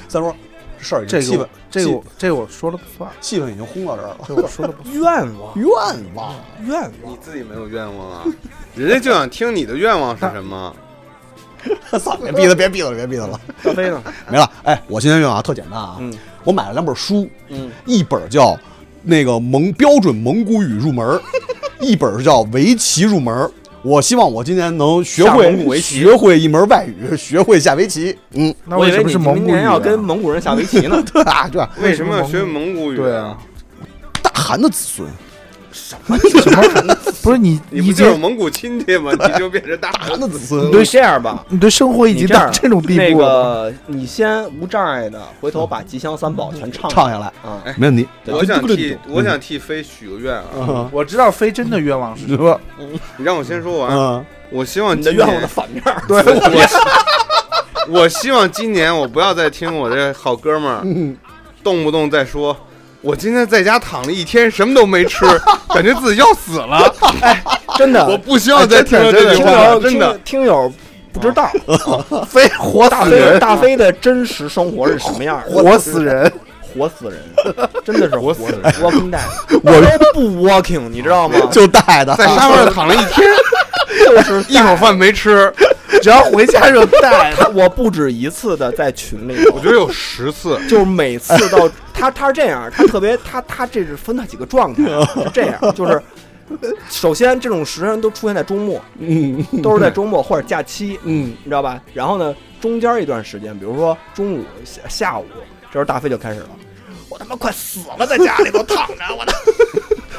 Speaker 3: 三叔，这事儿已经
Speaker 8: 这
Speaker 3: 气
Speaker 8: 个
Speaker 3: 氛
Speaker 8: 我，这个
Speaker 3: 气
Speaker 8: 我这个我说了不算，
Speaker 3: 气氛已经轰到这儿了。
Speaker 8: 这我说了
Speaker 3: *laughs*
Speaker 8: 不
Speaker 2: 愿望，
Speaker 3: 愿望，
Speaker 2: 愿望，
Speaker 4: 你自己没有愿望啊，人家就想听你的愿望是什么。
Speaker 3: 操，别逼他，别逼他了，别
Speaker 8: *laughs*
Speaker 3: 逼他了。
Speaker 2: 大飞呢？
Speaker 3: 没了。哎，我新年愿望啊特简单啊，
Speaker 8: 嗯
Speaker 3: 我买了两本书，
Speaker 2: 嗯，
Speaker 3: 一本叫《那个蒙标准蒙古语入门儿》，一本是叫《围棋入门儿》。我希望我今年能学
Speaker 2: 下蒙古
Speaker 3: 会
Speaker 2: 围棋
Speaker 3: 学会一门外语，学会下围棋。嗯，
Speaker 8: 那为什么是蒙古
Speaker 2: 明年
Speaker 8: 语啊
Speaker 2: 要跟蒙古人下围棋呢？
Speaker 3: 对啊，对啊，
Speaker 8: *laughs*
Speaker 4: 为什么要学蒙古语？
Speaker 8: 对啊，
Speaker 3: 大汗的子孙，
Speaker 4: 什
Speaker 8: 么什么？不是你，
Speaker 4: 你不就是蒙古亲戚吗？你就变成大韩的子孙
Speaker 2: 你
Speaker 4: 了。
Speaker 2: 对这样吧，
Speaker 8: 你对生活已经
Speaker 2: 你这样
Speaker 8: 到这种地步
Speaker 2: 那
Speaker 8: 了
Speaker 2: 个，你先无障碍的，回头把吉祥三宝全唱
Speaker 8: 唱下来
Speaker 2: 啊，
Speaker 8: 没问题
Speaker 2: 对
Speaker 4: 我想替
Speaker 8: 嗯
Speaker 4: 我想替飞许个愿啊！
Speaker 8: 我知道飞真的愿望是什么，
Speaker 4: 你让我先说完
Speaker 8: 嗯。
Speaker 4: 我希望
Speaker 8: 你的
Speaker 4: 今年
Speaker 8: 愿望的反面儿
Speaker 4: 对
Speaker 8: 对
Speaker 4: 我，我希望今年我不要再听我这好哥们儿动不动再说，我今天在家躺了一天，什么都没 *laughs* 吃，感觉自己要死了。哎，
Speaker 2: 真的，哎
Speaker 4: 我不希望再听到这句
Speaker 2: 听
Speaker 4: 话了，
Speaker 2: 友
Speaker 4: 真的。
Speaker 2: 听友不知
Speaker 4: *laughs*
Speaker 2: 道，
Speaker 8: 飞活
Speaker 2: 大
Speaker 8: 死人
Speaker 2: 飞大飞的真实生活是什么样儿的？
Speaker 8: 活死人，
Speaker 2: 活死人，真的是活死人。Walking Dead，
Speaker 10: 我都不 walking，你知道吗？
Speaker 8: 就带的
Speaker 4: 在沙发上躺了一
Speaker 10: *laughs*
Speaker 4: 天，
Speaker 2: 就是
Speaker 4: 一口饭没吃，
Speaker 10: 只要回家就带。他我不止一次的在群里，我
Speaker 4: 觉得有十次，
Speaker 2: *laughs* 就是每次到他他是这样，他特别他他这是分了几个状态，啊是这样，就是首先这种时间都出现在周末，
Speaker 21: 嗯，
Speaker 2: 都是在周末或者假期，
Speaker 21: 嗯，
Speaker 2: 你知道吧？然后呢，中间一段时间，比如说中午下下午，这时候大飞就开始了，我他妈快死了，在家里头躺着，我的。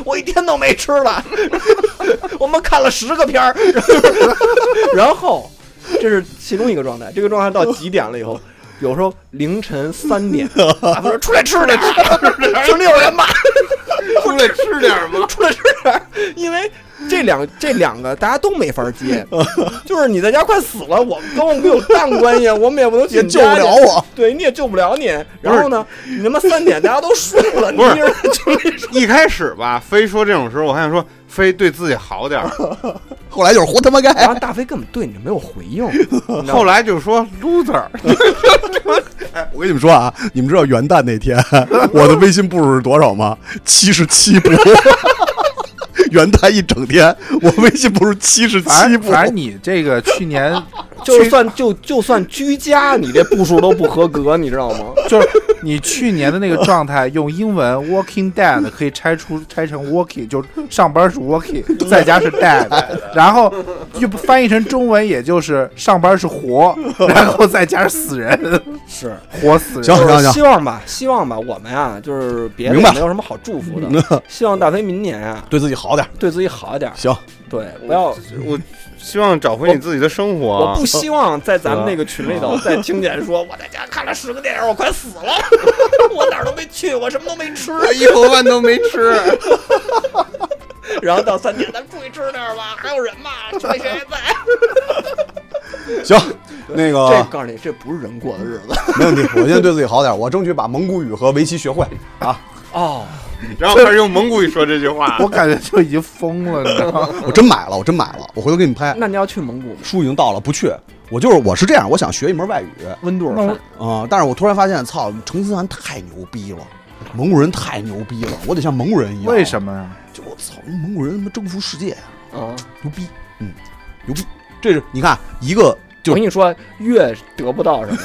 Speaker 2: 我一天都没吃了， *laughs* 我们看了十个片儿， *laughs* 然后这是其中一个状态，这个状态到几点了以后，有时候凌晨三 *laughs* 点，大飞说出来吃来吃点，群里有人骂，
Speaker 4: 出来吃点儿吗？
Speaker 2: 出来吃点儿，因为这两这两个大家都没法 *laughs* 接，就是你在家快死了，我跟我们有蛋关系啊，我们也不能去
Speaker 4: 也
Speaker 2: 你家
Speaker 4: 救不
Speaker 2: 去
Speaker 4: 了我，
Speaker 2: 对，你也救不了你。然后呢，你他妈三点大家都睡了，你
Speaker 4: 不是
Speaker 2: 一人就
Speaker 4: 一开始吧，非说这种时候，我还想说非对自己好点儿，
Speaker 2: 后来就是活他妈该。然后大飞根本对你没有回 *laughs* 应，
Speaker 4: 后来就说 loser，
Speaker 3: *laughs* 我跟你们说啊，你们知道元旦那天我的微信步数是多少吗？七十七步。 *laughs* 元旦一整天，
Speaker 8: *laughs*
Speaker 3: 我微信步数七十
Speaker 8: 反
Speaker 3: 七
Speaker 8: 正
Speaker 3: 步。
Speaker 8: 反正你这个去 *laughs* 年
Speaker 2: 就算就就算居家，你这步数都不合格，你知啊道吗？
Speaker 8: 就是你去年的那个状态，用英文 “working dead” 可以拆出拆成 “working”，就是上班是 working，在家是 dead，然后就翻译成中文，也就是上班是活， *laughs* 然后在家是死
Speaker 2: *laughs*
Speaker 8: 人，
Speaker 2: 是
Speaker 8: 活死人。
Speaker 2: 就是希望吧，希望吧，我们啊，就是别的
Speaker 8: 明白
Speaker 2: 也没有什么好祝福的， *laughs* 希望大飞明年啊，
Speaker 3: 嗯 *laughs* 对自己好点，
Speaker 2: 对自己好一点。
Speaker 3: 行，
Speaker 2: 对，不要，
Speaker 4: 我希望找回你自己的生活。啊
Speaker 2: 我不希望在咱们那个群里
Speaker 4: *laughs*
Speaker 2: 头再听见说我在家看了十个电影，我快死了， *laughs* 我哪儿都没去，我什么都没吃，
Speaker 4: 我一口饭都没吃。
Speaker 2: 然后到三点，咱们注意吃点儿吧，还有人吗？谁谁在？
Speaker 3: 行，那个
Speaker 2: 这告诉你，这不是人过的日子。
Speaker 3: 没问题，我现在对自己好点，我争取把蒙古语和围棋学会啊。
Speaker 2: 哦，
Speaker 4: *laughs* 然后开始用蒙古语说这句话，
Speaker 8: *laughs* 我感觉就已经疯了，你知道吗？
Speaker 3: *laughs* 我真买了，我真买了，我回头给你拍。
Speaker 2: 那你要去蒙古吗？
Speaker 3: 书已经到了，不去。我就是我是这样，我想学一门外语，
Speaker 2: 温度尔
Speaker 3: 啊
Speaker 2: 汗、
Speaker 3: 但是我突然发现，操，成吉思汗太牛逼了，蒙古人太牛逼了，我得像蒙古人一样。
Speaker 8: 为什么呀？
Speaker 3: 就我操，蒙古人他妈征服世界啊！
Speaker 2: 啊，
Speaker 3: 牛逼，嗯，牛逼。这是你看一个就
Speaker 2: 我跟你说，越得不到什么，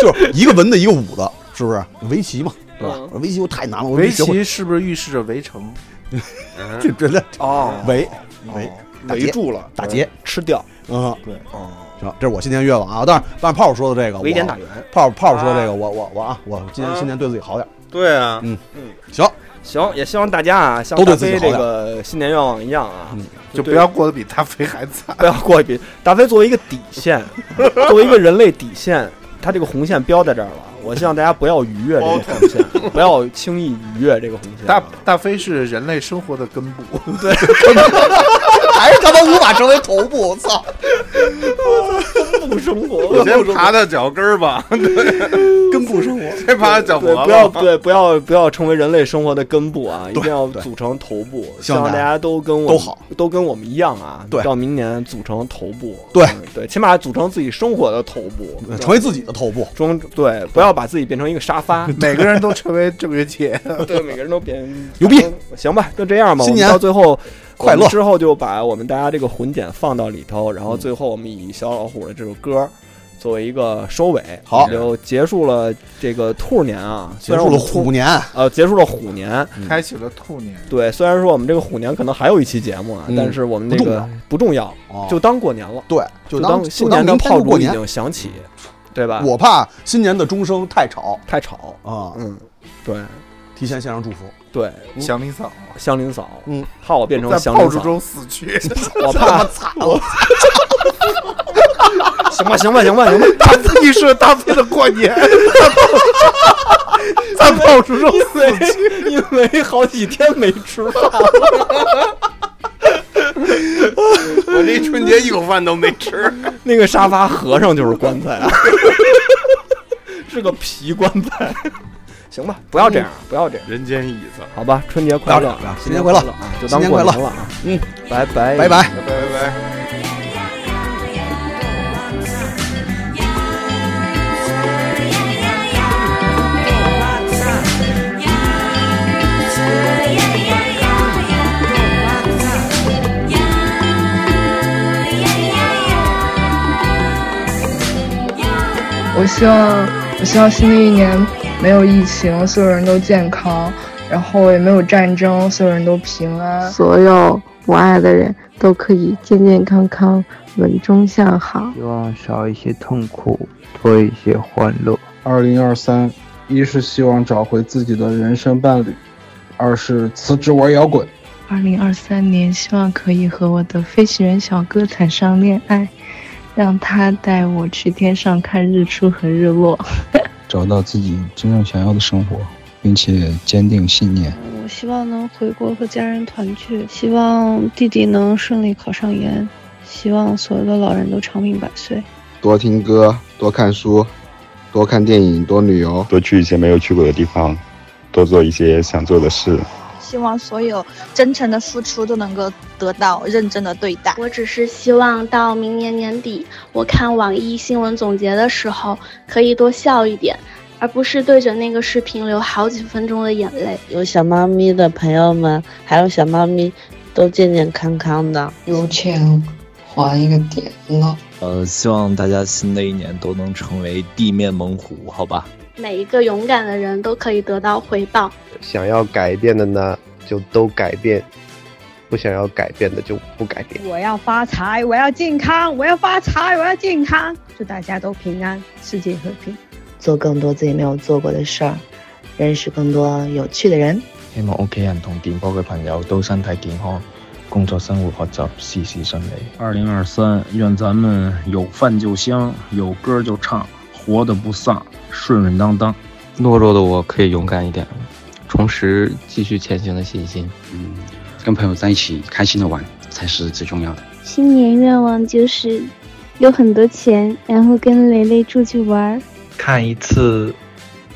Speaker 3: 就是一个文的，一个武的，是不是？围棋嘛，对吧？
Speaker 2: 嗯
Speaker 3: 围棋我太啊难了，我
Speaker 8: 围
Speaker 3: 学嗯会
Speaker 8: 棋是不是预示着围城？
Speaker 3: *laughs* 这真的
Speaker 2: 哦
Speaker 3: 围围打劫
Speaker 8: 围住了
Speaker 3: 打劫
Speaker 2: 吃掉，
Speaker 3: 嗯，
Speaker 8: 对，
Speaker 3: 哦，行，这是我新年愿望啊。但是，但是炮说的这个，
Speaker 4: 围点
Speaker 3: 我
Speaker 4: 打援
Speaker 3: 炮炮说这个，我我我啊，我今年新年对自己好点。
Speaker 4: 对啊，
Speaker 3: 嗯
Speaker 4: 嗯，
Speaker 3: 行，
Speaker 2: 行，也希望大家啊，像
Speaker 3: 都对
Speaker 2: 大
Speaker 3: 自己
Speaker 2: 飞
Speaker 3: 好
Speaker 2: 这
Speaker 3: 点嗯
Speaker 2: 个新年愿望一样啊，
Speaker 8: 就不要过得比大飞还惨，
Speaker 2: 不要过比大飞作为一个底
Speaker 8: *laughs*
Speaker 2: 线，作为一个人类底线，他这个红线标在这儿了。我希望大家不要逾越这个红线，不要轻易逾越这个红线。啊
Speaker 8: 大大飞是人类生活的根
Speaker 2: *laughs*
Speaker 8: 部，
Speaker 2: 对，
Speaker 3: *laughs* 还是他妈无法成为头部，我操！
Speaker 2: 不生活，
Speaker 4: *laughs* 我先爬到脚跟儿吧， *laughs* 对，
Speaker 3: 根部生活，
Speaker 4: 先爬到脚
Speaker 2: 对，
Speaker 4: 脖
Speaker 2: 不要
Speaker 4: 子吧。
Speaker 2: 对，不要不要成为人类生活的根部啊！一定要组成头部。希
Speaker 3: 希望
Speaker 2: 望大
Speaker 3: 大
Speaker 2: 家
Speaker 3: 家
Speaker 2: 都跟我
Speaker 3: 都好，
Speaker 2: 都跟我们一样啊！
Speaker 3: 对
Speaker 2: 到明年组成头部。
Speaker 3: 对
Speaker 2: 嗯对，起码组成自己生活的头部，
Speaker 3: 对成为自己的头部。
Speaker 2: 中对，不要把自己变成一个沙发。
Speaker 8: 每个人都成为郑渊
Speaker 2: *laughs*
Speaker 8: 洁。
Speaker 2: 对，每个人都变
Speaker 3: 牛逼，
Speaker 2: 行吧，就这样吧。
Speaker 3: 新
Speaker 2: 我
Speaker 3: 年
Speaker 2: 们到最后
Speaker 3: 快乐嗯
Speaker 2: 我们之后就把我们大家这个混剪放到里头，然后最后我们以小老虎的这首歌作为一个收尾，
Speaker 3: 好
Speaker 2: 就结束了这个兔年啊，
Speaker 3: 结束了虎年嗯
Speaker 2: 虽然我们兔呃，结束了虎年，
Speaker 8: 开启了兔年。
Speaker 2: 对，虽然说我们这个虎年可能还有一期节目啊，
Speaker 3: 嗯
Speaker 2: 但是我们
Speaker 3: 不
Speaker 2: 这
Speaker 3: 重
Speaker 2: 个
Speaker 3: 要哦
Speaker 2: 不重要，就当过年了。
Speaker 3: 对，
Speaker 2: 就
Speaker 3: 就当
Speaker 2: 新
Speaker 3: 就当
Speaker 2: 年的
Speaker 3: 明天
Speaker 2: 炮
Speaker 3: 就过
Speaker 2: 竹已
Speaker 3: 年
Speaker 2: 经响起，对吧？
Speaker 3: 啊我怕新年的钟声太吵，
Speaker 2: 太吵
Speaker 3: 啊，
Speaker 2: 嗯，对，
Speaker 11: 提前献上祝福。
Speaker 2: 对，
Speaker 8: *laughs* 祥林嫂，
Speaker 2: 祥林嫂，
Speaker 11: 嗯，
Speaker 2: 怕我变成
Speaker 8: 在
Speaker 2: 祥
Speaker 8: 炮
Speaker 2: 林
Speaker 8: 竹
Speaker 2: 嫂，，
Speaker 8: 中死去
Speaker 2: *laughs*
Speaker 3: *laughs*
Speaker 2: 我怕
Speaker 8: 惨
Speaker 2: 我
Speaker 8: 了。
Speaker 2: *laughs* 行吧，行吧，行吧，行吧，
Speaker 8: 他自己是搭配的过年，在炮竹中
Speaker 2: 死去， *laughs* 因为好几天没吃饭了。
Speaker 4: *laughs* 我这春节一口饭都没吃。
Speaker 2: *laughs* 那个沙发合上就是棺材啊， *laughs* 是个皮棺材。 *laughs* 行吧，不要这样，不要这样，
Speaker 4: 人间椅子，
Speaker 2: 好吧，春节快乐啊，
Speaker 4: 新年
Speaker 2: 快
Speaker 4: 快乐
Speaker 2: 啊，就当
Speaker 4: 新年
Speaker 2: 过
Speaker 4: 快乐
Speaker 2: 年了啊，嗯，拜拜，
Speaker 4: 拜拜
Speaker 8: 拜拜。
Speaker 22: 我希望，我希望新的一年没有疫情，所有人都健康，然后也没有战争，所有人都平安。
Speaker 23: 所有我爱的人都可以健健康康、稳中向好。
Speaker 24: *laughs* 希望少一些痛苦，多一些欢乐。
Speaker 25: 二零二三，一是希望找回自己的人生伴侣，二是辞职玩摇滚。
Speaker 26: 二零二三年，希望可以和我的飞行员小哥谈上恋爱，让他带我去天上看日出和日落。
Speaker 27: 找到自己真正想要的生活，并且坚定信念。
Speaker 28: 我希望能回国和家人团聚，希望弟弟能顺利考上研，希望所有的老人都长命百岁。
Speaker 29: 多听歌，多看书，多看电影，多旅游，
Speaker 30: 多去一些没有去过的地方，多做一些想做的事。
Speaker 31: 希望所有真诚的付出都能够得到认真的对待。
Speaker 32: 我只是希望到明年年底，我看网易新闻总结的时候，可以多笑一点，而不是对着那个视频流好几分钟的眼泪。
Speaker 33: 有小猫咪的朋友们，还有小猫咪，都健健康康的。
Speaker 34: 邮件还一个点了。
Speaker 35: 呃，希望大家新的一年都能成为地面猛虎，好吧？
Speaker 32: 每一个勇敢的人都可以得到回报。
Speaker 36: 想要改变的呢，就都改变；不想要改变的就不改变。
Speaker 37: 我要发财，我要健康，我要发财，我要健康。祝大家都平安，世界和平。
Speaker 38: 做更多自己没有做过的事儿，认识更多有趣的人。
Speaker 39: 希望屋企人同電波嘅朋友都身體健康，工作、生活、學習事事順利。
Speaker 40: 二零二三，愿咱们有饭就香，有歌就唱，活得不丧，顺顺当当。
Speaker 41: 懦弱的我可以勇敢一点，重拾继续前行的信心。嗯，跟朋友在一起开心的玩才是最重要的。
Speaker 42: 新年愿望就是有很多钱，然后跟蕾蕾出去玩儿。
Speaker 43: 看一次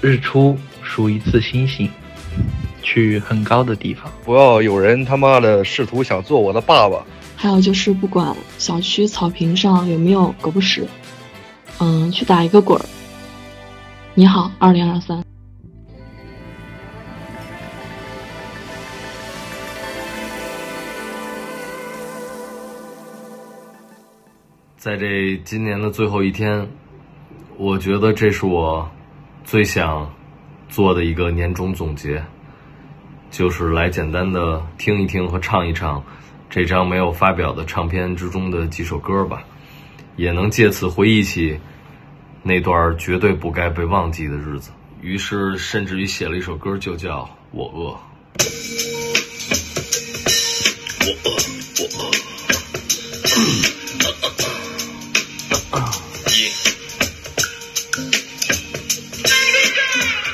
Speaker 43: 日出，数一次星星，去很高的地方。
Speaker 44: 不要有人他妈的试图想做我的爸爸。
Speaker 45: 还有就是，不管小区草坪上有没有狗不屎，嗯，去打一个滚儿。你好，二零二三。
Speaker 14: 在这今年的最后一天，我觉得这是我最想做的一个年终总结，就是来简单的听一听和唱一唱这张没有发表的唱片之中的几首歌吧，也能借此回忆起那段绝对不该被忘记的日子。于是，甚至于写了一首歌，就叫《我饿》。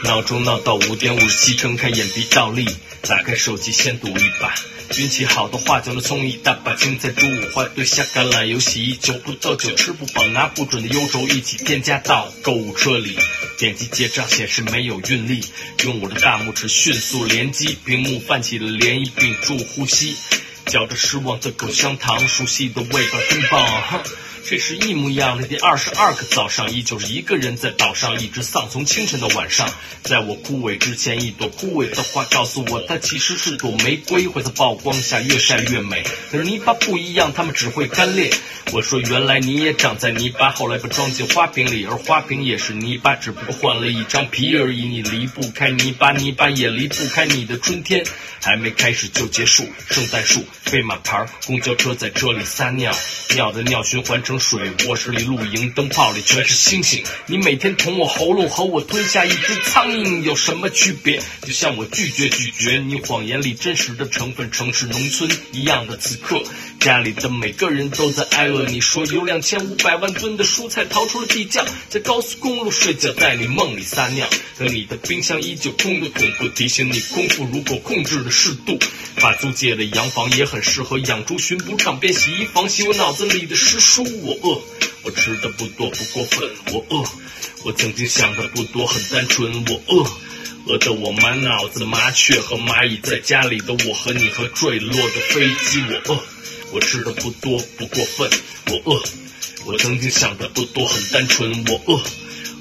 Speaker 46: 闹钟闹到五点五十七，睁开眼皮倒立，打开手机先赌一把。运气好的话就能送一大把青菜、猪五花、对虾、橄榄油、洗衣球，不到酒吃不饱，拿不准的忧愁一起添加到购物车里。点击结账显示没有运力，用我的大拇指迅速连击屏幕，泛起了涟漪，屏住呼吸，嚼着失望的口香糖，熟悉的味道真棒、啊。这是一模一样的第二十二个早上，依旧是一个人在岛上，一直丧从清晨到晚上。在我枯萎之前，一朵枯萎的花告诉我，它其实是朵玫瑰，会在曝光下越晒越美。可是泥巴不一样，它们只会干裂。我说，原来你也长在泥巴，后来被装进花瓶里，而花瓶也是泥巴，只不过换了一张皮而已。你离不开泥巴，泥巴也离不开你的春天，还没开始就结束。圣诞树飞马牌儿公交车在车里撒尿，尿的尿循环成水，卧室里露营灯泡里全是星星。你每天捅我喉咙和我吞下一只苍蝇有什么区别？就像我拒绝拒绝你谎言里真实的成分，城市农村一样的此刻，家里的每个人都在挨饿。你说有两千五百万吨的蔬菜逃出了地窖，在高速公路睡觉，在你梦里撒尿，可你的冰箱依旧空的恐怖，提醒你空腹如果控制的适度。把租界的洋房也很适合养猪，巡捕场边洗衣房洗我脑子里的诗书。我饿，我吃的不多不过分，我饿，我曾经想的不多很单纯，我饿。饿得我满脑子麻雀和蚂蚁，在家里的我和你和坠落的飞机，我饿，我吃的不多不过分，我饿，我曾经想的不多很单纯，我饿。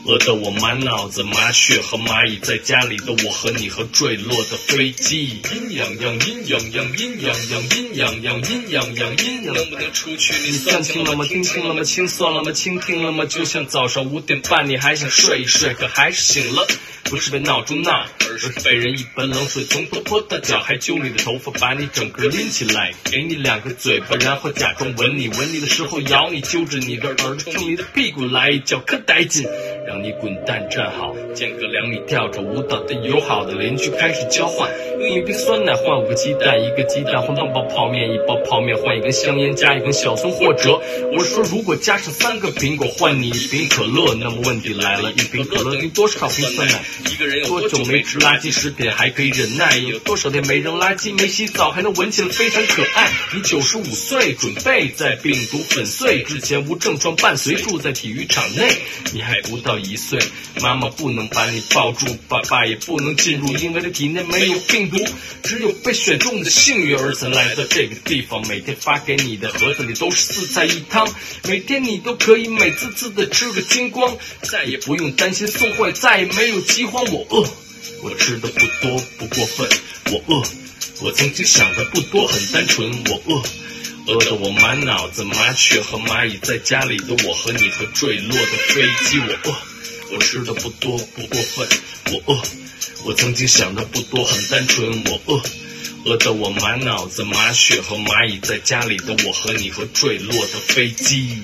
Speaker 46: 饿得我满脑子麻雀和蚂蚁，在家里的我和你和坠落的飞机。阴阳阳，阴阳阳，阴阳阳，阴阳阳，阴阳阳，阴阳。能不能出去？你算清了吗？听清了吗？清算了吗？倾听了吗？就像早上五点半，你还想睡一睡，可还是醒了。不是被闹钟闹，而是被人一盆冷水从头泼到脚，还揪你的头发，把你整个拎起来，给你两个嘴巴，然后假装吻你，吻你的时候咬你，揪着你的耳朵，冲你的屁股来一脚，可带劲，让你滚蛋站好，间隔两米跳着舞蹈的友好的邻居开始交换，用一瓶酸奶换五个鸡蛋，一个鸡蛋换半包泡面，一包泡面换一根香烟加一根小葱，或者我是说如果加上三个苹果换你一瓶可乐，那么问题来了，一瓶可乐等于多少瓶酸奶？一个人有多久没吃垃圾食品还可以忍耐？有多少天没扔垃圾没洗澡还能闻起来非常可爱？你九十五岁，准备在病毒粉碎之前无症状伴随住在体育场内。你还不到一岁，妈妈不能把你抱住，爸爸也不能进入，因为他体内没有病毒，只有被选中的幸运儿才来到这个地方。每天发给你的盒子里都是四菜一汤，每天你都可以美滋滋的吃个精光，再也不用担心送坏，再也没有饥。慌我饿，我吃的不多不过分，我饿，我曾经想的不多很单纯，我饿，饿得我满脑子麻雀和蚂蚁，在家里的我和你和坠落的飞机，我饿，我吃的不多不过分，我饿，我曾经想的不多很单纯，我饿，饿得我满脑子麻雀和蚂蚁，在家里的我和你和坠落的飞机。